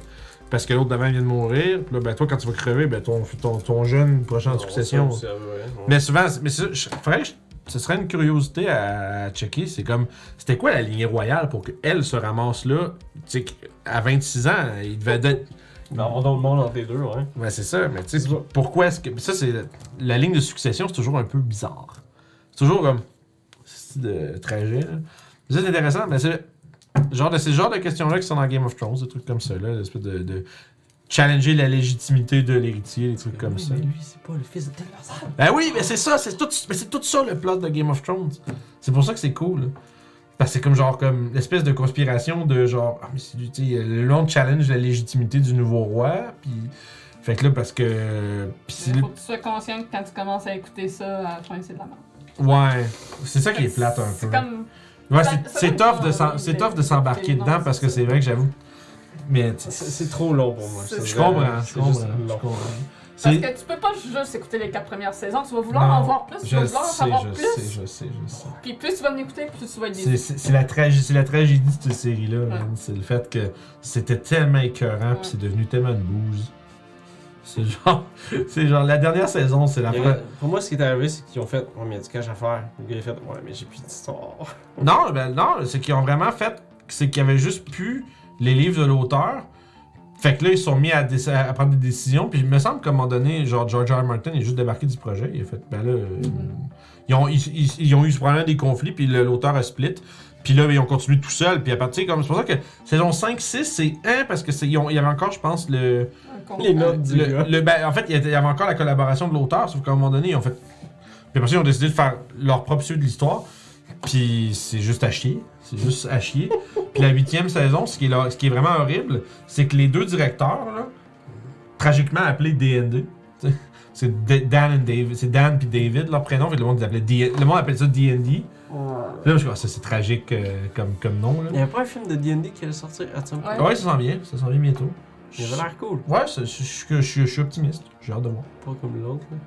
Speaker 2: parce que l'autre d'avant vient de mourir. Puis là, ben, toi, quand tu vas crever, ben, ton, ton, ton jeune prochain en
Speaker 3: Non,
Speaker 2: succession.
Speaker 3: ça, ça, ouais, ouais.
Speaker 2: Mais souvent, c'est- mais ça, je- faudrait que je ce serait une curiosité à, à checker. C'est comme, c'était quoi la lignée royale pour qu'elle se ramasse là? Tu sais, qu- à 26 ans, il devait être.
Speaker 3: Dans dans le monde entre les deux, ouais.
Speaker 2: Ouais, c'est ça, mais tu sais,
Speaker 3: C'est ça.
Speaker 2: pourquoi est-ce que. Ça, c'est. La ligne de succession, c'est toujours un peu bizarre. C'est toujours comme. C'est de trajet, là. Mais ça, C'est intéressant, mais c'est. Genre de, c'est le genre de questions-là qui sont dans Game of Thrones, des trucs comme ça, là. L'espèce de, de. Challenger la légitimité de l'héritier, des trucs comme ça.
Speaker 3: lui, c'est pas le fils de Telmarzan.
Speaker 2: Ben oui, mais c'est ça, c'est tout, mais c'est tout ça le plot de Game of Thrones. C'est pour ça que c'est cool. là. Parce que c'est comme genre comme l'espèce de conspiration de genre ah mais c'est du tu sais, le long challenge la légitimité du nouveau roi puis fait que là parce que puis c'est
Speaker 1: Faut que tu sois conscient que quand tu commences à écouter ça, à la fin, c'est de la merde.
Speaker 2: ouais c'est ça qui est plate un peu.
Speaker 1: C'est comme.
Speaker 2: Ouais,
Speaker 1: ça-
Speaker 2: c'est-
Speaker 1: ça
Speaker 2: c'est
Speaker 1: donne
Speaker 2: tough
Speaker 1: pas
Speaker 2: de s'en-
Speaker 1: envie
Speaker 2: c'est
Speaker 1: de-
Speaker 2: tough de s'embarquer
Speaker 1: d'écouter, non,
Speaker 2: dedans parce que
Speaker 1: c'est ça.
Speaker 2: c'est vrai que j'avoue mais tu-
Speaker 3: C'est c'est trop long pour moi.
Speaker 1: Je
Speaker 3: ça,
Speaker 2: je
Speaker 3: vraiment.
Speaker 2: comprends, je
Speaker 3: C'est juste
Speaker 2: comprends, je
Speaker 3: long.
Speaker 2: comprends.
Speaker 1: Parce
Speaker 2: C'est-
Speaker 1: que tu peux pas juste écouter les quatre premières saisons, tu vas vouloir en
Speaker 2: Non,
Speaker 1: voir plus, tu
Speaker 2: Je
Speaker 1: vas
Speaker 2: le
Speaker 1: vouloir en
Speaker 2: sais,
Speaker 1: savoir
Speaker 2: je
Speaker 1: plus.
Speaker 2: sais, je sais, je sais.
Speaker 1: Puis plus tu vas en écouter, plus tu vas être déçu.
Speaker 2: C'est- C'est c'est la, tragi- c'est la tragédie de cette série-là, man. C'est le fait que c'était tellement écœurant,
Speaker 1: Ouais.
Speaker 2: puis c'est devenu tellement une bouse. C'est genre, c'est genre, la dernière saison, c'est la
Speaker 3: Il y
Speaker 2: pre-
Speaker 3: avait- Pour moi, ce qui est arrivé, c'est qu'ils ont fait Ouais, mais il y a du cash à faire. Le gars, il a fait Ouais, mais j'ai plus d'histoire.
Speaker 2: Non, ben non, c'est qu'ils ont vraiment fait, c'est qu'ils avaient juste pu les livres de l'auteur. Fait que là, ils se sont mis à, déc- à prendre des décisions. Puis il me semble qu'à un moment donné, genre George R. R. Martin est juste débarqué du projet. Il a fait, ben là, euh, ils, ont, ils- ils- ils ont eu ce problème des conflits, puis le- l'auteur a split. Puis là, ben, ils ont continué tout seul. Puis à partir, comme c'est pour ça que saison 5, 6, c'est 1 parce que c'est, ils ont- il y avait encore, je pense, le.
Speaker 1: Un con-
Speaker 3: Les notes du
Speaker 2: le,
Speaker 3: gars.
Speaker 2: le- ben, en fait, il y a- il y avait encore la collaboration de l'auteur, sauf qu'à un moment donné, ils ont fait. Puis après ça, ils ont décidé de faire leur propre suite de l'histoire. Puis c'est juste à chier. C'est juste à chier. Puis la huitième saison, ce qui est, là- ce qui est vraiment horrible, c'est que les deux directeurs, là, tragiquement appelés DND, tu sais, c'est D- Dan and David, c'est Dan puis David, leur prénom, fait que le monde, les appelait D- le monde appelle ça DND. Puis Là, je pense que ah, c'est tragique euh, comme, comme nom.
Speaker 3: Il
Speaker 2: Là.
Speaker 3: n'y avait pas un film de DD qui allait sortir à Tom
Speaker 1: Ouais.
Speaker 2: Ouais, ça s'en vient, ça s'en vient bientôt.
Speaker 3: Il avait l'air cool.
Speaker 2: Ouais, ça- je je- je- je- je suis optimiste, j'ai hâte de voir.
Speaker 3: Pas comme l'autre. là.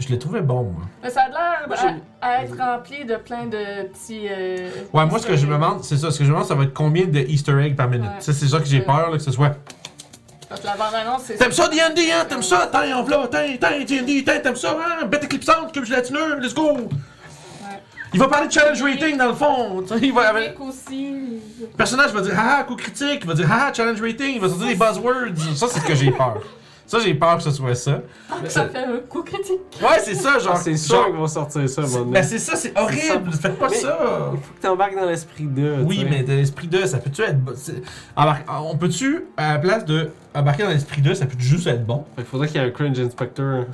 Speaker 2: Je l'ai trouvé bon, moi.
Speaker 1: Mais ça a l'air
Speaker 3: Moi,
Speaker 1: à- à, être rempli de plein de petits. euh,
Speaker 2: Ouais, moi, ce que je me
Speaker 1: historiques.
Speaker 2: demande, c'est ça. Ce que je me demande, ça va être combien de Easter eggs par minute.
Speaker 1: Ouais.
Speaker 2: Ça, c'est ça que j'ai
Speaker 1: Ouais.
Speaker 2: peur, là, que ce soit.
Speaker 1: Parce que la bande-annonce, c'est.
Speaker 2: T'aimes ça, D&D, hein? T'aimes ça? T'as on v'là, t'aimes, t'aimes, D&D, t'aimes, t'aimes ça, hein? Bête éclipsante, cube gélatineux, let's go! Il va parler de challenge rating, dans le fond. tu sais, Il va, avec-
Speaker 1: Rick aussi.
Speaker 2: Le personnage va dire, ah, coup critique. Il va dire, ah, challenge rating. Il va sortir des buzzwords. Ça, c'est ce que j'ai peur. Ça, j'ai peur que ce soit ça.
Speaker 1: Ça fait un coup critique.
Speaker 2: Ouais, c'est ça, genre.
Speaker 3: Ah, c'est
Speaker 2: genre-
Speaker 3: sûr qu'ils vont sortir ça, mon
Speaker 2: Ben, c'est ça, c'est horrible. Faites pas
Speaker 3: Mais-
Speaker 2: ça.
Speaker 3: Il faut que t'embarques dans l'esprit d'eux.
Speaker 2: Oui,
Speaker 3: tu sais.
Speaker 2: mais de l'esprit 2, ça peut-tu être. bo- c'est- embar- On peut-tu, à la place de embarquer dans l'esprit 2, ça peut juste être bon?
Speaker 3: Fait qu'il faudrait qu'il y ait un cringe inspector.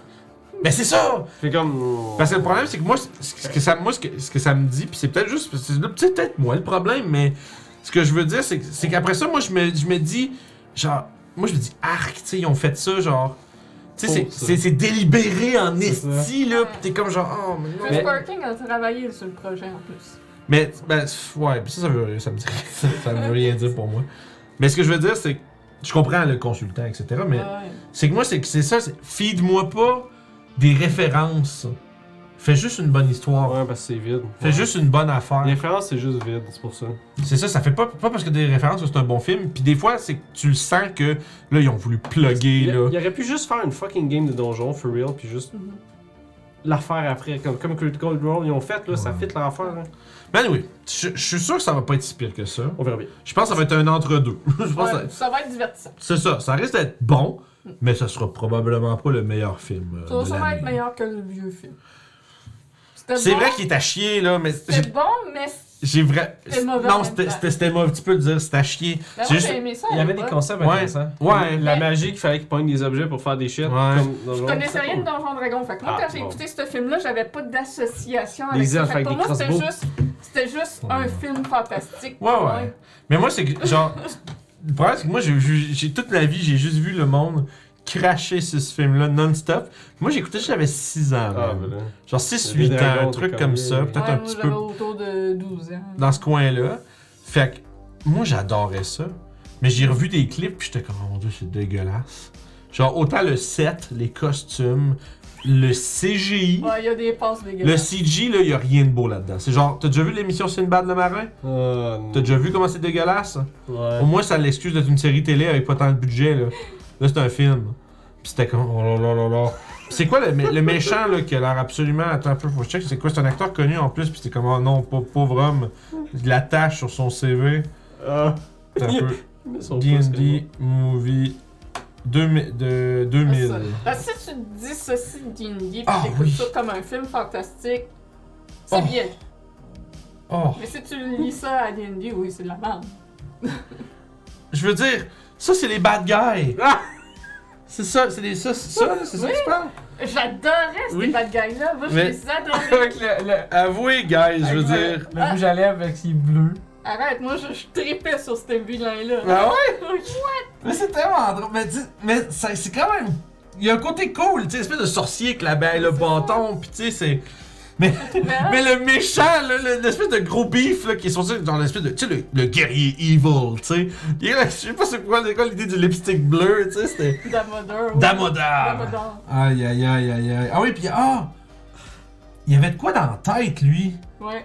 Speaker 2: Mais c'est ça!
Speaker 3: Fait comme.
Speaker 2: Parce que le problème, c'est que moi, c- ce que ça, moi, ce que, ce que ça me dit, puis c'est peut-être juste. C'est c'est peut-être moi le problème, mais ce que je veux dire, c'est que- c'est qu'après ça, moi, je me, je me dis. Genre, moi, je me dis, arc, tu sais, ils ont fait ça, genre. Tu sais, c'est-
Speaker 3: Pour ça.
Speaker 2: c'est c'est délibéré en
Speaker 3: C'est ça.
Speaker 2: esti, là, pis t'es comme genre, oh, mais non.
Speaker 1: Chris
Speaker 3: Mais-
Speaker 1: Parking a travaillé sur le projet en plus.
Speaker 2: Mais, ben, pff, ouais, pis ça, ça veut, ça, me dit- ça, ça veut rien dire pour moi. Mais ce que je veux dire, c'est que je comprends le consultant, etc., mais
Speaker 1: Ouais.
Speaker 2: c'est que moi, c'est que c'est ça, c'est feed-moi pas des références. Fais juste une bonne histoire.
Speaker 3: Ouais, parce que c'est vide.
Speaker 2: Fais juste une bonne affaire.
Speaker 3: Les références, c'est juste vide, c'est pour ça.
Speaker 2: C'est ça, ça fait pas, pas parce que des références que c'est un bon film, puis des fois, c'est que tu le sens que là, ils ont voulu plugger,
Speaker 3: Il,
Speaker 2: là.
Speaker 3: il aurait pu juste faire une fucking game de donjon, for real, puis juste
Speaker 1: Mhm.
Speaker 3: la faire après. Comme, comme Critical Role, ils ont fait, là, ça
Speaker 2: Ouais.
Speaker 3: fit l'enfer. Hein.
Speaker 2: Mais Ben oui, je je suis sûr que ça va pas être si pire que ça.
Speaker 3: On verra bien.
Speaker 2: Je pense que ça va être un entre-deux. je pense
Speaker 1: Ouais,
Speaker 2: que ça-
Speaker 1: Ça va être divertissant.
Speaker 2: c'est ça, ça risque d'être bon, mais ça sera probablement pas le meilleur film. euh,
Speaker 1: Ça va
Speaker 2: de
Speaker 1: sûrement être
Speaker 2: l'année.
Speaker 1: meilleur que le vieux film. C'était
Speaker 2: C'est
Speaker 1: bon,
Speaker 2: vrai qu'il est à chier, là, mais
Speaker 1: C'était bon, mais.
Speaker 2: j'ai vrai.
Speaker 1: C'était mauvais en
Speaker 2: Non,
Speaker 1: même
Speaker 2: c'était-
Speaker 1: temps.
Speaker 2: c'était c'était mauvais. Tu peux le dire, c'est à chier.
Speaker 1: Ben
Speaker 2: C'est
Speaker 1: moi,
Speaker 2: juste-
Speaker 1: j'ai aimé ça.
Speaker 4: Il y
Speaker 1: à
Speaker 4: avait des
Speaker 1: l'époque.
Speaker 4: concepts
Speaker 2: Ouais.
Speaker 4: intéressants.
Speaker 2: Ouais.
Speaker 3: La
Speaker 1: Mais-
Speaker 3: magie qu'il fallait qu'ils pognent des objets pour faire des shit.
Speaker 2: Ouais.
Speaker 3: Comme dans
Speaker 1: Je connaissais rien de Donjon Dragon. Fait que moi,
Speaker 3: Ah,
Speaker 1: quand j'ai
Speaker 3: bon.
Speaker 1: écouté ce film-là, j'avais pas d'association
Speaker 3: Des
Speaker 1: avec ça.
Speaker 3: elfes
Speaker 1: Fait que
Speaker 3: avec
Speaker 1: pour
Speaker 3: des
Speaker 1: moi, c'était
Speaker 3: crossbows.
Speaker 1: juste, c'était juste un film fantastique.
Speaker 2: Ouais, ouais. Mais moi, c'est que, genre, le problème, c'est que moi, j'ai- j'ai j'ai- toute ma vie, j'ai juste vu le monde cracher sur ce film-là non-stop. Moi, j'écoutais, j'avais 6 ans.
Speaker 3: Ah,
Speaker 2: man.
Speaker 3: ben là. Les
Speaker 2: Genre 6-8 ans, un
Speaker 3: dragons,
Speaker 2: truc
Speaker 3: des
Speaker 2: comme
Speaker 3: corbeilles,
Speaker 2: ça,
Speaker 3: oui.
Speaker 2: peut-être
Speaker 1: Ouais,
Speaker 2: un
Speaker 1: moi,
Speaker 2: petit peu
Speaker 1: j'avais autour de 12 ans.
Speaker 2: dans ce coin-là. Fait que, moi, j'adorais ça. Mais j'ai revu des clips, puis j'étais comme, oh mon dieu, c'est dégueulasse. Genre, autant le set, les costumes, le CGI.
Speaker 1: Ouais, il y a des passes
Speaker 2: Le
Speaker 1: dégueulasses.
Speaker 2: CG, là, y a rien de beau là-dedans. C'est genre, t'as déjà vu l'émission Sinbad le marin?
Speaker 3: Ah, non.
Speaker 2: T'as déjà vu comment c'est dégueulasse?
Speaker 3: Ouais.
Speaker 2: Au moins, ça l'excuse d'être une série télé avec pas tant de budget, là. Là, c'est un film. Pis c'était comme, oh là là là là.
Speaker 4: C'est quoi le, mé- le méchant là, qui a l'air absolument. Attends un peu, faut que je check. C'est quoi C'est un acteur connu en plus, puis c'est comme, oh non, pau- pauvre homme. La tâche sur son CV.
Speaker 3: Ah.
Speaker 4: C'est un peu.
Speaker 3: Mais son pouce,
Speaker 4: DD Movie 2000. De, 2000.
Speaker 1: Parce que si tu te dis ceci d'Indie, puis
Speaker 4: Ah,
Speaker 1: t'écoutes
Speaker 4: oui.
Speaker 1: ça comme un film fantastique, c'est
Speaker 4: Oh.
Speaker 1: bien.
Speaker 4: Oh.
Speaker 1: Mais si tu lis ça à D&D, oui, c'est de la merde.
Speaker 2: Je veux dire, ça c'est les bad guys. C'est ça, c'est des ça, c'est ça, là, c'est ça que tu parles?
Speaker 1: J'adorais ces
Speaker 2: Oui.
Speaker 1: bad guys-là. Moi, je
Speaker 2: Mais-
Speaker 1: les adorais.
Speaker 2: Avec le, le- Avouez, guys, je veux dire.
Speaker 7: Le rouge à lèvres avec ses bleus.
Speaker 1: Arrête, moi, je, je tripais sur ces vilains-là.
Speaker 2: Ah ouais?
Speaker 7: Mais c'est tellement drôle. Mais dis,
Speaker 2: Mais ça- c'est quand même. Il y a un côté cool, tu sais, espèce de sorcier avec la balle, le bâton, pis tu sais, c'est. Mais le méchant, là, le- l'espèce de gros beef là, qui est sorti dans l'espèce de. Tu sais, le, le guerrier evil, tu sais. Il est là, Je sais pas c'est quoi, c'est quoi l'idée du lipstick bleu, tu sais, c'était.
Speaker 1: Damodar. ouais.
Speaker 2: Damodar!
Speaker 1: Damodar.
Speaker 7: Aïe, aïe, aïe, aïe, aïe. Ah oui, puis ah! Il y avait de quoi dans la tête, lui?
Speaker 1: Ouais.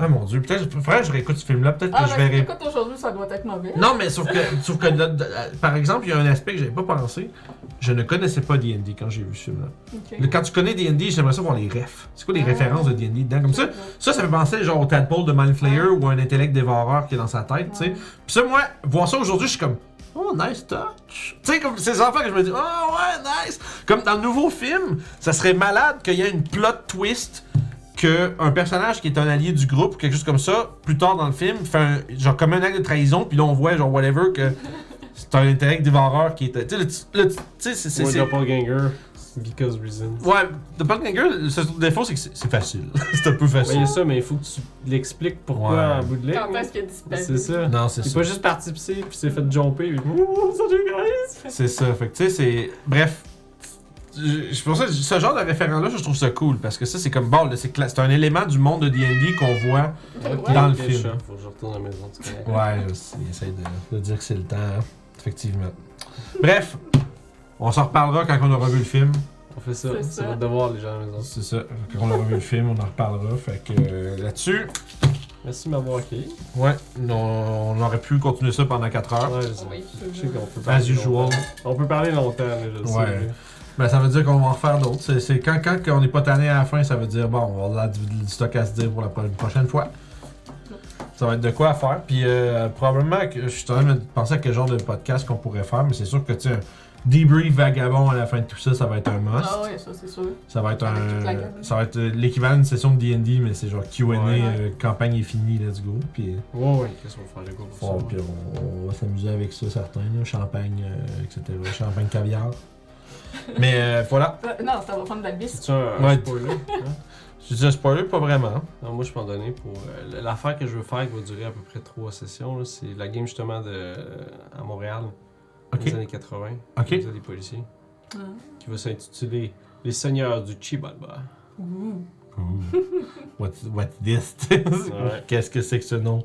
Speaker 4: Ah mon dieu, peut-être faudrait que je réécoute ce film-là, peut-être
Speaker 1: Ah,
Speaker 4: que je
Speaker 1: ben,
Speaker 4: verrai.
Speaker 1: écoute, aujourd'hui, ça doit être mauvais.
Speaker 2: Non, mais sauf que, sauf que là, de- euh, par exemple, il y a un aspect que j'avais pas pensé. Je ne connaissais pas D&D quand j'ai vu ce film-là.
Speaker 1: Ok.
Speaker 2: Le- Quand tu connais D&D, j'aimerais ça voir les refs. C'est quoi les
Speaker 1: Ah.
Speaker 2: références de D&D dedans? Comme ça, ça, ça fait penser genre au tadpole de Mind Flayer
Speaker 1: Ouais.
Speaker 2: ou à un intellect dévoreur qui est dans sa tête, tu sais.
Speaker 1: Ah. Ouais.
Speaker 2: Puis ça, moi, voir ça aujourd'hui, je suis comme, oh, nice touch. Tu sais, comme ces enfants que je me dis, oh, ouais, nice. Comme dans le nouveau film, ça serait malade qu'il y ait une plot twist que un personnage qui est un allié du groupe ou quelque chose comme ça, plus tard dans le film, fait un, genre comme un acte de trahison, puis là, on voit, genre, whatever, que c'est un intellect dévoreur qui est. Tu sais, le petit- le petit- tu sais, c'est- c'est.
Speaker 3: Moi,
Speaker 2: c'est-
Speaker 3: Doppelganger, because reason.
Speaker 2: Ouais, The Doppelganger, le seul défaut, c'est que c'est c'est facile. c'est un peu
Speaker 3: Ouais,
Speaker 2: facile.
Speaker 3: il y a ça, mais il faut que tu l'expliques pourquoi
Speaker 4: Ouais.
Speaker 3: en bout de ligne.
Speaker 1: Quand est-ce qu'il a disparu?
Speaker 3: C'est ça.
Speaker 4: Non, c'est
Speaker 3: Il est
Speaker 4: ça.
Speaker 3: pas juste parti pisser, puis s'est fait jumper, puis Ouh, ça dégueulasse!
Speaker 2: C'est ça. Fait que tu sais, c'est. Bref. Je je pense que ce genre de référent-là, je trouve ça cool parce que ça, c'est comme bon, là, c'est cla- c'est un élément du monde de DD qu'on voit.
Speaker 1: Ouais.
Speaker 2: Dans le
Speaker 3: Ok,
Speaker 2: film.
Speaker 3: chat, Faut que je retourne à la maison, tu connais.
Speaker 4: Ouais, je sais, il essaye de, de dire que c'est le temps, hein. effectivement.
Speaker 2: Bref, on s'en reparlera quand on aura vu le film.
Speaker 3: On fait ça,
Speaker 1: C'est
Speaker 3: c'est
Speaker 1: ça.
Speaker 3: votre devoir, les gens à la maison.
Speaker 4: C'est ça, quand on aura vu le film, on en reparlera, fait que euh, là-dessus,
Speaker 3: Merci de m'avoir accueilli.
Speaker 2: Ouais, on, on aurait pu continuer ça pendant 4 heures.
Speaker 3: Ouais, je sais.
Speaker 1: Oui,
Speaker 3: Je sais qu'on peut
Speaker 2: As
Speaker 3: parler.
Speaker 2: usual.
Speaker 3: longtemps. On peut parler longtemps, mais je le
Speaker 4: Ouais.
Speaker 3: sais.
Speaker 2: Ben, ça veut dire qu'on va en refaire d'autres. C'est- C'est quand, quand on n'est pas tanné à la fin, ça veut dire bon, on va avoir du, du stock à se dire pour la pro- prochaine fois. Ça va être de quoi à faire. Puis euh, probablement que je suis en train de penser à quel genre de podcast qu'on pourrait faire, mais c'est sûr que tu sais, un debrief vagabond à la fin de tout ça, ça va être un must.
Speaker 1: Ah ouais, ça, c'est sûr.
Speaker 2: Ça va être
Speaker 1: Avec toute la
Speaker 2: un,
Speaker 1: gamme.
Speaker 2: ça va être euh, l'équivalent d'une session de D&D, mais c'est genre Q&A,
Speaker 3: Ouais.
Speaker 2: euh, campagne est finie, let's go. Puis, euh,
Speaker 3: Ouais, ouais, qu'est-ce qu'on va faire, les gars, pour ça?
Speaker 2: bon, puis on, on va s'amuser avec ça, certains, là. champagne, euh, etc. Champagne caviar. mais euh, voilà.
Speaker 1: Euh, Non, ça va prendre de la bise.
Speaker 3: C'est-tu un
Speaker 2: Ouais.
Speaker 3: un spoiler? hein?
Speaker 2: Je dis un spoiler, pas vraiment.
Speaker 3: Non, moi, je peux en donner pour. euh, L'affaire que je veux faire qui va durer à peu près trois sessions, là, c'est la game justement de, euh, à Montréal,
Speaker 2: Ok.
Speaker 3: des années 80,
Speaker 2: Ok.
Speaker 3: comme ça, des policiers,
Speaker 2: Ah.
Speaker 3: qui va s'intituler Les Seigneurs du Chibalba.
Speaker 1: Ouh.
Speaker 2: What's, what's this?
Speaker 3: Ouais.
Speaker 2: Qu'est-ce que c'est que ce nom?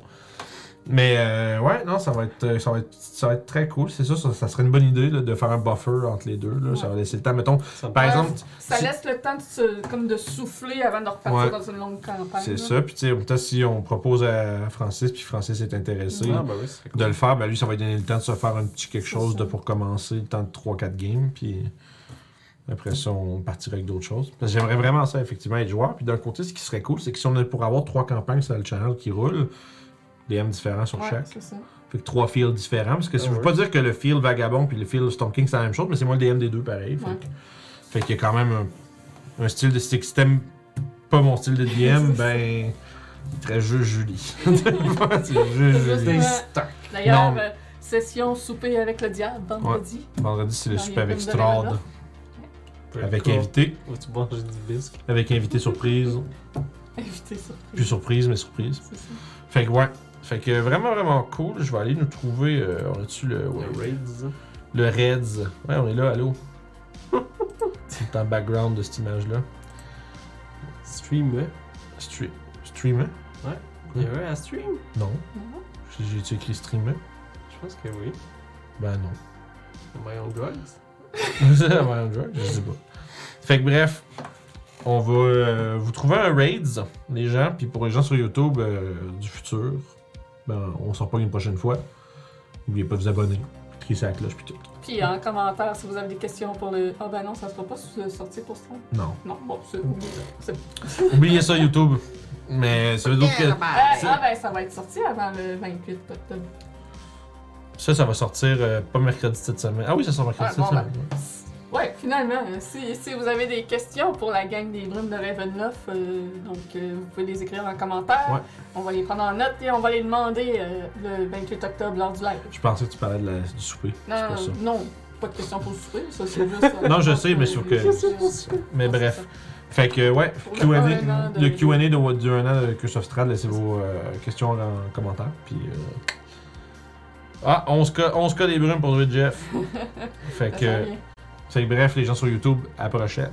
Speaker 2: Mais euh, ouais, non, ça va, être, euh, ça, va être, ça va être très cool. C'est sûr, ça, ça serait une bonne idée là, de faire un buffer entre les deux. là. Ça va laisser le temps. Mettons,
Speaker 3: Ça me
Speaker 2: par
Speaker 1: Ouais.
Speaker 2: exemple,
Speaker 1: Ça
Speaker 2: Si-
Speaker 1: laisse le temps de, se, comme de souffler avant de repartir
Speaker 2: Ouais.
Speaker 1: dans une longue campagne.
Speaker 2: C'est
Speaker 1: là.
Speaker 2: ça. Puis, tu sais, en même temps, si on propose à Francis, puis Francis est intéressé
Speaker 3: Ah, bah oui, c'est cool.
Speaker 2: de le faire, ben lui, ça va lui donner le temps de se faire un petit quelque
Speaker 1: C'est
Speaker 2: chose
Speaker 1: ça.
Speaker 2: de pour commencer, le temps de 3-4 games. Puis après ça, on partira avec d'autres choses. Parce que j'aimerais vraiment ça, effectivement, être joueur. Puis d'un côté, ce qui serait cool, c'est que si on est pour avoir trois campagnes sur le channel qui roule, des M différents sur
Speaker 1: Ouais,
Speaker 2: chaque.
Speaker 1: c'est ça.
Speaker 2: Fait que trois fields différents. Parce que si-
Speaker 3: Ah
Speaker 2: je veux
Speaker 3: ouais.
Speaker 2: pas dire que le field vagabond puis le field stonking c'est la même chose, mais c'est moins le DM des deux pareil. Fait,
Speaker 1: Ouais.
Speaker 2: que- fait qu'il y a quand même un, un style de si t'aimes pas mon style de DM, ben. Très jeu Julie. C'est jeu
Speaker 1: Juste
Speaker 2: Julie.
Speaker 1: des stocks. D'ailleurs,
Speaker 2: Non.
Speaker 1: euh, session souper avec le diable vendredi.
Speaker 2: Vendredi, c'est le
Speaker 1: Dans les
Speaker 2: super avec
Speaker 1: pommes de
Speaker 2: Strad.
Speaker 1: Nevada.
Speaker 2: Avec
Speaker 3: Cool.
Speaker 2: invité.
Speaker 3: Où tu manges du bisque.
Speaker 2: Avec invité surprise.
Speaker 1: Invité surprise.
Speaker 2: Plus surprise, mais surprise.
Speaker 1: C'est ça.
Speaker 2: Fait que ouais. Fait que vraiment, vraiment cool. Je vais aller nous trouver. euh, on a-tu le. ouais,
Speaker 3: Le Raids.
Speaker 2: Le Reds. Ouais, on est là, allô. C'est en background de cette image-là.
Speaker 3: Stream, hein?
Speaker 2: Stream. Streamer?
Speaker 3: Il y a un à stream?
Speaker 2: Non.
Speaker 1: Non?
Speaker 2: J'ai- J'ai-tu écrit streamer?
Speaker 3: Je pense que oui.
Speaker 2: Ben non.
Speaker 3: My own drugs.
Speaker 2: C'est la même chose, Je sais pas. Fait que bref, on va euh, vous trouver un Raids, les gens. Puis pour les gens sur YouTube euh, du futur, ben on s'en parle une prochaine fois. N'oubliez pas de vous abonner, cliquer sur la cloche puis tout.
Speaker 1: Puis en commentaire, si vous avez des questions pour le. Ah ben non, ça ne sera pas su- sorti pour ça. Euh,
Speaker 8: Non.
Speaker 1: Non, bon, c'est oublié. C'est-
Speaker 2: Oubliez ça, YouTube. Mais ça veut dire que
Speaker 1: Ah,
Speaker 8: c'est-
Speaker 1: ah ben ça va être sorti avant le 28 octobre.
Speaker 2: ça, ça va sortir euh, pas mercredi cette semaine. Ah oui, ça sort mercredi
Speaker 1: Ouais,
Speaker 2: cette
Speaker 1: bon, ben.
Speaker 2: semaine.
Speaker 1: Ouais, finalement, euh, si, si vous avez des questions pour la gang des brumes de Ravenloft, euh, donc euh, vous pouvez les écrire en commentaire.
Speaker 2: Ouais.
Speaker 1: On va les prendre en note et on va les demander euh, le 28 octobre lors du live.
Speaker 2: Je pensais que tu parlais de la- du souper. C'est
Speaker 1: Non,
Speaker 2: pour ça.
Speaker 1: non, pas de question pour le souper, ça c'est juste. euh,
Speaker 2: Non, je sais, mais sauf que-
Speaker 1: Je sais pas.
Speaker 2: Mais
Speaker 1: Non,
Speaker 2: bref.
Speaker 1: c'est
Speaker 2: Fait que, ouais,
Speaker 1: Pour le
Speaker 2: Q&A,
Speaker 1: un an de-
Speaker 2: le Q&A de, du 1 an de Curse of Strahd, laissez vos euh, questions en commentaire, puis... euh, Ah, 11K, 11K des brumes pour jouer Jeff.
Speaker 1: ça. Ça
Speaker 2: fait que,
Speaker 1: sent bien.
Speaker 2: fait que bref, les gens sur YouTube, à la prochaine.